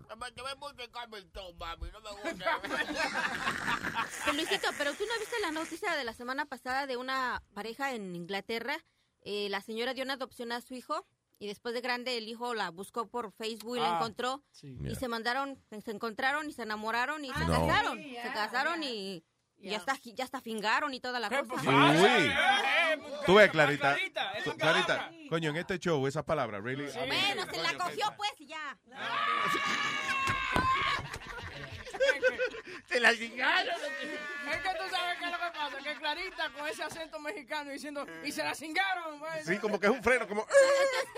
Speaker 15: Pero, Luisito, pero tú no viste la noticia de la semana pasada de una pareja en Inglaterra. Eh, la señora dio una adopción a su hijo y después de grande el hijo la buscó por Facebook y la
Speaker 17: Ah,
Speaker 15: encontró
Speaker 17: sí.
Speaker 15: y
Speaker 17: Yeah.
Speaker 15: se mandaron, se, se encontraron y se enamoraron y se
Speaker 17: No.
Speaker 15: casaron,
Speaker 17: Sí,
Speaker 15: se
Speaker 17: yeah,
Speaker 15: casaron y y ya está, ya está fingaron y toda la cosa.
Speaker 8: Uy. Tú ves, Clarita. Clarita, coño, en este show, esas palabras, really. I mean,
Speaker 15: Bueno, se la cogió pues y ya.
Speaker 11: Se la cingaron.
Speaker 14: Es que tú sabes qué es lo que pasa, que Clarita con ese acento mexicano diciendo, y se la cingaron, güey.
Speaker 8: Sí, como que es un freno, como.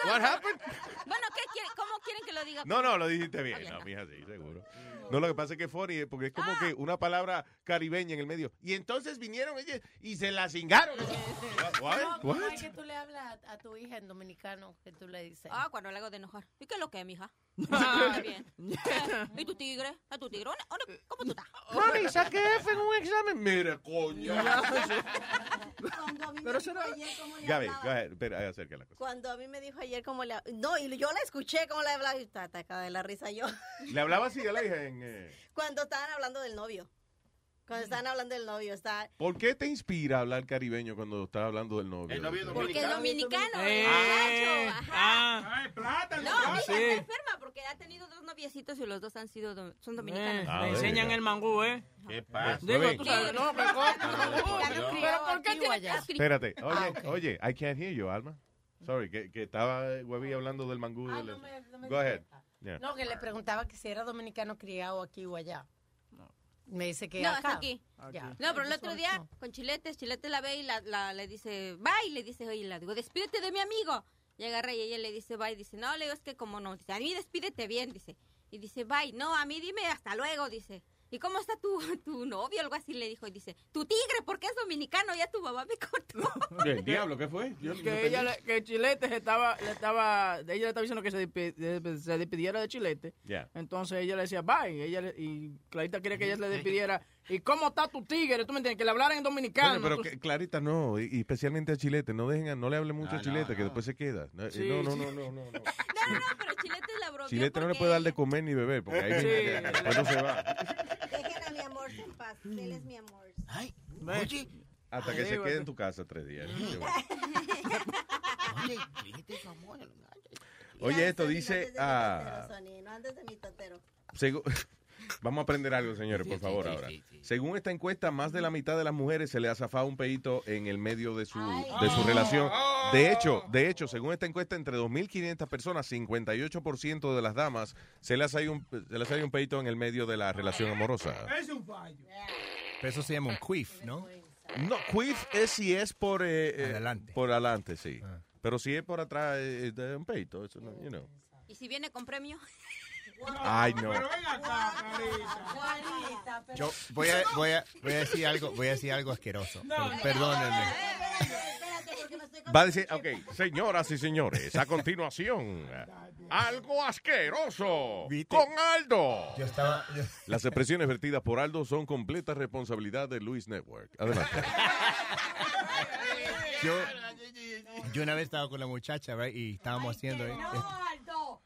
Speaker 8: What happened?
Speaker 15: Bueno, ¿qué quiere- ¿cómo quieren que lo diga?
Speaker 8: No, no, lo dijiste bien. No, mija, sí, seguro. No, lo que pasa es que es funny, eh, porque es como que una palabra caribeña en el medio. Y entonces vinieron ellos y se la cingaron.
Speaker 10: No,
Speaker 8: What?
Speaker 10: ¿cómo
Speaker 8: What?
Speaker 10: es que tú le hablas a, a tu hija en dominicano que tú le dices?
Speaker 15: Ah, cuando le hago de enojar. ¿Y qué es lo que es, mija? Está bien. Eh, ¿Y tu tigre? ¿A tu tigre? ¿Dónde- dónde- ¿Cómo tú estás?
Speaker 8: Mami, saqué F en un examen. Mira, coño.
Speaker 15: Pero eso
Speaker 8: Gaby, go ahead. Espera, acerca la cosa.
Speaker 16: Cuando a mí me dijo ayer cómo le... No, y yo la escuché cómo le hablaba y estaba atacada de la risa yo.
Speaker 8: Le hablaba así a la hija en. eh,
Speaker 16: Cuando estaban hablando del novio. Cuando estaban hablando del novio, está...
Speaker 8: ¿Por qué te inspira hablar caribeño cuando estás hablando del novio? El novio
Speaker 16: Porque es dominicano.
Speaker 8: Ah.
Speaker 16: plátano.
Speaker 15: No, mi hija
Speaker 8: sí.
Speaker 15: está enferma porque ha tenido dos noviecitos y los dos han sido dom- son
Speaker 14: Eh,
Speaker 15: dominicanos.
Speaker 14: le enseñan el mangú, ¿eh?
Speaker 11: ¿Qué
Speaker 14: pasa? Digo, tú sabes, no, que
Speaker 15: Dios.
Speaker 14: Pero ¿por qué tiene que
Speaker 8: Espérate, oye, oye, I can't hear you, Alma. Sorry, que, que estaba eh, Webby hablando del mangú. del- Go ahead. Yeah.
Speaker 10: No, que le preguntaba que si era dominicano criado aquí o allá. Me dice que
Speaker 15: No,
Speaker 10: acá.
Speaker 15: es aquí.
Speaker 10: Ya.
Speaker 15: No, pero el otro día con Chiletes, Chiletes la ve y la, la- le dice, bye, y le dice, oye, la digo, despídete de mi amigo. Y agarra y ella le dice, bye, dice, no, le digo, es que como no, dice, a mí despídete bien, dice. Y dice, bye, no, a mí dime hasta luego, dice. ¿Y cómo está tu, tu novio? Algo así le dijo. Y dice, tu tigre, porque es dominicano, ya tu mamá me contó.
Speaker 8: ¿Qué, diablo, ¿qué fue? Yo- yo
Speaker 14: que ella
Speaker 8: entendí.
Speaker 14: le- que Chilete se estaba le estaba ella le estaba diciendo que se, despi- de- se despidiera de Chilete
Speaker 8: Yeah.
Speaker 14: entonces ella le decía bye y ella le- y Clarita quería que ella
Speaker 12: Eh,
Speaker 14: le despidiera y cómo está tu tigre tú me entiendes que le hablaran en dominicano
Speaker 8: Coño, pero
Speaker 14: tú-
Speaker 8: que- Clarita no, y, y especialmente a Chilete, no dejen, a- no le hable mucho
Speaker 11: No,
Speaker 8: a Chilete,
Speaker 11: no,
Speaker 8: que
Speaker 11: no.
Speaker 8: después se queda. No, eh,
Speaker 11: Sí,
Speaker 8: no, no,
Speaker 11: sí.
Speaker 8: no, no, no, no.
Speaker 15: pero Chilete la bromeó
Speaker 8: Chilete no le
Speaker 15: porque-
Speaker 8: puede dar de comer ni beber, porque ahí viene-
Speaker 16: Sí.
Speaker 8: después no se va.
Speaker 16: Dejen a mi amor en paz. Él es mi amor.
Speaker 11: Ay,
Speaker 8: Hasta que
Speaker 11: Ay,
Speaker 8: se
Speaker 11: bueno.
Speaker 8: quede en tu casa tres días.
Speaker 16: Oye,
Speaker 8: Oye, esto dice... ah,
Speaker 16: no andes de mi totero.
Speaker 8: Segu- Vamos a aprender algo, señores, por
Speaker 16: Sí,
Speaker 8: favor,
Speaker 16: sí, sí,
Speaker 8: ahora. Según esta encuesta, más de la mitad de las mujeres se le ha zafado un peito en el medio de su, de su
Speaker 11: Oh.
Speaker 8: relación. De hecho, de hecho, según esta encuesta, entre 2.500 personas, 58% de las damas se les ha ido un, se les ha ido un peito en el medio de la relación amorosa.
Speaker 14: Es un fallo.
Speaker 12: Pero eso se llama un quiff, ¿no?
Speaker 8: No, quiff es si es por... eh, eh, Por adelante, sí. Pero si es por atrás, eh, eh, de un peito, eso no, you know.
Speaker 15: Y si viene con premio.
Speaker 8: Ay, no. Pero
Speaker 14: ven acá, Clarita.
Speaker 12: Yo voy a, voy a, voy a decir algo, voy a decir algo asqueroso.
Speaker 16: No,
Speaker 12: Per-
Speaker 16: no.
Speaker 12: perdónenme.
Speaker 16: Espérate, porque me estoy
Speaker 8: Va a decir, ok, señoras y señores, a continuación, algo asqueroso con Aldo.
Speaker 12: Yo estaba, yo-
Speaker 8: Las expresiones vertidas por Aldo son completa responsabilidad de Luis Network. Adelante.
Speaker 12: yo, yo una vez estaba con la muchacha, right, y estábamos haciendo. eh,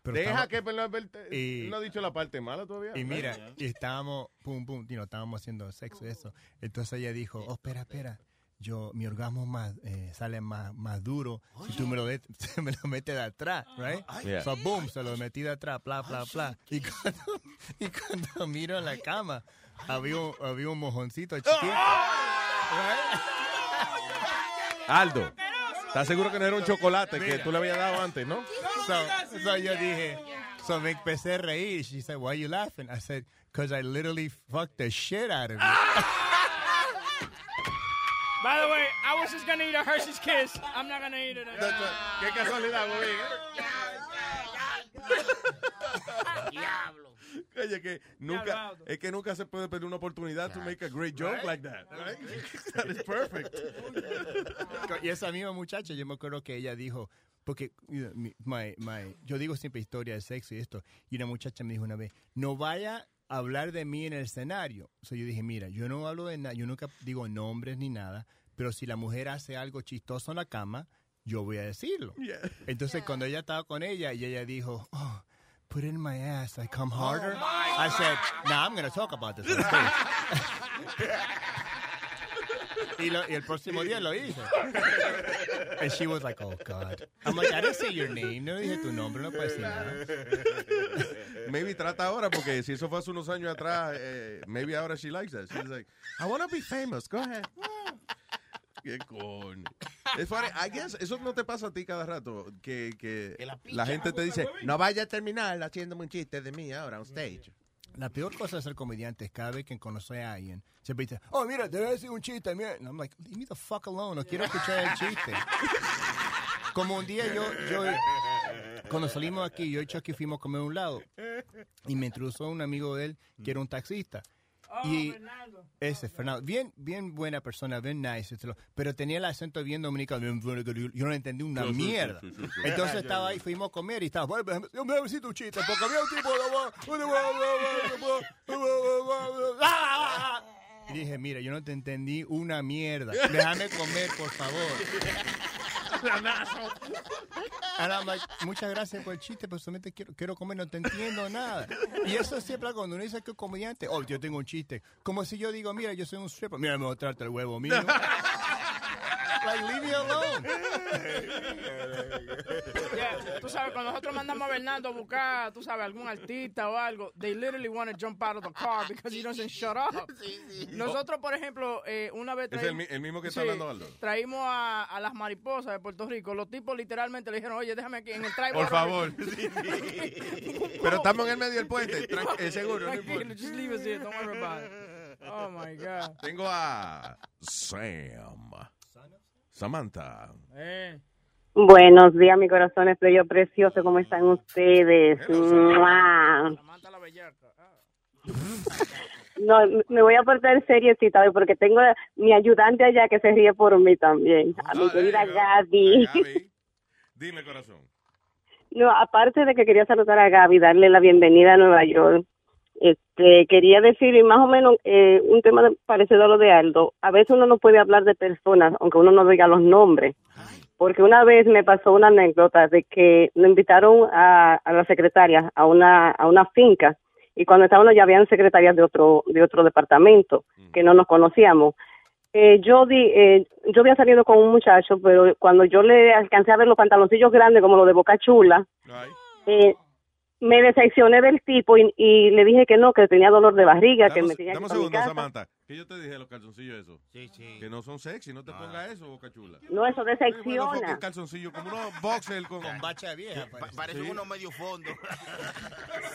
Speaker 12: pero
Speaker 8: Deja
Speaker 12: estaba-
Speaker 8: que Pablo Albert-
Speaker 12: Y-
Speaker 8: no ha dicho la parte mala todavía.
Speaker 12: Y mira,
Speaker 8: Venga.
Speaker 12: y estábamos, pum, pum, you know, estábamos haciendo
Speaker 11: Uh.
Speaker 12: sexo y eso. Entonces ella dijo, oh, espera, espera, yo, mi orgasmo más, eh, sale más, más duro si tú me lo, de- me lo metes de atrás, right?
Speaker 11: Ah, Ay.
Speaker 12: O sea, boom, se lo metí de atrás, bla, bla, bla. Y cuando, y cuando miro en la cama, había un, había un
Speaker 11: Ah.
Speaker 12: mojoncito chiquito.
Speaker 8: Aldo, ¿estás seguro que no era un chocolate que tú le habías dado antes, no?
Speaker 12: So, so yo dije, so me empecé a reír. She said, why are you laughing? I said, because I literally fucked the shit out of you.
Speaker 14: by the way I was just gonna eat a Hershey's Kiss I'm not gonna eat it
Speaker 8: qué casualidad güey
Speaker 11: Diablo.
Speaker 8: Oye, que nunca, es que nunca se puede perder una oportunidad to make a great joke like
Speaker 12: Right?
Speaker 8: that. Right? that is perfect.
Speaker 12: y esa misma muchacha, yo me acuerdo que ella dijo, porque you know, mi- my- my- yo digo siempre historia de sexo y esto, y una muchacha me dijo una vez, no vaya a hablar de mí en el escenario. So yo dije, mira, yo no hablo de nada, yo nunca digo nombres ni nada, pero si la mujer hace algo chistoso en la cama, yo voy a decirlo.
Speaker 8: Yeah.
Speaker 12: Entonces cuando ella estaba con ella y ella dijo, oh, put it in my ass, I come
Speaker 8: Oh
Speaker 12: harder. I said, nah, I'm going to talk about this. on stage." y, lo- y el próximo día lo hizo. And she was like, oh, God. I'm like, I didn't say your name. No dije tu nombre, no
Speaker 8: Eh,
Speaker 12: puedo decir nada.
Speaker 8: Maybe trata ahora, porque si eso fue hace unos años atrás, eh, maybe ahora she likes that. She's like, I want to be famous, go ahead. Qué coño. Es funny, I guess, eso no te pasa a ti cada rato, que, que la, gente te dice, no vaya a terminar haciéndome un chiste de mí ahora on stage.
Speaker 12: La peor cosa de ser comediante es cada vez que conoce a alguien, siempre dice, oh, mira, debe decir un chiste. Mira. And I'm like, leave me the fuck alone. No quiero escuchar el chiste. Como un día yo, yo cuando salimos aquí, yo y Chucky fuimos a comer a un lado y me introdujo un amigo de él que era un taxista. y ese, Fernando, bien, bien buena persona, bien nice, este lo- pero tenía el acento bien dominicano. bien- Yo no entendí una
Speaker 23: Sí, sí, sí,
Speaker 12: mierda.
Speaker 23: sí, sí, sí.
Speaker 12: Entonces estaba ahí, fuimos a comer y estaba, "Bueno, déjame- yo me necesito un chiste, porque había un tipo de... Y dije, mira, yo no te entendí una mierda. Déjame comer, por favor. And I'm like, muchas gracias por el chiste, pero solamente quiero, quiero comer, no te entiendo nada. Y eso es siempre cuando uno dice que es comediante, oh, yo tengo un chiste. Como si yo digo, mira, yo soy un stripper, mira, me voy a trarte el huevo mío. like, leave me alone.
Speaker 14: Yeah, Tú sabes, cuando nosotros mandamos a Bernardo a buscar, tú sabes, algún artista o algo, they literally want to jump out of the car because he doesn't shut up. Nosotros, por ejemplo, eh, una vez
Speaker 8: Es el mi- el mismo que está hablando Aldo.
Speaker 14: Traímos a, a las mariposas de Puerto Rico. Los tipos literalmente le dijeron, oye, déjame aquí en el trailer.
Speaker 8: Por favor. Pero estamos en el medio del puente, tran- eh, seguro. no importa.
Speaker 14: Tranquilo, just leave us here, don't worry about it. Oh my God.
Speaker 8: Tengo a Sam. Samantha.
Speaker 24: Buenos días, mi corazón es bello, precioso. ¿Cómo están ustedes? ¡Mua! No, me voy a portar seriecita hoy porque tengo a mi ayudante allá que se ríe por mí también. A mi querida Gaby.
Speaker 8: Dime, corazón.
Speaker 24: No, aparte de que quería saludar a Gaby, darle la bienvenida a Nueva York, este, quería decir, y más o menos eh, un tema de- parecido a lo de Aldo, a veces uno no puede hablar de personas, aunque uno no diga los nombres, porque una vez me pasó una anécdota de que lo invitaron a, a la secretaria a una, a una finca, y cuando estábamos ya habían secretarias de otro, de otro departamento, que no nos conocíamos. Eh, yo di, eh, yo había salido con un muchacho, pero cuando yo le alcancé a ver los pantaloncillos grandes como los de Boca Chula, eh, me decepcioné del tipo y, y le dije que no, que tenía dolor de barriga, que me tenía que
Speaker 8: Dame un
Speaker 24: ir pa' mi
Speaker 8: segundo,
Speaker 24: casa.
Speaker 8: Samantha. Que yo te dije los calzoncillos esos. Que no son sexy, no te pongas eso, boca chula.
Speaker 24: No, eso
Speaker 8: Bueno, fue
Speaker 24: decepciona.
Speaker 8: con calzoncillos, como unos boxers con, con bacha vieja.
Speaker 11: Parece uno medio fondo.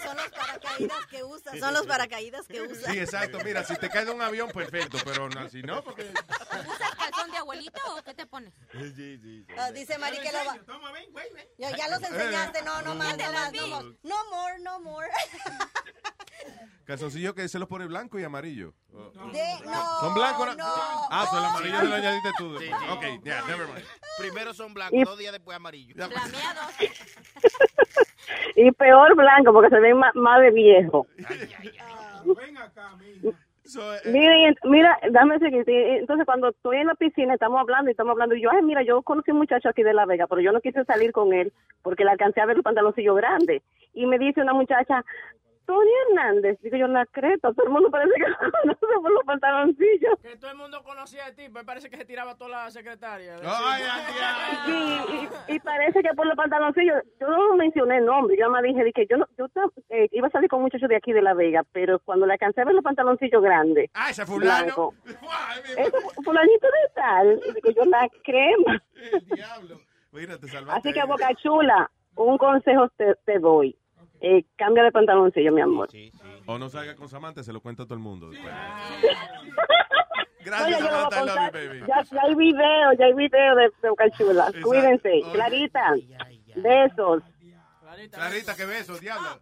Speaker 16: Son los paracaídas que usa. Son los paracaídas que usa.
Speaker 8: Sí, exacto. Mira, si te cae de un avión, perfecto. Pero no, si no, porque.
Speaker 15: ¿Usas calzón de abuelito o qué te pones?
Speaker 8: Sí, sí,
Speaker 16: Ah, dice Mari que lo va. Ya, ya los
Speaker 8: Eh.
Speaker 16: enseñaste, no, no más, no más, no
Speaker 8: vi.
Speaker 16: más. No more, no more.
Speaker 8: Calzoncillos que se los pone blanco y amarillo. Oh.
Speaker 16: De- no,
Speaker 8: son blancos.
Speaker 16: no.
Speaker 8: ah, son el amarillo
Speaker 11: Sí.
Speaker 8: lo añadiste tú.
Speaker 11: Sí,
Speaker 8: ok, ya, never mind. pues.
Speaker 11: Primero son blancos, dos días después amarillos.
Speaker 15: Flameados.
Speaker 24: Y peor blanco, porque se ve ma- más, de viejo.
Speaker 8: eh,
Speaker 24: Mira, y- mira, dame seguir. sí, Entonces, cuando estoy en la piscina, estamos hablando y estamos hablando. Y yo, ay, mira, yo conocí un muchacho aquí de La Vega, pero yo no quise salir con él porque le alcancé a ver el pantaloncillo grande. Y me dice una muchacha, Tony Hernández. Digo yo, la creta, todo el mundo parece que lo conoce por los pantaloncillos.
Speaker 14: Que todo el mundo conocía a ti, pues parece que se tiraba toda la secretaria.
Speaker 24: Ay, Sí, y, y parece que por los pantaloncillos, yo no mencioné el nombre, yo más dije, dije, yo, no, yo tam- eh, iba a salir con un muchacho de aquí de La Vega, pero cuando le alcancé a ver los pantaloncillos grandes.
Speaker 8: Ah, ese fulano.
Speaker 24: blanco, ese fu- fulanito de tal, y digo yo, la crema.
Speaker 8: Mira, te salvaste.
Speaker 24: Así que,
Speaker 8: ahí.
Speaker 24: Boca Chula, un consejo te, te doy. Eh, cambia de pantaloncillo, mi amor.
Speaker 8: O no salga con Samantha, se lo cuenta a todo el mundo. después.
Speaker 15: Ah,
Speaker 24: No, ya
Speaker 8: Gracias,
Speaker 24: yo lo voy a
Speaker 8: Samantha. I love you,
Speaker 24: contar.
Speaker 8: baby.
Speaker 24: Ya, ya hay video, ya hay video de, de Boca Chula. Cuídense. Clarita, besos.
Speaker 8: Clarita, qué beso, diablo.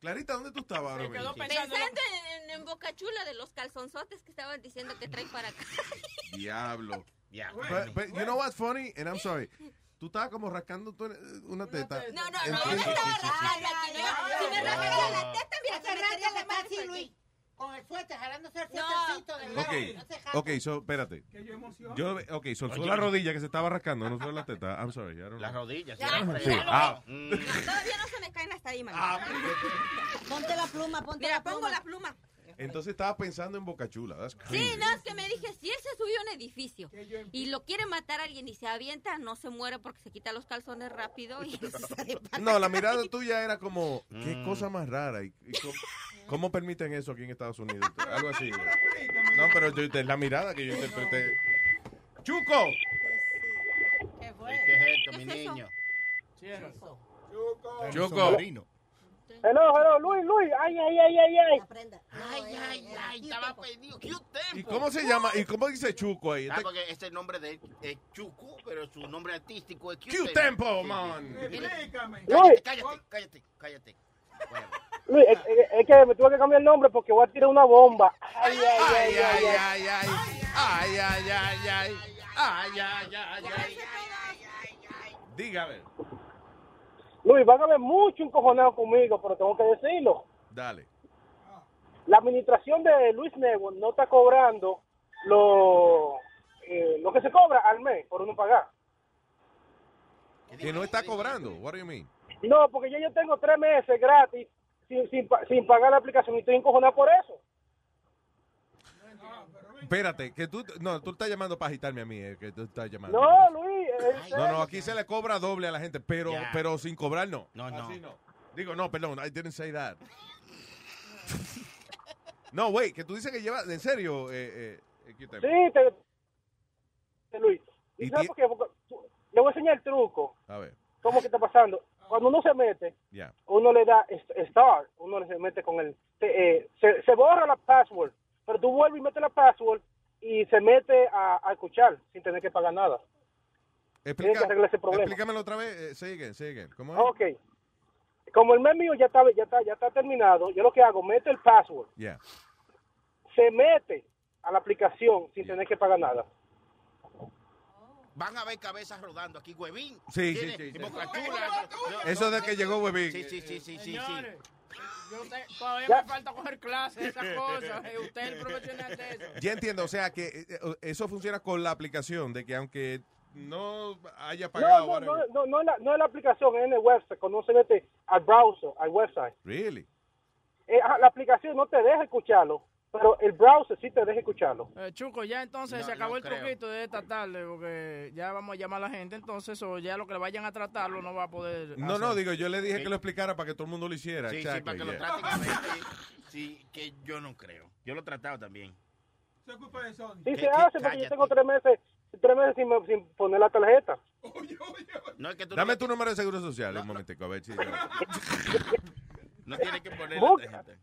Speaker 8: Clarita, ¿dónde tú estabas ahora mismo?
Speaker 15: Ah. Pensando en, en, en Boca Chula de los calzonzotes que estaban diciendo que trae para acá.
Speaker 8: Diablo. But, but you know what's funny? And I'm sorry. Tú estabas como rascando tu- una teta.
Speaker 15: No, no, no,
Speaker 8: En-
Speaker 15: no estaba rascando aquí, no. Si me rascaría la teta, mira,
Speaker 7: Hace
Speaker 15: se me
Speaker 7: rato
Speaker 15: salía la
Speaker 7: que está
Speaker 15: madre
Speaker 7: así,
Speaker 15: por
Speaker 7: Luis. Con el fuerte, jalándose el
Speaker 15: No.
Speaker 7: fuertecito del lado.
Speaker 8: Ok,
Speaker 7: No se jala.
Speaker 8: ok, so, espérate. Yo, ok, soltó
Speaker 11: Oye.
Speaker 8: la rodilla que se estaba rascando, no fue la teta. I'm sorry.
Speaker 11: Las rodillas,
Speaker 8: Sí.
Speaker 11: sí, las rodillas.
Speaker 8: Ah.
Speaker 15: Todavía no se me caen hasta ahí, mano.
Speaker 8: pues,
Speaker 15: ponte la pluma, ponte Mira, pongo la pluma.
Speaker 8: Entonces estaba pensando en Bocachula. That's crazy.
Speaker 15: Sí, no, es que me dije, si él se subió a un edificio y lo quiere matar a alguien y se avienta, no se muere porque se quita los calzones rápido y se va.
Speaker 8: No, la mirada tuya era como, qué
Speaker 11: Mm.
Speaker 8: cosa más rara. Y, y cómo, cómo permiten eso aquí en Estados Unidos? Algo así. No, pero yo- de la mirada que yo interpreté. ¡Chuco!
Speaker 11: Pues ¿Qué es esto, mi niño?
Speaker 8: Chuco.
Speaker 42: Hello, hello, Luis, Luis. Ay, ay, ay, ay, ay.
Speaker 11: Ay, ay, ay, estaba perdido. Ah, pues, ¿Qué usted?
Speaker 8: ¿Y cómo se llama? ¿Y cómo dice Chuco ahí?
Speaker 11: Ah,
Speaker 8: Este-
Speaker 11: porque este nombre de él es Chuco, pero su nombre artístico es
Speaker 8: Q Tempo, man.
Speaker 11: Explícame.
Speaker 42: Luis.
Speaker 11: Cállate, cállate, cállate, cállate.
Speaker 42: Luis, es, es- es que me tuve que cambiar el nombre porque voy a tirar una bomba. Ay, ay, ay, ay, ay.
Speaker 11: ay, ay, ay, ay, ay, ay, ay, ay, ay, ay. pues,
Speaker 8: Dígame.
Speaker 42: Luis, van a ver mucho encojonado conmigo, pero tengo que decirlo.
Speaker 8: Dale.
Speaker 42: La administración de Luis Nebo no está cobrando lo, eh, lo que se cobra al mes por uno pagar.
Speaker 8: Que no está cobrando. What do you mean?
Speaker 42: No, porque yo, yo tengo tres meses gratis sin, sin, pa- sin pagar la aplicación y estoy encojonado por eso.
Speaker 8: Espérate, que tú... No, tú estás llamando para agitarme a mí, eh, que tú estás llamando.
Speaker 42: No, Luis. es-
Speaker 8: No, no, aquí se le cobra doble a la gente, pero,
Speaker 11: Ya.
Speaker 8: pero sin cobrar no.
Speaker 11: No, no.
Speaker 8: Así no. Digo, no, perdón, I didn't say that. no, wait, que tú dices que lleva, en serio, eh, eh, eh, quítame.
Speaker 42: Sí, te, te- Luis.
Speaker 8: ¿Y
Speaker 42: ¿Y sabes
Speaker 8: tie-
Speaker 42: por qué? Porque tú- le voy a enseñar el truco.
Speaker 8: A ver,
Speaker 42: ¿Cómo que está pasando? Cuando uno se mete,
Speaker 8: ya.
Speaker 42: uno le da est- start, uno le se mete con el... te- eh, se, se borra la password, pero tú vuelves y metes la password y se mete a, a escuchar sin tener que pagar nada. Tienen que arreglar ese problema.
Speaker 8: explícamelo otra vez, eh, say again, say again. ¿Cómo es?
Speaker 42: Ok. Como el mes mío ya está, ya está, ya está terminado, yo lo que hago, mete el password,
Speaker 8: Yeah.
Speaker 42: se mete a la aplicación sin tener que pagar nada.
Speaker 11: Van a ver cabezas rodando aquí, huevín.
Speaker 8: Sí, sí,
Speaker 11: Tiene-
Speaker 8: sí, sí.
Speaker 11: y Boca Chula.
Speaker 8: Eso de que llegó Webin.
Speaker 11: Sí, sí, sí, sí, sí, sí.
Speaker 14: Señores, yo te- todavía me falta coger clases de esas cosas. eh, Usted es el profesional de eso.
Speaker 8: Ya entiendo, o sea que eh, eh, eso funciona con la aplicación, de que aunque no haya
Speaker 42: No,
Speaker 8: pagado...
Speaker 42: no, no,
Speaker 8: whatever.
Speaker 42: no, no, en la, no en la aplicación, es en el website, cuando uno se mete al browser, al website.
Speaker 8: Really?
Speaker 42: Eh, ah, la aplicación no te deja escucharlo, pero el browser sí te deja escucharlo.
Speaker 14: Eh, Chuco, ya entonces
Speaker 42: No,
Speaker 14: se acabó
Speaker 42: no
Speaker 14: el
Speaker 42: creo.
Speaker 14: truquito de esta tarde porque ya vamos a llamar a la gente entonces o ya lo que le vayan a tratarlo no va a poder.
Speaker 8: No, no,
Speaker 14: hacer.
Speaker 8: digo, yo le dije que lo explicara para que todo el mundo lo hiciera.
Speaker 11: Sí, sí,
Speaker 8: exactly,
Speaker 11: para que lo
Speaker 8: yeah.
Speaker 11: traten a ver. Sí, que yo no creo. Yo lo he tratado también.
Speaker 42: Se
Speaker 11: ocupa de Sony.
Speaker 42: Sí se hace porque yo tengo tres meses, tres meses sin, me- sin poner la tarjeta.
Speaker 11: No es que tú
Speaker 8: Dame tu número de seguro social, un momentico, a ver si...
Speaker 11: no tienes que poner la
Speaker 42: Busca.
Speaker 11: tarjeta.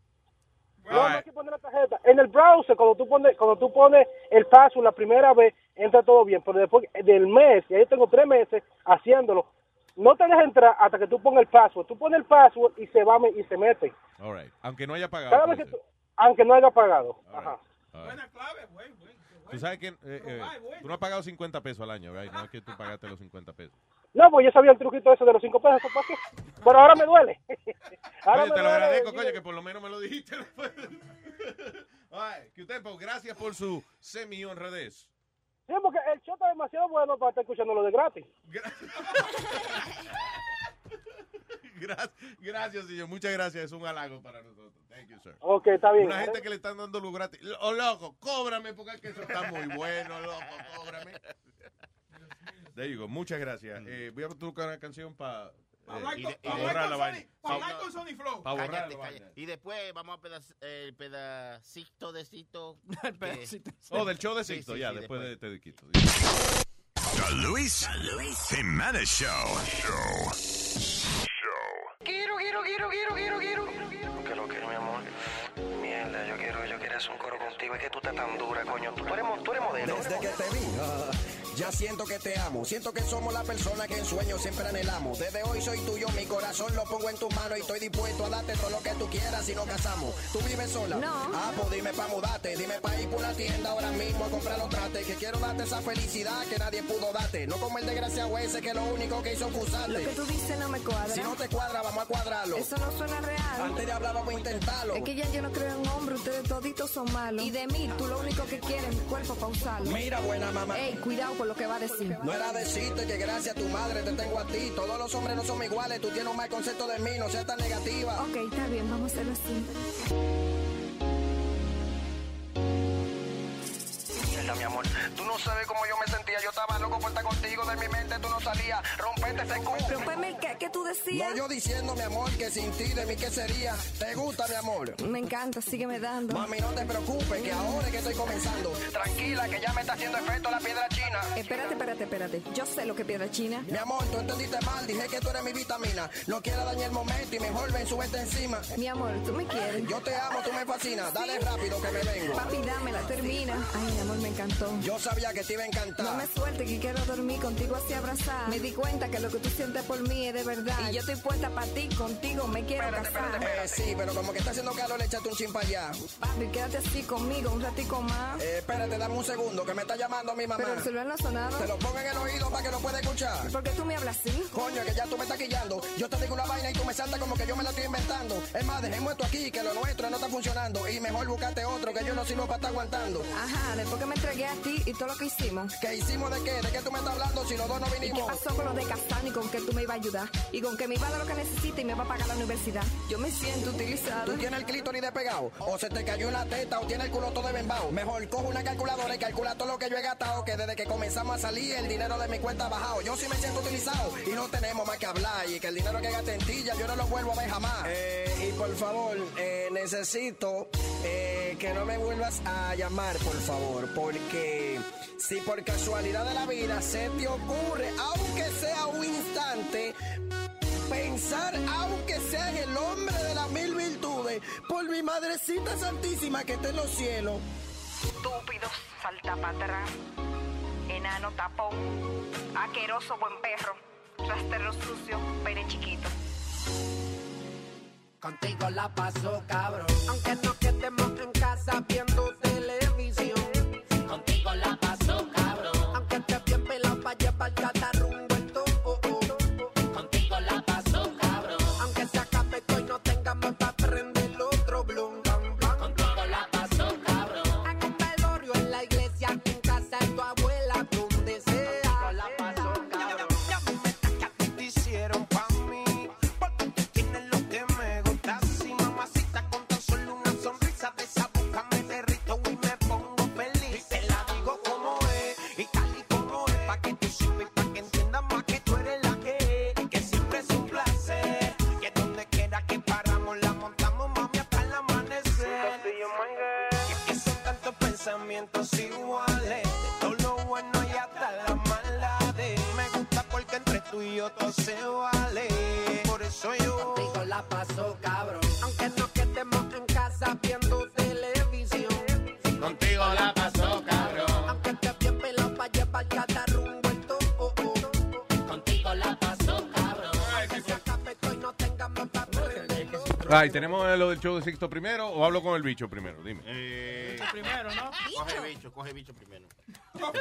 Speaker 42: No, no hay que poner la tarjeta. En el browser, cuando tú pones, cuando tú pones el paso la primera vez, entra todo bien. Pero después del mes, y ahí tengo tres meses haciéndolo, no te deja entrar hasta que tú pongas el password. Tú pones el password y se va y se mete.
Speaker 8: All right. Aunque no haya pagado.
Speaker 42: Cada vez que
Speaker 8: entonces.
Speaker 42: tú- aunque no haya pagado.
Speaker 8: All
Speaker 42: Ajá.
Speaker 8: right, all right. Tú sabes que eh, eh, tú no has pagado 50 pesos al año, right? No es que tú pagaste los 50 pesos.
Speaker 42: No, pues yo sabía el truquito ese de los cinco pesos, ¿eso pa' qué? Pero ahora me duele. Ahora
Speaker 8: Oye,
Speaker 42: me
Speaker 8: te lo
Speaker 42: duele.
Speaker 8: agradezco, coño, que por lo menos me lo dijiste. después. All right, Q-Tempo, gracias por su semi-honradez.
Speaker 42: Sí, porque el show está demasiado bueno para estar escuchándolo de gratis.
Speaker 8: Gra- Gracias, señor. Muchas gracias. Es un halago para nosotros. Thank you, sir.
Speaker 42: Ok, está bien.
Speaker 8: Una gente que le están dando lo gratis. Oh, loco, cóbrame porque es que eso está muy bueno, loco, cóbrame. There you go. Muchas gracias. Eh, voy a tocar una canción eh, para
Speaker 11: hablar con- pa' hablar
Speaker 8: borrar
Speaker 11: con
Speaker 8: la
Speaker 11: Sony,
Speaker 8: vaina.
Speaker 11: pa'
Speaker 8: Sí,
Speaker 11: hablar
Speaker 8: no.
Speaker 11: con Sony Flow.
Speaker 8: Pa' borrar la
Speaker 11: Cállate,
Speaker 8: vaina.
Speaker 11: cállate. Y después vamos a pedaz, el pedacito de cito.
Speaker 14: pedacito.
Speaker 8: Oh, del show de
Speaker 11: Sí,
Speaker 8: Sixto,
Speaker 11: sí,
Speaker 8: ya,
Speaker 11: sí,
Speaker 8: después, de Te Quito.
Speaker 46: The Luis, Jimenez Show.
Speaker 20: Quiero, quiero, quiero, quiero, quiero, quiero.
Speaker 2: Lo que lo quiero, mi amor. Mierda, yo quiero, yo quiero.
Speaker 27: quería hacer un coro contigo. Es que tú estás tan dura, coño. Tú, tú eres, mo- tú eres modelo.
Speaker 20: Desde que te vi, ah, ya siento que te amo. Siento que somos la persona que en sueños siempre anhelamos. Desde hoy soy tuyo, mi corazón lo pongo en tus manos y estoy dispuesto a darte todo lo que tú quieras si nos casamos. ¿Tú vives sola?
Speaker 22: No.
Speaker 20: Ah, pues dime pa' mudarte. Dime pa' ir por una tienda ahora mismo a comprar los trates. Que quiero darte esa felicidad que nadie pudo darte. No como el desgraciado ese que lo único que hizo es acusarte.
Speaker 22: Lo que tú dices no me cuadra.
Speaker 20: Si no te cuadra, vamos a cuadrarlo.
Speaker 22: Eso no suena real.
Speaker 20: Antes de hablar, vamos a intentarlo.
Speaker 22: Es que ya yo no creo en hombres, ustedes toditos son malos. Y de mí, tú lo único que quieres es mi cuerpo pausado.
Speaker 20: Mira, buena mamá.
Speaker 22: Ey, cuidado con lo que va a decir.
Speaker 20: No era decirte que gracias a tu madre te tengo a ti. Todos los hombres no somos iguales. Tú tienes un mal concepto de mí, no seas tan negativa.
Speaker 22: Ok, está bien, vamos a hacerlo así.
Speaker 27: Mierda, mi amor. Tú no sabes cómo yo me sentía. Yo estaba loco por estar contigo. De mi mente tú no salías. Rompete ese culo.
Speaker 22: Rompeme el que, que tú decías.
Speaker 20: No, yo diciendo, mi amor, que sin ti de mí qué sería. ¿Te gusta, mi amor?
Speaker 22: Me encanta, sígueme dando.
Speaker 20: Mami, no te preocupes, que ahora es que estoy comenzando.
Speaker 27: Tranquila, que ya me está haciendo efecto la piedra china.
Speaker 22: Espérate, espérate, espérate. Yo sé lo que piedra china.
Speaker 20: Mi amor, tú entendiste mal. Dije que tú eres mi vitamina. No quiero dañar el momento y mejor ven, súbete encima.
Speaker 22: Mi amor, tú me quieres.
Speaker 20: Yo te amo, tú me fascinas. Dale rápido que me vengo.
Speaker 22: Papi, dámela, termina. Ay, mi amor, me encantó.
Speaker 20: Yo sabía que te iba a encantar.
Speaker 22: No me suelte que quiero dormir contigo así abrazar. Me di cuenta que lo que tú sientes por mí es de verdad. Y yo estoy puesta para ti, contigo me quiero casar.
Speaker 20: Eh, sí, pero como que está haciendo calor, échate un chin para allá.
Speaker 22: Papi, quédate así conmigo un ratico más.
Speaker 20: Eh, espérate, dame un segundo, que me está llamando mi mamá.
Speaker 22: Pero el celular no ha sonado.
Speaker 20: Te lo pongo en el oído para que lo pueda escuchar.
Speaker 22: ¿Por qué tú me hablas así?
Speaker 20: Coño, que ya tú me estás quillando. Yo te digo una vaina y tú me saltas como que yo me la estoy inventando. Es más, dejemos esto aquí, que lo nuestro no está funcionando. Y mejor buscate otro, que yo no sirvo para estar aguantando.
Speaker 22: Ajá, después que me entregué a ti y todo lo que hicimos.
Speaker 20: ¿Qué hicimos de qué? ¿De qué tú me estás hablando si los dos no
Speaker 22: ¿Y qué
Speaker 20: vinimos?
Speaker 22: pasó con lo de Castán y con que tú me ibas a ayudar? Y con que me iba a dar lo que necesita y me va a pagar la universidad. Yo me siento utilizada.
Speaker 20: ¿Tú tienes el clítoris despegado? ¿O se te cayó una teta? ¿O tienes el culo todo embembao? Mejor coge una calculadora y calcula todo lo que yo he gastado. Que desde que comenzamos a salir, el dinero de mi cuenta ha bajado. Yo sí me siento utilizado y no tenemos más que hablar. Y que el dinero que gasté en ti ya yo no lo vuelvo a ver jamás. Eh, y por favor, eh, necesito eh, que no me vuelvas a llamar, por favor. Porque si por casualidad de la vida se te ocurre, aunque sea un instante, pensar, aunque seas el hombre de las mil virtudes, por mi madrecita santísima que está en los cielos.
Speaker 34: Estúpidos, salta para atrás. Enano tapón. Aqueroso buen perro. Rastero sucio, pene chiquito.
Speaker 2: Contigo la paso cabrón. Aunque nos quedemos en casa viendo televisión. Contigo la paso cabrón. Aunque estés bien pelado pa' llevar cada rumbo en tu. oh, oh. Contigo la paso cabrón. Aunque se acabe esto y no tengamos pa' prender otro blum. Contigo la paso cabrón. Aquí en Pelorio, en la iglesia, en casa, en tu abuela, donde sea. Contigo la paso cabrón. Ya me que te hicieron pa' mí. Tienes lo que me gusta, si mamacita con tan solo una sonrisa de esa boca me derrito y me pongo feliz. Te la digo como es y tal y como es, pa' que tú sepas y pa' que entiendas más que tú eres la que es, que siempre es un placer, que donde quiera que paramos la montamos mami hasta el amanecer. Y es que son tantos pensamientos iguales, de todo lo bueno y hasta la maldades. Me gusta porque entre tú y yo todo se vale, por eso yo contigo la paso cabrón. Aunque nos quedemos en casa viendo televisión, contigo la paso cabrón. Aunque estés bien pelado pa' llevar cada rumbo el tu, oh, oh. Contigo la paso cabrón. Aunque se acabe esto y no tengamos pa' perderlo.
Speaker 8: Ay, ¿tenemos lo del show de Sixto primero o hablo con el bicho primero? Dime.
Speaker 11: Bicho primero, ¿no? Coge bicho, coge bicho primero.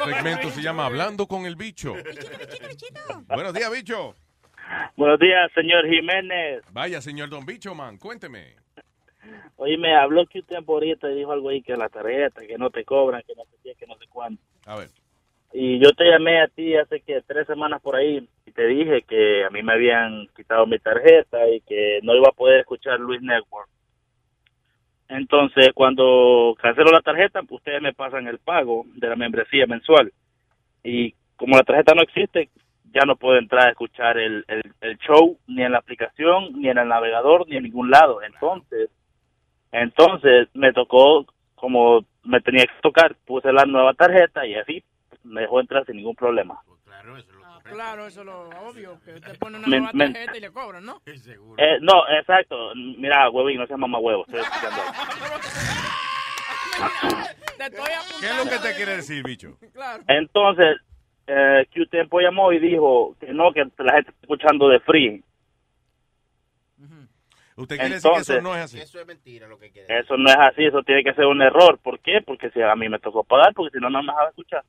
Speaker 8: El segmento se llama Hablando con el bicho. Buenos días, bicho.
Speaker 26: Buenos días, señor Jiménez.
Speaker 8: Vaya, señor Don Bicho, man, cuénteme.
Speaker 26: Oye, me habló que usted por ahorita y dijo algo ahí que la tarjeta, que no te cobran, que no sé qué, que no sé cuánto.
Speaker 8: A ver.
Speaker 26: Y yo te llamé a ti hace que tres semanas por ahí y te dije que a mí me habían quitado mi tarjeta y que no iba a poder escuchar Luis Network. Entonces, cuando cancelo la tarjeta, pues, ustedes me pasan el pago de la membresía mensual. Y como la tarjeta no existe, ya no puedo entrar a escuchar el, el- el show ni en la aplicación, ni en el navegador, ni en ningún lado. Entonces, entonces me tocó, como me tenía que tocar, puse la nueva tarjeta y así me dejó entrar sin ningún problema.
Speaker 14: Claro, eso es lo obvio, que te ponen una
Speaker 26: Me-
Speaker 14: nueva
Speaker 26: me-
Speaker 14: tarjeta y le cobran, ¿no?
Speaker 26: Eh, no, exacto. Mira, huevín, no seas mamá huevo. Estoy escuchando.
Speaker 14: Te estoy
Speaker 8: ¿Qué es lo que te quiere decir, bicho?
Speaker 26: Entonces, eh, Q Tempo llamó y dijo que no, que la gente está escuchando de free.
Speaker 8: Usted quiere decir que eso no es así.
Speaker 26: Eso no es así, eso tiene que ser un error. ¿Por qué? Porque si a mí me tocó pagar, porque si no, no me dejaba escuchar.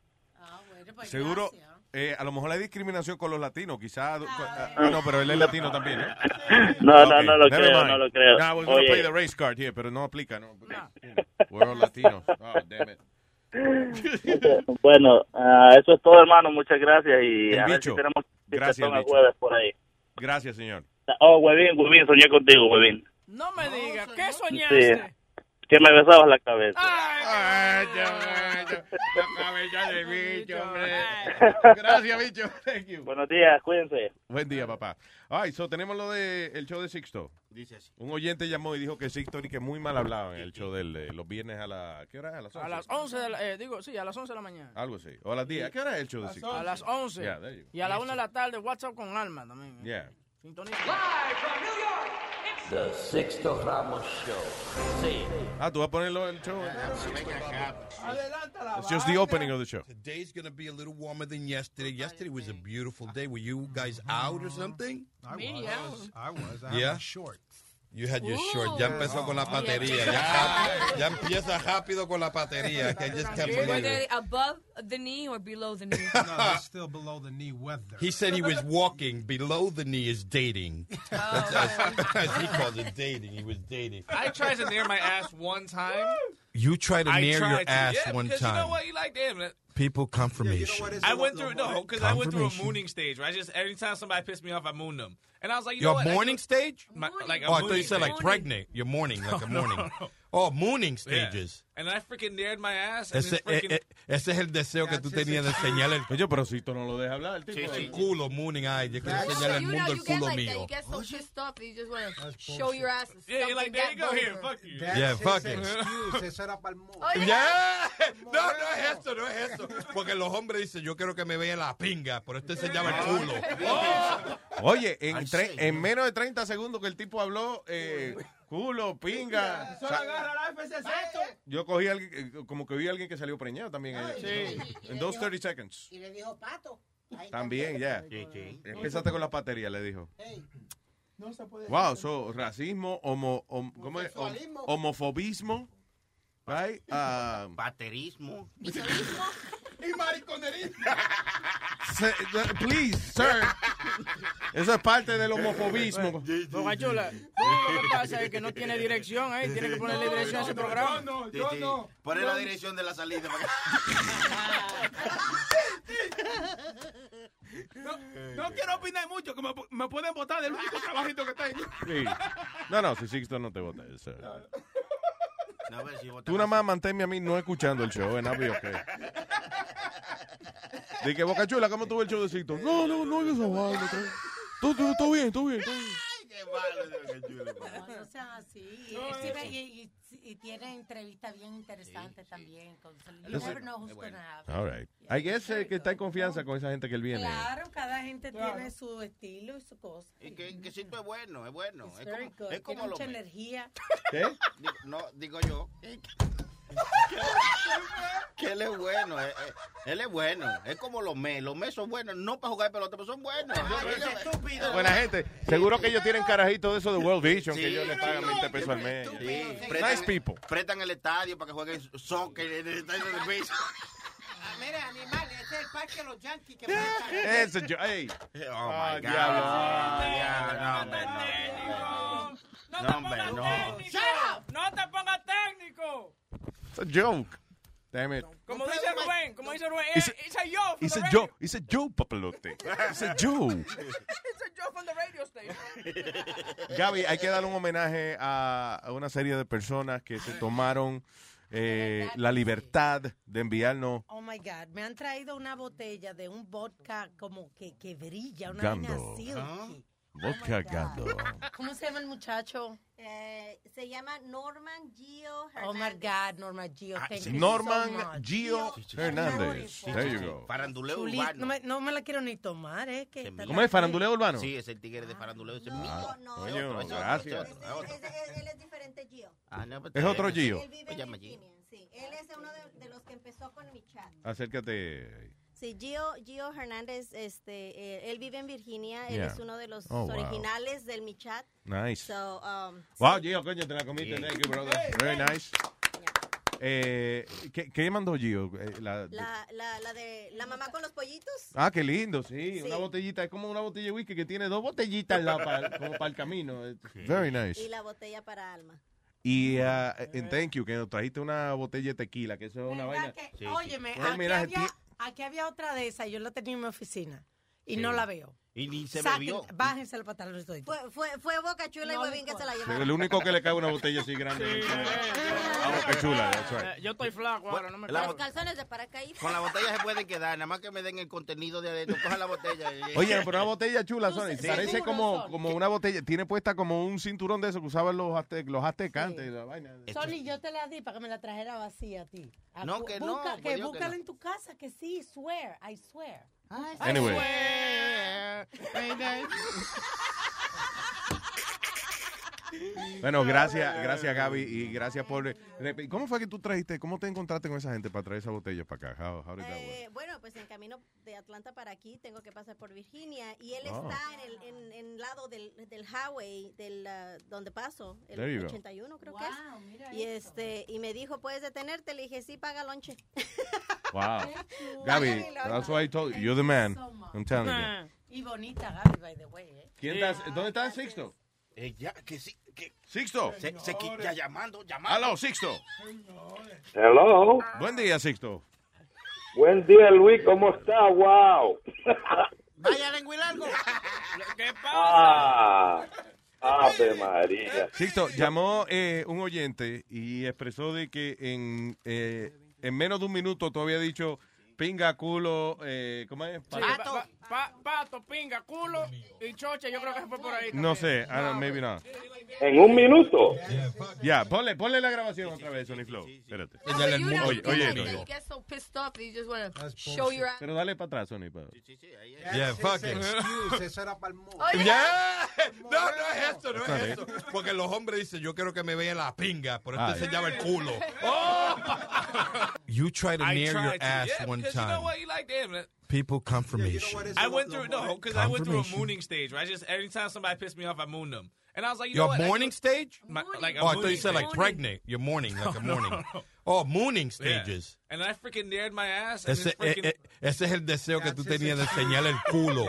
Speaker 8: Seguro, eh, a lo mejor hay discriminación con los latinos, quizás. ah, no, pero él es latino también, ¿eh?
Speaker 26: No, no,
Speaker 8: Ok,
Speaker 26: no lo
Speaker 8: never
Speaker 26: creo,
Speaker 8: mind.
Speaker 26: no lo creo.
Speaker 8: Nah, we're gonna
Speaker 26: Oye.
Speaker 8: play the race card here, pero no aplica, ¿no? Porque, We're all latinos. Oh, damn it.
Speaker 26: bueno, ah, eso es todo, hermano. Muchas gracias y
Speaker 8: El
Speaker 26: a ver
Speaker 8: bicho.
Speaker 26: si tenemos
Speaker 8: Gracias,
Speaker 26: fiestón el
Speaker 8: bicho.
Speaker 26: jueves por ahí.
Speaker 8: Gracias, señor.
Speaker 26: Oh, huevín, huevín, soñé contigo, huevín.
Speaker 14: No me digas, ¿qué
Speaker 26: Sí.
Speaker 14: soñaste? Ah,
Speaker 26: Que me besabas la cabeza.
Speaker 8: Ay, ya, ya, la cabeza del bicho, hombre. Gracias, bicho. Thank you.
Speaker 26: Buenos días, cuídense.
Speaker 8: Buen día, papá. Ay, so tenemos lo del show de Sixto.
Speaker 11: Dice así.
Speaker 8: Un oyente llamó y dijo que Sixto ni que muy mal hablaba en el show del, eh, los viernes a la... ¿Qué hora es? A las 11.
Speaker 14: A las 11 de la, eh, digo, sí, a las 11 de la mañana.
Speaker 8: Algo así. O a las 10. ¿A qué hora es el show de Sixto?
Speaker 14: A las 11.
Speaker 8: Yeah, there you go.
Speaker 14: y a la 1 de la tarde, WhatsApp con Alma también. ¿eh?
Speaker 8: Yeah.
Speaker 14: Sintoniza.
Speaker 47: The Sixto Ramos Show. Sí.
Speaker 8: Ah, tú vas a ponerlo el show.
Speaker 6: Adelántala.
Speaker 8: It's just the opening of the show.
Speaker 6: Today's going to be a little warmer than yesterday. Yesterday was a beautiful day. Were you guys
Speaker 2: Mm-hmm.
Speaker 6: out or something?
Speaker 1: I
Speaker 6: Me,
Speaker 1: was.
Speaker 6: yeah.
Speaker 1: I was. I was. I had
Speaker 6: Yeah.
Speaker 1: my short.
Speaker 6: You had your short.
Speaker 1: Ooh.
Speaker 6: Ya empezó con la
Speaker 1: Oh, yeah.
Speaker 6: patería. Ya, ya empieza rápido con la patería. I just can't
Speaker 2: Were
Speaker 6: believe
Speaker 2: they
Speaker 6: it.
Speaker 2: above the knee or below the knee?
Speaker 6: they're
Speaker 2: still below the knee weather.
Speaker 6: He said he was walking. Below the knee is dating.
Speaker 18: Oh,
Speaker 6: That's, as, as he called it, dating. He was dating.
Speaker 18: I tried to near my ass one time.
Speaker 6: You tried to
Speaker 18: I
Speaker 6: near your
Speaker 18: tried to,
Speaker 6: ass
Speaker 18: yeah,
Speaker 6: one
Speaker 18: because
Speaker 6: time.
Speaker 18: You know what? You like, damn it.
Speaker 6: People confirmation.
Speaker 18: I went through no, because I went through a
Speaker 6: Confirmation.
Speaker 18: mooning stage. Where I just every time somebody pissed me off, I mooned them, and I was like, you
Speaker 6: Your
Speaker 18: know what?
Speaker 6: morning stage?
Speaker 18: My, like a
Speaker 6: oh, I thought
Speaker 18: mooning
Speaker 6: you said like
Speaker 18: stage.
Speaker 6: pregnant. You're mourning, like a
Speaker 18: No, no,
Speaker 6: morning.
Speaker 18: no.
Speaker 6: Oh, mooning
Speaker 18: Yeah.
Speaker 6: stages.
Speaker 18: And I freaking nared my ass. And
Speaker 6: Ese,
Speaker 18: this freaking,
Speaker 6: eh, eh, ese es el deseo que tú tenías de enseñarle el
Speaker 8: Oye, pero si tú no lo dejas hablar, el
Speaker 6: tipo. El culo, mooning. Ay, yo quiero enseñarle al
Speaker 2: you know,
Speaker 6: mundo el
Speaker 2: you get
Speaker 6: culo
Speaker 2: like that.
Speaker 6: mío.
Speaker 2: You get so pissed off that you just want to show your ass. and
Speaker 18: Yeah, you're
Speaker 2: stuff
Speaker 18: like,
Speaker 2: and
Speaker 18: there you
Speaker 2: get
Speaker 18: go here,
Speaker 2: vulgar.
Speaker 18: fuck you.
Speaker 6: Yeah, fuck it.
Speaker 47: Eso era para el mundo.
Speaker 6: Yeah. No, no es eso, no es eso. Porque los hombres dicen, yo quiero que me vean la pinga, pero este enseñaba el culo.
Speaker 8: Oye, en, tre- en menos de 30 segundos que el tipo habló, eh, culo, pinga. o sea, yo cogí a alguien, eh, como que vi a alguien que salió preñado también. eh, En those 30 seconds.
Speaker 3: Y le dijo pato. Ahí
Speaker 8: También, ya. Empezaste con la patería, le dijo.
Speaker 3: No se puede.
Speaker 8: Wow, so racismo, homo, hom- ¿cómo es? Hom-
Speaker 3: Homosexualismo.
Speaker 8: homofobismo, right? Ah,
Speaker 11: Paterismo.
Speaker 6: Y mariconería.
Speaker 8: se- eh, please, sir. Eso es parte del homofobismo.
Speaker 14: Bocachula, tú lo que pasa es que no tiene dirección ahí, tiene que ponerle dirección a ese programa.
Speaker 11: Sí, sí. Poner la dirección de la salida.
Speaker 3: No, no quiero opinar mucho, que me, me pueden votar del único trabajito que tengo.
Speaker 8: Sí. No, no, si Sixto no te vota. sir.
Speaker 11: A ver si vota.
Speaker 8: Tú nada más manténme a mí no escuchando el show, en avión. Dije, Boca Chula, ¿cómo tuvo el show de Sixto? No, no, no, yo soy Todo, todo, todo bien, todo bien. todo bien.
Speaker 10: No, no sean así. Y,
Speaker 3: No,
Speaker 10: tiene-
Speaker 3: no.
Speaker 10: y- y- y tiene entrevistas bien interesantes también. con- you
Speaker 8: Eso-
Speaker 10: never
Speaker 11: eh,
Speaker 10: know who's gonna have.
Speaker 8: All right. I guess eh, que está en confianza con esa gente que él viene.
Speaker 10: Claro, cada gente
Speaker 11: Claro.
Speaker 10: tiene su estilo y su cosa.
Speaker 11: Y que, que sí, tú es bueno, es bueno.
Speaker 10: It's
Speaker 11: Es
Speaker 10: very
Speaker 11: como,
Speaker 10: good.
Speaker 11: es como
Speaker 10: tiene
Speaker 11: lo
Speaker 10: mucha
Speaker 11: mío.
Speaker 10: energía.
Speaker 8: ¿Qué?
Speaker 11: Digo- No, digo yo. Que él es bueno, eh, eh, él es bueno, es como los mes, los mes son buenos, no para jugar pelota, pero son buenos. Estúpido.
Speaker 8: Buena gente. Seguro que ellos tienen carajitos de eso de World Vision, que ellos le pagan 20 pesos al mes. Nice people.
Speaker 11: Prestan el estadio para que jueguen soccer en el estadio de béisbol.
Speaker 3: Ah, mira, animal, ese es el parque de los yankees que
Speaker 8: Ese yo, hey.
Speaker 11: Oh my God.
Speaker 8: diablo.
Speaker 11: Ah, No, hombre, no. No, hombre,
Speaker 14: Shut up. No te pongas técnico.
Speaker 8: It's a joke. Damn it.
Speaker 14: Como dice Rubén, como dice Rubén,
Speaker 8: It's
Speaker 14: it's
Speaker 8: a-
Speaker 14: a yo from
Speaker 8: It's
Speaker 14: the
Speaker 8: a
Speaker 14: radio.
Speaker 8: joke. It's a joke, papalote. It's a joke.
Speaker 14: It's a yo from the radio station.
Speaker 8: Gaby, hay que dar un homenaje a, a una serie de personas que se tomaron eh, la libertad de enviarnos.
Speaker 10: Oh my God, me han traído una botella de un vodka como que, que brilla, una
Speaker 8: Gandol.
Speaker 10: vaina silky. Oh
Speaker 8: Vodka Gandol.
Speaker 10: ¿Cómo se llama el muchacho?
Speaker 9: Eh, se llama Norman Gio
Speaker 10: Oh my God, Norman Gio. thank you so much.
Speaker 8: Ah, Norman Gio Hernández.
Speaker 11: sí,
Speaker 8: There
Speaker 11: sí,
Speaker 8: you
Speaker 11: sí.
Speaker 8: go.
Speaker 11: Faranduleo
Speaker 10: Chuli-
Speaker 11: urbano.
Speaker 10: No me, no me la quiero ni tomar, ¿eh? Que está
Speaker 8: ¿Cómo es?
Speaker 10: tan-
Speaker 8: ¿Faranduleo urbano?
Speaker 11: Sí, es el tigre de faranduleo. ese es mío.
Speaker 8: Ah,
Speaker 11: No,
Speaker 8: coño,
Speaker 11: es otro, es otro,
Speaker 8: gracias.
Speaker 11: es otro, es otro.
Speaker 9: Él es diferente Gio.
Speaker 11: Ah, no,
Speaker 8: Es otro Gio.
Speaker 11: Pues llama Gio.
Speaker 9: Sí, él es uno de, de los que empezó con mi chat.
Speaker 8: Acércate.
Speaker 9: Sí, Gio, Gio Hernández, este, eh, él vive en Virginia, él
Speaker 8: Yeah.
Speaker 9: es uno de los
Speaker 8: Oh, wow.
Speaker 9: originales del Mi Chat.
Speaker 8: Nice.
Speaker 9: So, um,
Speaker 8: Wow, Gio, coño, te la comiste.
Speaker 9: Sí.
Speaker 8: Thank you, brother.
Speaker 9: Hey,
Speaker 8: Very
Speaker 9: hey.
Speaker 8: nice. Eh, ¿qué, qué mandó Gio? Eh, la-
Speaker 9: la, la, la de la mamá con los pollitos.
Speaker 8: Ah, qué lindo, sí,
Speaker 9: Sí.
Speaker 8: Una botellita, es como una botella de whisky que tiene dos botellitas al lado para- como para el camino. Very
Speaker 9: Y
Speaker 8: nice.
Speaker 9: la botella para Alma.
Speaker 8: Y ah, en Thank You, que nos trajiste una botella de tequila, que eso es una vaina.
Speaker 10: Óyeme,
Speaker 8: Un
Speaker 10: aquí
Speaker 8: homenaje
Speaker 10: había,
Speaker 8: ti-
Speaker 10: aquí había otra de esas, yo la tenía en mi oficina y
Speaker 8: Sí.
Speaker 10: no la veo.
Speaker 11: Y ni se
Speaker 10: Saquen-
Speaker 11: bebió.
Speaker 10: Bájense el pantalón. Fue,
Speaker 9: fue, fue Boca Chula y Huevín que se la
Speaker 8: El único que le cae una botella así grande. Ah, Boca Chula, that's right.
Speaker 14: Yo estoy flaco ahora, no me
Speaker 11: La-
Speaker 9: Los calzones de paracaídas.
Speaker 11: Con la botella se pueden quedar, nada más que me den el contenido de adentro. Coja la botella.
Speaker 8: Oye, pero una botella chula, Sony.
Speaker 11: sí.
Speaker 8: Parece
Speaker 11: Seguro,
Speaker 8: como,
Speaker 11: Sony.
Speaker 8: como una botella. Tiene puesta como un cinturón de eso que usaban los, azte- los aztecas antes. la vaina.
Speaker 10: Sony, yo te la di para que me la trajera vacía a ti. A-
Speaker 8: No, que no,
Speaker 10: busca-
Speaker 8: pues
Speaker 10: Que
Speaker 8: yo que
Speaker 10: búscala
Speaker 8: no.
Speaker 10: en tu casa, que sí, swear, I swear.
Speaker 8: Anyway. Bueno, gracias, gracias Gaby y gracias por... ¿Cómo fue que tú trajiste, cómo te encontraste con esa gente para traer esa botella para acá? How- how did that work?
Speaker 9: Eh, bueno, pues en camino de Atlanta para aquí tengo que pasar por Virginia y él
Speaker 8: Oh.
Speaker 9: está en el en, en lado del, del highway del ah, donde paso, el
Speaker 8: There you go.
Speaker 9: 81 creo que es. y este y me dijo, "¿Puedes detenerte?" Le dije, "Sí, paga lonche."
Speaker 8: Wow.
Speaker 9: Qué
Speaker 8: Gaby,
Speaker 9: chulo.
Speaker 8: that's why I told you, you're the man. I'm telling you.
Speaker 10: Y bonita, Gaby, by the way. ¿eh?
Speaker 8: ¿Quién está- ¿Dónde está Sixto?
Speaker 11: Ella, que sí, que...
Speaker 8: Sixto.
Speaker 11: Se, se qui- ya llamando, llamando.
Speaker 8: Aló, Sixto.
Speaker 43: Hello.
Speaker 8: Buen día, Sixto.
Speaker 43: Buen día, Luis. ¿Cómo está? Wow.
Speaker 11: Vaya lenguilargo.
Speaker 18: eh,
Speaker 11: ¿Qué
Speaker 43: Ah, Ave María.
Speaker 8: Sixto, llamó eh, un oyente y expresó de que en, eh, en menos de un minuto tú habías dicho pinga, culo, eh, ¿cómo es?
Speaker 14: Pato. pato, pinga, culo y choche, yo creo que se fue por ahí.
Speaker 8: No sé, I don't- maybe not.
Speaker 43: ¿En un minuto?
Speaker 8: Ya, ponle, ponle la grabación otra vez, Sony Flow. Espérate.
Speaker 2: So you don't
Speaker 8: Oye,
Speaker 2: do
Speaker 8: oye,
Speaker 2: that, but
Speaker 8: oye.
Speaker 2: you get so pissed off that you just want to show your ass.
Speaker 8: Pero dale para atrás, Sony. pa-
Speaker 6: Yeah, fuck it.
Speaker 48: Eso era para el
Speaker 6: Yeah. No, no es esto, no
Speaker 8: Está
Speaker 6: es
Speaker 8: bien.
Speaker 6: esto. Porque los hombres dicen, yo quiero que me vean la pinga, pero este
Speaker 8: Ay.
Speaker 6: se llama el culo. Oh. You try to
Speaker 18: I
Speaker 6: near
Speaker 18: tried
Speaker 6: your
Speaker 18: to.
Speaker 6: ass
Speaker 18: yeah,
Speaker 6: one
Speaker 18: because
Speaker 6: time.
Speaker 18: You know what? You like damn it.
Speaker 6: People confirmation.
Speaker 18: I went through no, because I went through a
Speaker 6: Confirmation.
Speaker 18: mooning stage. Right? I just every time somebody pissed me off, I mooned them, and I was like, you
Speaker 6: Your
Speaker 18: know what? I
Speaker 6: morning
Speaker 18: go-
Speaker 6: stage?
Speaker 18: My- like a
Speaker 6: oh, I thought
Speaker 18: mooning
Speaker 6: you said like
Speaker 18: stage.
Speaker 6: pregnant. Your morning, like a
Speaker 18: No, no,
Speaker 6: morning.
Speaker 18: no.
Speaker 6: Oh, mooning
Speaker 18: Yeah.
Speaker 6: stages.
Speaker 18: And I freaking dared my ass. And
Speaker 6: Ese,
Speaker 18: then freaking,
Speaker 6: eh, eh, ese es el deseo que tú tenías de enseñar el culo.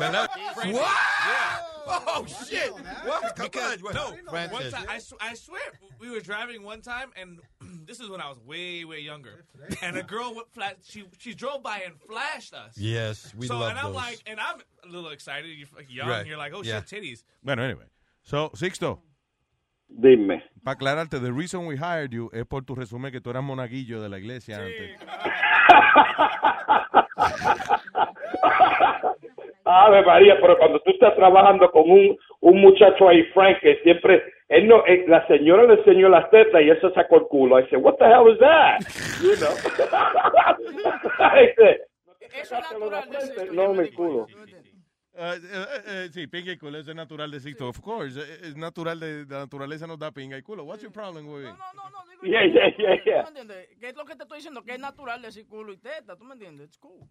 Speaker 6: ¿Verdad?
Speaker 18: Francis,
Speaker 6: What?
Speaker 18: yeah.
Speaker 6: Oh, shit. What? Come
Speaker 18: Because,
Speaker 6: on.
Speaker 18: no,
Speaker 6: Francis.
Speaker 18: one time, I, sw- I swear, we were driving one time, and this is when I was way, way younger. And a girl went flat, she she drove by and flashed us.
Speaker 6: Yes, we
Speaker 18: so,
Speaker 6: love
Speaker 18: and I'm
Speaker 6: those.
Speaker 18: like, and I'm a little excited. You're like, young,
Speaker 8: Right.
Speaker 18: you're like, oh
Speaker 8: Yeah.
Speaker 18: shit, titties.
Speaker 8: Bueno, anyway. So, Sixto.
Speaker 43: Dime.
Speaker 8: Para aclararte, the reason we hired you es por tu resumen que tú eras monaguillo de la iglesia antes.
Speaker 43: Ave María, pero cuando tú estás trabajando con un, un muchacho ahí, Frank, que siempre, él no, eh, la señora le enseñó las tetas y él se sacó el culo. I said, what the hell is that? You know. I said,
Speaker 14: Eso es natural de Sixto, yo
Speaker 43: no,
Speaker 14: me
Speaker 43: mi culo.
Speaker 8: Eh, eh, eh, sí, pinga y culo, eso es natural de Sixto. Of course, eh, es natural de la naturaleza nos da pinga y culo. What's your problem, güey?
Speaker 43: Yeah, yeah, yeah,
Speaker 14: ¿Tú me
Speaker 43: yeah.
Speaker 14: entiendes? ¿Qué es lo que te estoy diciendo? Que es natural decir culo y teta, ¿tú me entiendes? It's cool.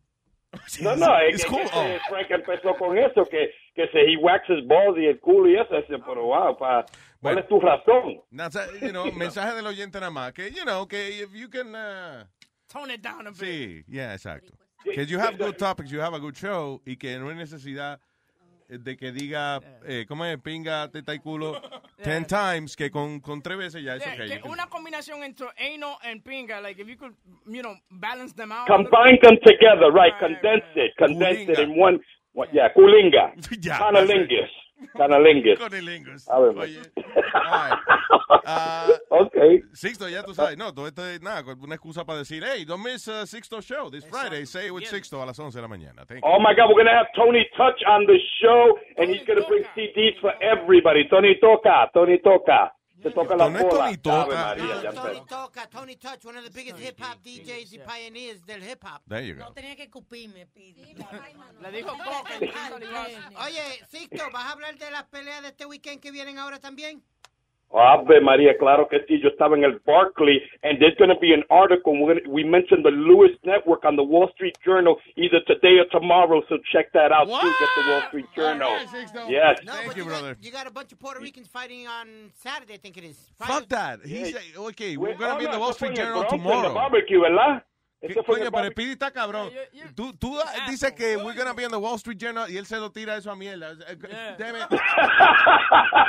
Speaker 43: No, no, es
Speaker 14: It's
Speaker 43: que,
Speaker 14: cool.
Speaker 43: que ese Frank empezó con eso, que, que se he waxes balls y el culo y eso. I said, pero wow, pa, ¿cuál es tu razón?
Speaker 8: Nasa- you know, mensaje del oyente nada más. Que, you know, que if you can... uh,
Speaker 14: Tone it down a bit.
Speaker 8: sí, yeah, exacto. Que you have good topics, you have a good show, y que no hay necesidad eh, de que diga, eh, ¿cómo es? Pinga, teta y culo, ten times, que con, con tres veces ya es
Speaker 14: Yeah,
Speaker 8: okay.
Speaker 14: que
Speaker 8: You can-
Speaker 14: una combinación entre anal and pinga, like if you could, you know, balance them out.
Speaker 43: Combine them together, right, condense it, condense it in one, one- yeah, culinga,
Speaker 8: Yeah.
Speaker 43: canalingus, canalingus.
Speaker 8: Conilingus.
Speaker 43: Ave María.
Speaker 8: Oye, all right. Ah,
Speaker 43: Okay.
Speaker 8: Sixto, ya tú sabes, no, todo esto es nada, una excusa para decir, hey, don't miss uh, Sixto show this Friday, say it with Sixto a las 11 de la mañana. Thank
Speaker 43: Oh
Speaker 8: you.
Speaker 43: my God, we're gonna have Tony Touch on the show, and he's gonna bring CDs for everybody. Tony Toca, Tony Toca, se toca la
Speaker 8: No es
Speaker 43: bola.
Speaker 8: Tony
Speaker 6: Oh,
Speaker 8: Toca.
Speaker 6: ah,
Speaker 43: Ave María, ya
Speaker 7: Tony
Speaker 43: empezó.
Speaker 7: Toca, Tony Touch, one of the biggest hip hop DJs and pioneers del hip hop.
Speaker 8: There you go. No
Speaker 7: tenía que escupirme, pide.
Speaker 14: Le dijo Coca, y no salió así.
Speaker 7: Oye, Sisto, ¿vas a hablar de las peleas de este weekend que vienen ahora también?
Speaker 43: Ave María, claro que sí. Yo estaba en el Barclay, and there's going to be an article. We're gonna, we mentioned the Lewis Network on the Wall Street Journal either today or tomorrow, so check that out too. Get the Wall Street Journal. Yes.
Speaker 8: Thank you, brother.
Speaker 7: You got a bunch of Puerto Ricans fighting on Saturday, I think it is.
Speaker 8: Fuck that. He said, okay, we're going
Speaker 43: no,
Speaker 8: to be in
Speaker 43: no,
Speaker 8: the Wall
Speaker 43: eso fue
Speaker 8: Street
Speaker 43: en el
Speaker 8: Journal
Speaker 43: Bronx, en
Speaker 8: tomorrow.
Speaker 43: el barbecue, ¿verdad?
Speaker 8: ¿Qué
Speaker 43: Eso fue en
Speaker 8: coño,
Speaker 43: el
Speaker 8: pero
Speaker 43: barbe-
Speaker 8: Speedy está cabrón. Tú, tú da- dices que we're gonna be on the Wall Street Journal y él se lo tira eso a mierda. Eh, Damn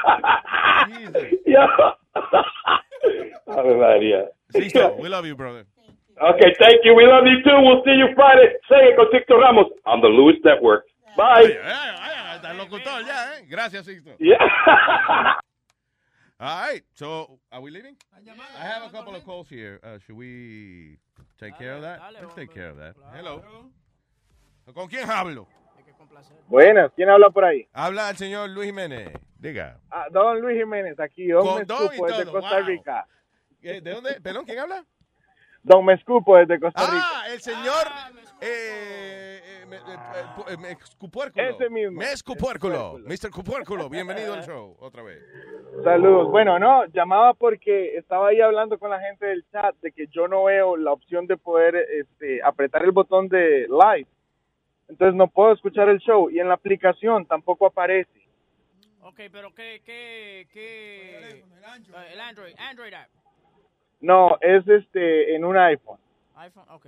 Speaker 8: it.
Speaker 43: Ave María.
Speaker 8: Sisto, we love you, brother.
Speaker 43: Okay, thank you. We love you too. We'll see you Friday. Say it con Tito Ramos on the Lewis Network. Bye.
Speaker 8: Está el locutor ya, ¿eh? Gracias, Sisto.
Speaker 43: Yeah.
Speaker 8: All right, so are we leaving? I have a couple of calls here. Uh, should we take care of that? Let's take care of that. Hello. ¿Con quién hablo?
Speaker 17: Buenas, ¿quién habla por ahí?
Speaker 8: Habla el señor Luis Jiménez. Diga.
Speaker 17: Ah, don Luis Jiménez, aquí, don
Speaker 8: Con don y
Speaker 17: Mescupo desde
Speaker 8: todo,
Speaker 17: Costa
Speaker 8: wow.
Speaker 17: Rica.
Speaker 8: Eh, ¿De dónde? Perdón, ¿quién habla?
Speaker 17: Don Mescupo desde Costa Rica.
Speaker 8: Ah, el señor. eh, eh, me- eh, eh, pu- eh, me- Cupuérculo.
Speaker 17: Ese mismo.
Speaker 8: Mes Cupuérculo. Mr. Cupuérculo, bienvenido al show, otra vez.
Speaker 17: Saludos. Bueno, no, llamaba porque estaba ahí hablando con la gente del chat de que yo no veo la opción de poder este, apretar el botón de live. Entonces no puedo escuchar el show y en la aplicación tampoco aparece.
Speaker 14: Ok, pero ¿qué? qué, qué Eh, el Android. Android app.
Speaker 17: No, es este en un iPhone.
Speaker 14: iPhone, ok.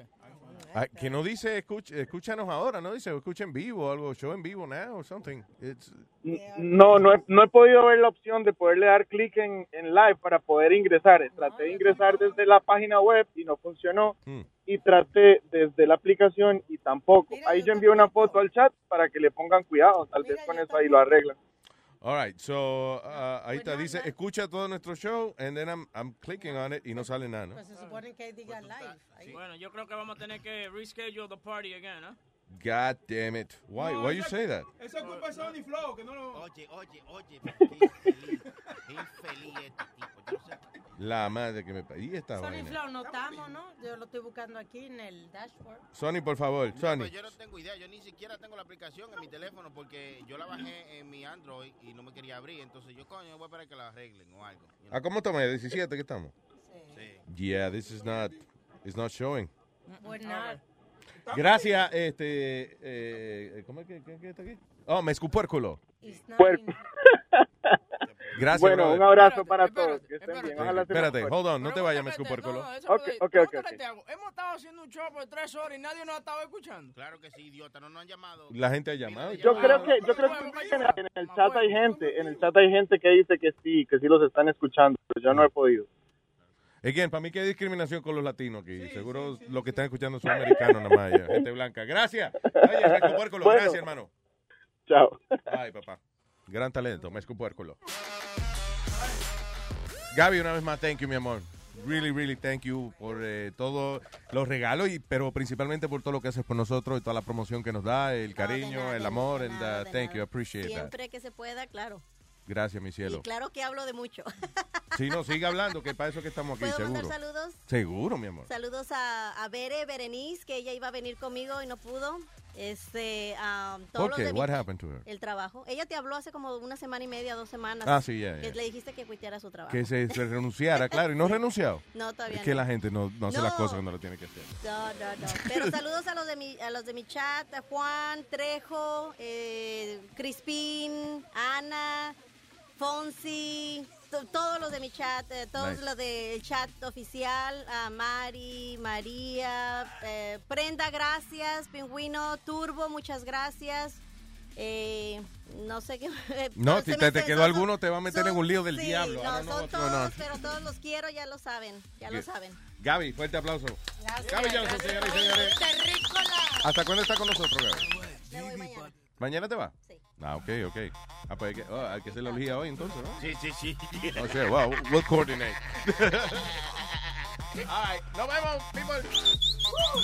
Speaker 8: Ah, que no dice, escuch- escúchanos ahora, no dice, escuchen vivo, algo, show en vivo now or something. It's-
Speaker 17: No, no he, no he podido ver la opción de poderle dar clic en, en live para poder ingresar. Traté de ingresar desde la página web y no funcionó.
Speaker 8: Hmm.
Speaker 17: Y traté desde la aplicación y tampoco. Ahí yo envié una foto al chat para que le pongan cuidado. Tal vez con eso ahí lo arreglan.
Speaker 8: All right, so ah, ahí está, dice, escucha todo nuestro show, and then I'm, I'm clicking on it y no sale nada, ¿no?
Speaker 10: Pues se supone que diga live.
Speaker 14: Bueno, yo creo que vamos a tener que reschedule the party again, ¿eh?
Speaker 8: God damn it. Why, why you say that?
Speaker 14: Eso es culpa de Sony Flow, que no lo...
Speaker 11: Oye, oye, oye. Qué infeliz, qué infeliz este tipo. Yo no sé.
Speaker 8: La madre que me... pa- Y esta
Speaker 10: Sony
Speaker 8: vaina.
Speaker 10: Flow, no estamos, ¿no? Yo lo estoy buscando aquí en el dashboard.
Speaker 8: Sony, por favor, Sony.
Speaker 11: Pues yo no tengo idea, yo ni siquiera tengo la aplicación en mi teléfono porque yo la bajé en mi Android y no me quería abrir, entonces yo coño, voy a esperar que la arreglen o algo.
Speaker 8: ¿A Ah, cómo estamos? ¿A 17 que estamos? Yeah, this is not, it's not showing.
Speaker 10: Buena.
Speaker 8: Gracias, este, eh, ¿cómo es que, qué- qué está aquí? Oh, me escupúrculo. Gracias,
Speaker 17: Bueno,
Speaker 8: brother.
Speaker 17: un abrazo para todos. Que estén bien. Ojalá se
Speaker 8: Espérate,
Speaker 17: me
Speaker 8: hold on, no te vayas, me escupúrculo.
Speaker 17: Ok, ok, ok. ok.
Speaker 14: Te hago. Hemos estado haciendo un show por tres horas y nadie nos ha estado escuchando.
Speaker 11: Claro que sí, idiota, no nos han llamado.
Speaker 8: La gente ha llamado.
Speaker 17: Yo creo que, yo creo que en el- en el chat hay gente, en el chat hay gente que dice que sí, que sí los están escuchando, pero yo no he podido.
Speaker 8: Again, para mí que hay discriminación con los latinos aquí. Seguro los que están escuchando son americanos nada más. ya, Gente blanca. Gracias. Oye, me escupúrculo,
Speaker 17: Bueno.
Speaker 8: gracias, hermano.
Speaker 17: Chao.
Speaker 8: Ay, papá. Gran talento, me escupúrculo. Gaby, una vez más, thank you, mi amor. Really, really thank you por eh, todos los regalos, y, pero principalmente por todo lo que haces por nosotros y toda la promoción que nos da, el cariño, el amor, and uh, thank you, appreciate that.
Speaker 9: Siempre que se pueda, claro.
Speaker 8: Gracias, mi cielo.
Speaker 9: Y claro que hablo de mucho.
Speaker 8: Si no, sigue hablando, que para eso que estamos aquí,
Speaker 9: ¿Puedo
Speaker 8: seguro.
Speaker 9: mandar saludos?
Speaker 8: Seguro, mi amor.
Speaker 9: Saludos a, a Bere, Berenice, que ella iba a venir conmigo y no pudo. Este, um, todos
Speaker 8: ¿Por
Speaker 9: los
Speaker 8: qué?
Speaker 9: de mi-
Speaker 8: What happened to her?
Speaker 9: El trabajo. Ella te habló hace como una semana y media, dos semanas.
Speaker 8: Ah, sí, ya,
Speaker 9: Que
Speaker 8: ya.
Speaker 9: le dijiste que cuiteara su trabajo.
Speaker 8: Que se, se renunciara, claro, y no ha renunciado.
Speaker 9: No, todavía
Speaker 8: Es que
Speaker 9: no.
Speaker 8: la gente no, no hace las
Speaker 9: No.
Speaker 8: cosas cuando lo tiene que hacer.
Speaker 9: No, no, no. Pero saludos a los de mi, a los de mi chat, a Juan, Trejo, eh, Crispín, Ana, Fonsi, to- todos los de mi chat, eh, todos
Speaker 15: Nice.
Speaker 9: los del chat oficial, a Mari, María, eh, Prenda, gracias, Pingüino, Turbo, muchas gracias. eh, no sé qué.
Speaker 8: No,
Speaker 9: se
Speaker 8: si
Speaker 9: me
Speaker 8: te, te
Speaker 9: fue-
Speaker 8: quedó
Speaker 9: son-
Speaker 8: alguno, te va a meter en un lío del
Speaker 9: sí,
Speaker 8: diablo. Ah,
Speaker 9: No,
Speaker 8: I don't know
Speaker 9: son
Speaker 8: what's going on.
Speaker 9: todos, pero todos los quiero, ya lo saben, ya lo
Speaker 8: Good.
Speaker 9: saben.
Speaker 8: Gaby, fuerte aplauso. Gaby Johnson, señores y señores. ¿Hasta cuándo está con nosotros, Gaby? mañana. te va? Sí. Ah, ok, ok. Ah, pues hay que, oh, hay que hacer la orgía hoy entonces, ¿no?
Speaker 11: Sí, sí, sí.
Speaker 8: O sea, wow, we'll coordinate.
Speaker 11: All right, nos vemos, people.